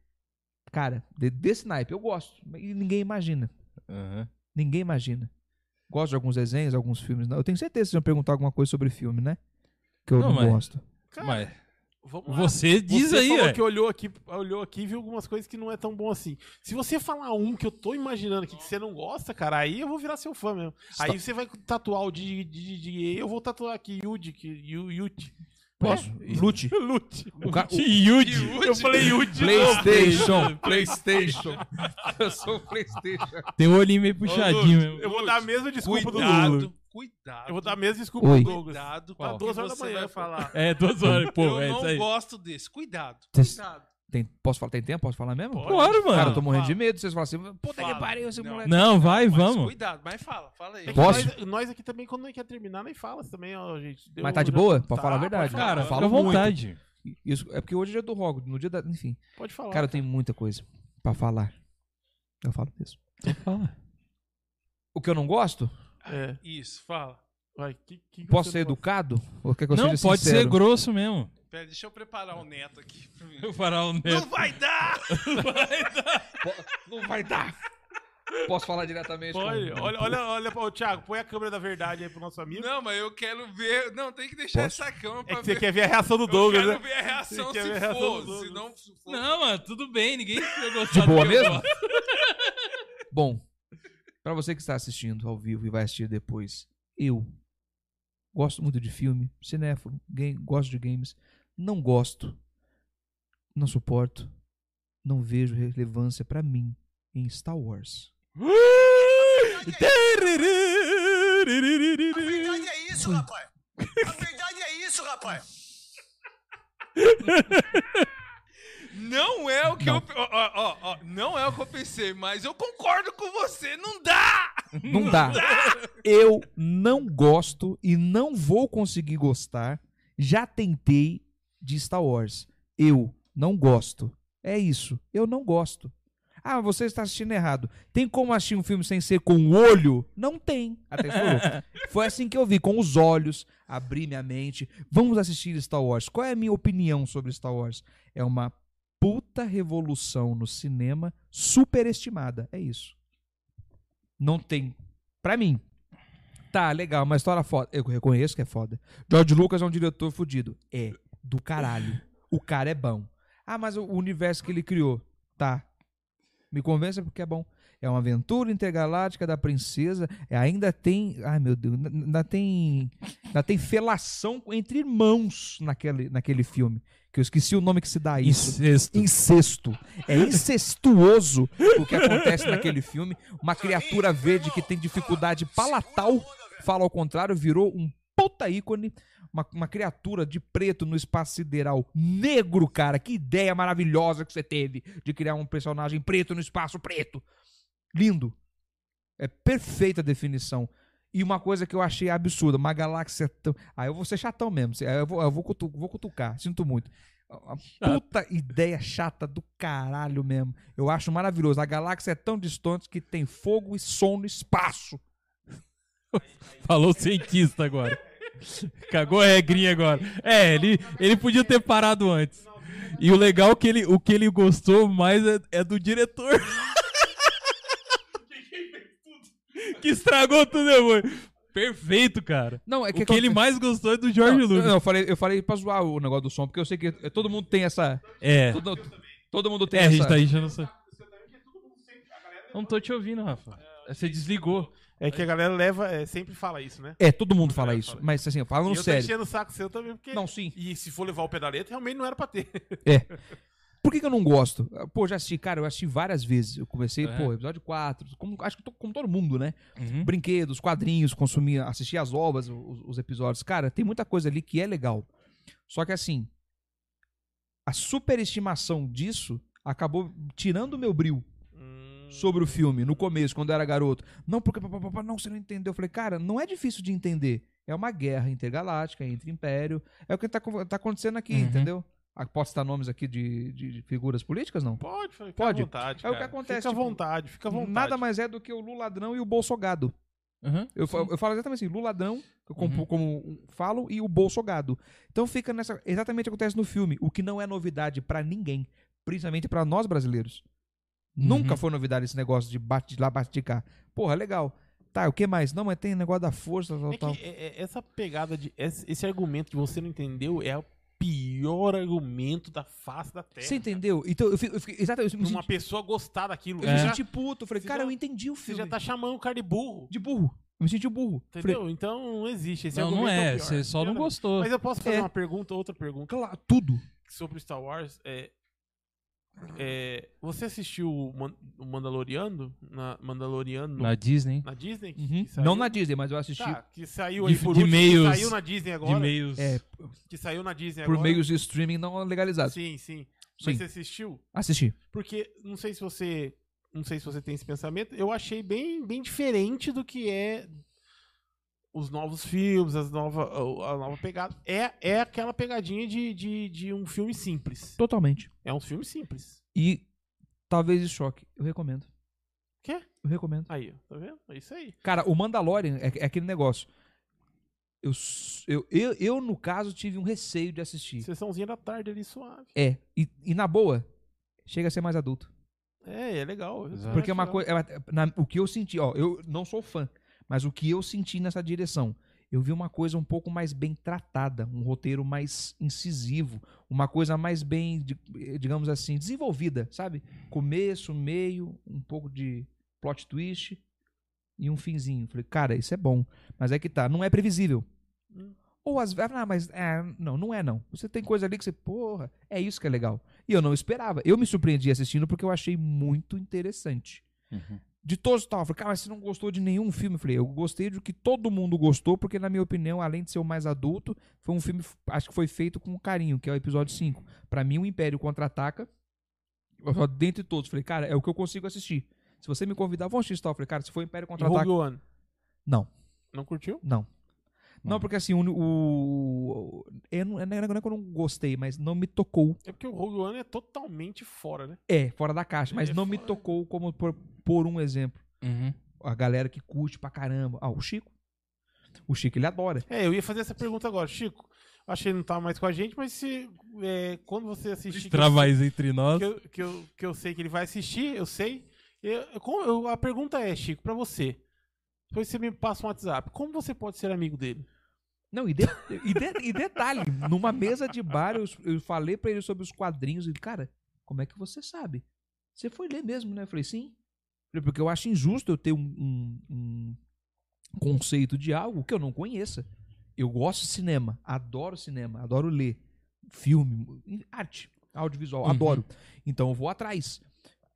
S4: Cara, de- desse naipe, eu gosto. E ninguém imagina.
S1: Aham.
S4: Ninguém imagina. Gosto de alguns desenhos, alguns filmes. não. Eu tenho certeza que vocês vão perguntar alguma coisa sobre filme, né? Que eu
S1: Não,
S4: não,
S1: mas-
S4: gosto.
S2: Cara,
S1: Mas
S2: vamos lá.
S1: você diz
S2: Você
S1: aí, é.
S2: falou
S1: velho.
S2: que olhou aqui, olhou aqui e viu algumas coisas que não é tão bom assim. Se você falar um que eu tô imaginando aqui que você não gosta, cara, aí eu vou virar seu fã mesmo. Aí você vai tatuar o de, de, de, de- eu vou tatuar aqui Yudi, que Yu- Yuti.
S4: Posso? Lute.
S2: Lute.
S4: O ca- o-
S2: Eu falei Yudi.
S4: PlayStation. PlayStation. eu sou PlayStation.
S1: Tem o olhinho meio puxadinho mesmo.
S2: Eu vou dar a mesma desculpa do Lula.
S3: Cuidado, cuidado.
S2: Eu vou dar a mesma desculpa
S4: Oi.
S2: do Douglas.
S3: Cuidado
S2: Tá
S3: com o que
S2: duas horas da
S3: você
S2: manhã,
S3: vai
S2: pô.
S3: falar.
S1: É, duas horas. Pô,
S3: eu
S1: é isso
S3: não
S1: aí.
S3: gosto desse. Cuidado,
S4: Vocês-
S3: cuidado.
S4: Tem, posso falar? Tem tempo? Posso falar mesmo?
S2: Pode.
S1: Claro, mano.
S4: Cara, eu tô morrendo de
S2: Fala.
S4: medo. Vocês falam assim, puta que
S3: Fala.
S4: pariu esse
S3: Não.
S4: moleque.
S1: Não, vai,
S3: Mas
S1: vamos.
S3: Cuidado, mas fala, fala aí.
S2: É que
S4: Posso?
S2: Nós, nós aqui também, quando não quer terminar, nem fala Você também, ó, gente. Deu-
S4: Mas tá de boa? Pra
S2: Tá,
S4: falar a
S2: pode
S4: verdade.
S1: Cara,
S4: fala
S1: fica à vontade.
S4: Isso, é porque hoje é dia do rogo. No dia da. Enfim.
S2: Pode falar.
S4: Cara, eu tenho muita coisa pra falar. Eu falo mesmo.
S1: Então fala.
S4: O que eu não gosto?
S2: É.
S3: Isso, fala.
S2: Vai, que, que que
S4: Posso
S2: você tá
S4: ser
S2: não
S4: educado? Ou quer que eu
S1: Não,
S4: seja
S1: pode
S4: sincero?
S1: ser grosso mesmo.
S3: Pera, deixa eu preparar o neto aqui.
S1: [laughs] Eu parar o neto.
S3: Não vai dar!
S4: Po- Não vai dar. Posso falar diretamente
S2: Pode,
S4: com...
S2: olha, olha, olha, ô, Thiago, põe a câmera da verdade aí pro nosso amigo.
S3: Não, mas eu quero ver. Não, tem que deixar
S4: Posso?
S3: essa cama
S2: é
S3: pra
S2: que você
S3: ver.
S2: quer ver a reação do
S3: Eu
S2: Douglas,
S3: quero
S2: né?
S3: ver a reação
S2: Você quer
S3: se
S2: ver a reação do
S3: for.
S2: Douglas.
S3: Se não se for.
S1: Não, mano, tudo bem. Ninguém vai gostar
S4: De boa
S1: do
S4: [laughs] mesmo? Bom, pra você que está assistindo ao vivo e vai assistir depois, eu Gosto muito de filme, cinéfilo, game, gosto de games. Não gosto, não suporto, não vejo relevância pra mim em Star Wars.
S1: [laughs]
S7: A verdade é isso, rapaz. A verdade é isso, rapaz.
S3: Não é o que
S4: Não.
S3: eu. Ó, ó, ó, ó, não é o que eu pensei, mas eu concordo com você, não dá!
S4: Não dá. Eu não gosto e não vou conseguir gostar. Já tentei de Star Wars. Eu não gosto. É isso. Eu não gosto. Ah, você está assistindo errado. Tem como assistir um filme sem ser com o olho? Não tem. Até chorou. Foi assim que eu vi, com os olhos, abri minha mente. Vamos assistir Star Wars. Qual é a minha opinião sobre Star Wars? É uma puta revolução no cinema superestimada. É isso. Não tem. Pra mim. Tá, legal, uma história foda. Eu reconheço que é foda. George Lucas é um diretor fudido. É, do caralho. O cara é bom. Ah, mas o universo que ele criou. Tá. Me convença porque é bom. É uma aventura intergaláctica da princesa. É, ainda tem. Ai, meu Deus. ainda- Ainda tem. Ainda tem felação entre irmãos naquele, naquele filme. Que eu esqueci o nome que se dá a isso
S1: Incesto.
S4: incesto. É incestuoso o que acontece naquele filme. Uma criatura verde que tem dificuldade palatal, fala ao contrário, virou um puta ícone. Uma, uma criatura de preto no espaço sideral negro, cara. Que ideia maravilhosa que você teve de criar um personagem preto no espaço preto. Lindo. É perfeita a definição. E uma coisa que eu achei absurda, uma galáxia tão. Ah, eu vou ser chatão mesmo. se- Eu vou, eu vou, cutu- vou cutucar, sinto muito. A a puta ideia chata do caralho mesmo. Eu acho maravilhoso. A galáxia é tão distante que tem fogo e som no espaço.
S1: Falou cientista agora. Cagou a regrinha agora. É, ele, ele podia ter parado antes. E o legal é que ele, o que ele gostou mais é, é do diretor. [laughs] que estragou tudo, né, amor. Perfeito, cara.
S4: Não, é
S1: o que ele mais gostou é do Jorge
S4: não,
S1: Lucas.
S4: não, eu falei, eu falei pra zoar o negócio do som, porque eu sei que eh, todo mundo tem essa.
S1: É.
S4: Todo, todo mundo tem
S1: É, a
S4: essa.
S1: gente tá enchendo essa. Não tô te ouvindo, Rafa. Você desligou.
S2: É que a galera leva, é, sempre fala isso, né?
S4: É, todo mundo fala
S2: É, eu
S4: isso.
S2: falei.
S4: Mas assim,
S2: E
S4: falando
S2: eu tô
S4: sério.
S2: enchendo o saco seu também, porque...
S4: Não, sim.
S2: E se for levar o pedaleto, realmente não era pra ter. [laughs]
S4: Por que, que eu não gosto? Ah, Pô, já assisti, cara, eu assisti várias vezes. Eu comecei, pô, episódio 4, como, acho que to- como todo mundo, né? Brinquedos, quadrinhos, consumir, assistir as obras, os, os episódios. Cara, tem muita coisa ali que é legal. Só que assim, a superestimação disso acabou tirando o meu bril sobre o filme no começo, quando eu era garoto. Não, porque pá, pá, pá, pá, não, você não entendeu. Eu falei, cara, não é difícil de entender. É uma guerra intergaláctica, entre império. É o que tá, co- tá acontecendo aqui,
S1: Uhum.
S4: entendeu? Ah, Posso citar nomes aqui de, de de figuras políticas, não?
S2: Pode, fica
S4: Pode.
S2: à vontade,
S4: É o que
S2: cara.
S4: acontece,
S2: Fica à
S4: tipo,
S2: vontade, fica à vontade.
S4: Nada mais é do que o Luladrão e o Bolsogado.
S1: Uhum.
S4: Eu, fa- eu falo exatamente assim, Luladrão, que eu
S2: Uhum.
S4: compo- como, um, falo, e o Bolsogado. Então fica nessa. Exatamente acontece no filme, o que não é novidade pra ninguém, principalmente pra nós brasileiros.
S2: Uhum.
S4: Nunca foi novidade esse negócio de bate de lá, bate de cá. Porra, legal. Tá, o que mais? Não, mas tem negócio da força, tal,
S2: É
S4: tal.
S2: que é- é- essa pegada de. Esse, esse argumento que você não entendeu é o pior argumento da face da Terra.
S4: Você entendeu? Então eu fico. Eu fico exatamente, eu me
S2: Pra uma
S4: senti,
S2: pessoa gostar daquilo.
S4: eu
S2: Você
S4: me
S2: já-
S4: senti puto. Eu Falei,
S2: É. Você
S4: cara,
S2: já-
S4: eu entendi o
S2: você
S4: filme.
S2: já tá chamando o cara de burro.
S4: De burro. Eu me senti burro. Falei,
S2: Entendeu? Então não existe. Esse
S1: Não, não
S2: argumento é, o
S1: é.
S2: pior.
S1: Você só não
S2: Pior
S1: gostou.
S2: Mas eu posso fazer
S4: É.
S2: uma pergunta, outra pergunta
S4: claro, tudo.
S2: sobre Star Wars. É, é, você assistiu o Man- o Mandaloriano? Na, Mandaloriano
S1: Na Disney.
S2: na Disney? que-
S4: Uhum.
S2: que saiu?
S4: Não na Disney, mas eu assisti
S2: é Tá, que saiu aí
S1: De-
S2: por
S1: de
S2: último, que
S1: meios-
S2: saiu na Disney agora.
S1: De meios.
S4: É,
S2: Que saiu na Disney
S4: por
S2: agora.
S4: meios de streaming não legalizados.
S2: Sim, sim.
S4: Sim.
S2: Mas você assistiu?
S4: Assisti.
S2: Porque não sei se você, não sei se você tem esse pensamento, eu achei bem, bem diferente do que é os novos filmes, as nova, a a nova pegada. É, é aquela pegadinha de, de, de um filme simples.
S4: Totalmente.
S2: É um filme simples.
S4: E talvez de choque. Eu recomendo.
S2: Quê?
S4: Eu recomendo.
S2: Aí, ó, tá vendo? É isso aí.
S4: Cara, o Mandalorian é, é aquele negócio. Eu, s- eu, eu, eu, no caso, tive um receio de assistir.
S2: Sessãozinha da tarde ali suave.
S4: É. E, e na boa, chega a ser mais adulto.
S2: É, é legal. eu também
S4: Porque é
S2: acho
S4: uma
S2: legal.
S4: coisa. é, na- o que eu senti, ó, eu não sou fã, mas o que eu senti nessa direção. Eu vi uma coisa um pouco mais bem tratada, um roteiro mais incisivo, uma coisa mais bem, de- eh, digamos assim, desenvolvida, sabe? Começo, meio, um pouco de plot twist e um finzinho. Falei, cara, isso é bom. Mas é que tá, não é previsível. Ou às vezes, ah, mas é, não, não é não. Você tem coisa ali que você, porra, é isso que é legal. E eu não esperava. Eu me surpreendi assistindo porque eu achei muito interessante. De todos tal, eu falei, cara, mas você não gostou de nenhum filme? Eu falei, eu gostei do que todo mundo gostou, porque na minha opinião, além de ser o mais adulto, foi um filme, acho que foi feito com carinho, que é o episódio 5. Pra mim, o Império Contra-Ataca, eu só dentre todos, falei, cara, é o que eu consigo assistir. Se você me convidar, vamos assistir tal. Eu falei, cara, se for Império
S2: E Rogue
S4: Contra-Ataca...
S2: One.
S4: Não.
S2: Não curtiu?
S4: Não. Não,
S1: Não.
S4: porque assim, o. o- eu não, não é não é que eu não gostei, mas não me tocou.
S2: É porque o Rogue One é totalmente fora, né?
S4: É, fora da caixa, mas
S2: É
S4: não me
S2: fora.
S4: tocou como por, por um exemplo. A galera que curte pra caramba. Ah, o Chico. O Chico ele adora.
S2: É, eu ia fazer essa pergunta agora. Chico, acho que ele não tá mais com a gente, mas se é, quando você assistir...
S1: Travais entre nós.
S2: que eu, que, eu, que eu sei que ele vai assistir, eu sei. Eu- eu- como- eu- a pergunta é, Chico, pra você. Depois você me passa um WhatsApp. Como você pode ser amigo dele?
S4: Não, e, de- e, de- e detalhe, numa mesa de bar eu, eu falei pra ele sobre os quadrinhos. Ele, cara, como é que você sabe? Você foi ler mesmo, né? Eu falei, sim. Falei, Porque eu acho injusto eu ter um, um- um conceito de algo que eu não conheça. Eu gosto de cinema, adoro cinema, adoro ler filme, arte, audiovisual, adoro. Então eu vou atrás.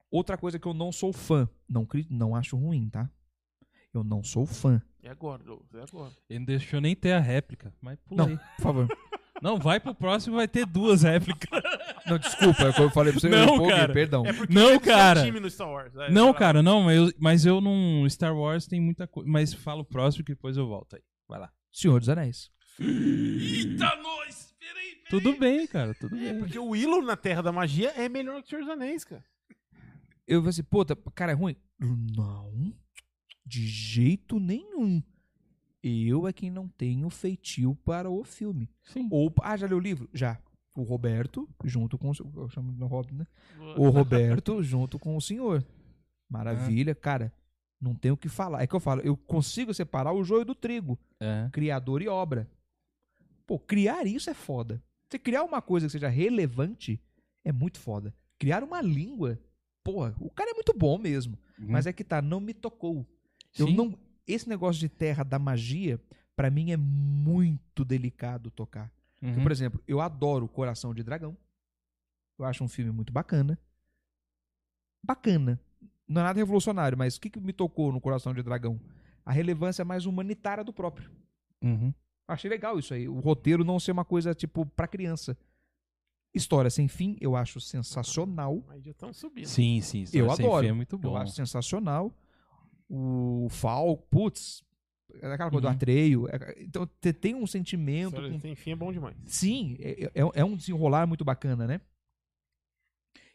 S4: Outra coisa que eu não sou fã, não, cri- não acho ruim, tá? Eu não sou fã.
S2: É agora, Douglas, é agora.
S1: Ele não deixou nem ter a réplica, mas pula aí.
S4: Por favor.
S1: Não, vai pro próximo vai ter duas réplicas.
S4: Não, desculpa, eu falei pra você, eu
S1: Não,
S4: empolguei,
S1: cara.
S4: perdão.
S1: Não,
S2: ele é do seu
S1: cara.
S2: time no Star Wars, é,
S1: Não,
S2: fala.
S1: cara, não, mas eu, mas eu não. Star Wars tem muita coisa. Mas fala o próximo que depois eu volto aí. Vai lá.
S4: Senhor dos Anéis.
S3: Tá
S2: Eita, nós! Peraí, peraí.
S1: Tudo bem, cara, tudo bem.
S2: Porque o Willow na Terra da Magia é melhor que o Senhor dos Anéis, cara.
S4: Eu falei assim, puta, cara, é ruim? Não, de jeito nenhum. Eu é quem não tenho feitio para o filme.
S1: Sim.
S4: Ou, ah, já leu o livro? Já. O Roberto, junto com o senhor- eu chamo de Rob, né?
S1: [laughs]
S4: O Roberto, junto com o senhor.
S1: É.
S4: Maravilha, cara. Não tenho o que falar. É que eu falo, eu consigo separar o joio do trigo.
S1: É.
S4: criador e obra. Pô, criar isso é foda. Você criar uma coisa que seja relevante é muito foda. Criar uma língua, porra, o cara é muito bom mesmo. Mas é que tá, não me tocou. Eu
S1: Hum. Sim.
S4: não, esse negócio de terra da magia, pra mim é muito delicado tocar. Porque,
S1: Uhum.
S4: Por exemplo, eu adoro Coração de Dragão. Eu acho um filme muito bacana. Bacana. Não é nada revolucionário, mas o que, que me tocou no Coração de Dragão? A relevância mais humanitária do próprio.
S1: Uhum.
S4: Achei legal isso aí. O roteiro não ser uma coisa, tipo, pra criança. História sem fim, eu acho sensacional.
S2: Aí já estão subindo.
S1: Sim, sim.
S4: Eu
S1: Sem
S4: adoro.
S1: Fé é muito bom.
S4: Eu acho sensacional. O Falco, putz, é aquela coisa
S1: Uhum.
S4: do atreio. é- Então, você tem um sentimento.
S2: Senhor dos
S4: com-
S2: Anéis, Enfim, é bom demais.
S4: Sim, é, é- é um desenrolar muito bacana, né?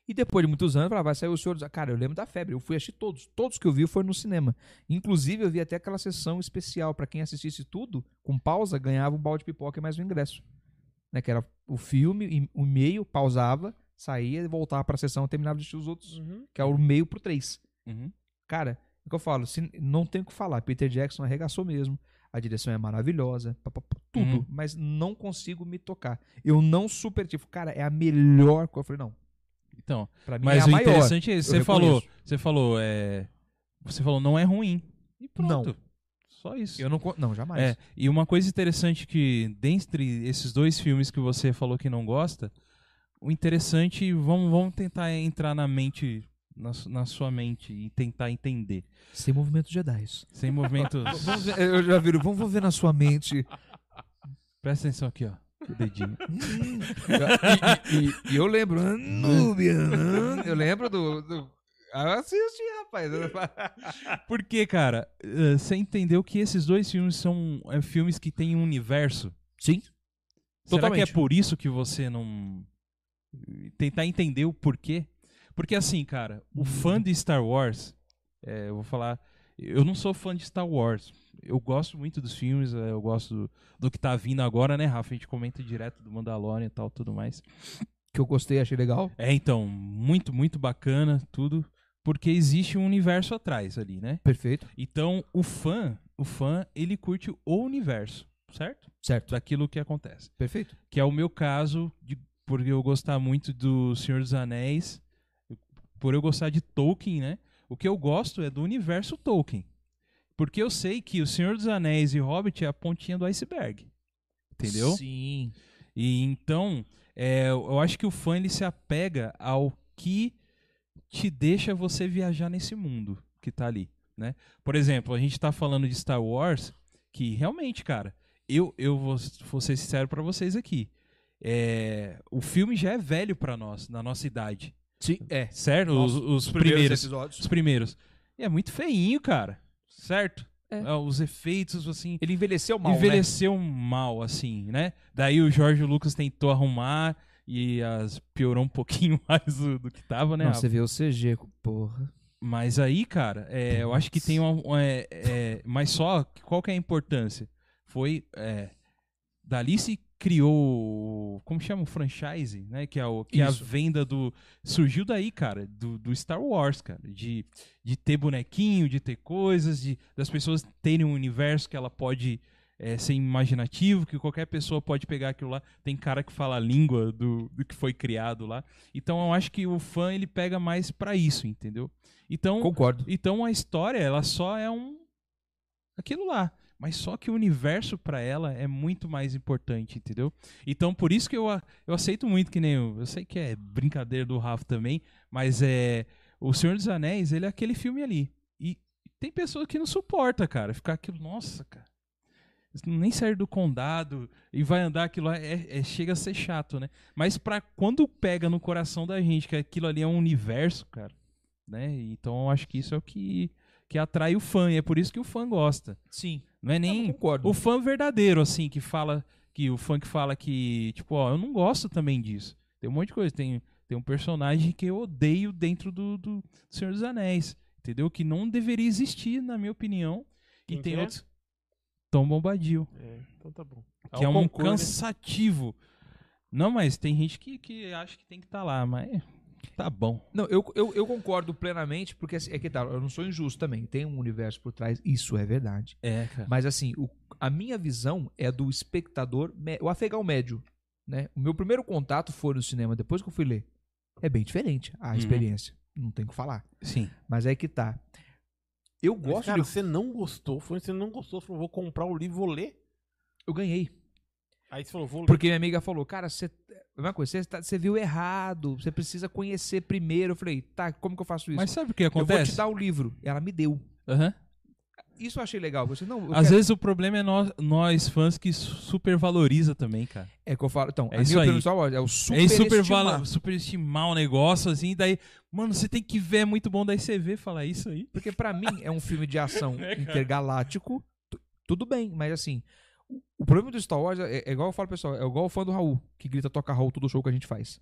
S4: E depois de muitos anos, eu falava, vai sair o Senhor dos Anéis. Cara, eu lembro da febre. Eu fui assistir todos. Todos que eu vi foram no cinema. Inclusive, eu vi até aquela sessão especial. pra quem assistisse tudo, com pausa, ganhava um balde de pipoca e mais um ingresso. Né? Que era o filme, e- o meio, pausava, saía, voltava pra sessão, terminava de assistir os outros.
S2: Uhum.
S4: Que é o meio pro três.
S1: Uhum.
S4: Cara, é o que eu falo, se- não tem o que falar. Peter Jackson arregaçou mesmo. A direção é maravilhosa, pá, pá, pá, tudo,
S1: Uhum.
S4: mas não consigo me tocar. Eu não super, tipo, cara, é a melhor coisa. Eu falei, não,
S1: Então,
S4: pra mim é
S1: mas
S4: a
S1: o
S4: maior.
S1: interessante é isso.
S4: Eu
S1: Você falou,
S4: reconheço.
S1: você falou, é, você falou, não é ruim. E pronto.
S4: Não.
S1: Só isso.
S4: Eu não, con- não jamais.
S1: É, e uma coisa interessante que, dentre esses dois filmes que você falou que não gosta, o interessante, vamos, vamos tentar entrar na mente, na, su- na sua mente e tentar entender.
S4: Sem movimento Jedi. isso.
S1: Sem movimentos.
S4: [laughs] Vamos ver- eu já viro, vamos, vamos ver na sua [laughs] mente.
S1: Presta atenção aqui, ó. O
S4: [laughs]
S1: dedinho.
S4: Hum. e, e- e- e eu lembro, Anúbia. hum. Eu lembro do. do... Ah, eu assisti, rapaz.
S1: Porque, cara, eh, você entendeu que esses dois filmes são eh, filmes que têm um universo.
S4: Sim.
S1: Será que é
S4: Totalmente.
S1: por isso que você não. eh, Tentar entender o porquê? Porque, assim, cara, o fã de Star Wars. eh, eu vou falar. Eu não sou fã de Star Wars. Eu gosto muito dos filmes, eh, eu gosto do, do que tá vindo agora, né, Rafa? A gente comenta direto do Mandalorian e tal, tudo mais.
S4: Que eu gostei, achei legal.
S1: É, então, muito, muito bacana tudo. Porque existe um universo atrás ali, né?
S4: Perfeito.
S1: Então, o fã, o fã, ele curte o universo, certo?
S4: Certo.
S1: Daquilo que acontece.
S4: Perfeito.
S1: Que é o meu caso, de, por eu gostar muito do Senhor dos Anéis, por eu gostar de Tolkien, né? O que eu gosto é do universo Tolkien. Porque eu sei que o Senhor dos Anéis e Hobbit é a pontinha do iceberg. Entendeu?
S4: Sim.
S1: E então, é, eu acho que o fã ele se apega ao que te deixa você viajar nesse mundo que tá ali, né? Por exemplo, a gente tá falando de Star Wars, que realmente, cara, eu, eu vou, vou ser sincero pra vocês aqui. É, o filme já é velho pra nós, na nossa idade,
S4: Sim, é.
S1: certo? Os,
S4: Nossa,
S1: os primeiros, os
S4: episódios.
S1: primeiros. E é muito feinho, cara, certo?
S4: É.
S1: Ah, Os efeitos, assim,
S4: Ele envelheceu mal, né?
S1: envelheceu mal, assim, né? Daí o Jorge Lucas tentou arrumar e as piorou um pouquinho [laughs] mais do, do que tava, né?
S4: Não, você vê o CG, porra.
S1: Mas aí, cara, é, eu acho que tem uma. uma- é, é, mas só, qual que é a importância? Foi. É, dali se criou. o- Como chama? O franchise, né? Que é, o, que é a
S4: Isso.
S1: venda do. Surgiu daí, cara, do, do Star Wars, cara. De, de ter bonequinho, de ter coisas, de, das pessoas terem um universo que ela pode. é, ser imaginativo, que qualquer pessoa pode pegar aquilo lá. Tem cara que fala a língua do, do que foi criado lá. Então eu acho que o fã ele pega mais pra isso, entendeu? Então,
S4: Concordo.
S1: então a história, ela só é um aquilo lá, mas só que o universo pra ela é muito mais importante, entendeu? Então por isso que eu, a- eu aceito muito que nem eu, eu sei que é brincadeira do Rafa também, mas é O Senhor dos Anéis, ele é aquele filme ali. E tem pessoa que não suporta, cara, ficar aquilo, nossa, cara. isso Nem sair do condado e vai andar aquilo lá, é, é- chega a ser chato, né? Mas pra quando pega no coração da gente que aquilo ali é um universo, cara, né? Então eu acho que isso é o que, que atrai o fã, e é por isso que o fã gosta.
S4: Sim.
S1: Não é nem
S4: Concordo.
S1: o fã verdadeiro, assim, que fala. Que o fã que fala que, tipo, ó, eu não gosto também disso. Tem um monte de coisa. Tem, tem um personagem que eu odeio dentro do, do Senhor dos Anéis. Entendeu? Que não deveria existir, na minha opinião.
S2: Quem
S1: e tem
S2: que é?
S1: outros. Tom Bombadil.
S2: É, então tá bom.
S1: Que é um
S2: concor, né?
S1: cansativo. Não, mas tem gente que, que acha que tem que estar lá, mas tá bom.
S4: Não, eu, eu, eu concordo plenamente, porque assim, é que tá, eu não sou injusto também. Tem um universo por trás, isso é verdade.
S1: É, cara.
S4: Mas assim, o- a minha visão é do espectador, mé- o afegão médio. Né? O meu primeiro contato foi no cinema, depois que eu fui ler. É bem diferente a
S1: Uhum.
S4: experiência. Não tem o que falar.
S1: Sim.
S4: Mas é que tá. Eu gosto
S2: Mas, cara,
S4: de.
S2: você não gostou, foi você não gostou, falou, vou comprar o livro, vou ler.
S4: Eu ganhei.
S2: Aí você falou, vou ler.
S4: Porque minha amiga falou, cara, você. é Uma coisa, você, tá- você viu errado, você precisa conhecer primeiro. Eu falei, tá, como que eu faço isso?
S1: Mas sabe o que
S4: Eu vou
S1: acontece?
S4: te dar o livro. Ela me deu.
S1: Aham.
S4: Isso eu achei legal. Você não. eu
S1: Às
S4: quero-
S1: vezes o problema é nós, nós fãs que su- supervaloriza também, cara.
S4: É que eu falo. Então,
S1: É
S4: a
S1: isso
S4: minha
S1: aí.
S4: opinião do Star Wars é o super.
S1: é superestimar superestimar o negócio, assim, daí, mano, você tem que ver, é muito bom, daí você vê falar isso aí.
S4: Porque pra mim é um filme de
S1: [laughs]
S4: ação
S1: Né,
S4: intergaláctico. tu- Tudo bem, mas assim. o- O problema do Star Wars é, é igual eu falo, pessoal, é igual o fã do Raul, que grita toca Raul todo show que a gente faz.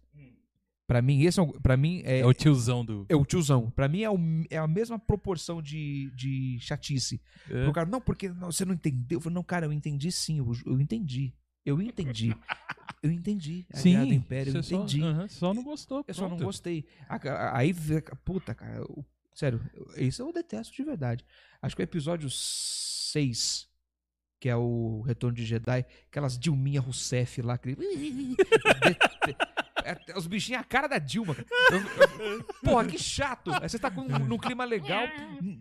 S4: Pra mim, esse é um, pra mim é,
S1: É, o tiozão do.
S4: é o tiozão. Pra mim é, o- é a mesma proporção de, de chatice.
S1: É.
S4: O cara, não, porque não, você não entendeu. Eu falei, não, cara, eu entendi sim, eu, eu entendi.
S1: [laughs]
S4: Eu entendi. Eu entendi. A guerra do Império, eu
S1: você só-
S4: entendi.
S1: aham, só, não gostou.
S4: Eu só não
S1: pronto.
S4: gostei. A- a- Aí, vê- puta, cara. eu- sério, eu- isso eu detesto de verdade. Acho que é o episódio 6, que é o Retorno de Jedi, aquelas Dilminha Rousseff lá. Que... [laughs] De- é- Os bichinhos, a cara da Dilma. cara. Eu- eu- porra, que chato. Aí Você tá com
S1: Uhum.
S4: um, num clima legal.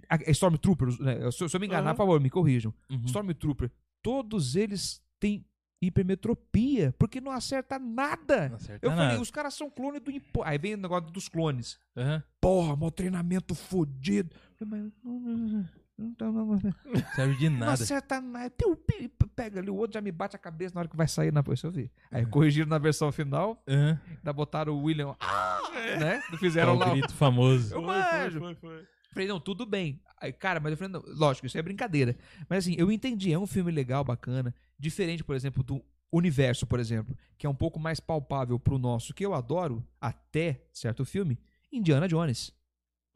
S4: A- é Stormtrooper, os- né? se, eu- se eu me enganar, por favor, me corrijam.
S1: Uhum.
S4: Stormtrooper, todos eles têm hipermetropia, porque não acerta nada.
S1: Não acerta
S4: Eu falei,
S1: nada.
S4: os caras são clones do impo... Aí vem o negócio dos clones.
S1: Aham.
S4: Porra, mó treinamento fodido. Eu falei, Mas não, não, não, não, tá- não, não, não, [laughs]
S1: Serve de
S4: não
S1: nada.
S4: acerta nada. Piu, piu, piu, Pega ali, o outro já me bate a cabeça na hora que vai sair na Deixa eu ver.
S1: É.
S4: Aí corrigiram na versão final,
S1: Aham.
S4: ainda botaram o William. [laughs] "Ah!", Né? Fizeram
S1: Era o
S4: lá.
S1: grito famoso.
S4: Eu
S2: Foi, foi,
S4: manjo.
S2: foi, foi.
S4: Falei, não, tudo bem. Aí, cara, mas eu falei, não, lógico, isso é brincadeira. Mas assim, eu entendi, é um filme legal, bacana, diferente, por exemplo, do Universo, por exemplo, que é um pouco mais palpável pro nosso, que eu adoro, até certo filme, Indiana Jones.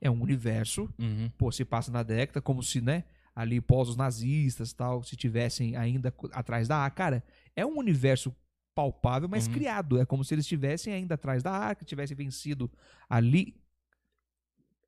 S4: É um universo,
S1: Uhum.
S4: pô, se passa na década, como se, né, ali pós os nazistas tal, se tivessem ainda co- atrás da arca. Cara, é um universo palpável, mas
S1: Uhum.
S4: criado. É como se eles estivessem ainda atrás da arca, tivessem vencido ali.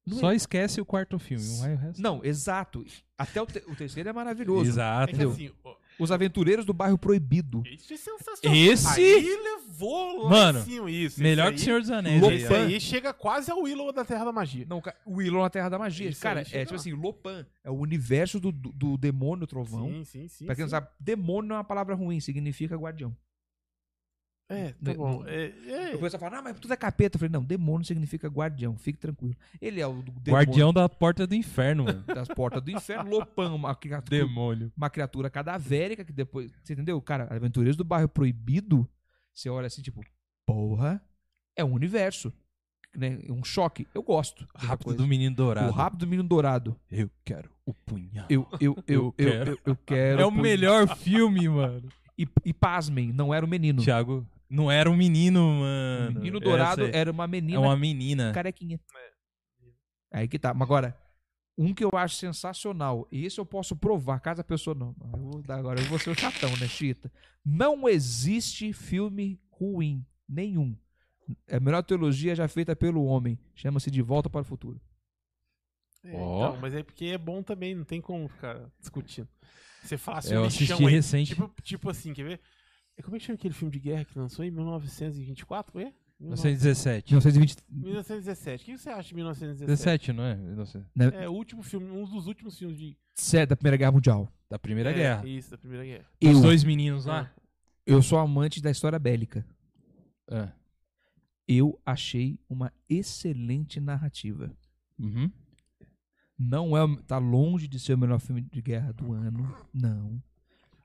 S4: Não é-
S1: Só esquece o quarto filme, não é o resto.
S4: não, exato. Até o, te- o terceiro é maravilhoso.
S1: Exato.
S2: É que assim, ó,
S4: Os Aventureiros do Bairro Proibido.
S2: Esse é sensacional.
S1: Esse-
S2: Aí levou lá
S1: Mano,
S2: em cima isso.
S1: Melhor
S2: esse
S1: que
S2: aí-
S1: Senhor dos Anéis.
S4: Lopan.
S1: aí,
S2: Esse
S1: ó.
S2: aí chega quase ao Willow da Terra da Magia.
S4: Não, ca- o Willow na Terra da Magia.
S2: Isso
S4: cara,
S2: aí,
S4: é
S2: chega
S4: tipo
S2: lá.
S4: assim, Lopan é o universo do, do, do demônio trovão.
S2: Sim, sim, sim.
S4: pra quem não
S2: sim.
S4: sabe, demônio não é uma palavra ruim, significa guardião.
S2: É,
S4: Não-
S1: né,
S2: tá bom. É, é.
S4: Eu começo a falar, ah, mas tudo é capeta. Eu falei, não, demônio significa guardião, fique tranquilo. Ele é o do- demônio
S1: Guardião da porta do inferno,
S4: [laughs]
S1: mano.
S4: das portas do [laughs] inferno, Lopan, uma, cria-
S1: Demônio.
S4: uma criatura cadavérica que depois. Você entendeu? Cara, Aventureiros do Bairro Proibido, você olha assim, tipo, porra, é um universo. Né? Um choque. Eu gosto. dessa
S1: Rápido
S4: coisa.
S1: do menino dourado.
S4: O rápido menino dourado.
S1: Eu quero o punhal.
S4: Eu, eu,
S1: [laughs]
S4: eu,
S1: Eu
S4: eu,
S1: quero.
S4: eu, eu quero.
S1: É o
S4: punho.
S1: melhor filme, mano.
S4: E, e pasmem, não era o menino.
S1: [laughs] Thiago, não era um menino, mano.
S4: o menino dourado
S1: Essa é,
S4: era uma menina
S1: é uma menina.
S4: [laughs] carequinha. Aí que tá. Mas agora, um que eu acho sensacional, e esse eu posso provar, caso a pessoa não. Eu vou dar agora eu vou ser o chatão, né, Chita? Não existe filme ruim. Nenhum. É a melhor teologia já feita pelo homem. Chama-se De Volta para o Futuro.
S2: É,
S1: Ó.
S2: então, mas é porque é bom também, não tem como ficar discutindo. Você fala assim,
S1: Eu
S2: um
S1: assisti
S2: lixão aí,
S1: recente.
S2: Tipo, tipo assim, quer ver? É, Como é que chama aquele filme de guerra que lançou em 1924, foi?
S1: 1917.
S4: 1920.
S2: 1917. O que você acha de 1917?
S1: 17, não é? 19.
S2: É o último filme, um dos últimos filmes de
S4: Sério, né, é da Primeira Guerra Mundial.
S1: Da Primeira
S2: é,
S1: Guerra.
S2: Isso, da Primeira Guerra.
S1: Os
S4: Eu,
S1: dois meninos lá.
S4: eu sou amante da história bélica. É.
S1: Ah.
S4: Eu achei uma excelente narrativa.
S1: Uhum.
S4: Não é, o- tá longe de ser o melhor filme de guerra do ano, não.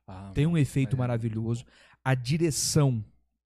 S1: Ah,
S4: Tem um efeito
S1: é.
S4: maravilhoso. A direção,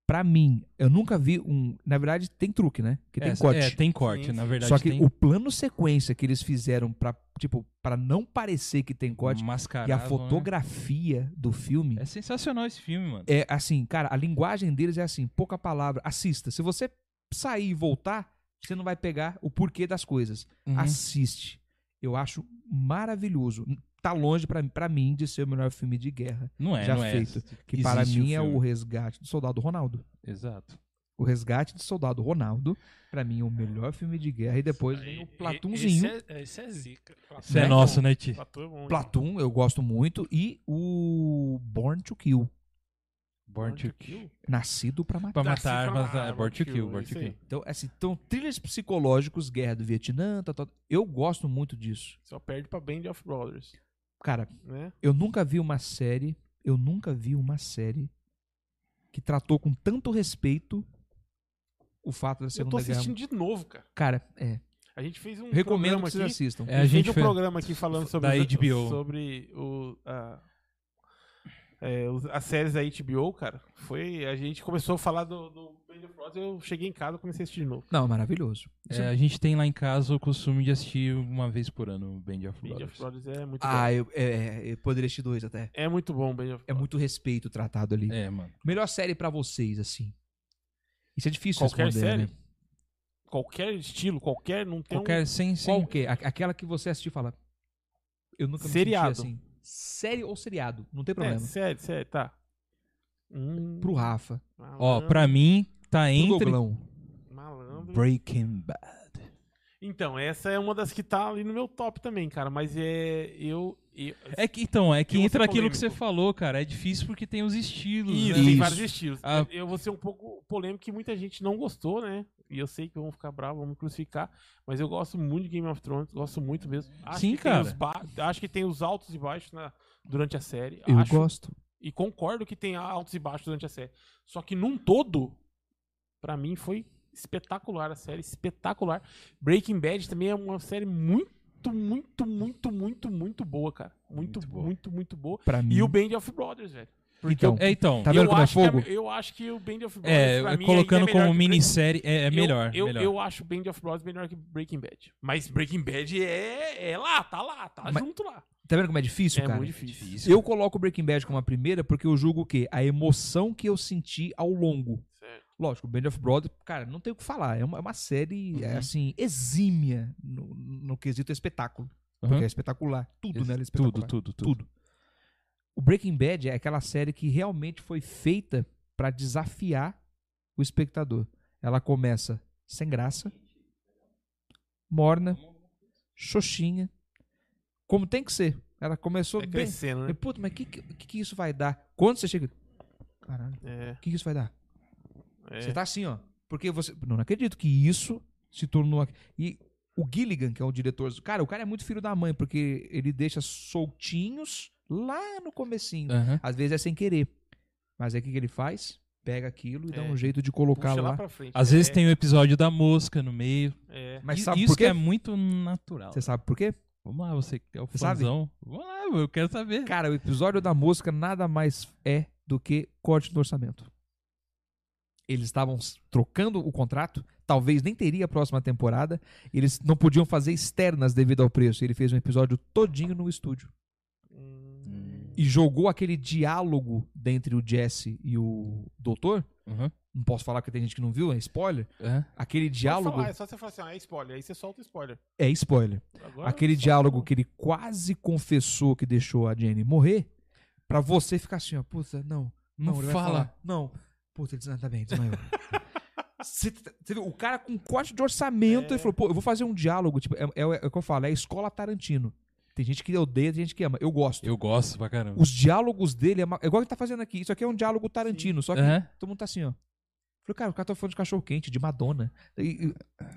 S4: pra mim, eu nunca vi um, na verdade tem truque, né? Que tem
S1: Essa-
S4: corte.
S1: É, tem corte,
S2: Sim,
S1: na
S2: sim.
S1: verdade.
S4: Só que
S1: tem
S4: o plano sequência que eles fizeram pra, tipo, para não parecer que tem corte
S1: mascarado.
S4: e a
S1: né?
S4: fotografia do filme
S1: É sensacional esse filme, mano.
S4: é assim, cara, a linguagem deles é assim, pouca palavra, assista. Se você sair e voltar, você não vai pegar o porquê das coisas.
S1: Uhum.
S4: Assiste. Eu acho maravilhoso. Tá longe pra pra mim de ser o melhor filme de guerra
S1: Não é,
S4: já
S1: não é.
S4: feito, que
S1: Existe
S4: para mim é
S1: filme.
S4: o resgate do Soldado Ronaldo.
S1: Exato.
S4: O resgate do Soldado Ronaldo, pra mim é o melhor filme de guerra e depois vem o
S3: Esse
S4: Platunzinho.
S3: é, esse é zica.
S1: Isso é,
S4: Né?
S1: nosso, né, Ti?
S2: Platô é [laughs] bom. hein?
S4: Platum, eu gosto muito e o Born to Kill,
S1: Born to Kill.
S4: Nascido pra Matar.
S1: Pra
S2: Tá, se
S1: matar,
S2: fala-
S1: mas
S2: ah,
S1: é Born to Kill, Born
S2: isso
S1: to
S2: aí.
S1: Kill.
S4: Então, assim, então, trilhas psicológicos, guerra do Vietnã, tal, tal. Eu gosto muito disso.
S2: Só perde pra Band of Brothers,
S4: Cara,
S2: né?
S4: eu nunca vi uma série, eu nunca vi uma série que tratou com tanto respeito o fato da
S2: Eu
S4: Segunda
S2: tô
S4: Guerra
S2: assistindo
S4: Mundial.
S2: de novo, cara.
S4: Cara, é.
S2: A gente fez um
S4: Recomendo
S2: programa
S4: que vocês
S2: aqui.
S4: assistam.
S1: É, a
S2: fez
S1: gente
S2: um
S1: foi...
S2: programa aqui falando sobre
S1: da
S2: os-
S1: HBO.
S2: sobre o a, é, os- as séries da HBO, cara. Foi a gente começou a falar do, do Band of Brothers, eu cheguei em casa e comecei a assistir de novo.
S4: Não, maravilhoso.
S1: É, a gente tem lá em casa o costume de assistir uma vez por ano o Band of
S2: Band
S1: Brothers.
S2: of Brothers é muito bom.
S4: Ah, eu, é, eu poderia assistir dois até.
S2: É muito bom, Band of
S4: É muito respeito tratado ali.
S1: É, mano.
S4: Melhor série pra vocês, assim. Isso é difícil
S2: Qualquer
S4: responder,
S2: série?
S4: né?
S2: Qualquer estilo, qualquer não tem um
S1: Qualquer sem, sem...
S4: Qualquer. A- Aquela que você assistir e fala. Eu nunca me
S2: Seriado.
S4: senti assim. Série ou seriado, não tem
S2: um... É,
S4: problema.
S2: sério, sério, tá. Hum,
S4: Pro Rafa.
S1: Ó,
S2: malandro,
S1: pra mim, tá
S4: Pro
S1: entre
S4: Doglão.
S2: malandro.
S1: Breaking Bad.
S2: Então, essa é uma das que tá ali no meu top também, cara, mas é eu, eu
S1: É que, então, é que
S2: Eu vou
S1: entra
S2: ser
S1: aquilo que você
S2: polêmico.
S1: falou, cara. É difícil porque tem os estilos,
S2: Isso,
S1: né?
S2: tem
S4: Isso.
S2: vários estilos.
S1: Ah.
S2: Eu vou ser um pouco polêmico que muita gente não gostou, né? E eu sei que vão ficar bravos, vão me crucificar. Mas eu gosto muito de Game of Thrones, gosto muito mesmo. Acho
S1: Sim,
S2: que tem
S1: cara.
S2: os ba- acho que tem os altos e baixos na- durante a série.
S4: Eu
S2: acho,
S4: gosto.
S2: E concordo que tem altos e baixos durante a série. Só que num todo, pra mim foi espetacular a série, espetacular. Breaking Bad também é uma série muito, muito, muito, muito, muito boa, cara. Muito,
S1: Muito boa.
S2: muito, muito boa.
S4: Pra mim.
S2: E o Band of Brothers, velho.
S4: então,
S1: É, então.
S4: Hum. Tá vendo
S2: eu
S4: como é
S2: acho que a-
S4: fogo?
S2: eu acho que o Band of Brothers.
S1: É,
S2: pra mim,
S1: colocando
S2: ainda é melhor
S1: como
S2: que
S1: minissérie, é, é
S2: Breaking-
S1: melhor.
S2: Eu, eu,
S1: melhor.
S2: eu acho Band of Brothers melhor que Breaking Bad. Mas Breaking Bad é, é lá, tá lá, tá
S4: Mas-
S2: junto lá.
S4: Tá vendo como é difícil,
S2: é
S4: cara?
S2: muito difícil.
S4: Eu coloco o Breaking Bad como a primeira porque eu julgo o quê? A emoção que eu senti ao longo.
S2: Certo.
S4: Lógico, Band of Brothers, cara, não tem o que falar. É uma, é uma série, é, assim, exímia no, no quesito espetáculo.
S1: Uhum.
S4: Porque é espetacular. Tudo, né? Ela É
S1: tudo,
S4: espetacular.
S1: tudo, tudo,
S4: O Breaking Bad é aquela série que realmente foi feita pra desafiar o espectador. Ela começa sem graça, morna, xoxinha, como tem que ser. Ela começou
S2: É
S4: bem.
S2: crescendo,
S4: Eu,
S2: né?
S4: Puta, mas o que, que, que isso vai dar? Quando você chega. Caralho,
S2: É,
S4: o que, que isso vai dar?
S2: é.
S4: Você tá assim, ó. Porque você. Não, não acredito que isso se tornou. aqui. E o Gilligan, que é o diretor. Cara, o cara é muito filho da mãe, porque ele deixa soltinhos lá no comecinho.
S1: Aham.
S4: Às vezes é sem querer. Mas aí o que, que ele faz? Pega aquilo e dá
S2: É.
S4: um jeito de
S2: Puxa
S4: colocar
S2: lá
S4: lá.
S2: pra frente.
S1: Às
S2: é,
S1: vezes tem o episódio da mosca no meio.
S2: É.
S4: Mas
S1: I-
S4: sabe
S1: isso
S4: por quê?
S1: que é muito natural.
S4: Você sabe por quê?
S1: Vamos lá, você que é o
S4: Você sabe?
S1: fãzão. Vamos lá, eu quero saber.
S4: Cara, o episódio da mosca nada mais é do que corte do orçamento. Eles estavam s- trocando o contrato, talvez nem teria a próxima temporada. Eles não podiam fazer externas devido ao preço. Ele fez um episódio todinho no estúdio.
S2: É
S4: E jogou aquele diálogo dentre o Jesse e o doutor.
S1: Uhum.
S4: Não posso falar porque tem gente que não viu, é spoiler.
S1: É.
S4: Aquele
S2: Pode
S4: diálogo
S2: falar, é só você falar assim, ah, é spoiler. Aí você solta o spoiler.
S4: é spoiler.
S2: Agora,
S4: Aquele
S2: só-
S4: diálogo que ele quase confessou que deixou a Jenny morrer, pra você ficar assim, ó, puta, não,
S1: Não
S4: não, ele vai
S1: fala.
S4: falar, não, puta, ele desmaiou, tá bem, desmaiou. [laughs] Você tá- você viu? O cara com corte de orçamento,
S2: É.
S4: ele falou, pô, eu vou fazer um diálogo, tipo, é, é o- é o que eu falo, é a escola Tarantino. Tem gente que odeia, tem gente que ama, eu gosto.
S1: Eu gosto pra caramba.
S4: Os diálogos dele, é, ma- é igual ele tá fazendo aqui, isso aqui é um diálogo Tarantino, só que
S1: Aham.
S4: Todo mundo tá assim, ó. Falei, cara, o cara tá falando de cachorro quente, de Madonna. E- e-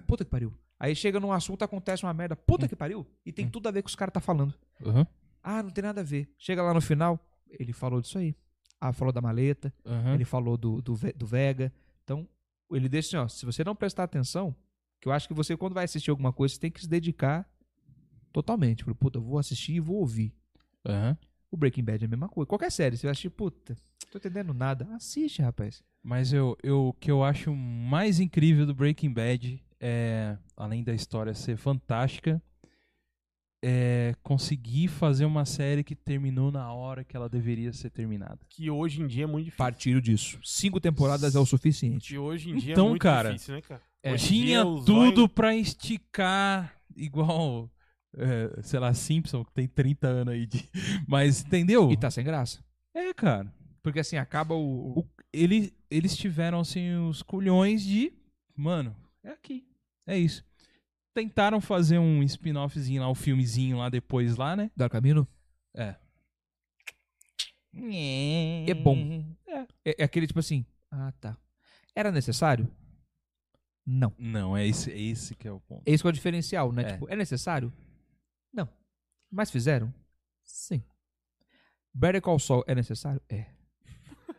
S4: puta que pariu. Aí chega num assunto, acontece uma merda,
S1: Hum.
S4: puta que pariu, e tem tudo a ver com o que os caras tá falando.
S1: Aham.
S4: Ah, não tem nada a ver. Chega lá no final, ele falou disso aí. Ah, falou da maleta,
S1: Aham.
S4: ele falou do, do, Ve- do Vega. Então, ele deixa assim, ó, se você não prestar atenção, que eu acho que você, quando vai assistir alguma coisa, você tem que se dedicar totalmente. Falei, puta, eu vou assistir e vou ouvir.
S1: Aham.
S4: O Breaking Bad é a mesma coisa. Qualquer série, você vai assistir, puta, tô entendendo nada. Assiste, rapaz.
S1: Mas eu, eu, o que eu acho mais incrível do Breaking Bad é, além da história ser fantástica, é conseguir fazer uma série que terminou na hora que ela deveria ser terminada.
S2: Que hoje em dia é muito difícil.
S4: Partilho disso. Cinco temporadas é o suficiente.
S2: Que hoje em dia
S1: Então,
S2: é muito
S1: cara,
S2: difícil, né, cara?
S1: É,
S2: Hoje em
S1: tinha
S2: dia, os
S1: tudo pra esticar igual, é, sei lá, Simpson, que tem 30 anos aí de... [laughs] Mas, entendeu?
S4: E tá sem graça.
S1: É, cara.
S4: Porque assim, acaba o.
S1: O- ele, eles tiveram, assim, os culhões de... Mano, é aqui. É isso. Tentaram fazer um spin-offzinho lá, um filmezinho lá depois lá, né?
S4: Dar Camino.
S1: É
S4: bom. É, é aquele tipo assim. Ah, tá. Era necessário? Não.
S1: Não, é esse, é esse que é o ponto.
S4: Esse que é o diferencial, né?
S1: É.
S4: Tipo, é necessário? Não. Mas fizeram? Sim. Better Call Saul é necessário? É.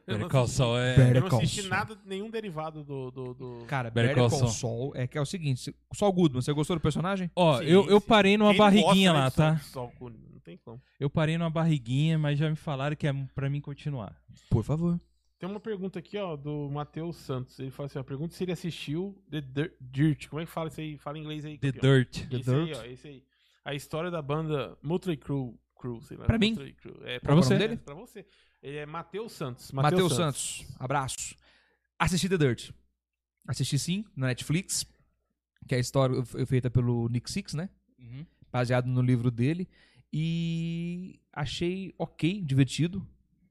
S2: Eu não
S1: Better Call Saul é...
S4: Better
S2: Eu não assisti
S4: Call Saul.
S2: nada, nenhum derivado do... do, do...
S4: Cara,
S1: Better
S4: Better,
S1: Call
S4: Call Saul é que é o seguinte. se- Saul Goodman, você gostou do personagem?
S1: Ó,
S2: Sim,
S1: eu, eu
S2: sim.
S1: parei numa
S2: Quem não
S1: barriguinha
S2: gosta, né,
S1: lá,
S2: de
S1: tá?
S2: Sol- Sol Cunha? Não tem como.
S1: Eu parei numa barriguinha, mas já me falaram que é pra mim continuar.
S4: Por favor.
S2: Tem uma pergunta aqui, ó, do Matheus Santos. Ele fala assim, ó, pergunta se ele assistiu The Dir- Dirt. Como é que fala isso aí? Fala em inglês aí.
S1: The
S2: campeão.
S1: Dirt.
S2: Esse aí, ó, esse aí. A história da banda Motley Crue. Crue sei lá,
S4: Pra mim?
S2: Motley Crue. É,
S1: Pra você?
S2: Dele? Pra você. Ele é Matheus Santos.
S4: Matheus Santos. abraço. Assisti The Dirt. Assisti sim, na Netflix, que é a história fe- feita pelo Nick Six, né?
S1: Uhum.
S4: Baseado no livro dele. E achei ok, divertido.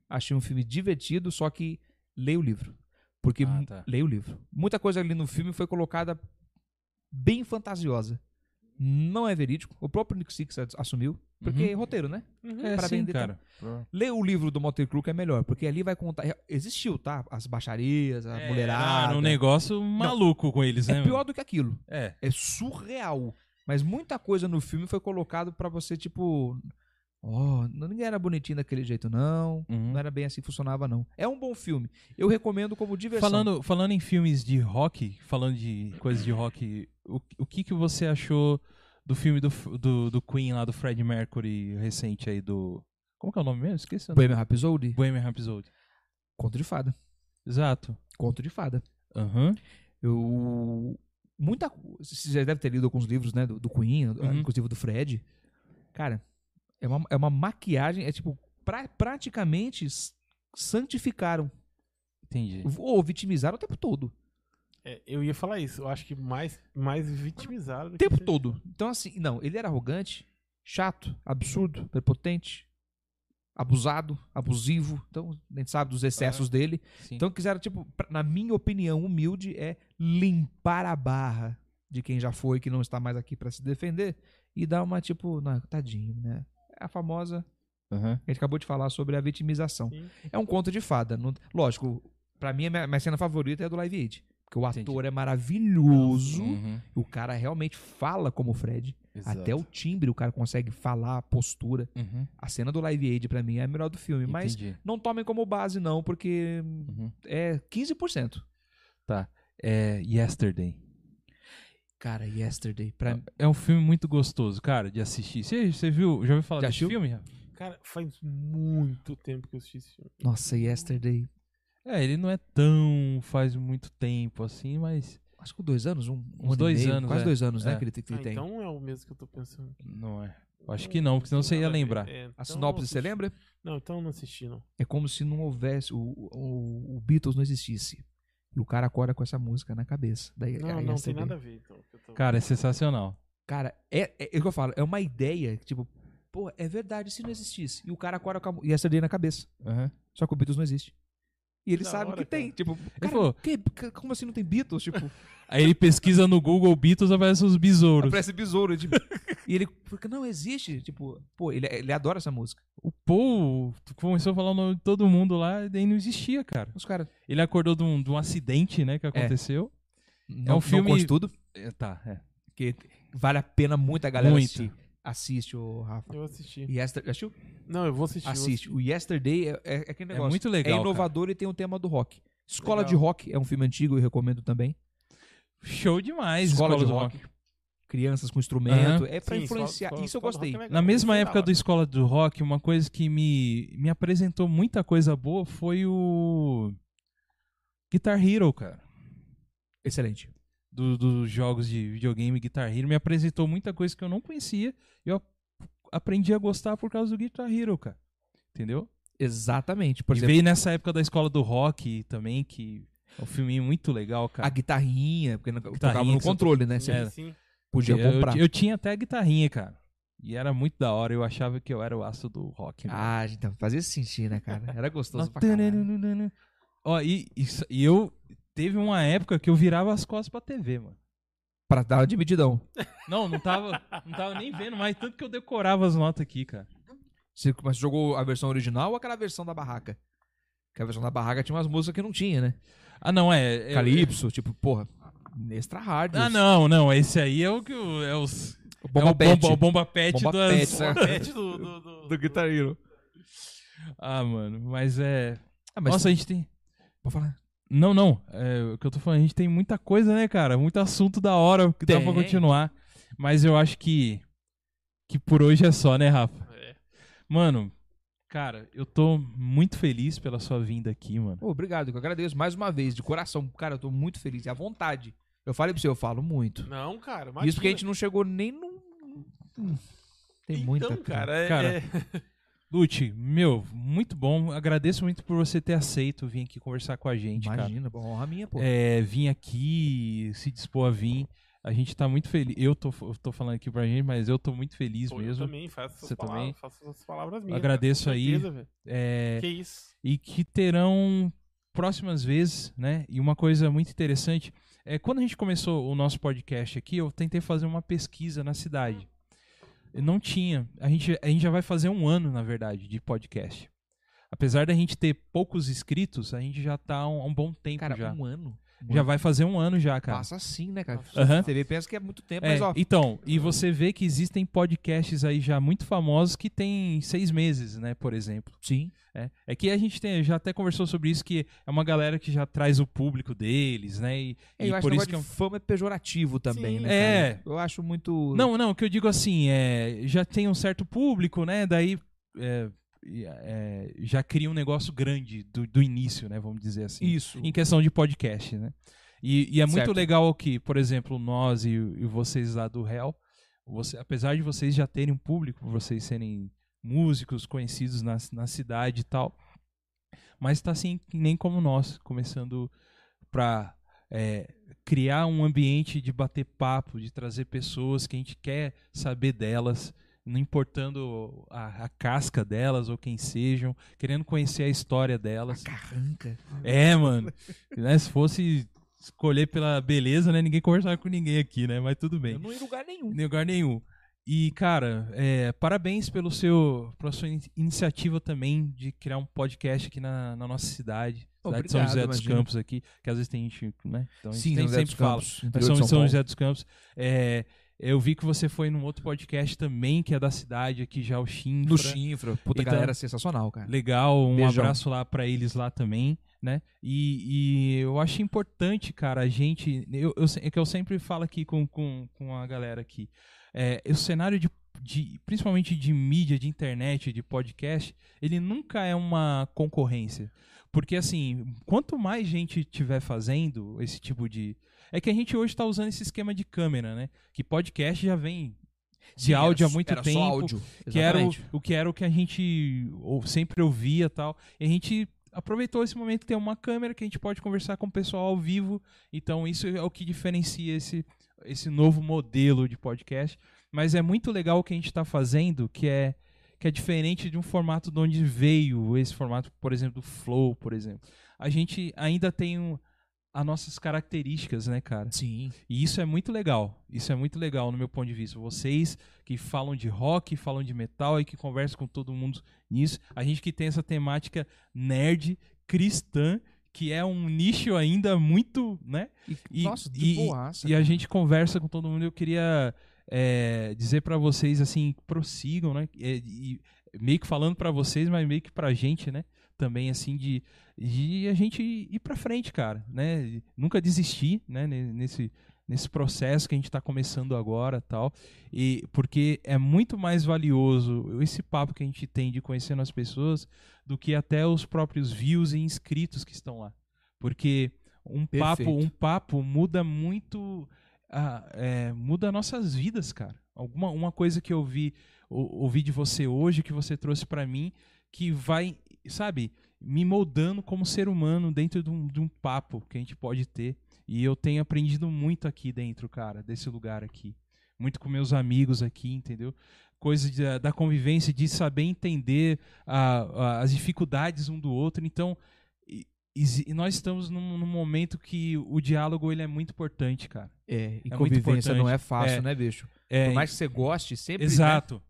S4: Achei um filme divertido, só que leia o livro. Porque
S1: Ah,
S4: mu-
S1: tá.
S4: leia o livro. Muita coisa ali no filme foi colocada bem fantasiosa. Não é verídico. O próprio Nick Six as- assumiu. Porque é roteiro, né?
S1: É
S4: Pra
S1: assim,
S4: vender
S1: cara.
S4: Lê o livro do Motley Crue que é melhor, porque ali vai contar. Existiu, tá? As baixarias, a
S1: É,
S4: mulherada.
S1: Era um negócio maluco com eles, né?
S4: é pior do que aquilo.
S1: meu? É.
S4: É surreal. Mas muita coisa no filme foi colocado pra você, tipo. Ó, não ninguém era bonitinho daquele jeito, não.
S1: Uhum.
S4: Não era bem assim que funcionava, não. É um bom filme. Eu recomendo como diversão.
S1: Falando, falando em filmes de rock, falando de coisas de rock, o, o que que você achou do filme do, f- do, do Queen lá, do Fred Mercury recente aí, do... Como que é o nome mesmo? Esqueci o nome.
S4: Bohemian Rhapsody,
S1: Bohemian Rhapsody.
S4: conto de fada.
S1: Exato.
S4: Conto de fada.
S1: Aham.
S4: Eu. Muita. Você já deve ter lido alguns livros, né? Do, do Queen,
S1: Uhum.
S4: inclusive do Fred. Cara, é uma, é uma maquiagem. É tipo. pra- praticamente s- santificaram.
S1: Entendi.
S4: Ou vitimizaram o tempo todo.
S2: É, eu ia falar isso. Eu acho que mais, mais vitimizado. do
S4: O
S2: que-
S4: tempo todo. Então, assim. Não, ele era arrogante, chato, absurdo, prepotente, abusado, abusivo. Então, a gente sabe dos excessos dele.
S1: Sim.
S4: Então quiseram, tipo, pra- na minha opinião, humilde é limpar a barra de quem já foi, que não está mais aqui pra se defender, e dar uma, tipo, não, tadinho, né? a famosa.
S1: Aham.
S4: que A gente acabou de falar sobre a vitimização.
S2: Sim.
S4: É um conto de fada. não- lógico, pra mim, a minha, minha cena favorita é a do Live Aid. Porque o ator
S1: Entendi.
S4: é maravilhoso.
S1: Uhum.
S4: O cara realmente fala como o Fred.
S1: Exato.
S4: Até o timbre o cara consegue falar, a postura.
S1: Uhum.
S4: A cena do Live Aid, pra mim, é a melhor do filme. Mas
S1: Entendi.
S4: não tomem como base, não, porque
S1: Uhum.
S4: é 15%.
S1: É Yesterday.
S4: Cara, Yesterday, pra
S1: É um filme muito gostoso, cara, de assistir. Você você viu? Já ouviu falar
S4: Já
S1: desse
S4: assistiu?
S1: filme? Rafa?
S2: Cara, faz muito tempo que eu assisti esse filme.
S4: Nossa, Yesterday.
S1: É, ele não é tão faz muito tempo assim, mas
S4: Acho que dois anos, um, um
S1: Uns
S4: ano e
S1: dois
S4: meio,
S1: anos,
S4: quase
S1: é.
S4: dois anos, né,
S1: É.
S4: que ele, te- que
S2: Ah,
S4: ele tem.
S2: então é o mesmo que eu tô pensando.
S1: não é. Eu Acho que não, porque senão você ia lembrar.
S2: É, então
S4: A
S2: eu
S4: sinopse,
S2: não
S4: você
S2: assisti.
S4: lembra?
S2: Não, então eu não assisti, não.
S4: É como se não houvesse, o, o, o Beatles não existisse. E o cara acorda com essa música na cabeça. Daí,
S2: Não,
S4: aí
S2: não tem
S4: Yesterday.
S2: nada a ver, então. que eu tô-
S1: Cara, é sensacional.
S4: Cara, é, é, é o que eu falo, é uma ideia, que, tipo, pô, é verdade, se não existisse. E o cara acorda com a mu- Yesterday na cabeça.
S1: Aham.
S4: Só que o Beatles não existe. E ele
S2: Da
S4: sabe
S2: hora,
S4: que tem,
S2: cara.
S4: tipo, cara,
S1: falou-
S4: que- que- como assim não tem Beatles? Tipo,
S1: Aí ele pesquisa no Google Beatles aparece é os besouros.
S4: Parece besouro. Tipo, [laughs] e ele porque não existe. Tipo, pô, ele, ele adora essa música.
S1: O Paul começou a falar o nome de todo mundo lá e daí não existia, cara.
S4: Os caras.
S1: Ele acordou de um, de um acidente, né, que aconteceu.
S4: Não,
S1: um
S4: é um filme.
S1: filme-
S4: Não conte tudo,
S1: É, tá, é.
S4: que vale a pena muito a galera
S1: Muito.
S4: assistir. Assiste, o Rafa.
S2: Eu assisti.
S4: Yester, assistiu?
S2: Não, eu vou assistir. eu vou
S4: Assiste. O Yesterday é, é, é aquele
S1: É
S4: negócio.
S1: muito legal,
S4: É inovador e tem o tema do rock. Escola
S2: Legal.
S4: de Rock é um filme antigo, eu recomendo também.
S1: Show demais,
S4: Escola
S1: Escola,
S4: de
S1: do Rock.
S4: Crianças com instrumento. É pra
S2: Sim,
S4: influenciar.
S2: Escola-
S4: Isso eu
S2: Escola do Rock
S4: gostei.
S2: é legal,
S1: Na mesma
S2: isso é
S1: época
S2: da
S1: do
S2: hora.
S1: Escola do Rock, uma coisa que me, me apresentou muita coisa boa foi o Guitar Hero, cara.
S4: Excelente.
S1: do- dos jogos de videogame Guitar Hero me apresentou muita coisa que eu não conhecia e eu ap- aprendi a gostar por causa do Guitar Hero, cara. Entendeu?
S4: Exatamente. Por
S1: e
S4: exemplo,
S1: veio nessa época da escola do rock também, que é um filme muito legal,
S4: a
S1: cara.
S4: guitarrinha, porque não-
S1: Guitarrinha
S4: tocava no
S1: que você-
S4: controle, né? Você
S1: É.
S2: Sim, sim.
S4: podia
S1: eu,
S4: comprar.
S1: eu tinha até a guitarrinha, cara. E era muito da hora, eu achava que eu era o astro do rock. né? mano.
S4: Ah, então fazia se sentir, né, cara? Era gostoso pra caralho.
S1: Tananana. Ó, e, e s- e eu teve uma época que eu virava as costas pra TV, mano.
S4: [laughs] Pra dar uma divididão.
S1: Não, não tava, não tava nem vendo, mas tanto que eu decorava as notas aqui, cara.
S4: Você, mas jogou a versão original ou aquela versão da barraca? Porque a versão da barraca tinha umas músicas que não tinha, né?
S1: Ah, não, é. é-
S4: Calypso, tipo, porra, extra hard.
S1: Ah, não, não. Esse aí é o que o- é os.
S4: Bomba
S1: é o
S4: Pet.
S1: Bomba, bomba pet
S4: Bomba
S1: das.
S4: Pet, né?
S2: Pet do, do, do,
S4: Do Guitar Hero.
S1: Ah, mano, mas é.
S4: Ah, mas
S1: Nossa, a gente tem.
S4: pode falar.
S1: Não, não. É o que eu tô falando, a gente tem muita coisa, né, cara? Muito assunto da hora que dá pra
S4: Tem.
S1: continuar. Mas eu acho que. Que por hoje é só, né, Rafa?
S2: É.
S1: Mano, cara, eu tô muito feliz pela sua vinda aqui, mano.
S4: Ô, obrigado, eu agradeço mais uma vez, de coração. Cara, eu tô muito feliz, é à vontade. Eu falei pra você, eu falo muito.
S2: Não, cara.
S4: Isso porque a
S2: imagina.
S4: gente não chegou nem num. Hum, Tem muita
S2: Então,
S4: coisa.
S2: cara, é-
S1: Cara,
S2: é-
S1: Lute, meu, muito bom. Agradeço muito por você ter aceito vir aqui conversar com a gente, cara.
S4: Imagina, bom, honra minha, pô.
S1: é, vir aqui, se dispor a vir. A gente tá muito feliz. Eu tô, eu tô falando aqui pra gente, mas eu tô muito feliz
S2: Pô,
S1: mesmo.
S2: Eu também faço suas
S1: Você
S2: palavras,
S1: também?
S2: faço as palavras minhas.
S1: Agradeço
S2: cara, com
S1: aí.
S2: certeza, velho.
S1: É,
S2: Que isso.
S1: e que terão próximas vezes, né? E uma coisa muito interessante é quando a gente começou o nosso podcast aqui, eu tentei fazer uma pesquisa na cidade. Não tinha. A gente, a gente já vai fazer um ano, na verdade, de podcast. Apesar da gente ter poucos inscritos, a gente já tá há um, há um bom tempo
S4: Cara,
S1: já.
S4: um ano. Um
S1: Já
S4: ano.
S1: vai fazer um ano já, cara.
S4: Passa assim, né, cara?
S1: Aham.
S4: Você vê, pensa que é muito tempo,
S1: É,
S4: mas ó,
S1: então, e você vê que existem podcasts aí já muito famosos que tem seis meses, né, por exemplo.
S4: Sim.
S1: É, é que a gente tem, já até conversou sobre isso, que é uma galera que já traz o público deles, né, e,
S4: É,
S1: e
S4: eu acho
S1: por
S4: que o
S1: isso
S4: negócio
S1: que...
S4: de
S1: é um-
S4: fama é pejorativo também,
S2: Sim.
S4: né?
S1: É.
S4: cara? Eu acho muito.
S1: Não, não, o que eu digo assim, é, já tem um certo público, né, daí é, e, é, já cria um negócio grande do, do início, né, vamos dizer assim.
S4: Isso.
S1: em questão de podcast, né? E, e é muito
S4: Certo.
S1: legal que, por exemplo, nós e, e vocês lá do Real, você, apesar de vocês já terem um público, vocês serem músicos conhecidos na, na cidade e tal, mas tá assim, que nem como nós, começando pra é, criar um ambiente de bater papo, de trazer pessoas que a gente quer saber delas, não importando a, a casca delas ou quem sejam, querendo conhecer a história
S4: A
S1: delas.
S4: carranca.
S1: É, mano. Né, se fosse escolher pela beleza, né? Ninguém conversava com ninguém aqui, né? Mas tudo bem.
S4: Eu não ia em lugar nenhum.
S1: Em lugar nenhum. E, cara, é, parabéns pelo seu, pela sua in- iniciativa também de criar um podcast aqui na, na nossa cidade. Cidade de São
S4: Obrigado,
S1: José dos
S4: imagina.
S1: Campos aqui, que às vezes tem gente, né? Então a gente
S4: Sim,
S1: tem-
S4: São José
S1: sempre
S4: dos
S1: fala.
S4: Campos,
S1: São,
S4: interior de São
S1: São
S4: Paulo.
S1: José dos Campos. É, eu vi que você foi num outro podcast também, que é da cidade aqui, já o Chinfra.
S4: No Chinfra. Puta,
S1: Então-
S4: galera é sensacional, cara.
S1: Legal, um
S4: Beijão.
S1: abraço lá pra eles lá também, né? E, e eu acho importante, cara, a gente. Eu, eu se- é que eu sempre falo aqui com, com, com a galera aqui. É, o cenário de, de- Principalmente de mídia, de internet, de podcast, ele nunca é uma concorrência. Porque, assim, quanto mais gente tiver fazendo esse tipo de. É que a gente hoje tá usando esse esquema de câmera, né? Que podcast já vem de
S4: Sim, era
S1: áudio há
S4: só-
S1: muito
S4: era
S1: tempo
S4: Só áudio.
S1: que era o,
S4: Exatamente.
S1: o que era o que a gente ou- sempre ouvia e tal. E a gente aproveitou esse momento de ter uma câmera que a gente pode conversar com o pessoal ao vivo. Então isso é o que diferencia esse, esse novo modelo de podcast. Mas é muito legal o que a gente está fazendo, que é que é diferente de um formato de onde veio esse formato, por exemplo, do Flow, por exemplo. A gente ainda tem um- as nossas características, né, cara?
S4: Sim.
S1: E isso é muito legal. Isso é muito legal no meu ponto de vista. Vocês que falam de rock, falam de metal e que conversam com todo mundo nisso. A gente que tem essa temática nerd, cristã, que é um nicho ainda muito, né?
S4: E,
S1: E-
S4: nossa, de
S1: e-
S4: boaça.
S1: E é a gente conversa com todo mundo. Eu queria é, dizer pra vocês assim, prossigam, né? É, e meio que falando pra vocês, mas meio que pra gente, né? Também assim de, de a gente ir pra frente, cara, né? E Nunca desistir, né? ne- Nesse nesse processo que a gente tá começando agora, tal. E porque é muito mais valioso esse papo que a gente tem de conhecendo as pessoas do que até os próprios views e inscritos que estão lá. Porque um papo,
S4: Perfeito.
S1: um papo muda muito ah, é, muda nossas vidas, cara. Alguma uma coisa que eu vi, ou- ouvi de você hoje, que você trouxe pra mim, que vai, sabe, me moldando como ser humano dentro de um, de um papo que a gente pode ter. E eu tenho aprendido muito aqui dentro, cara, desse lugar aqui. Muito com meus amigos aqui, entendeu? Coisa de- da, convivência, de saber entender ah, ah, as dificuldades um do outro. Então, e- exi- e nós estamos num, num momento que o diálogo ele é muito importante, cara.
S4: É, e
S1: muito
S4: convivência não é
S1: importante.
S4: fácil,
S1: É.
S4: né, bicho?
S1: É,
S4: Por mais que você goste, sempre. né?
S1: exato.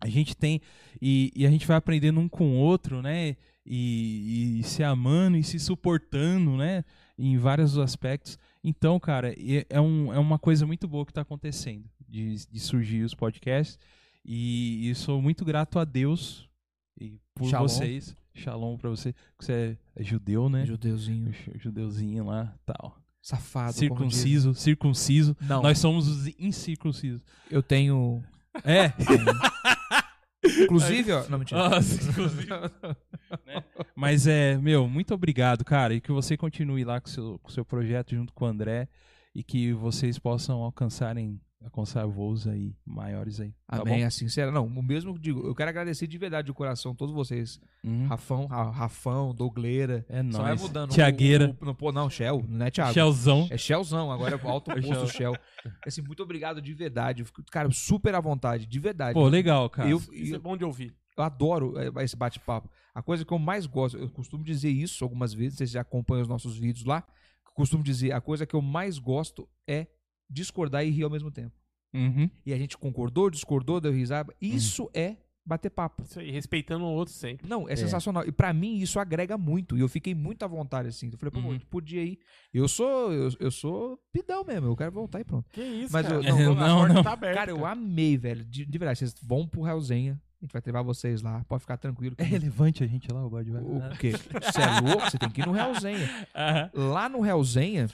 S1: A gente tem e, e a gente vai aprendendo um com o outro, né? E, e se amando e se suportando, né? Em vários aspectos. Então, cara, e- é, um, é uma coisa muito boa que está acontecendo de, de surgir os podcasts. E, e sou muito grato a Deus e por
S4: Shalom.
S1: vocês. Shalom pra você. que Você é judeu, né?
S4: Né? Judeuzinho.
S1: Judeuzinho lá, tal.
S4: Safado. como diz.
S1: circunciso, circunciso.
S4: Não,
S1: Nós somos os incircuncisos.
S4: eu tenho.
S1: É.
S4: [laughs] Inclusive, ó. Não, mentira.
S1: Nossa, Ah,
S4: [laughs]
S1: inclusive. Né? Mas é, meu, muito obrigado, cara. E que você continue lá com seu, com seu projeto junto com o André. E que vocês possam alcançarem, alcançar voos aí, maiores aí. Tá
S4: Amém, assim será. Não, o mesmo que digo. Eu quero agradecer de verdade, de coração, todos vocês.
S1: bom? Uhum.
S4: Rafão, Ra- Rafão, Dougleira.
S1: É
S4: Só vai
S1: nóis.
S4: mudando. o-
S1: Tiagueira,
S4: o- não, pô, não, Shell, não é Thiago.
S1: Shellzão.
S4: É Shellzão, agora é o alto posto Shell. Assim, muito obrigado de verdade. Eu fico, Cara, super à vontade, de verdade.
S1: Pô, legal, cara.
S4: eu,
S2: Isso é
S4: eu,
S2: bom de ouvir.
S4: eu adoro é, esse bate-papo. A coisa que eu mais gosto, eu costumo dizer isso algumas vezes, vocês já acompanham os nossos vídeos lá. eu Costumo dizer, a coisa que eu mais gosto é discordar e rir ao mesmo tempo.
S1: Uhum.
S4: E a gente concordou, discordou, deu risada. Isso é bater papo.
S2: Isso aí, respeitando o outro sempre.
S4: Não, é, sensacional. E pra mim isso agrega muito. E eu fiquei muito à vontade assim. Eu falei, pô,
S1: Uhum.
S4: eu podia ir. Eu sou, eu, eu sou pidão mesmo. Eu quero voltar e pronto.
S2: Que isso,
S4: Mas
S2: cara.
S4: eu-
S1: não,
S2: a
S1: É, não,
S2: porta
S1: não.
S2: tá aberta.
S4: Cara,
S1: então.
S4: eu amei, velho. De, de verdade, vocês vão pro Realzenha. A gente vai levar vocês lá. Pode ficar tranquilo. que-
S1: [laughs] É né? relevante a gente lá, o God vai.
S4: O quê? Você é louco? Você tem que ir no Realzenha. Lá no Realzenha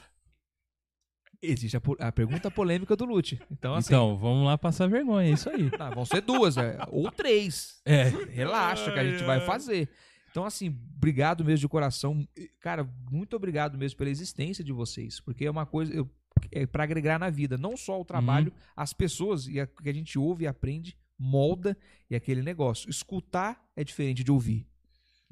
S4: existe a, po- a pergunta polêmica do Lute. Então, assim,
S1: Então, vamos lá passar vergonha, é isso
S4: [laughs]
S1: aí.
S4: tá, vão ser duas, né? ou três.
S1: É.
S4: Relaxa que a gente vai fazer. Então, assim, obrigado mesmo de coração. E, Cara, muito obrigado mesmo pela existência de vocês, porque é uma coisa eu, é para agregar na vida, não só o trabalho,
S1: Uhum.
S4: as pessoas e a- o que a gente ouve e aprende, molda e aquele negócio. Escutar é diferente de ouvir.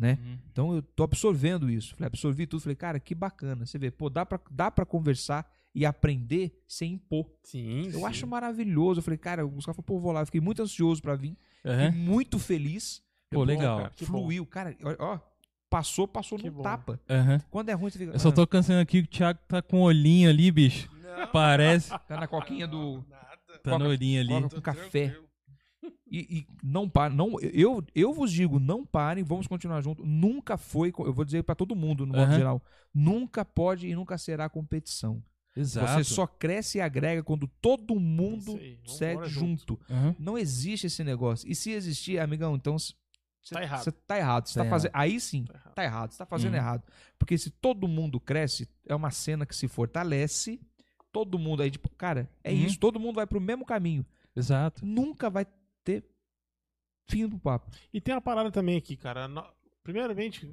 S1: Uhum.
S4: Então eu tô absorvendo isso. Falei, absorvi tudo. Falei, cara, que bacana. Você vê, pô, dá pra, dá pra conversar e aprender sem impor.
S2: Sim,
S4: Eu
S2: sim.
S4: acho maravilhoso. Eu falei, cara, os caras falaram, pô, vou lá. Eu fiquei muito ansioso pra vir. Fiquei
S1: Uhum.
S4: muito feliz.
S1: Pô, legal.
S2: cara. Que bom.
S4: Fluiu, cara. ó, Ó, passou, passou
S2: Que
S4: no
S2: bom.
S4: tapa.
S1: Uhum.
S4: Quando é ruim, você fica.
S1: Eu só tô cansando aqui que o Thiago tá com um olhinho ali, bicho.
S3: Não,
S4: [laughs]
S1: Parece.
S4: ah, Tá na coquinha do.
S3: nada.
S1: Cortando o olhinho ali.
S4: Coca com café. E, e não parem, não, eu, eu vos digo, não parem, vamos continuar junto. Nunca foi, co- eu vou dizer pra todo mundo, no modo
S1: Aham.
S4: geral, nunca pode e nunca será competição.
S1: Exato.
S4: Você só cresce e agrega quando todo
S2: É
S4: mundo
S2: Isso aí, vamos
S4: segue
S2: embora
S4: junto.
S1: Aham.
S4: Não existe esse negócio. E se existir, amigão, então você
S2: Tá errado.
S4: Você tá errado. Você
S1: Tá
S4: tá
S1: errado.
S4: fazendo, aí sim,
S2: Tá errado.
S4: tá errado. Você tá fazendo
S1: Uhum.
S4: errado. Porque se todo mundo cresce, é uma cena que se fortalece. Todo mundo aí, tipo, cara, é
S1: Uhum. Tá.
S4: isso. Todo mundo vai pro mesmo caminho.
S1: Exato.
S4: Nunca vai ter fim pro papo.
S2: E tem uma parada também aqui, cara. No- Primeiramente,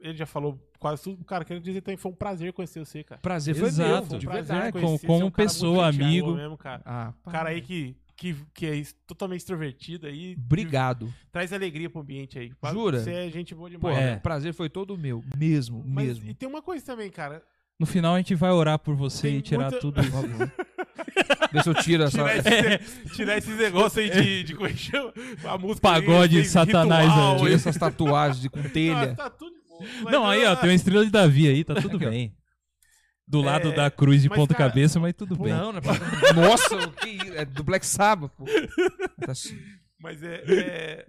S2: ele já falou quase tudo. Cara, quero dizer também, foi um prazer conhecer você, cara.
S4: Prazer
S1: foi
S4: foi
S1: Exato.
S4: meu.
S1: meu, de
S2: Prazer
S1: verdade.
S2: conhecer,
S1: Como-
S2: você é
S1: como
S2: um cara
S1: pessoa,
S2: muito gente boa
S1: amigo.
S2: mesmo, cara.
S4: Ah, pá.
S2: Cara aí que, que, que é es- totalmente extrovertido aí.
S4: Obrigado.
S2: Traz alegria pro ambiente aí.
S4: Jura?
S2: Você é gente boa
S4: Pô,
S2: demais.
S4: o
S1: É.
S4: prazer foi todo meu. Mesmo,
S2: Mas,
S4: mesmo.
S2: E tem uma coisa também, cara.
S1: No final a gente vai orar por você
S2: Tem
S1: e tirar
S2: muita-
S1: tudo.
S4: Por favor. Vê se eu
S2: [laughs]
S4: tiro essa.
S2: [laughs] Tirar, esse, tirar esses negócios aí de, de como é que chama? A música.
S1: Pagode
S2: meio- meio
S1: satanás
S2: ritual,
S1: aí.
S4: Tira
S2: hein?
S4: essas tatuagens de com
S2: Ah,
S4: telha.
S2: tá tudo bom. [laughs] Mas,
S1: Não, aí, ó,
S2: ah,
S1: tem uma estrela de Davi [laughs] aí, tá tudo bem. Do lado da cruz de
S2: É, mas,
S1: ponta
S2: cara,
S1: cabeça, mas tudo bem.
S4: Não, não é [laughs] pra- Nossa, o que isso? É do Black Sabbath, pô. Tá assim.
S2: Mas é. é-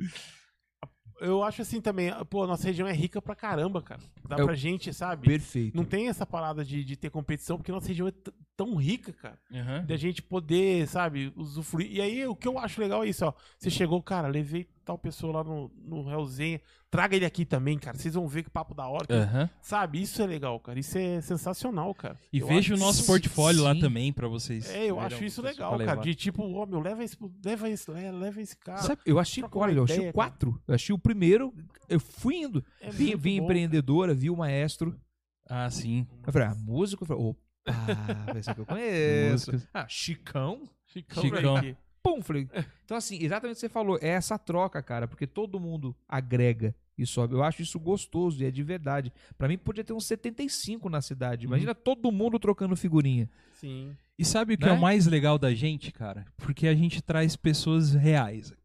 S2: Eu acho assim também, pô, nossa região é rica pra caramba, cara. Dá
S4: Eu-
S2: pra gente, sabe?
S4: Perfeito.
S2: Não tem essa parada de, de ter competição, porque nossa região é t- tão rica, cara.
S1: Aham.
S2: da gente poder, sabe, usufruir. E aí, o que eu acho legal é isso, ó. Você chegou, cara, levei tal pessoa lá no, no Hellzinha, traga ele aqui também, cara. Vocês vão ver que papo da hora.
S1: Aham.
S2: Sabe, isso é legal, cara. Isso é sensacional, cara.
S1: E
S2: Eu
S1: veja o
S2: acho-
S1: nosso portfólio lá
S4: sim.
S1: também pra vocês.
S2: É, eu
S1: verem
S2: acho isso
S1: alguma coisa
S2: legal,
S1: pra
S2: cara.
S1: levar.
S2: De tipo, ô, meu, leva esse, leva esse, le- leva esse cara.
S4: Sabe, eu achei
S2: Troca uma
S4: olha, eu
S2: ideia,
S4: achei
S2: cara.
S4: quatro. Eu achei o primeiro, eu fui indo.
S2: É
S4: vi
S2: muito
S4: vi
S2: bom,
S4: empreendedora, vi o maestro.
S1: Ah, sim.
S4: Eu falei, ah, músico? Eu falei, opa, essa que eu
S2: É,
S4: conheço.
S1: Músicos.
S4: Ah, Chicão?
S2: Chicão,
S1: Chicão.
S2: velho, que-
S4: Pum, falei.
S2: É.
S4: Então, assim, exatamente o que você falou, é essa troca, cara, porque todo mundo agrega e sobe. Eu acho isso gostoso e é de verdade. Pra mim, podia ter um uns 75 na cidade. Imagina
S2: Uhum.
S4: todo mundo trocando figurinha.
S2: Sim.
S1: E sabe o que é
S4: Né?
S1: o mais legal da gente, cara? Porque a gente traz pessoas reais. cara.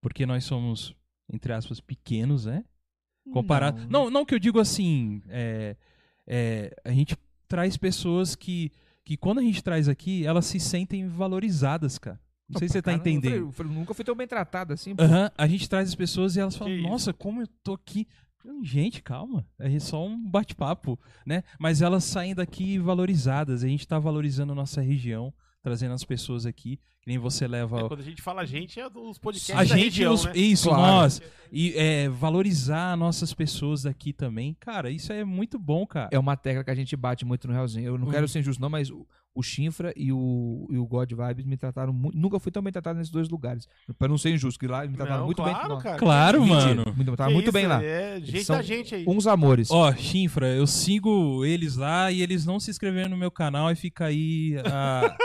S1: Porque nós somos, entre aspas, pequenos, né? Comparado. Não, não, que eu digo assim. é- é, a gente traz pessoas que, que, quando a gente traz aqui, elas se sentem valorizadas, cara. Não, sei se você tá
S4: Caramba, eu
S1: entendendo.
S4: falei- eu falei, nunca fui tão bem tratado assim. pô.
S1: Aham, a gente traz as pessoas e elas falam,
S2: isso?
S1: nossa, como eu tô aqui. Gente, calma, é só um bate-papo, né? Mas elas saem daqui valorizadas, a gente tá valorizando a nossa região, trazendo as pessoas aqui, que nem você
S2: É,
S1: leva...
S2: quando a gente fala a gente, é dos podcasts
S1: a
S2: da
S1: gente,
S2: região,
S1: nos-
S2: né?
S1: isso,
S4: Claro.
S1: nós, e é, valorizar nossas pessoas daqui também, cara, isso é muito bom, cara.
S4: É uma tecla que a gente bate muito no Realzinho. Eu não
S1: Uhum.
S4: quero ser injusto, não, mas o, o Chinfra e o, e o God Vibes me trataram muito. Nunca fui tão bem tratado nesses dois lugares. Pra não ser injusto, que lá me
S1: Tá
S4: trataram
S2: Não,
S4: muito bem.
S2: claro,
S4: Não,
S2: cara.
S1: Claro, tá
S4: mentira,
S1: mano.
S4: Muito, tava
S2: Que
S4: muito
S2: isso,
S4: bem lá.
S2: É, gente
S4: são
S2: da gente
S1: um,
S2: aí.
S4: Uns amores.
S1: Ó, Chinfra, eu sigo eles lá e eles não se inscreveram no meu canal e fica aí
S4: [laughs]
S1: a...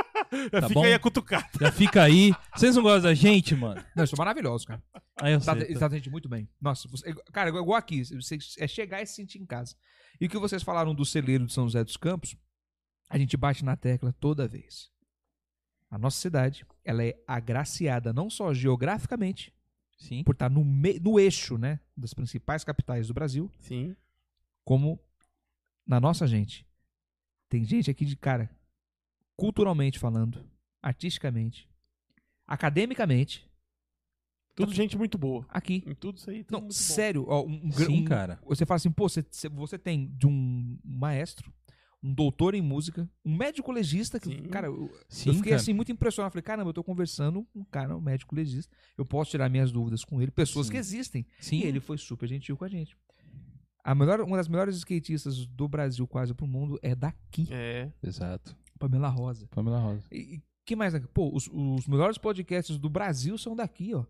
S1: tá
S2: Fica
S1: bom?
S2: aí a cutucar.
S1: Já fica aí. Vocês não gostam da gente, mano?
S4: Não, isso é maravilhoso, cara.
S1: Aí eu
S4: Tá,
S1: sei,
S4: eles
S1: tá.
S4: tratam a gente muito bem. Nossa, você- cara, igual aqui. Você, é chegar e se sentir em casa. E o que vocês falaram do celeiro de São José dos Campos, a gente bate na tecla toda vez. A nossa cidade, ela é agraciada não só geograficamente,
S1: Sim.
S4: por estar no, me- no eixo né, das principais capitais do Brasil,
S2: Sim.
S4: como na nossa gente. Tem gente aqui de cara, culturalmente falando, artisticamente, academicamente,
S1: Tá
S2: Tudo gente muito boa.
S4: aqui.
S2: Em tudo isso aí. Tudo
S4: Não,
S2: muito bom.
S4: sério, ó, um, um, gra-
S1: Sim,
S4: um-
S1: cara.
S4: Você fala assim, pô, você, você- você tem de um maestro, um doutor em música, um médico legista, que,
S2: Sim.
S4: cara, eu,
S1: Sim,
S4: eu fiquei
S1: cara.
S4: assim muito impressionado. Falei, caramba, eu tô conversando com um cara, um médico legista, eu posso tirar minhas dúvidas com ele, pessoas
S1: Sim.
S4: que existem.
S1: Sim.
S4: E ele foi super gentil com a gente. A melhor, uma das melhores skatistas do Brasil, quase pro mundo, é daqui,
S2: É.
S1: Exato.
S4: Pamela Rosa.
S1: Pamela Rosa.
S4: E, e que mais? né? Pô, os, os melhores podcasts do Brasil são daqui, ó.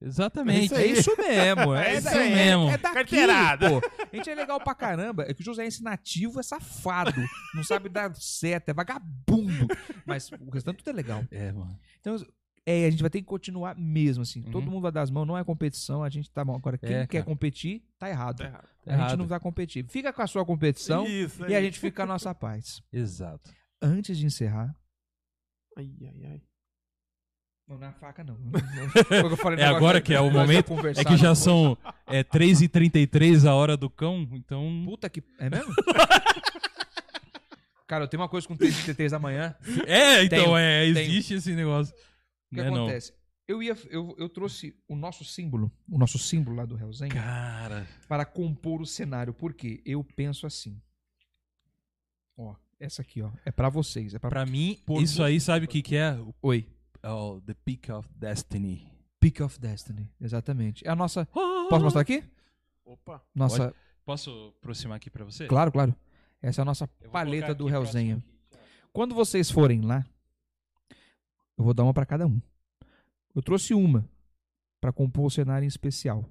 S1: Exatamente.
S2: Isso
S4: É
S2: aí.
S4: isso mesmo, [laughs] é,
S2: É
S4: isso
S2: isso aí.
S4: mesmo.
S1: mesmo.
S4: É daqui,
S2: Carteirada.
S4: pô. A gente é legal pra caramba. É que o José nativo é safado, não sabe dar seta, é vagabundo. Mas o restante tudo é legal.
S1: É, mano.
S4: Então, é, a gente vai ter que continuar mesmo, assim.
S1: Uhum.
S4: Todo mundo vai dar as mãos, não é competição, a gente tá bom. Agora, quem
S1: É,
S4: quer
S1: cara.
S4: competir, tá errado.
S2: Tá errado.
S1: Tá
S4: a gente
S1: errado.
S4: não vai competir. Fica com a sua competição
S2: Isso
S4: e a
S2: aí.
S4: gente fica com a nossa paz.
S1: Exato.
S4: Antes de encerrar.
S2: Ai, ai, ai.
S4: Não, na faca não. Foi o [laughs] eu falei,
S1: É
S4: nós
S1: agora
S4: vai-
S1: que é o
S4: nós vai
S1: momento,
S4: conversar
S1: É que já
S4: depois.
S1: são é, 3h33 a hora do cão, então. [laughs]
S4: Puta que. É mesmo? Cara, eu tenho uma coisa com 3 e 3 da manhã.
S1: É, então,
S4: Tenho,
S1: é,
S4: tenho.
S1: existe esse negócio.
S4: O que
S1: Né, não?
S4: acontece? Eu, ia, eu, eu trouxe o nosso símbolo, o nosso símbolo lá do Hellzen,
S1: Cara.
S4: para compor o cenário. Por quê? Eu penso assim. Ó, essa aqui, ó. É pra vocês. É pra...
S1: Pra mim,
S4: Por
S1: isso aí sabe o que, que é? O-
S4: Oi.
S1: Oh, the Peak of Destiny.
S4: Peak of Destiny. Exatamente. É a nossa.
S3: Ah!
S4: Posso mostrar aqui?
S2: Opa.
S4: Nossa.
S1: Posso aproximar aqui pra você?
S4: Claro, claro. Essa é a nossa
S3: Eu vou colocar
S4: paleta do
S3: aqui
S4: Hellzenha.
S3: próximo aqui.
S4: Quando vocês forem lá, eu vou dar uma pra cada um. Eu trouxe uma pra compor o cenário em especial.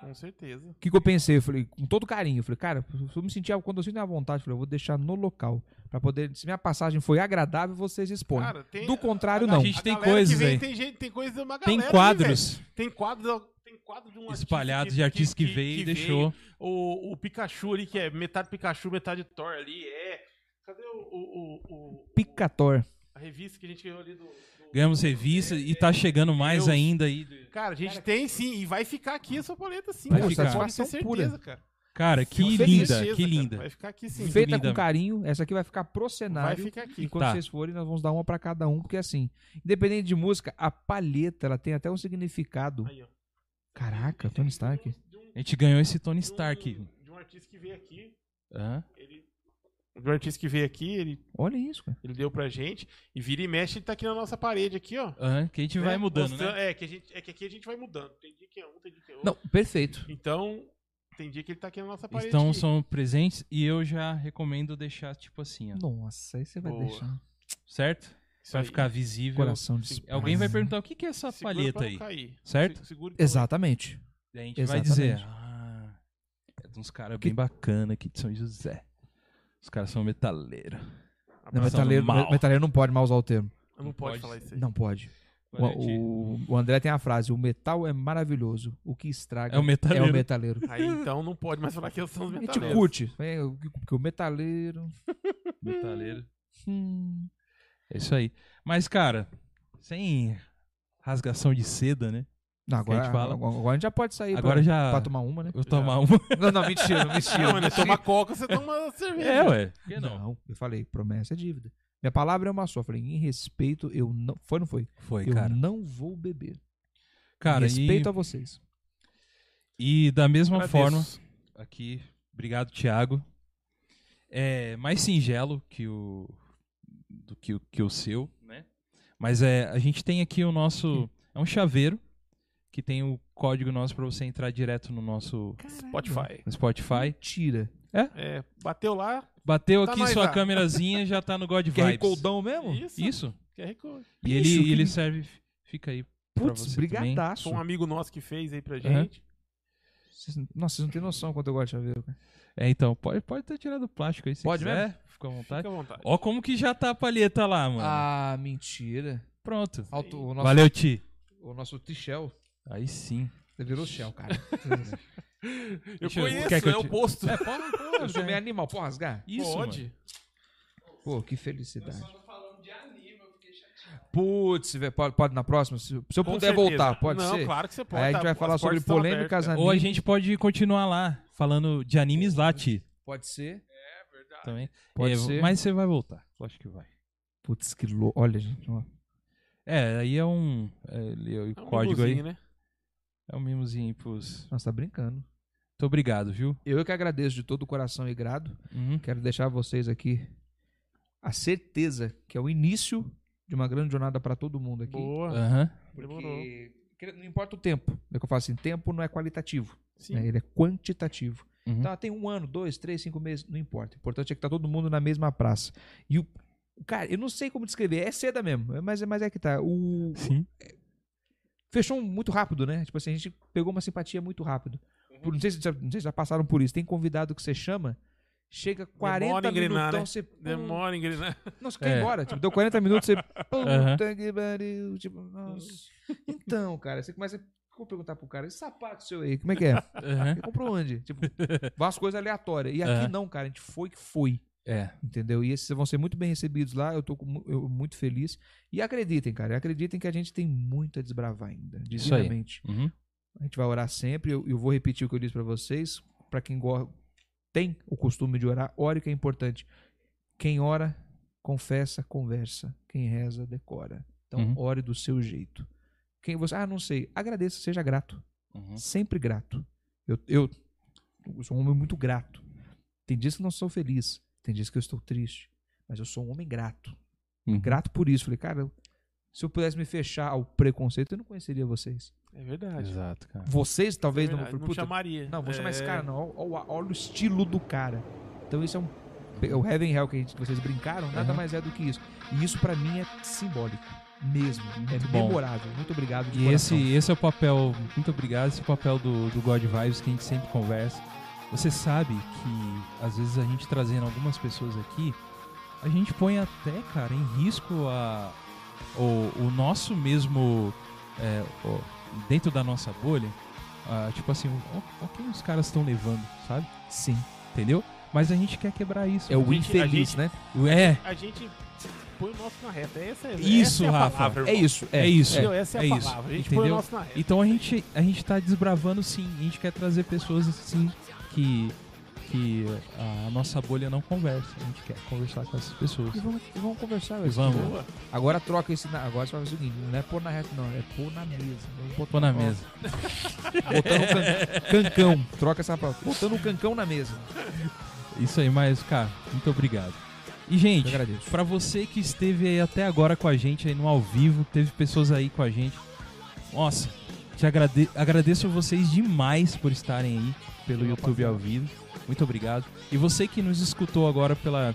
S2: Com certeza.
S4: O que, que eu pensei? Eu falei, com todo carinho, eu falei, cara, se eu me sentir, quando eu sinto a vontade, eu falei, eu vou deixar no local. Pra poder. Se minha passagem foi agradável, vocês expõem.
S2: Cara, tem-
S4: Do contrário,
S2: a-
S4: não.
S1: A gente
S2: a
S1: tem
S2: galera que
S1: coisas
S2: vem,
S1: aí.
S2: Tem, gente, tem coisa de uma galera.
S1: Tem
S2: aí,
S1: quadros
S2: velho. tem quadro. Tem quadro de um artista
S1: espalhados de artistas que, veio e deixou.
S2: O, o Pikachu ali, que é metade Pikachu, metade Thor ali, é. Cadê o, o- o- o-
S4: Picator.
S2: a revista que a gente ganhou ali do. do-
S1: Ganhamos revista e tá chegando mais
S2: Deus.
S1: ainda aí.
S2: Cara, a gente tem sim, e vai ficar aqui essa paleta sim.
S4: Vai
S2: cara,
S4: ficar.
S2: Pode ter
S4: Satisfação
S2: certeza, cara.
S1: Cara, É, que
S2: Com
S1: linda,
S2: certeza,
S1: que
S2: cara,
S1: linda.
S2: Vai ficar aqui sim.
S4: Feita
S1: linda.
S4: com carinho, essa aqui vai ficar pro cenário.
S2: Vai ficar aqui.
S4: E quando
S1: Tá.
S4: vocês forem, nós vamos dar uma pra cada um, porque assim, independente de música, a palheta, ela tem até um significado.
S2: Aí, ó.
S4: Caraca, Tony Stark.
S2: De um-
S1: A gente ganhou esse Tony
S2: de um-
S1: Stark.
S2: De um artista que veio aqui,
S1: Hã?
S2: ele. Do artista que veio aqui, ele,
S4: Olha isso, cara.
S2: ele deu pra gente. E vira e mexe, ele tá aqui na nossa parede, aqui, ó.
S1: Hã? Que a gente
S2: né?
S1: vai mudando,
S2: Mostrando-
S1: né?
S2: É que, a gente, é que aqui a gente vai mudando. Tem dia que é um, tem dia que é outro.
S4: Não, perfeito.
S2: Então, tem dia que ele tá aqui na nossa parede.
S1: Então
S2: aqui.
S1: são presentes e eu já recomendo deixar tipo assim, ó.
S4: Nossa, aí você vai
S2: Boa.
S4: deixar. um
S1: Certo?
S2: Isso
S1: Vai
S2: aí.
S1: ficar visível.
S4: Coração de
S1: Alguém vai perguntar o que, que é essa
S2: Segura
S1: palheta
S2: pra não
S1: aí.
S2: cair.
S1: certo?
S2: Se- segura então. pra não-
S4: Exatamente.
S1: Daí a gente vai dizer,
S4: Exatamente.
S1: ah, é de uns caras
S4: Que-
S1: bem bacana aqui de São José. Os caras são metaleiros.
S4: Não,
S1: Abraçando
S4: metaleiro,
S1: mal.
S4: metaleiro não pode mal usar o termo.
S2: Não, pode,
S1: pode
S2: falar isso aí.
S4: Não pode. O,
S1: Olha aqui.
S4: o- o André tem a frase: o metal é maravilhoso, o que estraga
S1: É o metaleiro.
S4: É o metaleiro.
S2: [laughs] Aí então não pode mais falar que eu sou os
S4: [laughs] A gente
S2: metaleiros.
S4: curte. É, o que- porque o metaleiro.
S1: Metaleiro.
S4: hum.
S1: É isso aí. Mas, cara, sem rasgação de seda, né?
S4: Não,
S1: Que a
S4: agora,
S1: gente fala.
S4: agora, agora a gente já pode sair
S1: Agora
S4: pra,
S1: já-
S4: pra tomar uma, né?
S1: Eu tomar
S2: [laughs]
S1: uma.
S4: Não,
S1: [laughs]
S4: não, mentira, mentira.
S2: Não, mano,
S4: mentira. [laughs]
S2: toma coca, você toma cerveja.
S1: É, ué. é Por que não?
S4: não. eu falei, promessa é dívida. Minha palavra é uma só. Falei, em respeito, eu não. Foi, não foi?
S1: Foi,
S4: eu
S1: cara.
S4: não vou beber.
S1: Cara,
S4: Em respeito
S1: e,
S4: a vocês.
S1: e da mesma
S2: Agradeço.
S1: forma, aqui, obrigado, Thiago. É mais singelo que o do que, o- que o seu, né? Mas é, a gente tem aqui o nosso é um chaveiro que tem o código nosso pra você entrar direto no nosso
S2: Spotify.
S1: no Spotify.
S4: Tira.
S2: É, bateu lá,
S1: Bateu
S2: Tá
S1: aqui
S2: mais
S1: sua
S4: ah.
S2: lá.
S1: câmerazinha já tá no God
S4: QR
S1: Vibes.
S4: Coldão mesmo?
S2: Isso. é
S1: Isso.
S2: QR Code.
S1: E
S4: Bicho,
S1: ele,
S4: que-
S1: ele serve. Fica aí.
S4: Putz,
S1: você também.
S4: brigadaço.
S2: Foi um amigo nosso que fez aí pra
S1: Aham.
S2: gente.
S4: Vocês- Nossa, vocês não têm noção quanto eu gosto de chaveiro. cara.
S1: É, então, pode, pode ter tirado o plástico aí se
S4: Pode
S1: quiser. Fica à
S2: Fica
S1: vontade.
S2: à vontade.
S1: Ó, como que já tá a palheta lá, mano.
S4: Ah, mentira.
S1: Pronto.
S4: Alto- o nosso,
S1: Valeu, Ti.
S4: O nosso Tichel.
S1: Aí sim.
S4: Você virou
S2: [laughs]
S4: Shell, cara. É,
S2: Eu
S1: Deixa eu-
S2: conheço,
S1: quer que eu
S2: é
S1: te-
S2: o posto. [laughs]
S1: É, pode, pode.
S4: eu sou meio animal, pode rasgar?
S1: Isso,
S2: Pode.
S1: mano.
S4: Pô, que felicidade. Putz, velho, pode, pode na próxima? Se, se eu
S2: Com
S4: puder
S2: certeza.
S4: voltar, pode
S2: Não,
S4: ser?
S2: claro que você pode.
S4: Aí a gente
S2: tá?
S4: vai
S2: As
S4: falar sobre
S2: portas estão
S4: polêmicas,
S2: abertas.
S4: anime.
S1: Ou a gente pode continuar lá, falando de animes lá, Ti.
S4: Pode ser?
S1: Também.
S4: Pode
S1: É,
S4: ser.
S1: Mas você vai voltar. Lógico que vai.
S4: Putz, que louco. Olha, gente. ó.
S1: É, aí é um. É, ele- o
S2: É um
S1: código aí.
S2: mimosinho, Né?
S1: É um mimozinho aí pros.
S4: Nossa, tá brincando.
S1: Muito obrigado, viu?
S4: Eu que agradeço de todo o coração e grado.
S1: Uhum.
S4: Quero deixar vocês aqui a certeza que é o início de uma grande jornada pra todo mundo aqui. Ah.
S2: Boa.
S1: Aham.
S2: Demorou.
S4: Porque que- não importa o tempo. É o que eu falo assim, tempo não é qualitativo,
S2: Sim.
S4: né? ele é quantitativo.
S1: Uhum.
S4: Então tem um ano, dois, três, cinco meses, não importa. O importante é que tá todo mundo na mesma praça. E o cara, eu não sei como descrever, é seda mesmo, é- mas, mas é que tá. O
S1: Sim.
S4: fechou muito rápido, né? Tipo assim, a gente pegou uma simpatia muito rápido.
S2: Uhum.
S4: Por- não, sei se, já- não sei se já passaram por isso. Tem convidado que você chama, chega 40
S2: a engrenar,
S4: minutos,
S2: né?
S4: você hum,
S2: Demora, inglês, né?
S4: não, você quer ir
S1: É.
S4: embora. Tipo, deu 40 minutos, você. Puta
S1: Aham.
S4: que pariu. Tipo, nossa. Então, cara, você começa a perguntar pro cara: esse sapato seu aí, como é que é?
S1: Aham.
S4: [laughs] Você comprou onde? Tipo, várias coisas aleatórias. E aqui
S1: Aham.
S4: não, cara, a gente foi que foi.
S1: É.
S4: Entendeu? E esses vão ser muito bem recebidos lá. Eu tô com mu- eu, muito feliz. E acreditem, cara, acreditem que a gente tem muito a desbravar ainda.
S1: Isso aí.
S4: Divinamente.
S1: Uhum.
S4: A gente vai orar sempre. Eu, eu vou repetir o que eu disse pra vocês. Pra quem go- tem o costume de orar, ore que é importante. Quem ora, confessa, conversa. Quem reza, decora. Então,
S1: Uhum.
S4: ore do seu jeito. Quem você. Ah, não sei. Agradeça, seja grato.
S1: Uhum.
S4: Sempre grato. Eu, eu, eu sou um homem muito grato. Tem dias que eu não sou feliz. Tem dias que eu estou triste. Mas eu sou um homem grato.
S1: Uhum.
S4: Grato por isso. Falei, cara, eu- se eu pudesse me fechar ao preconceito, eu não conheceria vocês.
S2: É verdade.
S1: Exato, cara.
S4: Vocês talvez não.
S2: É Verdade,
S4: Puta,
S2: chamaria.
S4: não, vou chamar esse
S2: É,
S4: cara, não. Olha, o estilo do cara. Então isso é um. O Heaven Hell que, a gente- que vocês brincaram, nada
S1: Aham.
S4: mais é do que isso. E isso pra mim é simbólico. Mesmo. é
S1: bom.
S4: memorável. Muito obrigado. de
S1: E esse,
S4: coração.
S1: esse é o papel, muito obrigado, esse é o papel do, do God Vibes que a gente sempre conversa. Você sabe que, às vezes, a gente trazendo algumas pessoas aqui, a gente põe até, cara, em risco a, o, o nosso mesmo, é, o- dentro da nossa bolha, ah, tipo assim, o, o que os caras estão levando, sabe?
S4: Sim.
S1: Entendeu? Mas a gente quer quebrar isso.
S4: É o
S2: gente- a
S4: infeliz,
S2: gente-
S4: né?
S1: É,
S2: A gente põe o nosso na reta. Essa é,
S1: Isso,
S2: essa é a
S1: Rafa.
S2: palavra,
S4: É
S2: irmão.
S4: isso.
S1: é,
S4: É,
S1: isso.
S2: Entendeu? Essa é,
S1: é
S2: a
S1: isso,
S2: palavra. A gente põe
S1: entendeu?
S2: o nosso na reta.
S1: Então a gente, a gente tá desbravando sim, a gente quer trazer pessoas assim que, que a nossa bolha não conversa. A gente quer conversar com essas pessoas.
S4: E vamos, e vamos conversar,
S1: E
S4: velho.
S1: vamos,
S4: Agora troca esse. na- Agora você vai fazer o seguinte: não é pôr na reta, não. É pôr na mesa. Vamos botar-
S1: pô na
S4: ó,
S1: mesa.
S4: Botando
S1: [laughs]
S4: o can- cancão. Troca essa palavra. Botando o cancão na mesa.
S1: Isso aí, mas, cara, muito obrigado. E,
S4: Eu
S1: gente,
S4: agradeço.
S1: Pra você que esteve aí até agora com a gente aí no ao vivo, teve pessoas aí com a gente. Nossa, te agrade- agradeço vocês demais por estarem aí pelo YouTube ao vivo. Muito obrigado. E você que nos escutou agora pela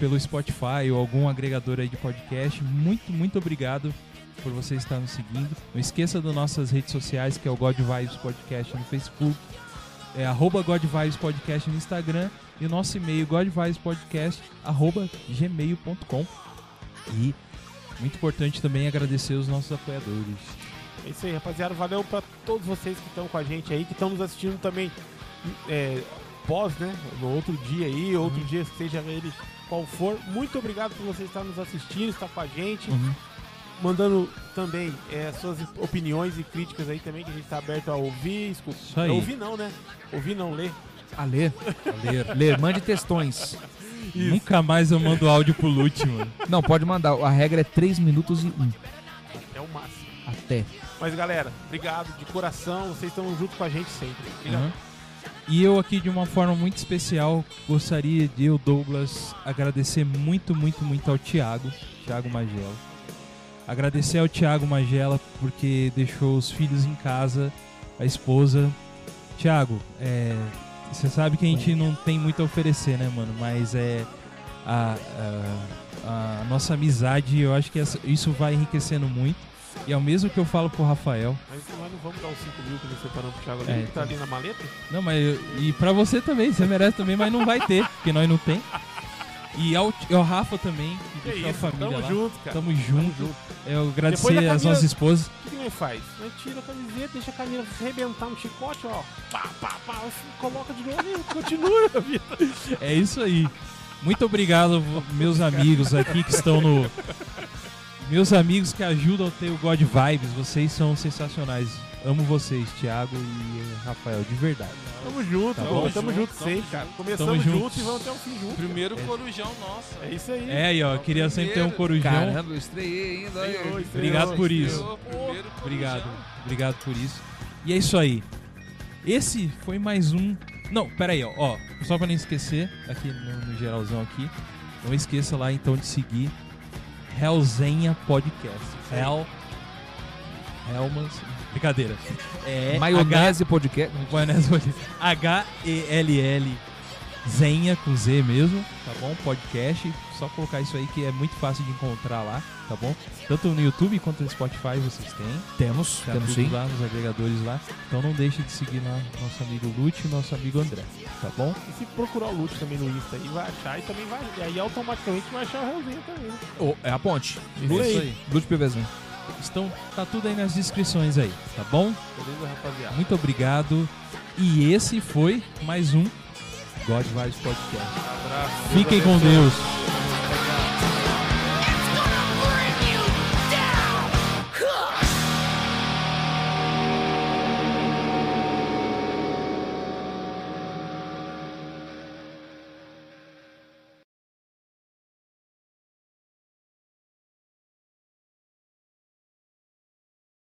S1: pelo Spotify ou algum agregador aí de podcast, muito muito obrigado por você estar nos seguindo. Não esqueça das nossas redes sociais, que é o God Vibes Podcast no Facebook, é arroba God Vibes Podcast no Instagram e o nosso e-mail godvibespodcast@gmail.com. E muito importante também agradecer os nossos apoiadores.
S2: É isso aí, rapaziada. Valeu pra todos vocês que estão com a gente aí, que estão nos assistindo também é, pós, né? No outro dia aí, outro
S1: Uhum.
S2: dia, seja ele qual for. Muito obrigado por você estar nos assistindo, estar com a gente,
S4: Uhum.
S2: mandando também é, suas opiniões e críticas aí também, que a gente tá aberto a ouvir, escutar.
S1: Isso aí.
S2: Ouvir não, né? Ouvir não, ler.
S4: A ler.
S1: Ler.
S4: Ler. Mande textões.
S1: Nunca mais eu mando áudio pro Lute, mano.
S4: Não, pode mandar. A regra é 3 minutos e 1.
S2: É o máximo.
S4: Até.
S2: Mas galera, obrigado de coração. Vocês estão junto com a gente sempre. Obrigado.
S1: Uhum. E eu aqui de uma forma muito especial gostaria de eu, Douglas, agradecer muito, muito, muito ao Thiago, Thiago Magela. Agradecer ao Thiago Magela porque deixou os filhos em casa, a esposa. Thiago, é, você sabe que a gente não tem muito a oferecer, né, mano? Mas é a, a- a nossa amizade, eu acho que essa- isso vai enriquecendo muito. E é o mesmo que eu falo pro Rafael.
S2: Mas nós não vamos dar os 5 mil que nós separamos pro Thiago ali,
S1: É,
S2: que tá ali na maleta.
S1: Não, mas eu- e pra você também, você merece também, mas não vai ter, porque nós não tem. E é ao, ao Rafa também, que
S2: Que
S1: deixou a
S2: isso,
S1: família
S2: tamo
S1: lá.
S2: junto, cara.
S1: Tamo junto.
S2: junto.
S1: Eu
S2: Depois da
S1: agradecer às
S2: camisa-
S1: nossas esposas.
S2: O que, que nós faz? Nós tira a camiseta, deixa a camisa arrebentar no chicote, ó. Pá, pá, pá, assim, coloca de novo e continua a vida.
S1: É isso aí. Muito obrigado, v- meus amigos aqui que estão no. Meus amigos que ajudam a ter o God Vibes. Vocês são sensacionais. Amo vocês, Thiago e eh, Rafael, de verdade.
S2: [laughs] Tamo junto,
S1: Tá
S2: pô,
S1: bom.
S2: tamo junto sempre, cara. Começamos
S1: Tamo
S2: junto
S1: junto.
S2: e vamos até o fim junto.
S3: Primeiro corujão nosso.
S2: É isso aí.
S1: É, e ó, queria sempre ter um corujão.
S4: Caramba, eu estreiei ainda. olha aí.
S1: Obrigado por isso.
S3: Estreou, primeiro corujão.
S1: Obrigado, obrigado por isso. E é isso aí. Esse foi mais um. Não, peraí, ó, ó só pra não esquecer, aqui no, no geralzão aqui, não esqueça lá então de seguir Hellzenha Podcast. Hell. Helmans. Brincadeira. É.
S4: Maionese podcast.
S1: H- Maionese Podcast. H-E-L-L Zenha com Z mesmo, tá bom? Podcast. Só colocar isso aí que é muito fácil de encontrar lá, tá bom? Tanto no YouTube quanto no Spotify vocês têm.
S4: Temos,
S1: Tá
S4: temos
S1: tudo
S4: sim.
S1: lá nos agregadores lá. Então não deixe de seguir lá nosso amigo Lute e nosso amigo André, tá bom?
S2: E se procurar o Lute também no Insta aí, vai achar e também vai. E aí automaticamente vai achar o Realzinho também. né?
S4: Ô, é a ponte.
S1: Pula aí.
S4: Lute PVzinho.
S1: Estão, tá tudo aí nas descrições aí, tá bom?
S2: Beleza, rapaziada?
S1: Muito obrigado. E esse foi mais um God Vibes Podcast. Fiquem com Deus.